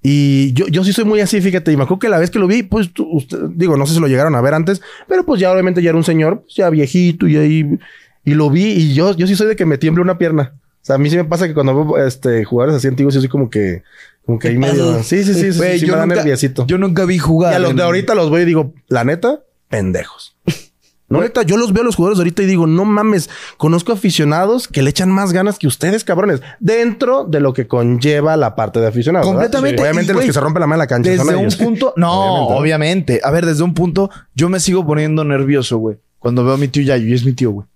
Speaker 3: Y yo, yo sí soy muy así, fíjate, y me acuerdo que la vez que lo vi, pues, tú- usted- digo, no sé si lo llegaron a ver antes, pero pues ya obviamente ya era un señor, pues, ya viejito y ahí, y lo vi, y yo, yo sí soy de que me tiembla una pierna. O sea, a mí sí me pasa que cuando veo, este, jugadores así antiguos, yo soy como que, como que ahí
Speaker 1: pasas?
Speaker 3: medio, sí, sí, sí, sí,
Speaker 4: Güey,
Speaker 3: sí me da
Speaker 4: nunca-
Speaker 3: nerviosito.
Speaker 4: yo nunca vi
Speaker 3: Y
Speaker 4: jugar.
Speaker 3: a los
Speaker 4: en-
Speaker 3: de ahorita los veo y digo, la neta, pendejos. No, neta, yo los veo a los jugadores de ahorita y digo, no mames, conozco aficionados que le echan más ganas que ustedes, cabrones, dentro de lo que conlleva la parte de aficionados. ¿verdad?
Speaker 4: Completamente.
Speaker 3: Sí. Obviamente
Speaker 4: Y,
Speaker 3: los
Speaker 4: güey,
Speaker 3: que se rompen la mano en la cancha son
Speaker 4: Desde un
Speaker 3: ellos.
Speaker 4: punto. No,
Speaker 3: Obviamente, ¿no?
Speaker 4: obviamente. A ver, desde un punto, yo me sigo poniendo nervioso, güey. Cuando veo a mi tío Yayo, y es mi tío, güey.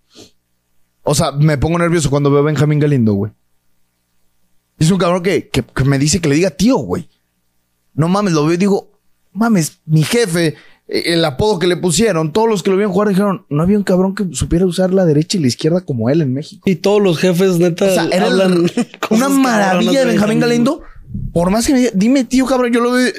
Speaker 4: O sea, me pongo nervioso cuando veo a Benjamín Galindo, güey. Es un cabrón que, que- que me dice que le diga tío, güey. No mames, lo veo y digo, mames, mi jefe, eh, el apodo que le pusieron, todos los que lo vieron jugar dijeron, no había un cabrón que supiera usar la derecha y la izquierda como él en México.
Speaker 1: Y todos los jefes, neta,
Speaker 4: O sea, era
Speaker 1: hablan
Speaker 4: el-
Speaker 1: cosas
Speaker 4: una
Speaker 1: cabronas
Speaker 4: maravilla de Benjamín Galindo. Por más que me diga, dime, tío, cabrón, yo lo veo. y-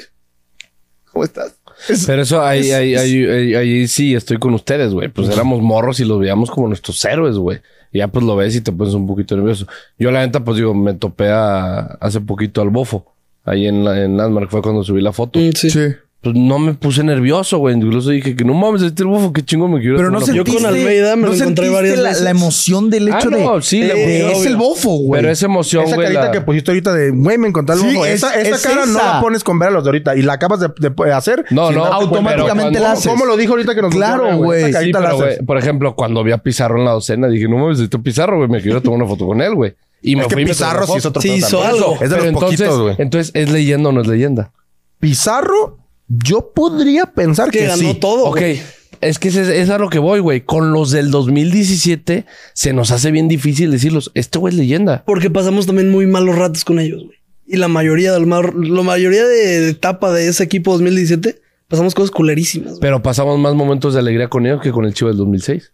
Speaker 4: ¿Cómo estás? Es-
Speaker 2: Pero eso ahí,
Speaker 4: es-
Speaker 2: ahí,
Speaker 4: es-
Speaker 2: ahí, ahí- ahí sí estoy con ustedes, güey. Pues éramos morros y los veíamos como nuestros héroes, güey. Y Ya pues lo ves y te pones un poquito nervioso. Yo la neta, pues digo, me topé a- hace poquito al bofo. Ahí en, la, en Landmark fue cuando subí la foto.
Speaker 1: Mm, sí.
Speaker 4: Sí.
Speaker 2: Pues no me puse nervioso, güey. Incluso dije que no mames, este el bofo, qué chingo me quiero.
Speaker 4: Pero no
Speaker 2: tomar la
Speaker 1: Yo
Speaker 4: sentiste...
Speaker 1: con Almeida me
Speaker 4: no
Speaker 1: lo encontré
Speaker 4: sentiste
Speaker 1: varias
Speaker 4: la,
Speaker 1: veces.
Speaker 4: la emoción del
Speaker 2: Ah,
Speaker 4: hecho de...
Speaker 2: no, sí, la-
Speaker 4: de-
Speaker 2: obvio.
Speaker 4: es el bofo, güey.
Speaker 2: Pero esa emoción,
Speaker 3: Esa
Speaker 2: güey.
Speaker 3: carita
Speaker 2: la-
Speaker 3: que pusiste ahorita de, güey, me encontré algo.
Speaker 4: Sí,
Speaker 3: ojo".
Speaker 4: es-
Speaker 3: esa esa
Speaker 4: es
Speaker 3: cara no
Speaker 4: esa.
Speaker 3: la pones con ver a los de ahorita. Y la acabas de, de hacer.
Speaker 2: No, no,
Speaker 4: automáticamente
Speaker 2: pero
Speaker 4: la
Speaker 3: ¿Cómo,
Speaker 4: haces.
Speaker 3: cómo lo dijo ahorita que nos
Speaker 4: Claro,
Speaker 3: funciona,
Speaker 4: güey.
Speaker 3: Esa
Speaker 2: Sí,
Speaker 3: carita la
Speaker 2: pero, güey,
Speaker 3: haces.
Speaker 2: por ejemplo, cuando vi a Pizarro en la docena, dije, no mames, necesito Pizarro, güey. Me quiero tomar una foto con él, güey. Y me
Speaker 3: Es que
Speaker 2: fui y me tomé
Speaker 3: Pizarro
Speaker 2: una
Speaker 3: sí
Speaker 2: foto.
Speaker 3: es otro
Speaker 1: Sí,
Speaker 3: pedo
Speaker 1: hizo
Speaker 3: también.
Speaker 1: algo.
Speaker 3: Es de los
Speaker 2: Oh, Pero entonces-
Speaker 3: poquitos, güey.
Speaker 2: Entonces, ¿es leyenda o no es leyenda?
Speaker 3: Pizarro, yo podría pensar que,
Speaker 1: Que ganó
Speaker 3: sí.
Speaker 1: todo.
Speaker 2: Ok,
Speaker 1: güey.
Speaker 2: es que ese- es a lo que voy, güey. Con los del 2017 se nos hace bien difícil decirlos. Este güey es leyenda.
Speaker 1: Porque pasamos también muy malos ratos con ellos, güey. Y la mayoría del mar- la mayoría de, de etapa de ese equipo 2017 pasamos cosas culerísimas. güey.
Speaker 2: Pero pasamos más momentos de alegría con ellos que con el Chivo del 2006.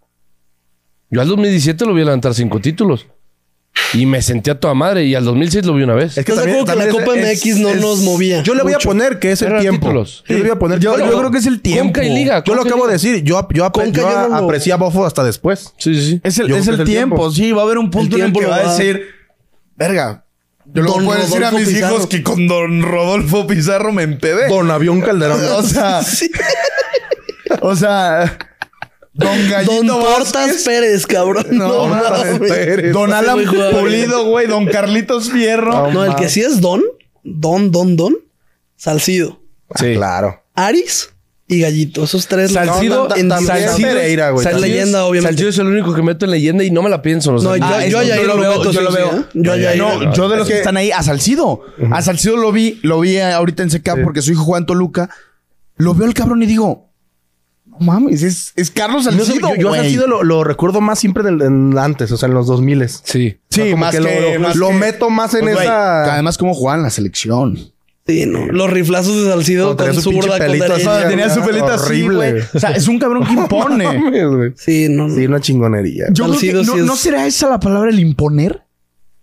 Speaker 2: Yo al 2017 lo vi levantar cinco títulos. Y me sentí a toda madre. Y al 2006 lo vi una vez.
Speaker 3: Es
Speaker 1: ¿Estás de acuerdo que la
Speaker 3: es-
Speaker 1: Copa
Speaker 3: es-
Speaker 1: MX no
Speaker 3: es-
Speaker 1: nos movía
Speaker 3: Yo le voy
Speaker 1: mucho?
Speaker 3: a poner que es el
Speaker 2: Eran
Speaker 3: tiempo.
Speaker 2: títulos.
Speaker 3: Yo le voy a poner.
Speaker 4: Yo- yo creo que es el tiempo.
Speaker 2: Conca y Liga.
Speaker 3: Yo lo
Speaker 2: Conca y
Speaker 3: acabo de
Speaker 2: Liga.
Speaker 3: decir. Yo, yo,
Speaker 1: Con que
Speaker 3: yo
Speaker 1: yo no lo-
Speaker 3: aprecié a Bofo hasta después.
Speaker 2: Sí, sí, sí.
Speaker 4: Es el,
Speaker 3: Yo
Speaker 4: es
Speaker 3: creo que
Speaker 4: el tiempo. sí. Va a haber un punto en el
Speaker 1: tiempo
Speaker 4: que
Speaker 1: lo
Speaker 4: va
Speaker 1: va
Speaker 4: a
Speaker 1: a-
Speaker 4: decir... Verga.
Speaker 1: Yo
Speaker 4: lo
Speaker 1: luego
Speaker 4: puedo decir a mis
Speaker 1: Pizarro.
Speaker 4: hijos que con Don Rodolfo Pizarro me empedé.
Speaker 3: Don Avión Calderón.
Speaker 4: O sea... O sea... Don
Speaker 1: Don
Speaker 4: Gallito
Speaker 1: Portas
Speaker 4: Vázquez.
Speaker 1: Pérez, cabrón.
Speaker 4: No, mames,
Speaker 1: güey.
Speaker 4: Don
Speaker 1: Ese
Speaker 4: Alan
Speaker 1: güey jugaba bien.
Speaker 4: Pulido, güey. Don Carlitos Fierro.
Speaker 1: No, el que sí es Don, Don, Don, Don, Salcido,
Speaker 3: Sí. claro.
Speaker 1: Aris y Gallito. Esos tres los-
Speaker 2: Salcido,
Speaker 1: en-
Speaker 3: también
Speaker 2: Salcido,
Speaker 3: Pereira, güey,
Speaker 2: Salcido
Speaker 1: también.
Speaker 2: es-
Speaker 1: Leyenda, obviamente.
Speaker 2: Salcido es el único que meto en leyenda y no me la pienso. o sea,
Speaker 1: No, yo,
Speaker 2: ah,
Speaker 1: yo, a
Speaker 4: eso
Speaker 1: Yair
Speaker 4: yo lo
Speaker 1: lo
Speaker 4: veo,
Speaker 1: meto,
Speaker 4: yo
Speaker 1: sí,
Speaker 4: lo
Speaker 1: sí,
Speaker 4: veo.
Speaker 1: ¿eh? Yo a Yair.
Speaker 4: No, yo de los que están ahí, a Salcido. A Salcido lo vi, lo vi ahorita en CK porque su hijo Juan Toluca. Lo veo al cabrón y digo, no mames, es, es Carlos
Speaker 3: Y no sé,
Speaker 4: Salcido.
Speaker 3: yo yo a
Speaker 4: güey".
Speaker 3: Salcido lo, lo recuerdo más siempre del, en antes, o sea, en los 2000
Speaker 2: Sí.
Speaker 4: Sí, más
Speaker 3: lo,
Speaker 4: que-
Speaker 3: lo-
Speaker 4: más
Speaker 3: lo
Speaker 4: que-
Speaker 3: meto más en
Speaker 4: Pues, güey,
Speaker 3: esa.
Speaker 4: Además, cómo jugaban la selección.
Speaker 1: Sí, no. Los riflazos de Salcido
Speaker 3: Cuando
Speaker 1: con
Speaker 3: tenía su pinche
Speaker 1: zurda, con
Speaker 3: pelito así,
Speaker 1: derecha.
Speaker 3: güey.
Speaker 4: tenía su pelito así,
Speaker 3: Horrible.
Speaker 4: güey. O sea, es un cabrón que impone.
Speaker 3: Mames, güey.
Speaker 1: Sí, no. no.
Speaker 3: Sí, una chingonería.
Speaker 4: Yo creo que
Speaker 1: Salcido
Speaker 4: no,
Speaker 1: sí es-
Speaker 4: ¿no será esa la palabra el imponer?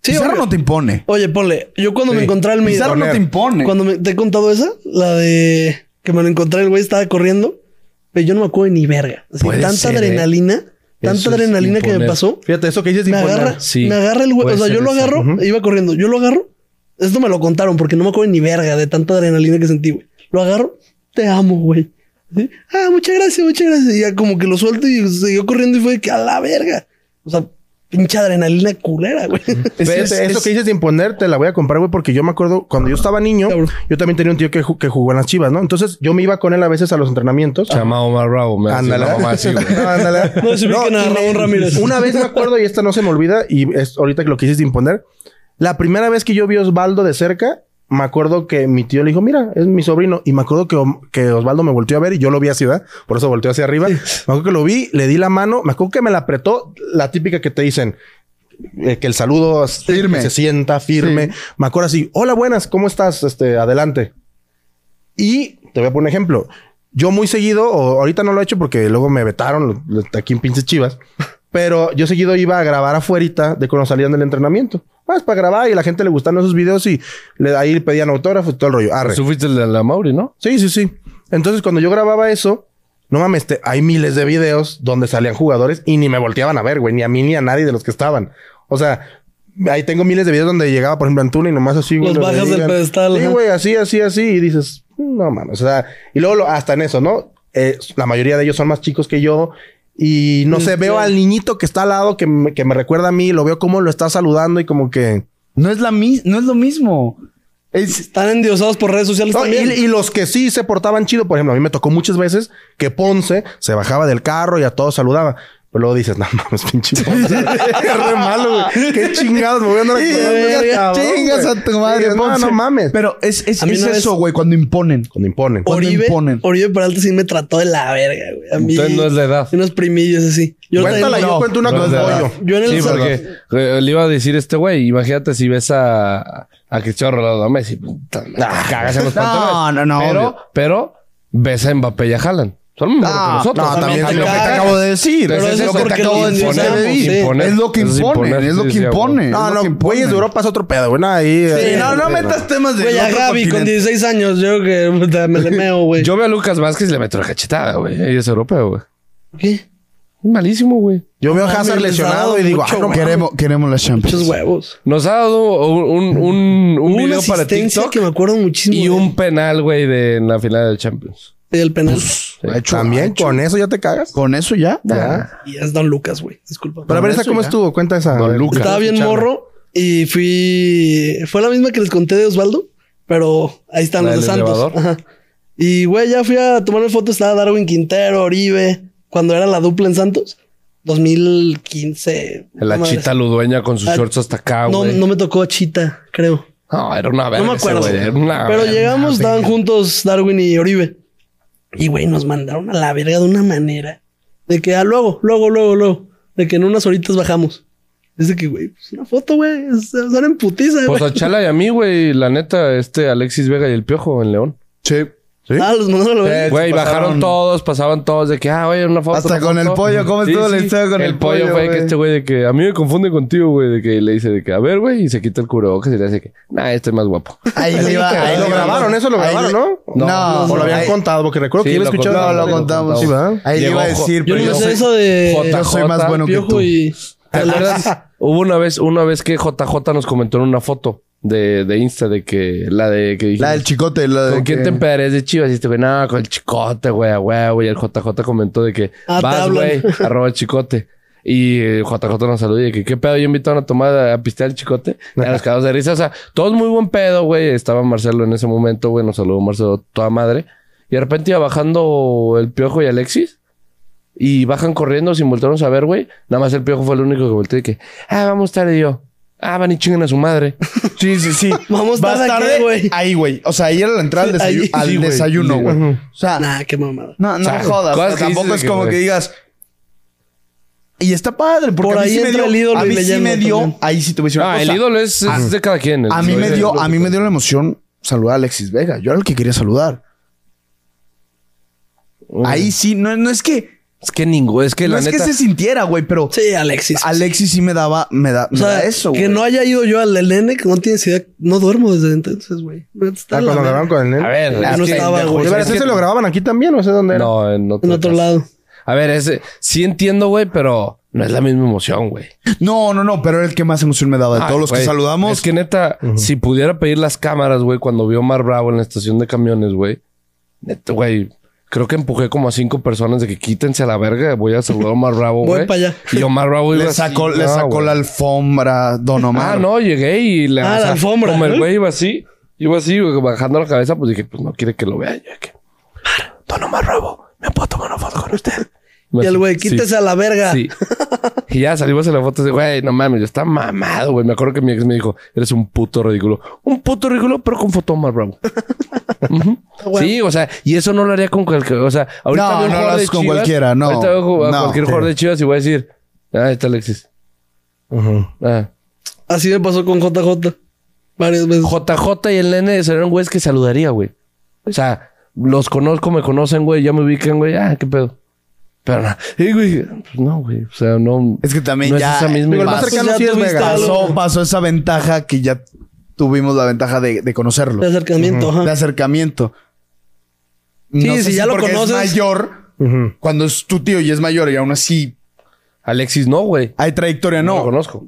Speaker 1: Sí,
Speaker 4: Pizarro
Speaker 1: obvio.
Speaker 4: no te impone.
Speaker 1: Oye, ponle, yo cuando me encontré al
Speaker 4: Pizarro no te impone.
Speaker 1: Cuando me, te he contado esa, la de que me lo encontré, el güey estaba corriendo, pero yo no me acuerdo ni verga. Así,
Speaker 2: Puede
Speaker 1: tanta
Speaker 2: ser, ¿eh?
Speaker 1: adrenalina,
Speaker 2: Eso
Speaker 1: tanta
Speaker 2: es
Speaker 1: adrenalina que me
Speaker 2: imponer.
Speaker 1: pasó.
Speaker 3: Fíjate, eso que dices de
Speaker 1: Me
Speaker 3: imponer.
Speaker 1: agarra,
Speaker 2: sí.
Speaker 1: me agarra el güey.
Speaker 2: Puede
Speaker 1: O sea,
Speaker 2: ser
Speaker 1: yo lo
Speaker 2: esa.
Speaker 1: agarro, iba corriendo, yo lo agarro. Esto me lo contaron porque no me acuerdo ni verga de tanta adrenalina que sentí, güey. Lo agarro, te amo, güey. ¿Sí? Ah, muchas gracias, muchas gracias. Y ya como que lo suelto y siguió corriendo y fue de que a la verga. O sea, pinche adrenalina culera, güey.
Speaker 3: Fíjate, eso que dices de imponer, te la voy a comprar, güey, porque yo me acuerdo cuando yo estaba niño,
Speaker 1: Cabrón.
Speaker 3: yo también tenía un tío que, ju- que jugó en las chivas, ¿no? Entonces yo me iba con él a veces a los entrenamientos.
Speaker 2: Se llama Omar Bravo. Me hace
Speaker 3: Ándale.
Speaker 2: la mamá así, güey.
Speaker 3: No, ándale.
Speaker 1: No, se ubican a
Speaker 3: y me-
Speaker 1: Ramón Ramírez.
Speaker 3: Una vez me acuerdo, y esta no se me olvida, y es ahorita que lo quisiste imponer. La primera vez que yo vi a Osvaldo de cerca, me acuerdo que mi tío le dijo, mira, es mi sobrino. Y me acuerdo que, Om- que Osvaldo me volteó a ver y yo lo vi así, ¿verdad? Por eso volteó hacia arriba. Me acuerdo que lo vi, le di la mano, me acuerdo que me la apretó, la típica que te dicen, eh, que el saludo
Speaker 4: Firme.
Speaker 3: que se sienta firme. Me acuerdo así, hola, buenas, ¿cómo estás? Este, adelante. Y te voy a poner un ejemplo. Yo muy seguido, o ahorita no lo he hecho porque luego me vetaron lo- lo- aquí en pinches chivas, pero yo seguido iba a grabar afuerita de cuando salían del entrenamiento. Más para grabar y a la gente le gustaban esos videos y le, ahí pedían autógrafos y todo el rollo. Arre.
Speaker 2: Tú fuiste el de la Mauri, ¿no?
Speaker 3: Sí, sí, sí. Entonces, cuando yo grababa eso, no mames, te- hay miles de videos donde salían jugadores y ni me volteaban a ver, güey, ni a mí ni a nadie de los que estaban. O sea, ahí tengo miles de videos donde llegaba, por ejemplo, Antuna y nomás así, güey.
Speaker 1: Los
Speaker 3: lo
Speaker 1: bajas del
Speaker 3: veían.
Speaker 1: pedestal,
Speaker 3: Sí,
Speaker 1: ajá.
Speaker 3: güey, así, así, así. Y dices, no mames, o sea, y luego lo- hasta en eso, ¿no? Eh, la mayoría de ellos son más chicos que yo. Y no
Speaker 1: Sí,
Speaker 3: sé, veo
Speaker 1: claro.
Speaker 3: al niñito que está al lado que me, que me recuerda a mí, lo veo como lo está saludando y como que.
Speaker 4: No es, la mis- no es lo mismo. Es,
Speaker 1: Están endiosados por redes sociales
Speaker 3: No, y,
Speaker 1: también.
Speaker 3: y los que sí se portaban chido, por ejemplo, a mí me tocó muchas veces que Ponce se bajaba del carro y a todos saludaba. Pero luego dices, no mames, pinche Ponce. es re malo, güey. Qué chingados, me voy a andar
Speaker 1: Sí, güey,
Speaker 4: chingas a tu madre,
Speaker 3: Dices, no,
Speaker 4: Ponce".
Speaker 3: no mames.
Speaker 4: pero es, es,
Speaker 1: A mí
Speaker 4: es
Speaker 1: una vez-
Speaker 4: eso, güey, cuando imponen.
Speaker 3: Cuando imponen.
Speaker 4: Cuando
Speaker 1: Oribe,
Speaker 4: imponen.
Speaker 1: Oribe Peralta sí me trató de la verga, güey. A mí,
Speaker 2: Entonces no es la edad.
Speaker 1: Unos primillos así. Yo
Speaker 3: Cuéntala,
Speaker 1: también-
Speaker 3: yo cuento una
Speaker 2: no
Speaker 3: con
Speaker 2: es verdad.
Speaker 3: pollo.
Speaker 1: Yo en el
Speaker 2: Sí,
Speaker 1: Sal-
Speaker 2: porque eh, le iba a decir este güey, imagínate si ves a, a Cristiano Ronaldo a Messi, puta, te cagas en los
Speaker 4: No,
Speaker 2: pantalones.
Speaker 4: no, no,
Speaker 2: Pero,
Speaker 4: obvio.
Speaker 2: pero ves a Mbappé y a Haaland. Son más morros que nosotros.
Speaker 4: Ah, no, también
Speaker 1: te
Speaker 4: es lo que te
Speaker 1: cagas.
Speaker 4: acabo de decir.
Speaker 1: Pero
Speaker 2: Entonces,
Speaker 1: es
Speaker 2: eso
Speaker 1: lo
Speaker 2: te
Speaker 1: porque
Speaker 2: acabo
Speaker 1: lo
Speaker 2: de decir.
Speaker 1: imponemos,
Speaker 2: Imponer,
Speaker 1: sí.
Speaker 2: imponer.
Speaker 4: Es lo que
Speaker 2: Eso es
Speaker 4: impone,
Speaker 2: imponer,
Speaker 4: es lo
Speaker 2: sí,
Speaker 4: que
Speaker 2: sí, a huevo.
Speaker 4: impone.
Speaker 3: No,
Speaker 4: Es lo que
Speaker 3: no, güeyes de Europa es otro pedo, güey. Nah, ahí, eh,
Speaker 1: Sí,
Speaker 3: ahí-
Speaker 1: no, no metas
Speaker 5: temas
Speaker 1: Güey, a Gaby con 16 años, yo que puta, me le meo, güey.
Speaker 2: Yo veo a Lucas Vázquez y le meto la cachetada, güey. Ella es europeo, güey.
Speaker 1: ¿Qué?
Speaker 2: Malísimo, güey.
Speaker 3: Yo veo a
Speaker 1: No
Speaker 3: Hazard
Speaker 1: mames,
Speaker 3: lesionado y digo,
Speaker 1: mucho,
Speaker 3: ah, no,
Speaker 1: güey.
Speaker 4: Queremos, queremos la
Speaker 1: Muchos
Speaker 4: Champions.
Speaker 1: huevos.
Speaker 2: Nos ha dado un, un, un, un
Speaker 1: Hubo una
Speaker 2: video para
Speaker 1: asistencia
Speaker 2: TikTok
Speaker 1: que me acuerdo muchísimo.
Speaker 2: y
Speaker 1: de-
Speaker 2: un penal, güey, de en la final del Champions.
Speaker 1: Del penal.
Speaker 2: Sí.
Speaker 4: hecho- ha
Speaker 3: también
Speaker 4: hecho-
Speaker 3: con eso ya te cagas.
Speaker 4: Con eso ya.
Speaker 3: Ya.
Speaker 1: Y es Don Lucas, güey. Disculpa.
Speaker 3: Pero a ver,
Speaker 4: Con
Speaker 3: esa
Speaker 4: eso
Speaker 3: cómo
Speaker 4: ya.
Speaker 3: estuvo, cuenta esa.
Speaker 2: Don
Speaker 3: A ver,
Speaker 2: Lucas.
Speaker 3: quiero
Speaker 1: Estaba bien
Speaker 3: escucharla.
Speaker 1: morro y fui. Fue la misma que les conté de Osvaldo, pero ahí están
Speaker 2: ¿La
Speaker 1: los de
Speaker 2: del
Speaker 1: Santos.
Speaker 2: elevador?
Speaker 1: Ajá. Y güey, ya fui a tomarme fotos. Estaba Darwin Quintero, Oribe, cuando era la dupla en Santos. 2015.
Speaker 2: La
Speaker 1: Madre.
Speaker 2: chita ludueña con sus
Speaker 1: Ah,
Speaker 2: shorts hasta acá,
Speaker 1: No,
Speaker 2: güey.
Speaker 1: no me tocó a Chita, creo.
Speaker 2: No, era una verga.
Speaker 1: no me
Speaker 2: ese,
Speaker 1: acuerdo.
Speaker 2: güey, era una
Speaker 1: pero
Speaker 2: verga.
Speaker 1: llegamos, estaban juntos Darwin y Oribe. Y güey, nos mandaron a la verga de una manera. De que, ah, luego, luego, luego, luego. De que en unas horitas bajamos. Es de que, güey, pues una foto, güey. es- Son en putiza,
Speaker 2: Pues
Speaker 1: güey.
Speaker 2: a Chala y a mí, güey, la neta, este Alexis Vega y el Piojo en León.
Speaker 4: Sí.
Speaker 1: Ah, los mandaron a la verga.
Speaker 2: Güey, bajaron
Speaker 4: pasaron-
Speaker 2: todos, pasaban todos de que, ah, güey, una foto.
Speaker 4: Hasta
Speaker 2: una
Speaker 4: con
Speaker 2: foto.
Speaker 4: el pollo, ¿cómo estuvo la historia con el pollo,
Speaker 2: fue que
Speaker 4: güey?
Speaker 2: este güey de que, a mí me confunde contigo, güey, de que le dice de que, a ver, güey, y se quita el cubrebocas y le hace que, nah, este es más guapo.
Speaker 4: Ahí
Speaker 3: Ahí
Speaker 4: le iba. ahí
Speaker 3: lo
Speaker 4: le iba.
Speaker 3: grabaron, eso lo
Speaker 4: Ahí
Speaker 3: grabaron,
Speaker 4: le-
Speaker 3: ¿no?
Speaker 4: No,
Speaker 3: O lo habían
Speaker 4: ahí-
Speaker 3: contado, porque recuerdo que
Speaker 2: Sí,
Speaker 3: yo lo
Speaker 2: lo
Speaker 3: escuchaba.
Speaker 4: No,
Speaker 2: contado,
Speaker 4: lo
Speaker 2: lo
Speaker 4: contamos.
Speaker 3: Sí, Ah, ¿verdad?
Speaker 4: Ahí le
Speaker 2: Llegó
Speaker 4: iba a
Speaker 2: jo-
Speaker 4: decir,
Speaker 1: Yo no me
Speaker 4: pero
Speaker 1: sé
Speaker 4: yo-
Speaker 1: eso de
Speaker 2: J-
Speaker 4: yo soy más bueno que
Speaker 1: Piojo
Speaker 4: tú.
Speaker 1: y.
Speaker 2: ¿Te
Speaker 4: Ah,
Speaker 2: acuerdas? Hubo una vez, una vez que JJ nos comentó en una foto de, de Insta de que, la de que dijimos,
Speaker 4: La del chicote, la de
Speaker 2: ¿Con quién
Speaker 4: que-
Speaker 2: te empedarías de Chivas? Y este güey, no, con el chicote, güey, a huevo. Y el JJ comentó de que
Speaker 1: Ah, te
Speaker 2: vas,
Speaker 1: hablan.
Speaker 2: güey, arroba el chicote. Y eh, JJ nos saludó y de que qué pedo, yo invitaron a tomar a, a pistear el chicote. Y a los cagados de risa. O sea, todos muy buen pedo, güey. Estaba Marcelo en ese momento, güey. Nos saludó Marcelo toda madre. Y de repente iba bajando el piojo y Alexis. Y bajan corriendo sin voltearnos a ver, güey. Nada más el piojo fue el único que volteó y que, ah, vamos tarde y yo. Ah, van y chingan a su madre.
Speaker 4: Sí, sí, sí.
Speaker 1: Vamos
Speaker 4: Vas
Speaker 1: tarde, ¿a qué, güey?
Speaker 4: Ahí, güey. O sea, ahí era la entrada al
Speaker 1: Sí, ahí.
Speaker 4: desayu- al
Speaker 2: Sí, güey.
Speaker 4: desayuno,
Speaker 2: Sí.
Speaker 4: güey. O sea,
Speaker 1: Nah, qué mamada.
Speaker 4: no, no
Speaker 2: O sea,
Speaker 4: jodas.
Speaker 2: cosas
Speaker 4: o sea,
Speaker 2: que dices
Speaker 4: tampoco
Speaker 2: de
Speaker 4: es
Speaker 2: que,
Speaker 4: como
Speaker 2: güey.
Speaker 4: que digas. Y está padre, porque
Speaker 1: Por
Speaker 4: a mí
Speaker 1: ahí
Speaker 4: sí me
Speaker 1: entra
Speaker 4: dio.
Speaker 1: el ídolo
Speaker 4: a
Speaker 1: y
Speaker 4: mí sí
Speaker 1: leyenda
Speaker 4: me dio.
Speaker 1: también.
Speaker 4: Ahí sí te voy a decir una
Speaker 2: Ah, el
Speaker 4: cosa.
Speaker 2: ídolo es, es de cada quien.
Speaker 4: A mí
Speaker 2: Sí,
Speaker 4: me
Speaker 2: es
Speaker 4: dio,
Speaker 2: lo
Speaker 4: a
Speaker 2: que
Speaker 4: mí me
Speaker 2: pasa.
Speaker 4: dio la emoción saludar a Alexis Vega. Yo era el que quería saludar. Ahí sí, no, no es que,
Speaker 2: Es que ningún, es que
Speaker 4: no
Speaker 2: la
Speaker 4: es
Speaker 2: neta.
Speaker 4: que se sintiera, güey, pero
Speaker 1: Sí, Alexis.
Speaker 4: Alexis sí me daba, me da,
Speaker 1: o
Speaker 4: me
Speaker 1: sea,
Speaker 4: da eso,
Speaker 1: que
Speaker 4: güey.
Speaker 1: no haya ido yo al del nene, que no tienes idea. No duermo desde entonces, güey. Está
Speaker 3: Ah,
Speaker 1: la
Speaker 3: cuando
Speaker 1: verga.
Speaker 3: grabaron con él.
Speaker 2: A ver,
Speaker 1: Ah,
Speaker 2: es
Speaker 1: no
Speaker 2: que-
Speaker 1: estaba, güey.
Speaker 3: De veras, ¿ese lo grababan aquí también o sé dónde era?
Speaker 2: No, en otro,
Speaker 1: En otro lado.
Speaker 2: A ver, ese sí entiendo, güey, pero no es la misma emoción, güey.
Speaker 4: No, no, no, pero era el que más emoción me daba de
Speaker 2: Ay,
Speaker 4: todos los
Speaker 2: güey,
Speaker 4: que saludamos.
Speaker 2: Es que neta, si pudiera pedir las cámaras, güey, cuando vio Mar Bravo en la estación de camiones, güey. Neta, güey. Creo que empujé como a cinco personas de que quítense a la verga. Voy a saludar a Omar Bravo,
Speaker 1: Voy
Speaker 2: güey.
Speaker 1: pa' allá.
Speaker 2: Y Omar Bravo iba
Speaker 4: le
Speaker 2: así,
Speaker 4: sacó, le
Speaker 1: Ah,
Speaker 2: no,
Speaker 4: sacó
Speaker 2: güey.
Speaker 4: la alfombra, Don Omar.
Speaker 2: Ah, no, llegué y le
Speaker 1: Ah, la alfombra,
Speaker 2: Como el
Speaker 1: ¿no?
Speaker 2: güey iba así, iba así, güey, bajando la cabeza, pues dije, pues no quiere que lo vea. Yo que, "Mar, don Omar Bravo, me puedo tomar una foto con usted.
Speaker 1: Y el güey,
Speaker 2: Pues Sí,
Speaker 1: quítese a la verga.
Speaker 2: Sí. Y ya salimos en la foto de, güey, no mames, yo estaba mamado, güey. Me acuerdo que mi ex me dijo, eres un puto ridículo. Un puto ridículo, pero con foto de Omar Bravo. Ujú.
Speaker 1: Ah,
Speaker 2: Sí, o sea, y eso no lo haría con cualquier, o sea, ahorita
Speaker 4: No,
Speaker 2: veo un
Speaker 4: no lo
Speaker 2: jugador de
Speaker 4: haces con
Speaker 2: Chivas,
Speaker 4: cualquiera, no.
Speaker 2: Ahorita veo a
Speaker 4: No,
Speaker 2: cualquier
Speaker 4: sí.
Speaker 2: jugador de Chivas y voy a decir, ah, ahí está Alexis. Ah.
Speaker 1: Así me pasó con JJ. Varias veces.
Speaker 2: JJ y el nene serían güeyes que saludaría, güey. O sea, los conozco, me conocen, güey, ya me ubican, güey. Ah, qué pedo. Pero no, y, güey, pues no, güey. O sea, no.
Speaker 4: Es que también
Speaker 2: no
Speaker 4: ya- eh,
Speaker 2: Es esa misma
Speaker 4: Digo, el
Speaker 2: imagen.
Speaker 4: más
Speaker 1: cercano sí es
Speaker 3: tuviste
Speaker 1: Vegas.
Speaker 3: algo.
Speaker 4: Pasó, pasó esa ventaja que ya tuvimos la ventaja de, de conocerlo.
Speaker 1: De acercamiento, ajá.
Speaker 4: de acercamiento.
Speaker 1: Sí, si ya lo
Speaker 4: porque
Speaker 1: conoces.
Speaker 4: Es mayor.
Speaker 3: Ujú.
Speaker 4: Cuando es tu tío y es mayor y aún así
Speaker 2: Alexis no, güey.
Speaker 4: hay trayectoria,
Speaker 2: No. lo
Speaker 4: no.
Speaker 2: conozco.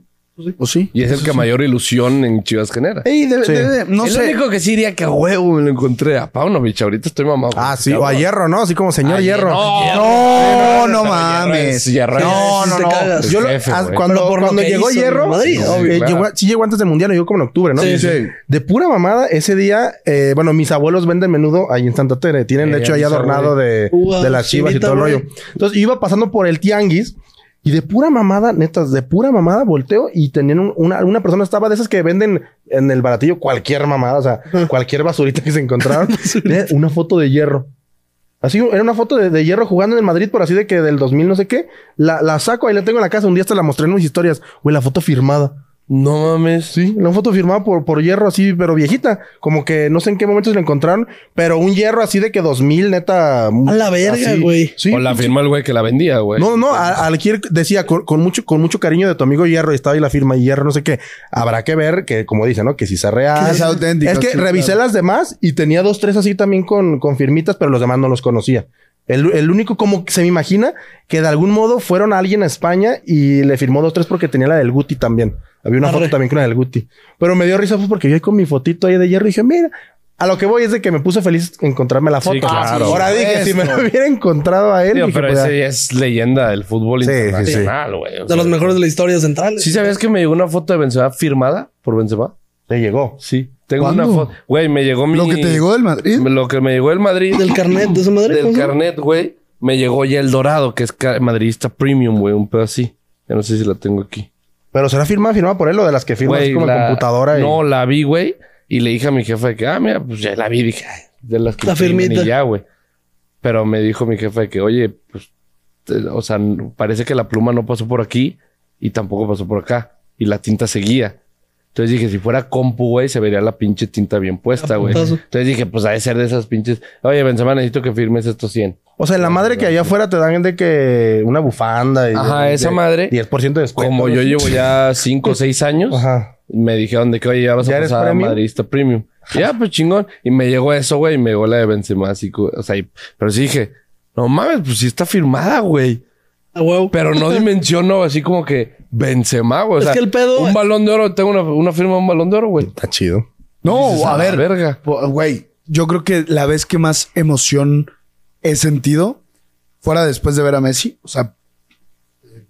Speaker 4: ¿O sí?
Speaker 2: Y es el que mayor ilusión en Chivas genera.
Speaker 4: Ey, de-
Speaker 3: Sí.
Speaker 4: de- de- no
Speaker 2: el
Speaker 4: sé.
Speaker 2: único que sí diría que a huevo me lo encontré a Paunovic. Ahorita estoy mamado. güey.
Speaker 3: Ah, sí. O a Hierro, ¿no? Así como señor Hierro.
Speaker 4: No, no
Speaker 2: es-
Speaker 4: mames.
Speaker 2: Hierro es-
Speaker 4: No, no,
Speaker 1: te
Speaker 4: no.
Speaker 1: cagas.
Speaker 3: Yo lo-
Speaker 2: Jefe,
Speaker 3: ah,
Speaker 2: güey.
Speaker 3: cuando
Speaker 1: Pero por lo
Speaker 3: cuando
Speaker 1: que
Speaker 3: llegó
Speaker 1: hizo en
Speaker 3: Hierro,
Speaker 1: Madrid,
Speaker 3: eh,
Speaker 2: obvio, claro.
Speaker 3: llegó a- sí llegó antes del mundial, llegó como en octubre, ¿no?
Speaker 1: Sí, sí.
Speaker 3: De pura mamada, ese día, eh, bueno, mis abuelos venden menudo ahí en Santa Tere. Tienen,
Speaker 2: Eh,
Speaker 3: de hecho, ahí
Speaker 2: mis
Speaker 3: adornado de,
Speaker 1: Ua,
Speaker 3: de las chivas y
Speaker 1: chivita,
Speaker 3: todo el
Speaker 1: güey.
Speaker 3: rollo. Entonces, yo iba pasando por el tianguis y de pura mamada, netas, de pura mamada, volteo y tenían un- una, una persona, estaba de esas que venden en el baratillo cualquier mamada, o sea, cualquier basurita que se encontraron. Tenía una foto de hierro. Así, era una foto de, de hierro jugando en el Madrid, por así de que del 2000 no sé qué. La, la saco, ahí la tengo en la casa. Un día te la mostré en mis historias. Güey, la foto firmada.
Speaker 2: No mames.
Speaker 3: Sí, una foto firmada por, por hierro así, pero viejita. Como que no sé en qué momento se la encontraron, pero un hierro así de que 2000, neta.
Speaker 1: A la verga,
Speaker 3: así.
Speaker 1: güey.
Speaker 3: Sí.
Speaker 2: O la firma el güey que la vendía, güey.
Speaker 3: No, no, a- al Kier decía con, con mucho, con mucho cariño de tu amigo Hierro y estaba ahí la firma Hierro, no sé qué. Habrá que ver que, como dice, ¿no? Que si sea real.
Speaker 4: Que sea auténtico,
Speaker 3: Es que
Speaker 4: sí,
Speaker 3: revisé
Speaker 4: claro.
Speaker 3: las demás y tenía dos, tres así también con, con firmitas, pero los demás no los conocía. El, el único como que se me imagina que de algún modo fueron a alguien a España y le firmó dos, tres porque tenía la del Guti también. Había una
Speaker 1: Arre.
Speaker 3: foto también con la del Guti. Pero me dio risa pues, porque yo ahí con mi fotito ahí de hierro dije, mira, a lo que voy es de que me puse feliz encontrarme la foto.
Speaker 2: claro.
Speaker 3: Ahora dije, si me lo hubiera encontrado a él,
Speaker 2: Tío,
Speaker 3: dije,
Speaker 2: pero
Speaker 3: pues, ya.
Speaker 2: ese ya es leyenda del fútbol
Speaker 3: Sí, sí, sí.
Speaker 2: internacional, güey. O
Speaker 1: De
Speaker 2: sea,
Speaker 1: los mejores de la historia central.
Speaker 2: ¿Sí sabías que me llegó una foto de Benzema firmada por Benzema?
Speaker 3: te llegó.
Speaker 2: Sí. Tengo
Speaker 4: ¿Cuándo?
Speaker 2: una foto. Güey, me llegó mi...
Speaker 4: Lo que te llegó del Madrid.
Speaker 2: Lo que me llegó el Madrid.
Speaker 1: Del carnet de esa madre.
Speaker 2: del
Speaker 1: ¿cómo se llama?
Speaker 2: carnet, güey. Me llegó ya el dorado, que es ca- madridista premium, güey. Un pedo así. Ya no sé si la tengo aquí.
Speaker 3: Pero será firmada, firmada por él o de las que firmas
Speaker 2: Güey,
Speaker 3: como en
Speaker 2: la-
Speaker 3: computadora. y-
Speaker 2: No, la vi, güey. Y le dije a mi jefa de que, ah, mira, pues ya la vi. Dije, ay, de las que
Speaker 1: La
Speaker 2: tienen
Speaker 1: firmita.
Speaker 2: Y ya, güey. Pero me dijo mi jefa de que, oye, pues, te- o sea, n- parece que la pluma no pasó por aquí y tampoco pasó por acá. Y la tinta seguía. Entonces dije, si fuera compu, güey, se vería la pinche tinta bien puesta, güey.
Speaker 1: putazo.
Speaker 2: Entonces dije, pues ha de ser de esas pinches. Oye, Benzema, necesito que firmes estos 100.
Speaker 3: O sea, la madre que allá afuera te dan de que una bufanda y
Speaker 2: Ajá,
Speaker 3: de-
Speaker 2: esa
Speaker 3: de
Speaker 2: madre.
Speaker 3: 10% de descuento.
Speaker 2: Como yo llevo ya 5 o 6 años,
Speaker 3: Ajá.
Speaker 2: me dijeron de que, oye, ya vas
Speaker 3: ¿Ya
Speaker 2: a
Speaker 3: eres
Speaker 2: pasar a
Speaker 3: premium?
Speaker 2: madridista premium. Y ya, pues chingón. Y me llegó eso, güey, y me llegó la de Benzema, así, cu- o sea, y- pero sí dije, no mames, pues sí está firmada, güey.
Speaker 1: A huevo.
Speaker 2: Pero no dimensiono así como que Benzema, güey. O
Speaker 1: Es
Speaker 2: sea,
Speaker 1: que el pedo-
Speaker 2: Un balón de oro, tengo una, una firma de un balón de oro, güey.
Speaker 3: Está chido.
Speaker 4: No,
Speaker 2: A
Speaker 4: a
Speaker 2: la
Speaker 4: ver.
Speaker 2: verga.
Speaker 4: po- Güey, yo creo que la vez que más emoción he sentido fuera después de ver a Messi, o sea,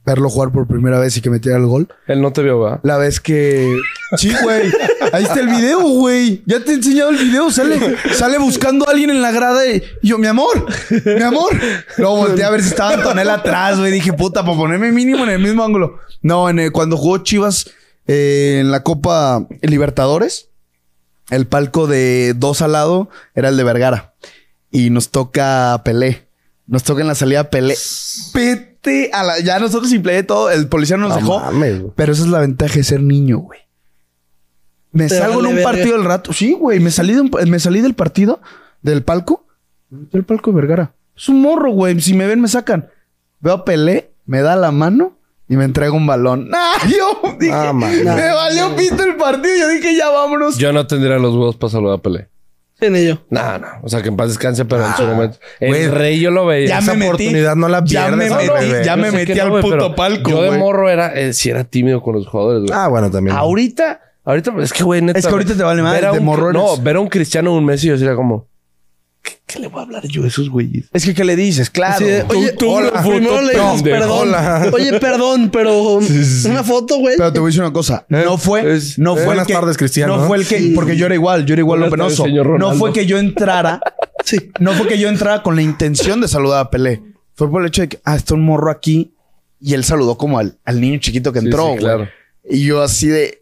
Speaker 4: verlo jugar por primera vez y que metiera el gol.
Speaker 2: Él no te vio, ¿verdad?
Speaker 4: La vez que. Sí, güey. Ahí está el video, güey. Ya te he enseñado el video. Sale, sale buscando a alguien en la grada y y yo, mi amor, mi amor. Luego volteé a ver si estaba Antonella atrás, güey. Dije, puta, para ponerme mínimo en el mismo ángulo. No, en el- cuando jugó Chivas eh, en la Copa Libertadores, el palco de dos al lado era el de Vergara. Y nos toca Pelé. Nos toca en la salida Pelé. Vete a la. Ya nosotros sin play de todo. El policía nos
Speaker 3: No
Speaker 4: dejó.
Speaker 3: mames, güey.
Speaker 4: Pero esa es la ventaja de ser niño, güey. Me
Speaker 1: Te
Speaker 4: salgo
Speaker 1: vale
Speaker 4: en un
Speaker 1: verga.
Speaker 4: partido al rato. Sí, güey. Me salí, de un- me salí del partido, del palco. Del palco de Vergara. Es un morro, güey. Si me ven, me sacan. Veo a Pelé, me da la mano y me entrega un balón. ¡Ah! Yo dije,
Speaker 3: Ah, man.
Speaker 4: me valió pito el partido. Yo dije, ya vámonos.
Speaker 2: Yo no tendría los huevos para saludar a Pelé.
Speaker 1: En ello.
Speaker 2: No, no. O sea, que en paz descanse, pero en su momento. El
Speaker 4: güey.
Speaker 2: rey yo lo veía.
Speaker 4: Ya
Speaker 3: Esa
Speaker 4: me metí.
Speaker 3: oportunidad no la
Speaker 4: Ya
Speaker 3: pierdes.
Speaker 4: me
Speaker 3: al
Speaker 4: metí,
Speaker 3: bebé.
Speaker 4: ya
Speaker 2: Yo
Speaker 4: me
Speaker 2: sé
Speaker 4: metí
Speaker 2: que no,
Speaker 4: al
Speaker 2: güey,
Speaker 4: puto
Speaker 2: pero
Speaker 4: palco,
Speaker 2: Yo de
Speaker 4: güey.
Speaker 2: morro era, eh, si era tímido con los jugadores, güey.
Speaker 3: Ah, bueno, también.
Speaker 2: Ahorita, ahorita, es que, güey, neta.
Speaker 4: Es que ahorita
Speaker 2: güey,
Speaker 4: te vale madre,
Speaker 2: ver a
Speaker 4: de
Speaker 2: un-
Speaker 4: morro eres.
Speaker 2: No, ver a un cristiano o un Messi, yo sería como, ¿qué, qué le voy a hablar yo a esos güeyes?
Speaker 4: Es que, ¿qué le dices? Claro.
Speaker 1: Así de, oye,
Speaker 2: tú,
Speaker 1: hola,
Speaker 2: puto
Speaker 1: primero le dices
Speaker 2: pendejo.
Speaker 1: perdón.
Speaker 3: Hola.
Speaker 1: Oye, perdón, pero una foto, güey.
Speaker 4: Pero te voy a decir una cosa. No fue,
Speaker 2: es-
Speaker 4: no fue
Speaker 3: buenas
Speaker 4: el que,
Speaker 3: tardes, Cristiano.
Speaker 4: No fue el que, porque yo era igual, yo era igual
Speaker 2: Buenas tardes,
Speaker 4: penoso.
Speaker 2: señor
Speaker 4: No
Speaker 2: Ronaldo.
Speaker 4: fue que yo entrara,
Speaker 1: Sí.
Speaker 4: no fue que yo entrara con la intención de saludar a Pelé. Fue por el hecho de que, ah, está un morro aquí y él saludó como al, al niño chiquito que
Speaker 2: Sí,
Speaker 4: entró.
Speaker 2: sí,
Speaker 4: güey.
Speaker 2: claro.
Speaker 4: Y yo así de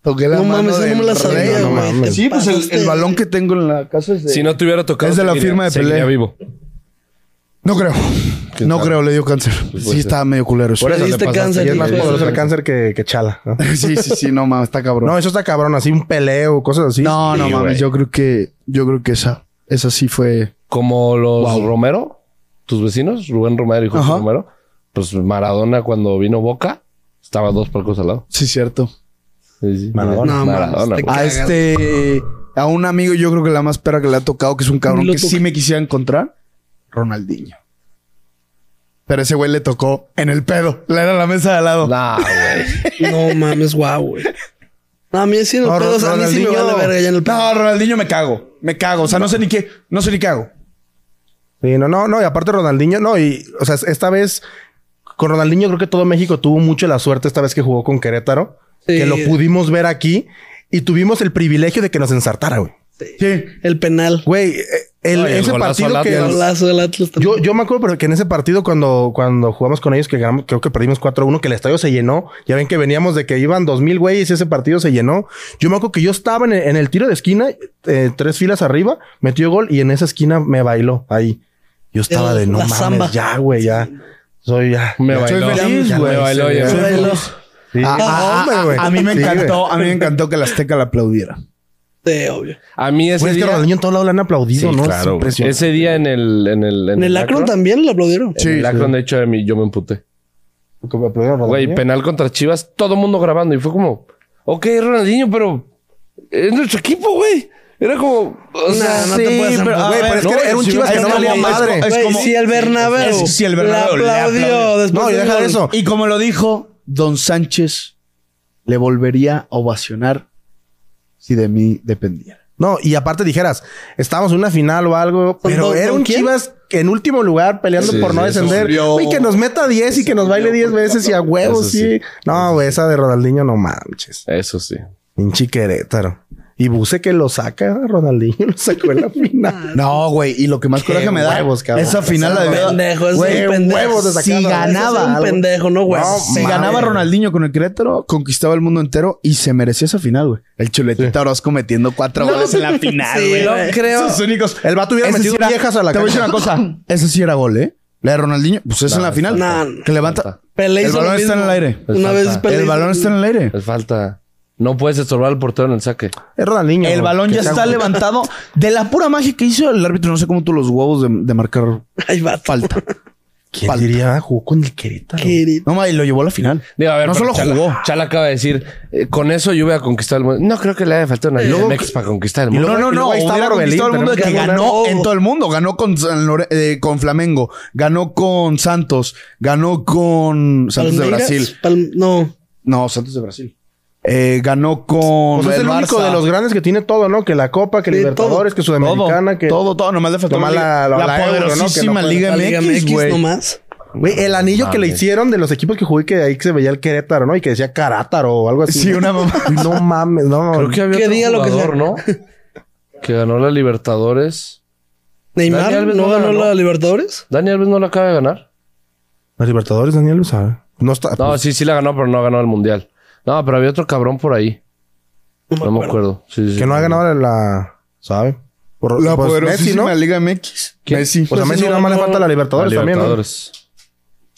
Speaker 4: toqué la
Speaker 1: No
Speaker 4: mano
Speaker 1: mames, esa no
Speaker 4: del
Speaker 1: me la sabía,
Speaker 4: rey,
Speaker 1: güey.
Speaker 4: no mames.
Speaker 1: Te
Speaker 4: Sí, pues el,
Speaker 1: pasaste.
Speaker 4: el balón que tengo en la casa es de.
Speaker 2: Si no te hubiera tocado.
Speaker 4: Es de la
Speaker 2: seguiría-
Speaker 4: firma de
Speaker 2: seguiría
Speaker 4: Pelé.
Speaker 2: vivo.
Speaker 4: No creo. No creo, le dio cáncer. Sí, estaba medio culero.
Speaker 1: Por eso- diste cáncer,
Speaker 3: Y es más
Speaker 1: hijo de
Speaker 3: poderoso
Speaker 1: la-
Speaker 3: el cáncer que, que Chala. ¿no?
Speaker 4: Sí, sí, sí, no mames, está cabrón.
Speaker 3: No, eso está cabrón, así un peleo, cosas así.
Speaker 4: No, no
Speaker 3: Sí,
Speaker 4: mames,
Speaker 3: güey.
Speaker 4: yo creo que yo creo que esa esa sí fue
Speaker 2: Como los Romero, tus vecinos, Rubén Romero y José
Speaker 4: Ajá.
Speaker 2: Romero. Pues Maradona cuando vino Boca, estaba dos palcos al lado.
Speaker 4: sí cierto.
Speaker 2: Sí, sí.
Speaker 3: Maradona.
Speaker 1: No, mames, te
Speaker 2: güey.
Speaker 4: A
Speaker 1: Cagado.
Speaker 4: este a un amigo yo creo que la más perra que le ha tocado que es un cabrón
Speaker 1: Lo
Speaker 4: que
Speaker 1: toca.
Speaker 4: sí me quisiera encontrar, Ronaldinho. Pero ese güey le tocó en el pedo, le era la mesa de al lado.
Speaker 2: Nah, güey.
Speaker 1: No mames, guau, güey. No, a mí sí en el
Speaker 3: No,
Speaker 1: pedo, o sea, a mí sí me
Speaker 3: Ronaldinho.
Speaker 1: vale verga ya en el pedo.
Speaker 5: No, Ronaldinho me cago. Me cago. O sea, no sé ni qué. No sé ni qué hago.
Speaker 3: Sí, no, no, no. Y aparte Ronaldinho, no. Y, o sea, esta vez con Ronaldinho creo que todo México tuvo mucho la suerte esta vez que jugó con Querétaro.
Speaker 1: Sí.
Speaker 3: Que lo pudimos ver aquí y tuvimos el privilegio de que nos ensartara, güey.
Speaker 5: Sí.
Speaker 1: El penal.
Speaker 3: Güey, eh, el,
Speaker 2: No, y el
Speaker 3: ese
Speaker 2: golazo al
Speaker 3: partido que...
Speaker 2: Atlas.
Speaker 1: El lazo del Atlas también.
Speaker 3: Yo, yo me acuerdo pero que en ese partido cuando, cuando jugamos con ellos, que ganamos, creo que perdimos 4-1, que el estadio se llenó. Ya ven que veníamos de que iban 2.000 güeyes y ese partido se llenó. Yo me acuerdo que yo estaba en el, en el tiro de esquina, eh, tres filas arriba, metió gol y en esa esquina me bailó ahí. Yo estaba
Speaker 1: El-
Speaker 3: de no
Speaker 1: Oh, la
Speaker 3: mames,
Speaker 1: samba.
Speaker 3: ya, güey, ya. Soy ya.
Speaker 2: Me
Speaker 3: ya
Speaker 2: bailó.
Speaker 3: Soy feliz,
Speaker 2: Ya me
Speaker 3: güey.
Speaker 2: bailó,
Speaker 3: Sí,
Speaker 2: ya
Speaker 3: soy
Speaker 2: me
Speaker 3: feliz.
Speaker 1: bailó.
Speaker 3: Sí.
Speaker 4: Ah,
Speaker 3: No,
Speaker 4: ah,
Speaker 3: hombre, güey.
Speaker 4: a mí me
Speaker 3: Sí, güey.
Speaker 4: encantó, a mí me encantó que el Azteca la aplaudiera.
Speaker 1: Sí, obvio.
Speaker 2: A mí ese
Speaker 3: Güey, es que
Speaker 2: día...
Speaker 3: Ronaldinho en todos lados le han aplaudido,
Speaker 2: Sí,
Speaker 3: ¿no?
Speaker 2: claro,
Speaker 3: es
Speaker 2: güey.
Speaker 3: impresionante.
Speaker 2: Ese día en el... En el,
Speaker 1: En el Akron también lo aplaudieron.
Speaker 2: Sí, en el Akron, de hecho, a mí, yo me emputé.
Speaker 3: Que me aplaudieron a
Speaker 2: Güey,
Speaker 3: Ronaldinho.
Speaker 2: penal contra Chivas, todo mundo grabando. Y fue como, ok, Ronaldinho, pero es nuestro equipo, güey. Era como, o sea,
Speaker 1: No, no te puedes
Speaker 5: pero, a
Speaker 3: Güey, pero es que
Speaker 2: no,
Speaker 3: era un
Speaker 2: sí,
Speaker 3: chivas que
Speaker 2: es
Speaker 3: no
Speaker 2: como-
Speaker 3: valía
Speaker 2: es
Speaker 3: madre.
Speaker 5: co- es
Speaker 1: Güey,
Speaker 5: como-
Speaker 1: si el Bernabéu.
Speaker 5: Es- si el Bernabéu
Speaker 1: Le
Speaker 5: le
Speaker 1: aplaudió,
Speaker 5: aplaudió.
Speaker 1: después.
Speaker 3: No, y
Speaker 1: del
Speaker 3: deja de
Speaker 1: gol.
Speaker 3: eso.
Speaker 4: Y como lo dijo Don Sánchez, le volvería a ovacionar si de mí dependiera.
Speaker 3: No, y aparte dijeras, estábamos en una final o algo,
Speaker 4: Pues
Speaker 1: ¿Con
Speaker 3: pero
Speaker 1: dos-
Speaker 3: era
Speaker 1: con
Speaker 3: un
Speaker 1: quién?
Speaker 3: Chivas que en último lugar peleando
Speaker 2: Sí,
Speaker 3: por no
Speaker 2: sí, eso
Speaker 3: descender.
Speaker 5: sufrió.
Speaker 3: Uy, que nos meta 10 y que nos baile 10 veces y a huevos,
Speaker 2: Eso
Speaker 3: sí.
Speaker 2: sí.
Speaker 3: No, güey, esa de Ronaldinho no manches.
Speaker 2: Eso sí.
Speaker 3: Pinche Querétaro. Y Buse que lo saca, Ronaldinho lo sacó en la final.
Speaker 4: No, güey, y lo que más
Speaker 3: Qué
Speaker 4: coraje me da
Speaker 3: huevos, cabrón.
Speaker 4: esa final la debió-
Speaker 1: Pendejo, es
Speaker 4: Güey,
Speaker 1: un pendejo.
Speaker 3: huevos de sacar
Speaker 4: si
Speaker 3: a Ronaldinho.
Speaker 1: Ese es
Speaker 4: ganaba,
Speaker 1: un pendejo, no, güey.
Speaker 3: No,
Speaker 4: si
Speaker 1: Sí.
Speaker 3: mames.
Speaker 4: ganaba Ronaldinho con el Querétaro, conquistaba el mundo entero y se merecía esa final, güey. El chuletita Orozco metiendo cuatro goles en la final,
Speaker 1: Sí,
Speaker 4: güey.
Speaker 1: no creo.
Speaker 4: Esos únicos.
Speaker 3: El vato hubiera
Speaker 4: Ese
Speaker 3: metido
Speaker 4: sí era-
Speaker 3: viejas a la
Speaker 4: Te voy a decir
Speaker 3: cancha.
Speaker 4: una cosa. Ese sí era gol, ¿eh? La de Ronaldinho, pues es en la final.
Speaker 1: No, no.
Speaker 4: que levanta.
Speaker 1: Pelé
Speaker 4: El
Speaker 1: hizo
Speaker 4: balón
Speaker 1: lo
Speaker 4: está en el
Speaker 1: mismo.
Speaker 4: aire.
Speaker 1: Una
Speaker 2: Falta.
Speaker 1: vez Pelé
Speaker 4: El
Speaker 1: hizo-
Speaker 4: balón está en el aire.
Speaker 2: Es falta. No puedes estorbar al portero en el saque.
Speaker 3: Es Ronaldinho.
Speaker 4: El
Speaker 3: güey,
Speaker 4: balón
Speaker 3: que
Speaker 4: ya
Speaker 3: sea,
Speaker 4: está
Speaker 3: güey.
Speaker 4: levantado. De la pura magia que hizo el árbitro, no sé cómo tuvo los huevos de, de marcar
Speaker 1: Ay, vato.
Speaker 4: falta.
Speaker 3: ¿Quién
Speaker 4: Falta.
Speaker 3: diría? ah, Jugó con el Querétaro.
Speaker 1: Querido.
Speaker 4: No, ma, y lo llevó a la final.
Speaker 2: Digo, a ver,
Speaker 4: no
Speaker 2: pero
Speaker 4: solo
Speaker 2: Chala-
Speaker 4: jugó.
Speaker 2: Chala acaba de decir, eh, con eso yo voy a conquistar el mundo. No creo que le haya faltado una Liga MX para conquistar el mundo.
Speaker 4: no, no,
Speaker 3: y
Speaker 4: no.
Speaker 3: luego ahí está
Speaker 4: hubiera
Speaker 3: Orbelín,
Speaker 4: conquistado el mundo de
Speaker 3: tenemos
Speaker 4: que
Speaker 3: que ganar.
Speaker 4: ganó en todo el mundo. Ganó con, San Lore- eh, con Flamengo, ganó con Santos, ganó con Santos de
Speaker 1: Palmeiras,
Speaker 4: Brasil.
Speaker 1: Pal- no.
Speaker 4: No, Santos de Brasil. Eh, ganó con
Speaker 3: Pues es
Speaker 4: el
Speaker 3: el único
Speaker 4: Barça.
Speaker 3: de los grandes que tiene todo, ¿no? Que la Copa, que
Speaker 1: Sí,
Speaker 3: Libertadores, que Sudamericana,
Speaker 4: todo,
Speaker 3: que...
Speaker 4: todo, todo. Nomás le faltó
Speaker 3: Nomás la-
Speaker 4: la,
Speaker 3: la-
Speaker 4: la
Speaker 3: la Euro, ¿no? Que no
Speaker 4: poderosísima
Speaker 3: puede-
Speaker 4: Liga
Speaker 1: La Liga MX,
Speaker 4: MX, güey.
Speaker 1: nomás.
Speaker 3: Güey, el anillo que le
Speaker 2: mames.
Speaker 3: hicieron de los equipos que jugué, que ahí se veía el Querétaro, ¿no? Y que decía Carátaro o algo así.
Speaker 4: Sí,
Speaker 3: ¿no?
Speaker 4: una mamá.
Speaker 3: No mames, no.
Speaker 2: Creo que había
Speaker 1: Que
Speaker 2: otro
Speaker 1: diga lo que
Speaker 2: jugador, ¿no? Que ganó la Libertadores. Dani
Speaker 1: Neymar
Speaker 2: Alves
Speaker 1: no
Speaker 2: no
Speaker 1: ganó
Speaker 2: ganó.
Speaker 1: la Libertadores.
Speaker 2: Dani Alves no la acaba de ganar.
Speaker 3: Los Libertadores, Daniel lo sabe. No está.
Speaker 2: No,
Speaker 3: pues,
Speaker 2: sí, sí la ganó, pero no ganó el mundial. No, pero había otro cabrón por ahí.
Speaker 1: No
Speaker 2: No me acuerdo. Sí, sí, sí.
Speaker 3: que no ha ganado la. ¿Sabe? Por,
Speaker 4: La
Speaker 3: pues,
Speaker 4: poderosísima
Speaker 3: Messi,
Speaker 4: Liga MX. Messi.
Speaker 3: ¿no? O sea, Messi nada más le falta la Libertadores,
Speaker 2: La
Speaker 3: también. ¿no?
Speaker 2: Libertadores.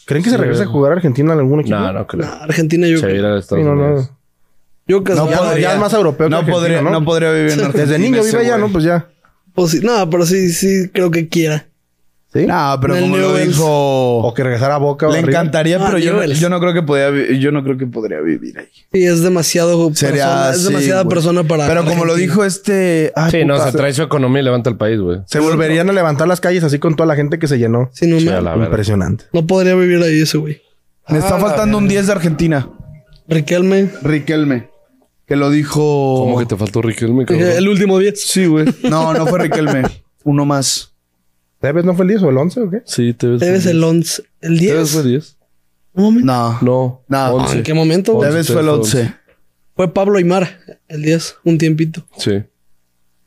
Speaker 3: ¿Creen que se regrese a jugar a Argentina en algún equipo?
Speaker 2: No, no creo.
Speaker 1: No, Argentina yo
Speaker 2: Se
Speaker 1: creo.
Speaker 2: irá a
Speaker 3: Sí,
Speaker 2: Estados
Speaker 3: no,
Speaker 2: Unidos.
Speaker 3: no.
Speaker 1: Yo
Speaker 4: Pues
Speaker 1: que
Speaker 3: Ya-
Speaker 1: no,
Speaker 3: ya es más europeo que
Speaker 4: No
Speaker 3: argentino,
Speaker 4: podría,
Speaker 3: ¿no?
Speaker 4: no podría vivir en Argentina.
Speaker 3: Desde niño
Speaker 4: ese
Speaker 3: vive allá,
Speaker 4: güey.
Speaker 3: ¿no? Pues ya.
Speaker 1: pues sí, no, pero sí, sí creo que quiera.
Speaker 3: ¿Sí?
Speaker 4: No, pero
Speaker 1: En el
Speaker 4: como lo
Speaker 1: Newell's.
Speaker 4: dijo.
Speaker 3: O que regresara a Boca. o
Speaker 4: Oh. Le
Speaker 3: a River.
Speaker 4: encantaría,
Speaker 1: Ah,
Speaker 4: pero yo,
Speaker 1: Newell's.
Speaker 4: yo no creo que podía, vi- yo no creo que podría vivir ahí.
Speaker 1: Y es demasiado persona, es
Speaker 4: sí,
Speaker 1: demasiada
Speaker 4: güey.
Speaker 1: persona para
Speaker 4: Pero como lo
Speaker 1: Argentina.
Speaker 4: dijo este, ay,
Speaker 2: Sí, no,
Speaker 4: puta.
Speaker 2: se trae su economía y levanta el país, güey.
Speaker 3: Se volverían a levantar las calles así con toda la gente que se llenó.
Speaker 1: Sí, no,
Speaker 2: Sí,
Speaker 1: me-
Speaker 2: a la verdad.
Speaker 3: Impresionante.
Speaker 1: no podría vivir ahí ese güey.
Speaker 4: me está faltando un 10 de Argentina,
Speaker 1: Riquelme,
Speaker 4: Riquelme, que lo dijo
Speaker 2: ¿Cómo que te faltó Riquelme? cabrón?
Speaker 1: el último 10.
Speaker 4: Sí, güey. No, no fue Riquelme, uno más.
Speaker 3: ¿Tevez no fue el 10 o el 11 o qué?
Speaker 2: Sí, te ves.
Speaker 1: Tevez el 11, el
Speaker 2: ¿Te
Speaker 1: 10.
Speaker 2: ves fue 10?
Speaker 1: Un momento.
Speaker 4: No.
Speaker 2: No.
Speaker 4: No,
Speaker 1: Ah, ¿En
Speaker 2: 11.
Speaker 1: qué momento? güey?
Speaker 4: Tevez fue el 11.
Speaker 1: Fue Pablo Aymar, el 10, un tiempito.
Speaker 2: Sí.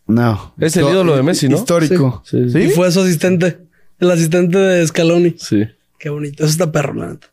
Speaker 4: No.
Speaker 2: Es el ídolo de Messi, ¿no?
Speaker 4: Histórico.
Speaker 2: Sí.
Speaker 1: Y fue su asistente, el asistente de Scaloni.
Speaker 2: Sí.
Speaker 1: Qué bonito, eso está perro, la neta.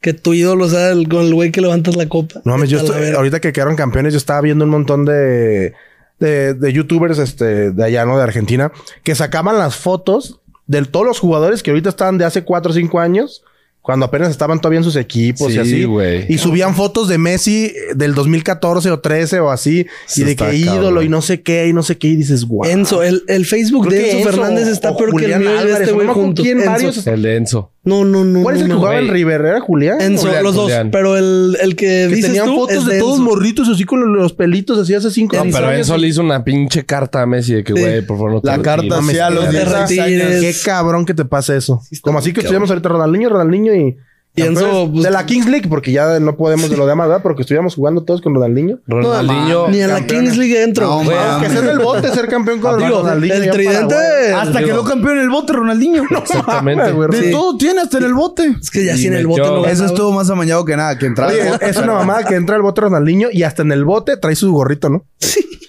Speaker 1: Que tu ídolo sea el, con el güey que levantas la copa.
Speaker 3: No mames, yo
Speaker 1: Está la
Speaker 3: estoy-
Speaker 1: verga.
Speaker 3: ahorita que quedaron campeones, yo estaba viendo un montón de, de, de youtubers este, de allá, ¿no? De Argentina, que sacaban las fotos de todos los jugadores que ahorita estaban de hace 4 o 5 años, cuando apenas estaban todavía en sus equipos
Speaker 2: Sí,
Speaker 3: y así.
Speaker 2: güey.
Speaker 3: Y subían fotos de Messi eh, del 2014 o 13 o así.
Speaker 2: Eso
Speaker 3: y de
Speaker 2: está
Speaker 3: que ídolo
Speaker 2: cabrón.
Speaker 3: y no sé qué y no sé qué. Y dices, guau.
Speaker 1: Enzo, el, el Facebook
Speaker 3: Creo
Speaker 1: de
Speaker 3: que
Speaker 1: Enzo,
Speaker 3: Enzo
Speaker 1: Fernández
Speaker 3: o-
Speaker 1: está
Speaker 3: o
Speaker 1: peor que el
Speaker 3: Julián
Speaker 1: mío y de
Speaker 3: Álvarez,
Speaker 1: este
Speaker 3: o no
Speaker 1: güey
Speaker 3: me acuerdo
Speaker 1: juntos.
Speaker 3: quién,
Speaker 1: Enzo.
Speaker 3: varios-
Speaker 2: El de Enzo.
Speaker 1: No, no, no.
Speaker 3: ¿Cuál es el
Speaker 1: no,
Speaker 3: que
Speaker 1: no.
Speaker 3: jugaba en
Speaker 2: güey.
Speaker 3: River? ¿Era Julián?
Speaker 1: Enzo,
Speaker 2: Julián,
Speaker 1: los dos.
Speaker 2: Julián.
Speaker 1: Pero el, el que,
Speaker 3: Que
Speaker 1: dices
Speaker 3: tenían
Speaker 1: tú
Speaker 3: fotos
Speaker 1: es
Speaker 3: de, todos
Speaker 1: Enzo.
Speaker 3: morritos así con los- los pelitos así hace 5
Speaker 2: No, pero Enzo le hizo una pinche carta a Messi de que, güey, por favor, no te
Speaker 4: La carta
Speaker 2: retires.
Speaker 4: sí a los
Speaker 1: Te
Speaker 4: 10 años.
Speaker 1: retires.
Speaker 3: Qué cabrón que te pase eso. Como así que
Speaker 1: cabrón.
Speaker 3: estudiamos ahorita Ronaldinho, Ronaldinho y...
Speaker 1: Y Enzo,
Speaker 3: campeones
Speaker 1: pues-
Speaker 3: de la Kings League, porque ya no podemos de lo demás, ¿verdad? Porque estuviéramos jugando todos con Ronaldinho.
Speaker 2: Ronaldinho.
Speaker 1: Ni a la Kings League entro.
Speaker 4: No,
Speaker 1: güey.
Speaker 4: mames.
Speaker 3: Que ser el bote, ser campeón con
Speaker 1: Digo,
Speaker 3: Ronaldinho.
Speaker 1: el
Speaker 3: allá en
Speaker 1: tridente.
Speaker 3: Paraguay.
Speaker 5: Hasta
Speaker 2: Digo-
Speaker 5: quedó campeón en el bote, Ronaldinho. No,
Speaker 2: Exactamente. Ah,
Speaker 3: mames, güey.
Speaker 5: de
Speaker 1: Sí.
Speaker 5: todo tiene hasta en el bote.
Speaker 1: Es que ya
Speaker 2: Y
Speaker 1: sin el bote
Speaker 2: metió-
Speaker 1: no
Speaker 5: Eso
Speaker 1: ganaba.
Speaker 5: estuvo más amañado que nada, que entrar. al
Speaker 3: Oye,
Speaker 5: bote.
Speaker 3: es una mamada que entra el bote Ronaldinho y hasta en el bote trae su gorrito, ¿no?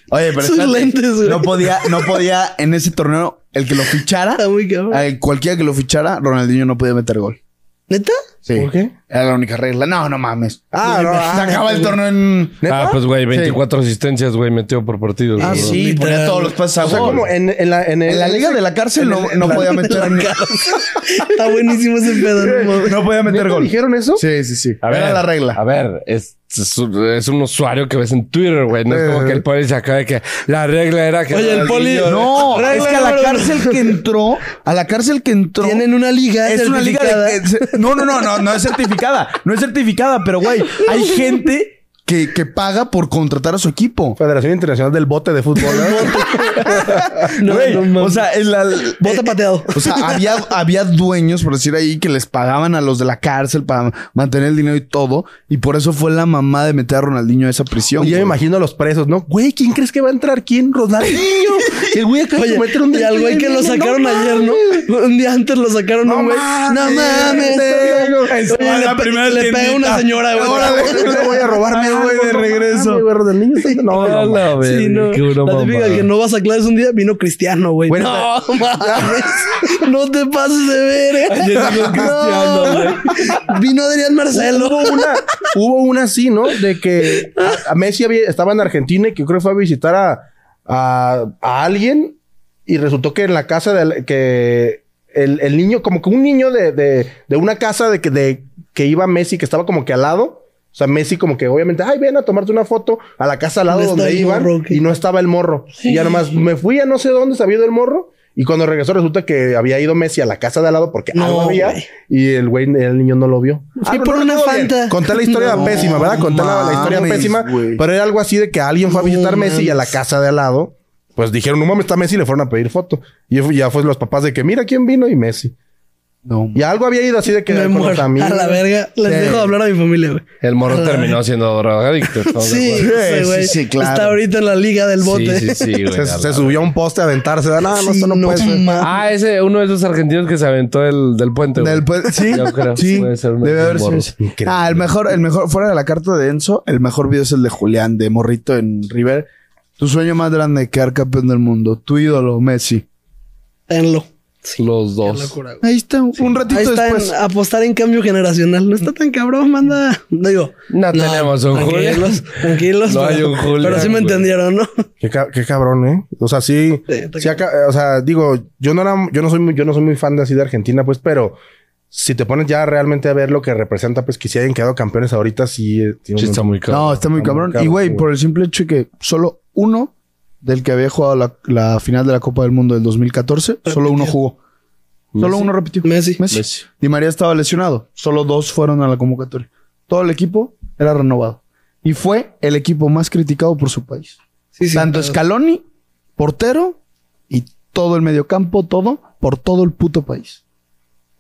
Speaker 4: Oye, pero
Speaker 1: Sus
Speaker 4: espérate,
Speaker 1: lentes, güey.
Speaker 4: no podía, no podía en ese torneo el que lo fichara,
Speaker 1: Está muy cabrón.
Speaker 4: al- cualquiera que lo fichara, Ronaldinho no podía meter gol.
Speaker 1: ¿Neta?
Speaker 4: Sí.
Speaker 3: ¿Por qué?
Speaker 4: Era la única regla. No, no mames.
Speaker 3: Ah, no, ah,
Speaker 4: Se acaba el torneo en.
Speaker 2: Ah, pues, güey, 24 asistencias, güey, metió por partido.
Speaker 4: Ah,
Speaker 2: güey.
Speaker 4: sí, ponía todos los pases a
Speaker 3: O sea,
Speaker 4: gol.
Speaker 3: como en, en la, en, el-
Speaker 4: En la liga de la cárcel no, no podía meter ni...
Speaker 1: Está buenísimo ese pedo. no mames.
Speaker 5: No podía meter
Speaker 3: ¿Neta
Speaker 5: gol.
Speaker 3: dijeron eso?
Speaker 4: Sí, sí, sí.
Speaker 2: A ver,
Speaker 4: Era la
Speaker 2: A
Speaker 4: regla.
Speaker 2: ver, es, es un- es un usuario que ves en Twitter, güey. No es como que el poli se acaba de que la regla era que.
Speaker 1: Oye, el poli-
Speaker 4: No,
Speaker 1: Regla
Speaker 4: es que a la
Speaker 1: número uno.
Speaker 4: cárcel que entró, a la cárcel que entró.
Speaker 1: Tienen una liga
Speaker 4: Es una liga de.
Speaker 1: certificada.
Speaker 4: es-
Speaker 5: No, no, no, no, no es certificada. No es certificada, pero güey, hay gente.
Speaker 4: que, que paga por contratar a su equipo.
Speaker 3: Federación Internacional del Bote de Fútbol. ¿no?
Speaker 1: No,
Speaker 4: Güey, eh,
Speaker 1: no mames.
Speaker 4: o sea, es la.
Speaker 1: Bote pateado.
Speaker 4: O sea, había, había dueños, por decir ahí, que les pagaban a los de la cárcel para mantener el dinero y todo. Y por eso fue la mamá de meter a Ronaldinho a esa prisión.
Speaker 3: Y yo me
Speaker 4: güey.
Speaker 3: imagino a los presos, ¿no? Güey, ¿quién crees que va a entrar? ¿Quién? Ronaldinho. El güey acaba
Speaker 1: Oye,
Speaker 3: de meter un
Speaker 1: y al güey que lo
Speaker 3: delito.
Speaker 1: sacaron ayer, ¿no? Un día antes lo sacaron a un güey. No mames.
Speaker 3: Este,
Speaker 5: Es
Speaker 1: Oye, le
Speaker 5: Ah, la
Speaker 1: pe-
Speaker 5: primera
Speaker 1: le pega
Speaker 5: tiendita.
Speaker 1: una señora, güey.
Speaker 5: Ahora,
Speaker 3: Yo le voy a robarme,
Speaker 5: Ah,
Speaker 3: güey,
Speaker 5: güey, de
Speaker 3: no
Speaker 5: regreso.
Speaker 3: mames, güey, Ronaldinho está- No, no, no.
Speaker 2: la
Speaker 1: Sí, no. La típica que no vas a clases un día vino Cristiano, güey.
Speaker 3: Bueno,
Speaker 1: no mames. no te pases de eh. verga. No. Vino Adrián Marcelo.
Speaker 3: Hubo una, hubo una así, ¿no? De que a- a Messi había- estaba en Argentina y que creo que fue a visitar a, a, a alguien y resultó que en la casa del que el, el niño, como que un niño de, de, de una casa de que, de que iba Messi, que estaba como que al lado. O sea, Messi como que obviamente, ay, ven a tomarte una foto a la casa al lado
Speaker 1: No está
Speaker 3: donde
Speaker 1: el
Speaker 3: iban
Speaker 1: morro, ¿qué?
Speaker 3: y no estaba el morro. Y ya nomás me fui a no sé dónde se había ido el morro y cuando regresó resulta que había ido Messi a la casa de al lado porque
Speaker 1: No,
Speaker 3: algo había
Speaker 1: güey.
Speaker 3: y el güey, el niño no lo vio.
Speaker 1: Fui
Speaker 3: pero
Speaker 1: por una
Speaker 3: Ah, todo bien.
Speaker 1: Fanta.
Speaker 3: Conté la historia
Speaker 1: No,
Speaker 3: pésima, ¿verdad? Conté la, la historia
Speaker 4: mames,
Speaker 3: pésima.
Speaker 4: güey.
Speaker 3: Pero era algo así de que alguien fue a
Speaker 1: No
Speaker 3: visitar Messi y a la
Speaker 1: mames.
Speaker 3: casa de al lado. Pues dijeron, no mames, está Messi y le fueron a pedir foto. Y fu- ya fue los papás de que, mira quién vino y Messi.
Speaker 4: No.
Speaker 3: Y algo había ido así de que
Speaker 1: Me
Speaker 3: con los
Speaker 1: muero.
Speaker 3: amigos.
Speaker 1: A la verga. Les
Speaker 3: Sí.
Speaker 1: dejo de hablar a mi familia, güey.
Speaker 2: El morro terminó siendo drogadicto. estamos de
Speaker 1: Sí,
Speaker 2: acuerdo.
Speaker 1: ese
Speaker 4: Sí,
Speaker 1: güey
Speaker 4: sí, claro.
Speaker 1: Está ahorita en la liga del bote.
Speaker 2: Sí, sí, sí, güey.
Speaker 3: Se,
Speaker 2: la
Speaker 3: se
Speaker 2: verdad.
Speaker 3: subió a un poste a aventarse. No, no,
Speaker 1: Sí,
Speaker 3: esto no,
Speaker 1: no
Speaker 3: puede ser.
Speaker 1: mames.
Speaker 2: Ah, ese, uno de esos argentinos que se aventó del, del puente. güey.
Speaker 4: Del pue- sí,
Speaker 2: Yo creo,
Speaker 4: sí,
Speaker 2: puede ser uno de
Speaker 4: debe haber
Speaker 2: esos
Speaker 4: sido.
Speaker 2: morros. Increíble.
Speaker 4: Ah, el mejor, el mejor, fuera de la carta de Enzo, el mejor video es el de Julián, de Morrito en River. Tu sueño más grande, quedar campeón del mundo. Tu ídolo, Messi.
Speaker 1: Tenlo.
Speaker 2: Los
Speaker 1: Qué
Speaker 2: dos.
Speaker 1: locura, güey.
Speaker 4: Ahí está, un ratito
Speaker 1: Ahí está
Speaker 4: después.
Speaker 1: en apostar en cambio generacional. No está tan cabrón, manda. Digo,
Speaker 2: No tenemos un Julián.
Speaker 1: tranquilos, Tranquilos.
Speaker 2: No
Speaker 1: pero-
Speaker 2: hay un Julián,
Speaker 1: Pero sí me
Speaker 2: güey.
Speaker 1: entendieron, ¿no?
Speaker 3: Qué, ca- qué cabrón, ¿eh? O sea, sí.
Speaker 1: Sí, está
Speaker 3: sí acá- o sea, digo, yo no, era- yo, no soy muy, yo no soy muy fan de así de Argentina, pues, pero si te pones ya realmente a ver lo que representa, pues, que si hayan quedado campeones ahorita, sí. eh, tiene
Speaker 2: Sí,
Speaker 3: un-
Speaker 2: está muy cabrón.
Speaker 4: No, está muy
Speaker 3: Está muy
Speaker 4: cabrón.
Speaker 3: cabrón,
Speaker 4: Y güey,
Speaker 3: güey.
Speaker 4: por el simple hecho de que solo uno del que había jugado la, la final de la Copa del Mundo del 2014, solo uno jugó. Solo uno repitió.
Speaker 1: Messi.
Speaker 4: Messi.
Speaker 2: Messi.
Speaker 4: Di María estaba lesionado. Solo dos fueron a la convocatoria. Todo el equipo era renovado. Y fue el equipo más criticado por su país.
Speaker 1: Sí, sí,
Speaker 4: Tanto
Speaker 1: pero-
Speaker 4: Scaloni, portero y todo el mediocampo, todo, por todo el puto país.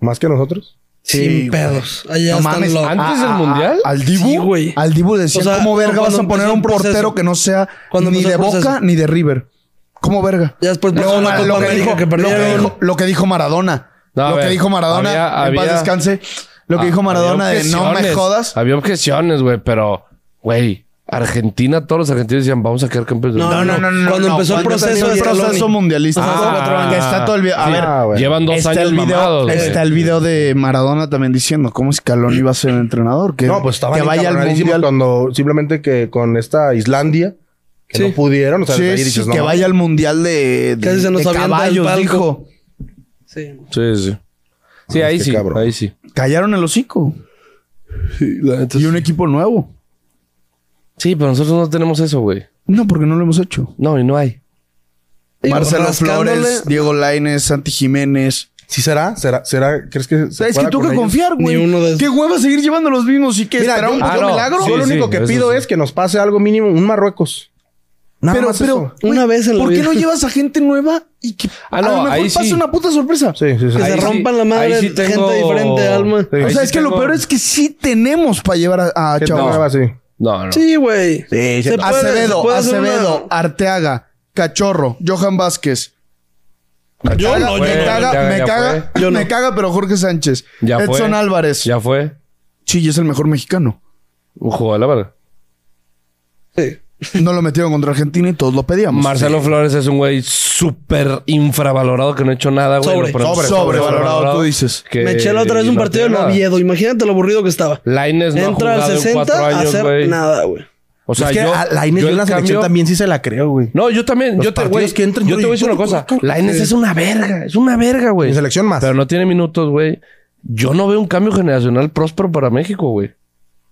Speaker 3: Más que nosotros.
Speaker 1: Sin
Speaker 4: Sí, güey.
Speaker 1: pedos. Allá están locos.
Speaker 2: ¿Antes del Mundial?
Speaker 4: Ah, Al Dibu,
Speaker 1: Sí, güey.
Speaker 4: al Dibu decía,
Speaker 1: O sea,
Speaker 4: ¿cómo verga
Speaker 1: cuando
Speaker 4: vas a poner
Speaker 1: empezó
Speaker 4: a un
Speaker 1: el proceso.
Speaker 4: portero que no sea
Speaker 1: Cuando
Speaker 4: ni
Speaker 1: empezó
Speaker 4: de
Speaker 1: el
Speaker 4: Boca
Speaker 1: proceso.
Speaker 4: ni de River? ¿Cómo verga?
Speaker 1: Ya después pasó
Speaker 4: Luego,
Speaker 1: la Copa
Speaker 4: lo que
Speaker 1: América
Speaker 4: dijo-
Speaker 1: que
Speaker 4: lo que
Speaker 1: perdieron.
Speaker 4: dijo- Lo que dijo Maradona.
Speaker 2: No, a
Speaker 4: lo que
Speaker 2: ver,
Speaker 4: dijo Maradona,
Speaker 2: había-
Speaker 4: en paz
Speaker 2: había-
Speaker 4: descanse. Lo que
Speaker 2: Ah,
Speaker 4: dijo
Speaker 2: había
Speaker 4: Maradona de no me
Speaker 2: objeciones.
Speaker 4: jodas.
Speaker 2: Había objeciones, güey, pero, güey, Argentina, todos los argentinos decían, vamos a quedar campeones. del
Speaker 1: No,
Speaker 2: mundo".
Speaker 1: no, Cuando empezó el
Speaker 4: cuando
Speaker 1: proceso
Speaker 4: empezó el
Speaker 1: de
Speaker 4: proceso
Speaker 1: Scaloni.
Speaker 4: mundialista.
Speaker 2: Ah,
Speaker 4: que está todo el video. A
Speaker 2: sí.
Speaker 4: ver,
Speaker 3: Ah, güey.
Speaker 2: Llevan dos
Speaker 4: está
Speaker 2: años
Speaker 4: el video,
Speaker 2: mamados. güey.
Speaker 4: está el video de Maradona también diciendo cómo Scaloni iba a ser el entrenador. Que,
Speaker 3: No, pues estaban
Speaker 4: que vaya al
Speaker 3: encabronadísimos
Speaker 4: mundial.
Speaker 3: cuando simplemente que con esta Islandia que
Speaker 1: Sí.
Speaker 3: no pudieron, o sea,
Speaker 4: Sí,
Speaker 3: desde ahí
Speaker 4: sí,
Speaker 3: dices, no,
Speaker 4: que
Speaker 3: no.
Speaker 4: vaya al mundial de, de-
Speaker 1: Casi se nos
Speaker 4: de
Speaker 1: avienta del
Speaker 4: caballos,
Speaker 1: palco.
Speaker 4: dijo.
Speaker 1: Sí.
Speaker 2: Sí, sí. Sí,
Speaker 3: Ah,
Speaker 2: ahí
Speaker 3: qué
Speaker 2: sí.
Speaker 3: cabrón.
Speaker 2: Ahí sí.
Speaker 4: Callaron el hocico. Y un equipo nuevo.
Speaker 2: Sí, pero nosotros no tenemos eso, güey.
Speaker 4: No, porque no lo hemos hecho.
Speaker 2: No, y no hay.
Speaker 1: Digo,
Speaker 4: Marcelo
Speaker 1: rascándole-
Speaker 4: Flores, Diego Laines, Santi Jiménez.
Speaker 3: ¿Sí será? ¿Será? ¿Será? ¿Crees que
Speaker 4: O sea, es que tú
Speaker 3: tú
Speaker 4: que confiar, güey.
Speaker 1: Ni uno de esos.
Speaker 4: ¿Qué hueva seguir llevando los mismos y que
Speaker 3: Mira,
Speaker 4: esperar
Speaker 3: yo,
Speaker 4: un
Speaker 2: Ah,
Speaker 3: yo
Speaker 2: no.
Speaker 4: milagro?
Speaker 2: Sí,
Speaker 3: yo lo
Speaker 2: sí,
Speaker 3: único que
Speaker 2: eso
Speaker 3: pido
Speaker 2: sí.
Speaker 3: es que nos pase algo mínimo, un Marruecos. Nada
Speaker 4: pero,
Speaker 3: más
Speaker 4: pero,
Speaker 3: eso.
Speaker 4: güey,
Speaker 1: Una vez en la
Speaker 4: ¿por qué
Speaker 1: vida.
Speaker 4: no llevas a gente nueva y que
Speaker 2: Ah,
Speaker 4: a
Speaker 2: no,
Speaker 4: lo mejor
Speaker 2: ahí
Speaker 4: pasa
Speaker 2: sí.
Speaker 4: una puta sorpresa?
Speaker 3: Sí, sí, sí.
Speaker 1: Que se
Speaker 2: Ahí sí-
Speaker 1: rompan la madre
Speaker 2: ahí sí
Speaker 1: gente
Speaker 2: tengo-
Speaker 1: diferente, alma.
Speaker 3: Sí.
Speaker 4: O sea,
Speaker 2: Ahí
Speaker 4: es
Speaker 2: sí
Speaker 4: que lo
Speaker 2: tengo-
Speaker 4: peor es que sí tenemos para llevar a, a
Speaker 3: Gente
Speaker 4: chavos.
Speaker 3: nueva, sí.
Speaker 2: No, no.
Speaker 1: Sí, güey.
Speaker 4: Sí,
Speaker 1: Se puede- se
Speaker 4: Acevedo,
Speaker 1: puede hacer
Speaker 4: Acevedo,
Speaker 1: una-
Speaker 4: Arteaga, Cachorro, Johan Vázquez.
Speaker 2: Yo no, yo
Speaker 4: me
Speaker 2: no.
Speaker 4: caga,
Speaker 2: Ya,
Speaker 4: me
Speaker 2: ya
Speaker 4: caga,
Speaker 2: fue.
Speaker 4: yo me caga, pero Jorge Sánchez,
Speaker 2: Ya fue.
Speaker 4: Edson Álvarez.
Speaker 2: Ya fue.
Speaker 4: Sí, y es el mejor mexicano.
Speaker 2: Un juego de la verga.
Speaker 1: Sí.
Speaker 4: No lo metieron contra Argentina y todos lo pedíamos.
Speaker 2: Marcelo Flores es un güey súper infravalorado que no ha hecho nada, güey.
Speaker 1: Sobre.
Speaker 2: Lo ponemos-
Speaker 4: Sobre, sobrevalorado, tú dices.
Speaker 2: que-
Speaker 1: Me eché la otra vez
Speaker 2: y
Speaker 1: un
Speaker 2: no
Speaker 1: partido en
Speaker 2: tiene nada.
Speaker 1: Oviedo. Imagínate lo aburrido que estaba.
Speaker 2: Lainez no ha
Speaker 1: Entra al
Speaker 2: jugado en
Speaker 1: 60
Speaker 2: cuatro
Speaker 1: a
Speaker 2: años,
Speaker 1: hacer
Speaker 2: güey.
Speaker 1: nada, güey.
Speaker 2: O sea,
Speaker 3: es que
Speaker 2: yo,
Speaker 3: a la Inés
Speaker 2: yo
Speaker 3: de
Speaker 2: en
Speaker 3: una selección
Speaker 2: cambio-
Speaker 3: también sí se la creo, güey.
Speaker 2: No, yo también.
Speaker 3: Los
Speaker 2: Yo te,
Speaker 3: partidos
Speaker 2: güey,
Speaker 3: que entran,
Speaker 2: yo
Speaker 3: yo
Speaker 2: te voy a decir
Speaker 3: digo,
Speaker 2: una cosa.
Speaker 3: ¿cómo?
Speaker 2: Lainez es una verga. Es una verga, güey.
Speaker 3: Mi selección más.
Speaker 2: Pero no tiene minutos, güey. Yo no veo un cambio generacional próspero para México, güey.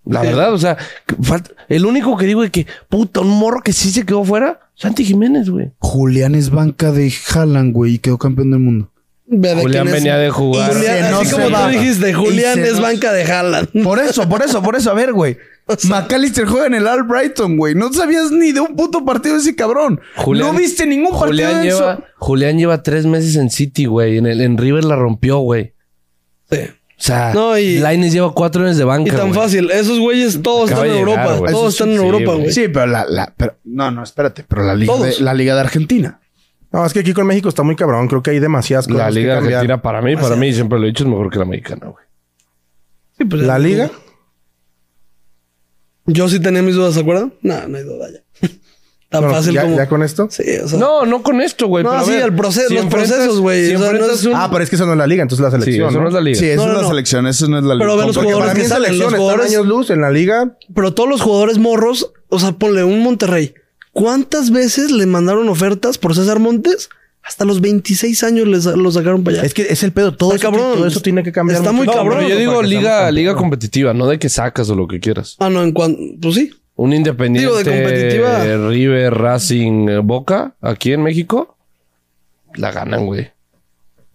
Speaker 2: La verdad, o sea, que falta- el único que digo es que, puta, un morro que sí se quedó fuera, Santi Jiménez, güey.
Speaker 4: Julián es banca de Haaland, güey, y quedó campeón del mundo.
Speaker 1: Ve de
Speaker 2: Julián
Speaker 1: quién es.
Speaker 2: venía de jugar.
Speaker 1: Julián,
Speaker 4: se
Speaker 1: así
Speaker 4: nos
Speaker 1: como
Speaker 4: va.
Speaker 1: tú dijiste,
Speaker 4: Y
Speaker 1: Julián
Speaker 4: se
Speaker 1: es
Speaker 4: nos-
Speaker 1: banca de Haaland.
Speaker 4: Por eso, por eso, por eso. A ver, güey. McAllister juega en el All Brighton, güey. No sabías ni de un puto partido de ese cabrón. no viste ningún partido
Speaker 2: Julián
Speaker 4: de eso.
Speaker 2: lleva, Julián lleva tres meses en City, güey. En, el- en River la rompió, güey.
Speaker 1: Sí.
Speaker 2: O sea,
Speaker 1: No, y-
Speaker 2: Lainez lleva cuatro años de banca,
Speaker 1: Y tan
Speaker 2: güey.
Speaker 1: fácil. Esos güeyes todos
Speaker 2: Acaba
Speaker 1: están en
Speaker 2: de llegar,
Speaker 1: Europa.
Speaker 2: güey.
Speaker 1: Todos
Speaker 2: Eso
Speaker 1: están en
Speaker 2: sí,
Speaker 1: Europa,
Speaker 2: güey.
Speaker 1: güey.
Speaker 4: Sí, pero la, la- pero- no, no, espérate. Pero la liga,
Speaker 1: Todos.
Speaker 4: de, la liga de Argentina.
Speaker 3: No, es que aquí con México está muy cabrón. Creo que hay demasiadas
Speaker 2: La
Speaker 3: cosas que
Speaker 2: Liga
Speaker 3: cambiar.
Speaker 2: Argentina, para mí, para mí, siempre lo he dicho, es mejor que la mexicana, güey.
Speaker 1: Sí, pues,
Speaker 3: ¿La
Speaker 1: es-
Speaker 3: Liga?
Speaker 1: Yo sí tenía mis dudas, ¿se acuerdan? No, no hay duda ya. Tan
Speaker 3: Bueno,
Speaker 1: fácil
Speaker 3: ya,
Speaker 1: como.
Speaker 3: ya con esto?
Speaker 1: Sí, o sea.
Speaker 2: No, no con esto, güey.
Speaker 1: No,
Speaker 2: pero a
Speaker 1: sí,
Speaker 2: ver,
Speaker 1: el proceso- los
Speaker 2: enfrentas-
Speaker 1: procesos, güey.
Speaker 2: Si
Speaker 1: O sea, no
Speaker 2: enfrentas
Speaker 1: es-
Speaker 2: un...
Speaker 3: Ah, pero es que eso no es la Liga, entonces la
Speaker 2: sí,
Speaker 3: selección.
Speaker 2: eso no es la liga.
Speaker 4: Sí, eso
Speaker 1: No,
Speaker 4: no,
Speaker 1: no,
Speaker 4: es la
Speaker 1: no.
Speaker 4: selección, eso no es la liga.
Speaker 1: Pero ve los
Speaker 4: Porque
Speaker 1: jugadores
Speaker 3: Para
Speaker 1: que
Speaker 3: mí en
Speaker 1: salen, los
Speaker 3: selección están
Speaker 1: jugadores-
Speaker 3: años luz. En la Liga,
Speaker 1: Pero todos los jugadores morros, o sea, ponle un Monterrey. ¿Cuántas veces le mandaron ofertas por César Montes? Hasta los 26 años les, lo sacaron para allá.
Speaker 3: es que es el pedo. Todo,
Speaker 1: Está
Speaker 3: eso,
Speaker 1: cabrón.
Speaker 3: todo eso tiene que cambiar.
Speaker 1: Está
Speaker 3: mucho.
Speaker 1: muy
Speaker 2: No,
Speaker 1: cabrón.
Speaker 2: pero yo
Speaker 1: güey,
Speaker 2: digo
Speaker 3: para que
Speaker 2: liga,
Speaker 3: seamos
Speaker 2: liga
Speaker 3: campeones.
Speaker 2: competitiva, no de que sacas o lo que quieras.
Speaker 1: Ah, no, en cuanto. Pues sí.
Speaker 2: Un independiente.
Speaker 1: Digo, de competitiva.
Speaker 2: eh, River, Racing, eh, Boca, aquí en México, la ganan, güey.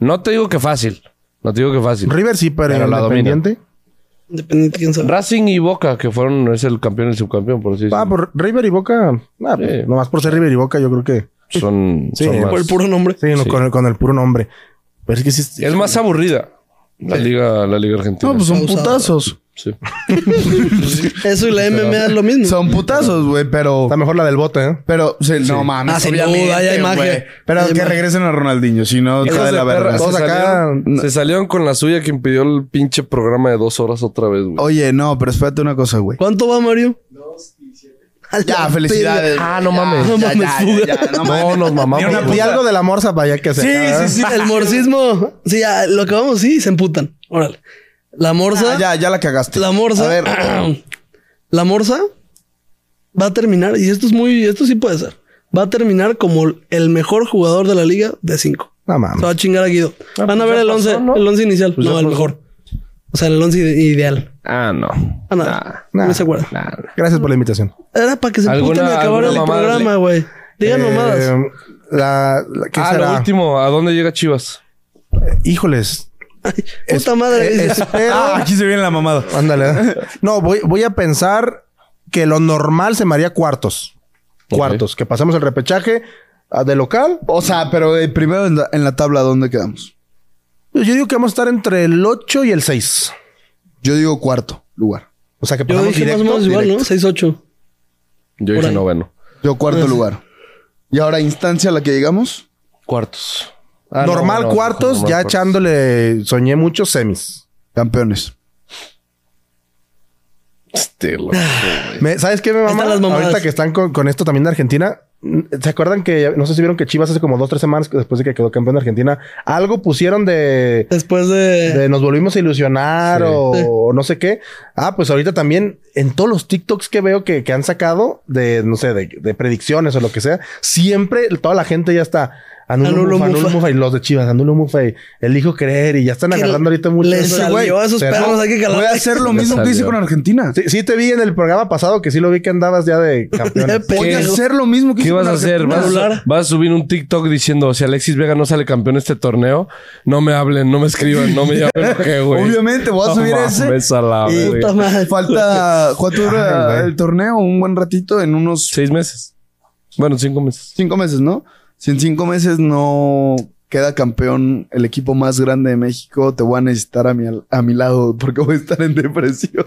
Speaker 2: No te digo que fácil. No te digo que fácil.
Speaker 3: River sí, pero,
Speaker 2: Pero la
Speaker 3: independiente.
Speaker 1: Independiente, quién sabe.
Speaker 2: Racing y Boca, que fueron, es el campeón y el subcampeón, por así
Speaker 3: Ah,
Speaker 2: decirlo.
Speaker 3: por River y Boca. Ah, pues,
Speaker 2: Sí.
Speaker 3: Nomás por ser River y Boca, yo creo que.
Speaker 2: Son,
Speaker 3: Sí,
Speaker 2: son más-
Speaker 1: Por el puro nombre.
Speaker 3: Sí, no,
Speaker 2: Sí.
Speaker 3: Con, el, con el puro nombre. Pero es que sí.
Speaker 2: Es más aburrida. La liga, la liga argentina.
Speaker 4: No, pues son
Speaker 1: Pausado.
Speaker 4: putazos.
Speaker 2: Sí.
Speaker 1: Eso y la MMA es lo mismo.
Speaker 4: Son putazos, güey, pero...
Speaker 3: Está mejor la del bote, ¿eh?
Speaker 4: Pero, sí, no mames,
Speaker 1: Ah, sin
Speaker 4: obviamente,
Speaker 1: duda, ya hay
Speaker 4: güey.
Speaker 1: magia.
Speaker 4: Pero
Speaker 1: Hay
Speaker 4: que
Speaker 1: magia.
Speaker 4: regresen a Ronaldinho, si no,
Speaker 2: Hijos
Speaker 4: está de
Speaker 2: de
Speaker 4: la
Speaker 2: perra,
Speaker 4: verga.
Speaker 3: Todos
Speaker 2: se
Speaker 3: acá-
Speaker 2: salieron- se salieron con la suya que impidió el pinche programa de dos horas otra vez, güey.
Speaker 4: Oye, no, pero espérate una cosa, güey.
Speaker 1: ¿Cuánto va, Mario? Dos y siete.
Speaker 4: Ya, felicidades.
Speaker 2: Ah, no mames.
Speaker 1: No mames, fuga.
Speaker 4: no
Speaker 2: No, nos mamamos.
Speaker 4: una
Speaker 2: güey.
Speaker 3: Di algo de la morsa para allá que se. ¿eh? acabe.
Speaker 1: El morcismo. Sí, ya, lo acabamos, sí, se emputan. Órale. La morsa.
Speaker 4: Ah, ya, ya la cagaste.
Speaker 1: La morsa.
Speaker 4: A ver,
Speaker 1: la morsa va a terminar, y esto es muy, esto sí puede ser. Va a terminar como el mejor jugador de la liga de 5.
Speaker 3: No
Speaker 1: Se va
Speaker 3: mames.
Speaker 1: a chingar a Guido. Van a
Speaker 2: pues
Speaker 1: ver
Speaker 2: ya
Speaker 1: el
Speaker 2: pasó,
Speaker 1: 11,
Speaker 2: ¿no?
Speaker 1: el 11 inicial.
Speaker 2: Pues
Speaker 1: no,
Speaker 2: ya
Speaker 1: el
Speaker 2: pasó.
Speaker 1: mejor. O sea, el 11 ideal.
Speaker 2: Ah, no.
Speaker 1: Ah, no,
Speaker 3: nah,
Speaker 1: no se acuerda.
Speaker 2: Nah, nah.
Speaker 3: Gracias por la invitación.
Speaker 1: Era para que se
Speaker 2: ¿Alguna-
Speaker 1: puten y acabara el
Speaker 2: alguna mamada
Speaker 1: programa,
Speaker 2: le-
Speaker 1: güey. Digan
Speaker 3: Eh,
Speaker 1: mamadas.
Speaker 3: La, la- ¿Qué
Speaker 2: Ah,
Speaker 3: será?
Speaker 2: lo último. ¿A dónde llega Chivas?
Speaker 3: Híjoles.
Speaker 1: Puta madre. dice.
Speaker 3: Espero.
Speaker 5: Ah, aquí se viene la mamada.
Speaker 3: Ándale. ¿eh? No, voy, voy a pensar que lo normal se me haría cuartos.
Speaker 2: Ok.
Speaker 3: Cuartos. Que pasemos el repechaje ah, de local.
Speaker 4: o sea, pero eh, primero en la, en la tabla, ¿dónde quedamos?
Speaker 3: Pues Yo digo que vamos a estar entre el 8 y el 6.
Speaker 4: Yo digo cuarto lugar.
Speaker 3: O sea, que
Speaker 1: Yo
Speaker 3: pasamos
Speaker 1: dije
Speaker 3: directo.
Speaker 1: más o menos igual, ¿no?
Speaker 3: directo.
Speaker 1: 6-8.
Speaker 2: Yo
Speaker 1: Por
Speaker 2: dije
Speaker 1: ahí.
Speaker 2: noveno.
Speaker 4: Yo cuarto
Speaker 5: Pues,
Speaker 4: lugar. Y ahora, instancia a la que llegamos.
Speaker 2: Cuartos.
Speaker 3: normal cuartos, ya
Speaker 2: echando
Speaker 3: echándole, soñé mucho semis.
Speaker 4: Campeones.
Speaker 2: Este,
Speaker 3: Me- ¿Sabes qué me
Speaker 1: están
Speaker 3: mama?
Speaker 1: las mamadas.
Speaker 3: Ahorita que están con, con esto también de Argentina. mm, ¿Se acuerdan que, no sé si vieron que Chivas hace como dos, tres semanas que después de que quedó campeón de Argentina, algo pusieron de...
Speaker 1: Después de...
Speaker 3: de nos volvimos a ilusionar o, o no sé qué. Ah, pues ahorita también en todos los TikToks que veo que, que han sacado de, no sé, de, de predicciones o lo que sea, siempre toda la gente ya está. Anulo,
Speaker 1: Anulo
Speaker 3: Mufa, Anulo
Speaker 1: Mufa.
Speaker 3: Mufa y los de Chivas, Anulo Mufa y elijo creer y ya están
Speaker 1: Que
Speaker 3: agarrando ahorita mucho.
Speaker 1: le
Speaker 3: Ese
Speaker 1: salió
Speaker 3: güey,
Speaker 1: a esos
Speaker 3: cerró.
Speaker 1: perros, hay que calar.
Speaker 5: Voy a hacer lo
Speaker 2: Ya
Speaker 5: mismo que hice
Speaker 2: salió.
Speaker 5: con Argentina.
Speaker 3: Sí, sí te vi en el programa pasado que sí lo vi que andabas ya de
Speaker 1: Ya
Speaker 3: campeón.
Speaker 1: pe-
Speaker 5: Voy a
Speaker 1: ¿Qué?
Speaker 5: hacer lo
Speaker 4: pues,
Speaker 5: mismo que
Speaker 2: ¿Qué
Speaker 5: hice
Speaker 2: vas
Speaker 5: con
Speaker 2: a hacer?
Speaker 5: Argentina.
Speaker 2: ¿Vas,
Speaker 1: Celular.
Speaker 2: vas a subir un TikTok diciendo, si Alexis Vega no sale campeón este torneo, no me hablen, no me escriban, no me llamen, ¿qué, güey?
Speaker 5: Obviamente, voy a
Speaker 2: No
Speaker 5: subir
Speaker 2: mames, Ah,
Speaker 5: ese.
Speaker 2: a la
Speaker 5: Y-
Speaker 2: verga.
Speaker 1: Puta madre.
Speaker 5: Falta. ¿Cuánto dura
Speaker 3: Ay, güey.
Speaker 5: el torneo? Un buen ratito, en unos
Speaker 2: Seis meses. Bueno, cinco meses.
Speaker 5: cinco meses, ¿no? Si en cinco meses no queda campeón el equipo más grande de México, te voy a necesitar a mi, al- a mi lado porque voy a estar en depresión.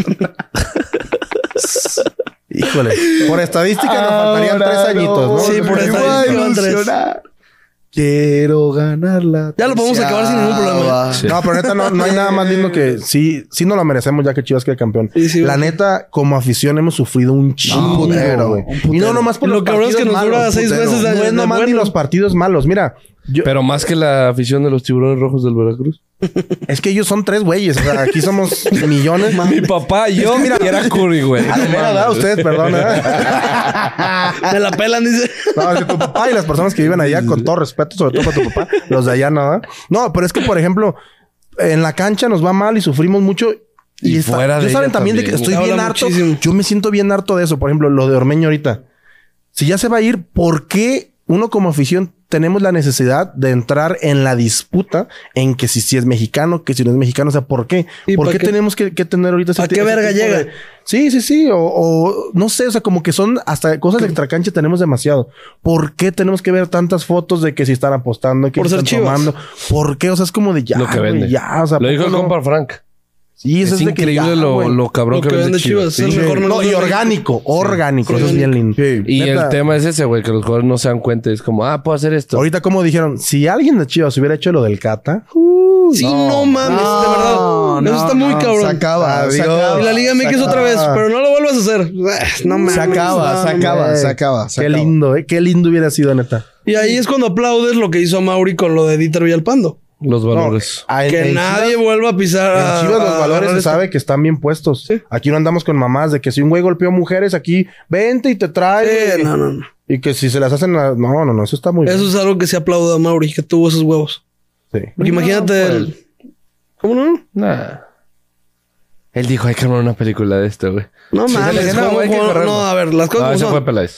Speaker 3: Híjole. Por estadística nos faltarían
Speaker 5: Ahora
Speaker 3: tres añitos, ¿no?
Speaker 1: Sí, por
Speaker 5: me
Speaker 1: esta
Speaker 5: voy a
Speaker 1: estadística van tres.
Speaker 5: ilusionar. Quiero ganarla.
Speaker 1: Ya lo podemos acabar sin ningún problema. ¿eh?
Speaker 3: No, pero neta, no, no hay nada más lindo que sí, sí nos lo merecemos ya que Chivas quede campeón.
Speaker 1: Sí, sí,
Speaker 3: la
Speaker 1: güey.
Speaker 3: neta, como afición hemos sufrido un chingo,
Speaker 5: putero,
Speaker 3: güey.
Speaker 5: un
Speaker 3: Y no
Speaker 5: putero.
Speaker 3: nomás por
Speaker 1: Lo
Speaker 3: los
Speaker 1: cabrón es que
Speaker 3: partidos
Speaker 1: nos dura
Speaker 3: malos,
Speaker 1: seis
Speaker 3: putero.
Speaker 1: meses de-
Speaker 3: No es
Speaker 1: de
Speaker 3: nomás ni
Speaker 1: bueno.
Speaker 3: los partidos malos. Mira, yo-
Speaker 2: Pero más que la afición de los tiburones rojos del Veracruz.
Speaker 3: es que ellos son tres güeyes. O sea, aquí somos millones.
Speaker 2: Mi papá, yo, y era Curry, güey.
Speaker 3: Ah, de veras, ¿verdad? Ustedes, perdón. ¿eh?
Speaker 1: Me la pelan, dice.
Speaker 3: No, es que tu papá y las personas que viven allá, con todo respeto, sobre todo para tu papá, los de allá nada. No, pero es que, por ejemplo, en la cancha nos va mal y sufrimos mucho. Y,
Speaker 2: Y
Speaker 3: está-
Speaker 2: fuera de
Speaker 3: yo saben
Speaker 2: ella
Speaker 3: también, de que
Speaker 2: también.
Speaker 3: estoy
Speaker 1: Habla
Speaker 3: bien harto.
Speaker 1: muchísimo.
Speaker 3: Yo me siento bien harto de eso. Por ejemplo, lo de Ormeño ahorita. Si ya se va a ir, ¿por qué uno como afición tenemos la necesidad de entrar en la disputa en que si, si es mexicano, que si no es mexicano? O sea, ¿por qué?
Speaker 1: ¿Y
Speaker 3: ¿Por
Speaker 1: pa'
Speaker 3: qué,
Speaker 1: qué?
Speaker 3: tenemos que, que tener ahorita
Speaker 1: ¿Pa'
Speaker 3: ti-
Speaker 1: qué verga
Speaker 3: tipo
Speaker 1: llega?
Speaker 3: de- Sí, sí, sí. O, o no sé, o sea, como que son hasta cosas de extracancha tenemos demasiado. ¿Por qué tenemos que ver tantas fotos de que si están apostando, que
Speaker 1: Por
Speaker 3: si
Speaker 1: ser
Speaker 3: están
Speaker 1: Chivas.
Speaker 3: tomando? ¿Por qué? O sea, es como de ya.
Speaker 2: lo que
Speaker 3: güey,
Speaker 2: vende.
Speaker 3: ya, o sea,
Speaker 2: lo dijo el
Speaker 3: ¿por qué no?
Speaker 2: compa Frank.
Speaker 3: Sí,
Speaker 2: Es,
Speaker 3: eso es, de que
Speaker 2: increíble
Speaker 3: ya,
Speaker 2: lo,
Speaker 3: güey.
Speaker 2: lo cabrón
Speaker 1: Lo
Speaker 2: que, vende Chivas.
Speaker 1: es
Speaker 2: sí.
Speaker 1: el mejor
Speaker 3: No,
Speaker 1: negocio
Speaker 3: y
Speaker 1: de-
Speaker 3: orgánico, orgánico.
Speaker 1: Sí.
Speaker 3: Eso es bien lindo.
Speaker 2: Y
Speaker 3: Neta.
Speaker 2: el tema es ese, güey, que los jugadores no se dan cuenta. Es como, ah, puedo hacer esto.
Speaker 3: Ahorita, como dijeron, si alguien de Chivas hubiera hecho lo del Cata,
Speaker 1: Sí, no mames, Ah, de verdad. Eso está muy cabrón.
Speaker 4: Se acaba,
Speaker 3: Adiós.
Speaker 4: se acaba.
Speaker 1: Y la Liga
Speaker 3: Se
Speaker 1: MX otra
Speaker 3: acaba.
Speaker 1: vez, pero no lo vuelvas a hacer. Eh, No mames.
Speaker 4: Se acaba, se acaba,
Speaker 3: güey.
Speaker 4: se acaba. se
Speaker 3: qué
Speaker 4: acaba.
Speaker 3: lindo, ¿eh? Qué lindo hubiera sido, neta.
Speaker 1: Y ahí es cuando aplaudes lo que hizo a Mauri con lo de Dieter Villalpando.
Speaker 2: Los valores.
Speaker 3: Ah, en-
Speaker 1: Que
Speaker 3: en
Speaker 1: nadie
Speaker 3: Chivas-
Speaker 1: vuelva a pisar. a-
Speaker 3: En Chivas
Speaker 1: a
Speaker 3: los valores
Speaker 1: agarrar
Speaker 3: se
Speaker 1: esto.
Speaker 3: sabe que están bien puestos.
Speaker 1: ah, Sí.
Speaker 3: Aquí no andamos con mamás de que si un güey golpeó mujeres aquí, vente y te trae.
Speaker 1: Sí, Eh, no, no, no.
Speaker 3: Y que si se las hacen... a- No, no, no. Eso está muy
Speaker 1: Eso es algo que se aplauda a Mauri, que tuvo esos huevos.
Speaker 3: bien. Sí.
Speaker 1: Porque imagínate el- pues. ¿Cómo no?
Speaker 2: Nah. Él dijo, hay que armar una película de esto, güey.
Speaker 1: No
Speaker 2: Sí,
Speaker 1: mames.
Speaker 2: no,
Speaker 1: ¿cómo-
Speaker 2: hay que
Speaker 1: cómo-
Speaker 2: correrlo.
Speaker 1: no, a ver, las
Speaker 2: No,
Speaker 1: cosas
Speaker 2: ese
Speaker 1: como
Speaker 2: fue
Speaker 1: son.
Speaker 2: Peláez.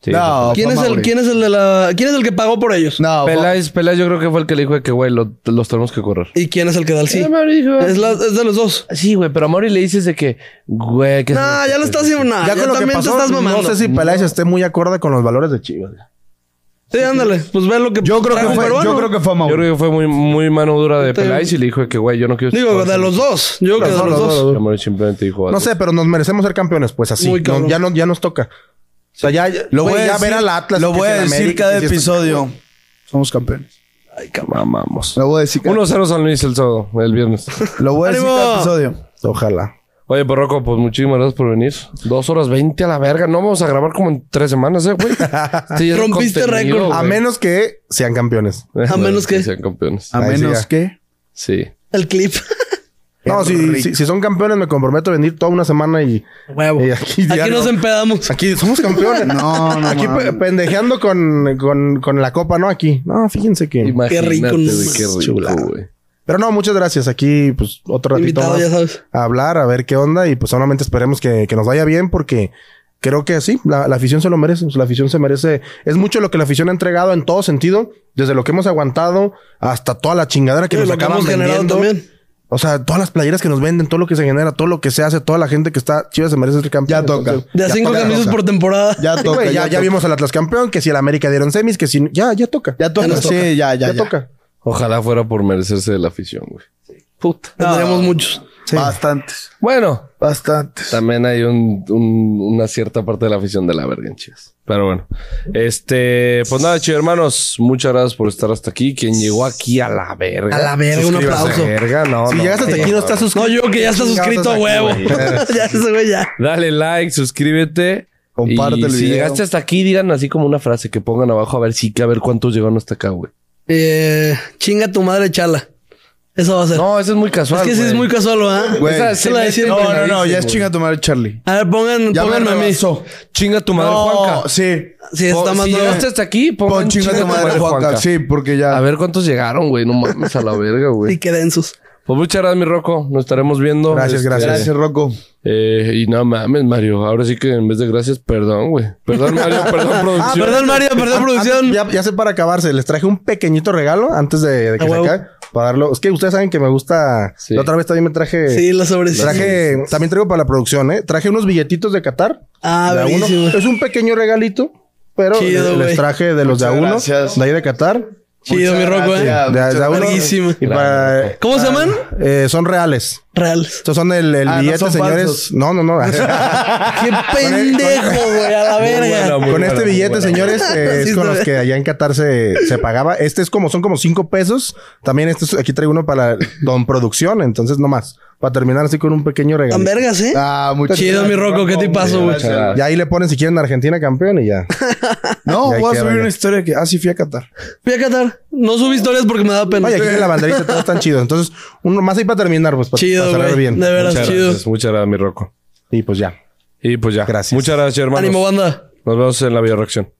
Speaker 2: Sí, ese
Speaker 4: No,
Speaker 1: ¿Quién
Speaker 4: fue
Speaker 1: es el,
Speaker 4: Mauri.
Speaker 1: quién es el de la, quién es el que pagó por ellos?
Speaker 4: No,
Speaker 2: fue-
Speaker 4: fue-
Speaker 2: Peláez, Peláez yo creo que fue el que le dijo de que, güey, lo- los tenemos que correr.
Speaker 1: ¿Y quién es el que da el sí?
Speaker 2: Eh, Mauri dijo-
Speaker 1: Es, la- es de los dos.
Speaker 2: Sí, güey, pero a Mauri le dices de que, güey, que...
Speaker 1: No, ya lo estás haciendo. nah, ya,
Speaker 3: Ya con lo que
Speaker 1: Ah, también
Speaker 3: pasó,
Speaker 1: te estás mamando.
Speaker 3: no sé si Peláez esté muy acorde con los valores de Chivas.
Speaker 1: Sí, ándale. Pues ve lo que.
Speaker 5: Yo creo
Speaker 1: trajo
Speaker 5: que
Speaker 1: un
Speaker 5: fue,
Speaker 1: peruano.
Speaker 5: yo creo que fue
Speaker 2: Yo
Speaker 5: Mauro.
Speaker 2: creo que fue muy, muy mano dura de
Speaker 1: Te-
Speaker 2: Peláez y le dijo de que, güey, yo no quiero...
Speaker 1: Digo, de los dos. Yo creo que de los dos.
Speaker 2: Mauri simplemente dijo...
Speaker 3: No sé, pero nos merecemos ser campeones. Pues así.
Speaker 1: Muy
Speaker 3: No,
Speaker 1: cabrón.
Speaker 3: ya, no, ya nos toca. O sea, ya...
Speaker 5: Lo
Speaker 3: güey,
Speaker 5: voy a
Speaker 3: ya
Speaker 5: decir,
Speaker 3: ver al Atlas.
Speaker 5: lo
Speaker 3: que
Speaker 5: voy
Speaker 3: si
Speaker 5: a
Speaker 3: en
Speaker 5: decir
Speaker 3: América,
Speaker 5: cada
Speaker 3: que si esto-
Speaker 5: episodio. Somos campeones.
Speaker 2: Ay, cabrón, vamos.
Speaker 5: Lo voy a decir cada,
Speaker 2: 1-0 San Luis el sábado, el viernes.
Speaker 5: lo voy a decir
Speaker 1: ¡Ánimo!
Speaker 5: cada episodio.
Speaker 3: Ojalá.
Speaker 2: Oye, Porroco, pues muchísimas gracias por venir. Dos horas veinte a la verga. No vamos a grabar como en tres semanas, ¿eh, güey? Este ya es
Speaker 1: Rompiste
Speaker 2: contenido,
Speaker 1: récord.
Speaker 2: güey.
Speaker 3: A menos que sean campeones.
Speaker 1: A menos que-
Speaker 2: sean campeones.
Speaker 5: A
Speaker 3: Ahí
Speaker 5: menos
Speaker 3: siga.
Speaker 5: que...
Speaker 2: Sí.
Speaker 1: El clip.
Speaker 3: No, si, si, si son campeones me comprometo a venir toda una semana y...
Speaker 1: Huevo.
Speaker 3: y
Speaker 1: Aquí,
Speaker 3: diario.
Speaker 1: nos empedamos.
Speaker 3: Pues Aquí somos campeones.
Speaker 5: No, no,
Speaker 3: Aquí
Speaker 5: mames.
Speaker 3: pe- pendejeando con, con, con la copa, ¿no? Aquí. No, fíjense que.
Speaker 2: Imagínate,
Speaker 1: rico, no
Speaker 2: güey,
Speaker 1: mames.
Speaker 2: qué rico,
Speaker 3: Chulada.
Speaker 2: güey.
Speaker 3: Pero no, muchas gracias. Aquí, pues, otro ratito
Speaker 1: Invitado,
Speaker 3: más
Speaker 1: ya sabes.
Speaker 3: a hablar, a ver qué onda. Y pues solamente esperemos que, que nos vaya bien porque creo que sí, la, la afición se lo merece. La afición se merece. Es mucho lo que la afición ha entregado en todo sentido, desde lo que hemos aguantado hasta toda la chingadera que
Speaker 1: Sí,
Speaker 3: nos
Speaker 1: lo que
Speaker 3: acaban
Speaker 1: hemos generado
Speaker 3: vendiendo.
Speaker 1: también.
Speaker 3: O sea, todas las playeras que nos venden, todo lo que se genera, todo lo que se hace, toda la gente que está chiva se merece ser campeón.
Speaker 4: Ya toca.
Speaker 3: Entonces,
Speaker 1: De a
Speaker 3: ya
Speaker 1: cinco
Speaker 3: toca.
Speaker 1: camisas
Speaker 4: Rosa.
Speaker 1: por temporada.
Speaker 4: Ya
Speaker 3: Sí,
Speaker 4: toca,
Speaker 3: güey, ya,
Speaker 4: ya,
Speaker 3: ya vimos al Atlas campeón, que si el América dieron semis, que si ya, ya toca.
Speaker 4: Ya toca.
Speaker 1: nos toca.
Speaker 4: Sí, ya, ya,
Speaker 3: ya,
Speaker 4: ya.
Speaker 3: toca.
Speaker 2: Ojalá fuera por merecerse de la afición, güey. Puta.
Speaker 1: Tendríamos muchos.
Speaker 5: Bastantes.
Speaker 2: Bueno,
Speaker 5: Bastantes.
Speaker 2: también hay un, un- una cierta parte de la afición de la verga en Chivas. Pero bueno. Este, pues nada, chido hermanos. Muchas gracias por estar hasta aquí. Quien llegó aquí a la verga.
Speaker 1: A la verga, un
Speaker 3: Suscríbase,
Speaker 1: aplauso.
Speaker 3: verga, no,
Speaker 4: Si
Speaker 3: no,
Speaker 4: llegaste hasta
Speaker 3: no,
Speaker 4: aquí, no
Speaker 3: no,
Speaker 4: estás
Speaker 1: No, yo que ya está
Speaker 3: Chingados
Speaker 1: suscrito a
Speaker 3: aquí,
Speaker 1: huevo.
Speaker 3: güey.
Speaker 1: ya ese güey ya.
Speaker 2: Dale like, suscríbete.
Speaker 4: Comparte
Speaker 2: y
Speaker 4: el
Speaker 2: si
Speaker 4: video.
Speaker 2: llegaste hasta aquí, digan así como una frase que pongan abajo a ver si que a ver cuántos llegaron hasta acá, güey.
Speaker 1: Eh, chinga tu madre, chala. Esa va a ser.
Speaker 2: No, eso es muy casual.
Speaker 1: es que sí es
Speaker 2: güey.
Speaker 1: muy casual, ¿verdad?
Speaker 5: Güey.
Speaker 1: Esa es la de siempre.
Speaker 5: No, no, no, ya es chinga tu madre, Charlie.
Speaker 1: A ver, pongan,
Speaker 5: Ya me
Speaker 1: pónganme a mí.
Speaker 5: rebasó.
Speaker 2: Chinga tu madre,
Speaker 5: no,
Speaker 2: Juanca.
Speaker 5: sí.
Speaker 1: Sí, está
Speaker 5: Po-
Speaker 1: más
Speaker 3: eh.
Speaker 2: Si
Speaker 1: no.
Speaker 2: llegaste hasta aquí,
Speaker 5: pon
Speaker 2: pon
Speaker 5: chinga tu madre, Juanca. Sí, porque ya.
Speaker 2: A ver cuántos llegaron, güey. No mames a la verga, güey.
Speaker 1: Y que densos.
Speaker 2: Pues muchas gracias, mi Rocco. Nos estaremos viendo.
Speaker 3: Gracias,
Speaker 2: Este,
Speaker 3: pues, gracias.
Speaker 5: Gracias, Rocco.
Speaker 2: eh, y no mames, Mario. Ahora sí que en vez de gracias, perdón, güey. Perdón, Mario. Perdón,
Speaker 1: Ah,
Speaker 2: producción.
Speaker 1: perdón, Mario, perdón, producción.
Speaker 3: Ya, ya sé para acabarse, les traje un pequeñito regalo antes de,
Speaker 5: Ah,
Speaker 3: de que
Speaker 1: A
Speaker 3: se
Speaker 1: huevo.
Speaker 3: acabe. Para darlo. Es que ustedes saben que me gusta.
Speaker 2: Sí.
Speaker 3: La otra vez también me traje.
Speaker 1: Sí, la sobrecita.
Speaker 3: Traje, también traigo para la producción, ¿eh? Traje unos billetitos de Qatar.
Speaker 1: Ah,
Speaker 3: De a uno.
Speaker 1: buenísimo.
Speaker 3: Es un pequeño regalito, pero
Speaker 1: Chido,
Speaker 3: les-
Speaker 1: güey.
Speaker 3: les traje de los de a
Speaker 5: Muchas
Speaker 3: uno,
Speaker 5: gracias.
Speaker 3: de ahí de Qatar.
Speaker 1: Chido, mi
Speaker 5: Muchas
Speaker 1: roco, eh.
Speaker 5: gracias.
Speaker 3: De, de a uno.
Speaker 1: Verguísima.
Speaker 3: Y para,
Speaker 1: ¿Cómo se llaman?
Speaker 3: eh, son reales.
Speaker 1: Reales.
Speaker 3: Estos son el, el
Speaker 5: Ah, no
Speaker 3: billete,
Speaker 5: son
Speaker 3: señores.
Speaker 5: falsos.
Speaker 3: No, no, no.
Speaker 1: Qué pendejo, güey, a la verga.
Speaker 2: buena,
Speaker 3: Con
Speaker 2: Muy
Speaker 3: este
Speaker 2: bueno,
Speaker 3: billete,
Speaker 2: muy bueno.
Speaker 3: señores, eh,
Speaker 1: Sí,
Speaker 3: es
Speaker 1: está
Speaker 3: con los
Speaker 1: bien.
Speaker 3: que allá en Qatar se, se pagaba. Este es como, son como cinco pesos. También este es- aquí traigo uno para Don Producción, entonces no más. Para terminar así con un pequeño
Speaker 1: Tan
Speaker 3: regalo.
Speaker 1: vergas, eh.
Speaker 5: Ah, muchas
Speaker 1: Chido, mi
Speaker 5: gracias,
Speaker 1: roco, ¿qué te pasó, güey?
Speaker 2: Muchas gracias.
Speaker 3: Y ahí le ponen si quieren Argentina campeón y ya.
Speaker 5: No,
Speaker 3: Y ahí
Speaker 5: voy a
Speaker 3: queda,
Speaker 5: subir
Speaker 3: ya.
Speaker 5: una historia que. Ah, sí, fui a Qatar.
Speaker 1: Voy a Qatar. No subí historias porque me da pena.
Speaker 3: Oye, aquí tiene la banderita, todos están chidos. Entonces, uno más ahí para terminar, pues para,
Speaker 1: Chido,
Speaker 3: para cerrar
Speaker 1: güey.
Speaker 3: bien.
Speaker 1: De veras,
Speaker 2: Muchas
Speaker 1: chido.
Speaker 2: gracias. Muchas gracias, mi Rocco.
Speaker 3: Y pues ya.
Speaker 2: Y pues ya.
Speaker 3: Gracias.
Speaker 2: Muchas gracias, hermanos.
Speaker 1: Ánimo, banda.
Speaker 2: Nos vemos en la videoreacción.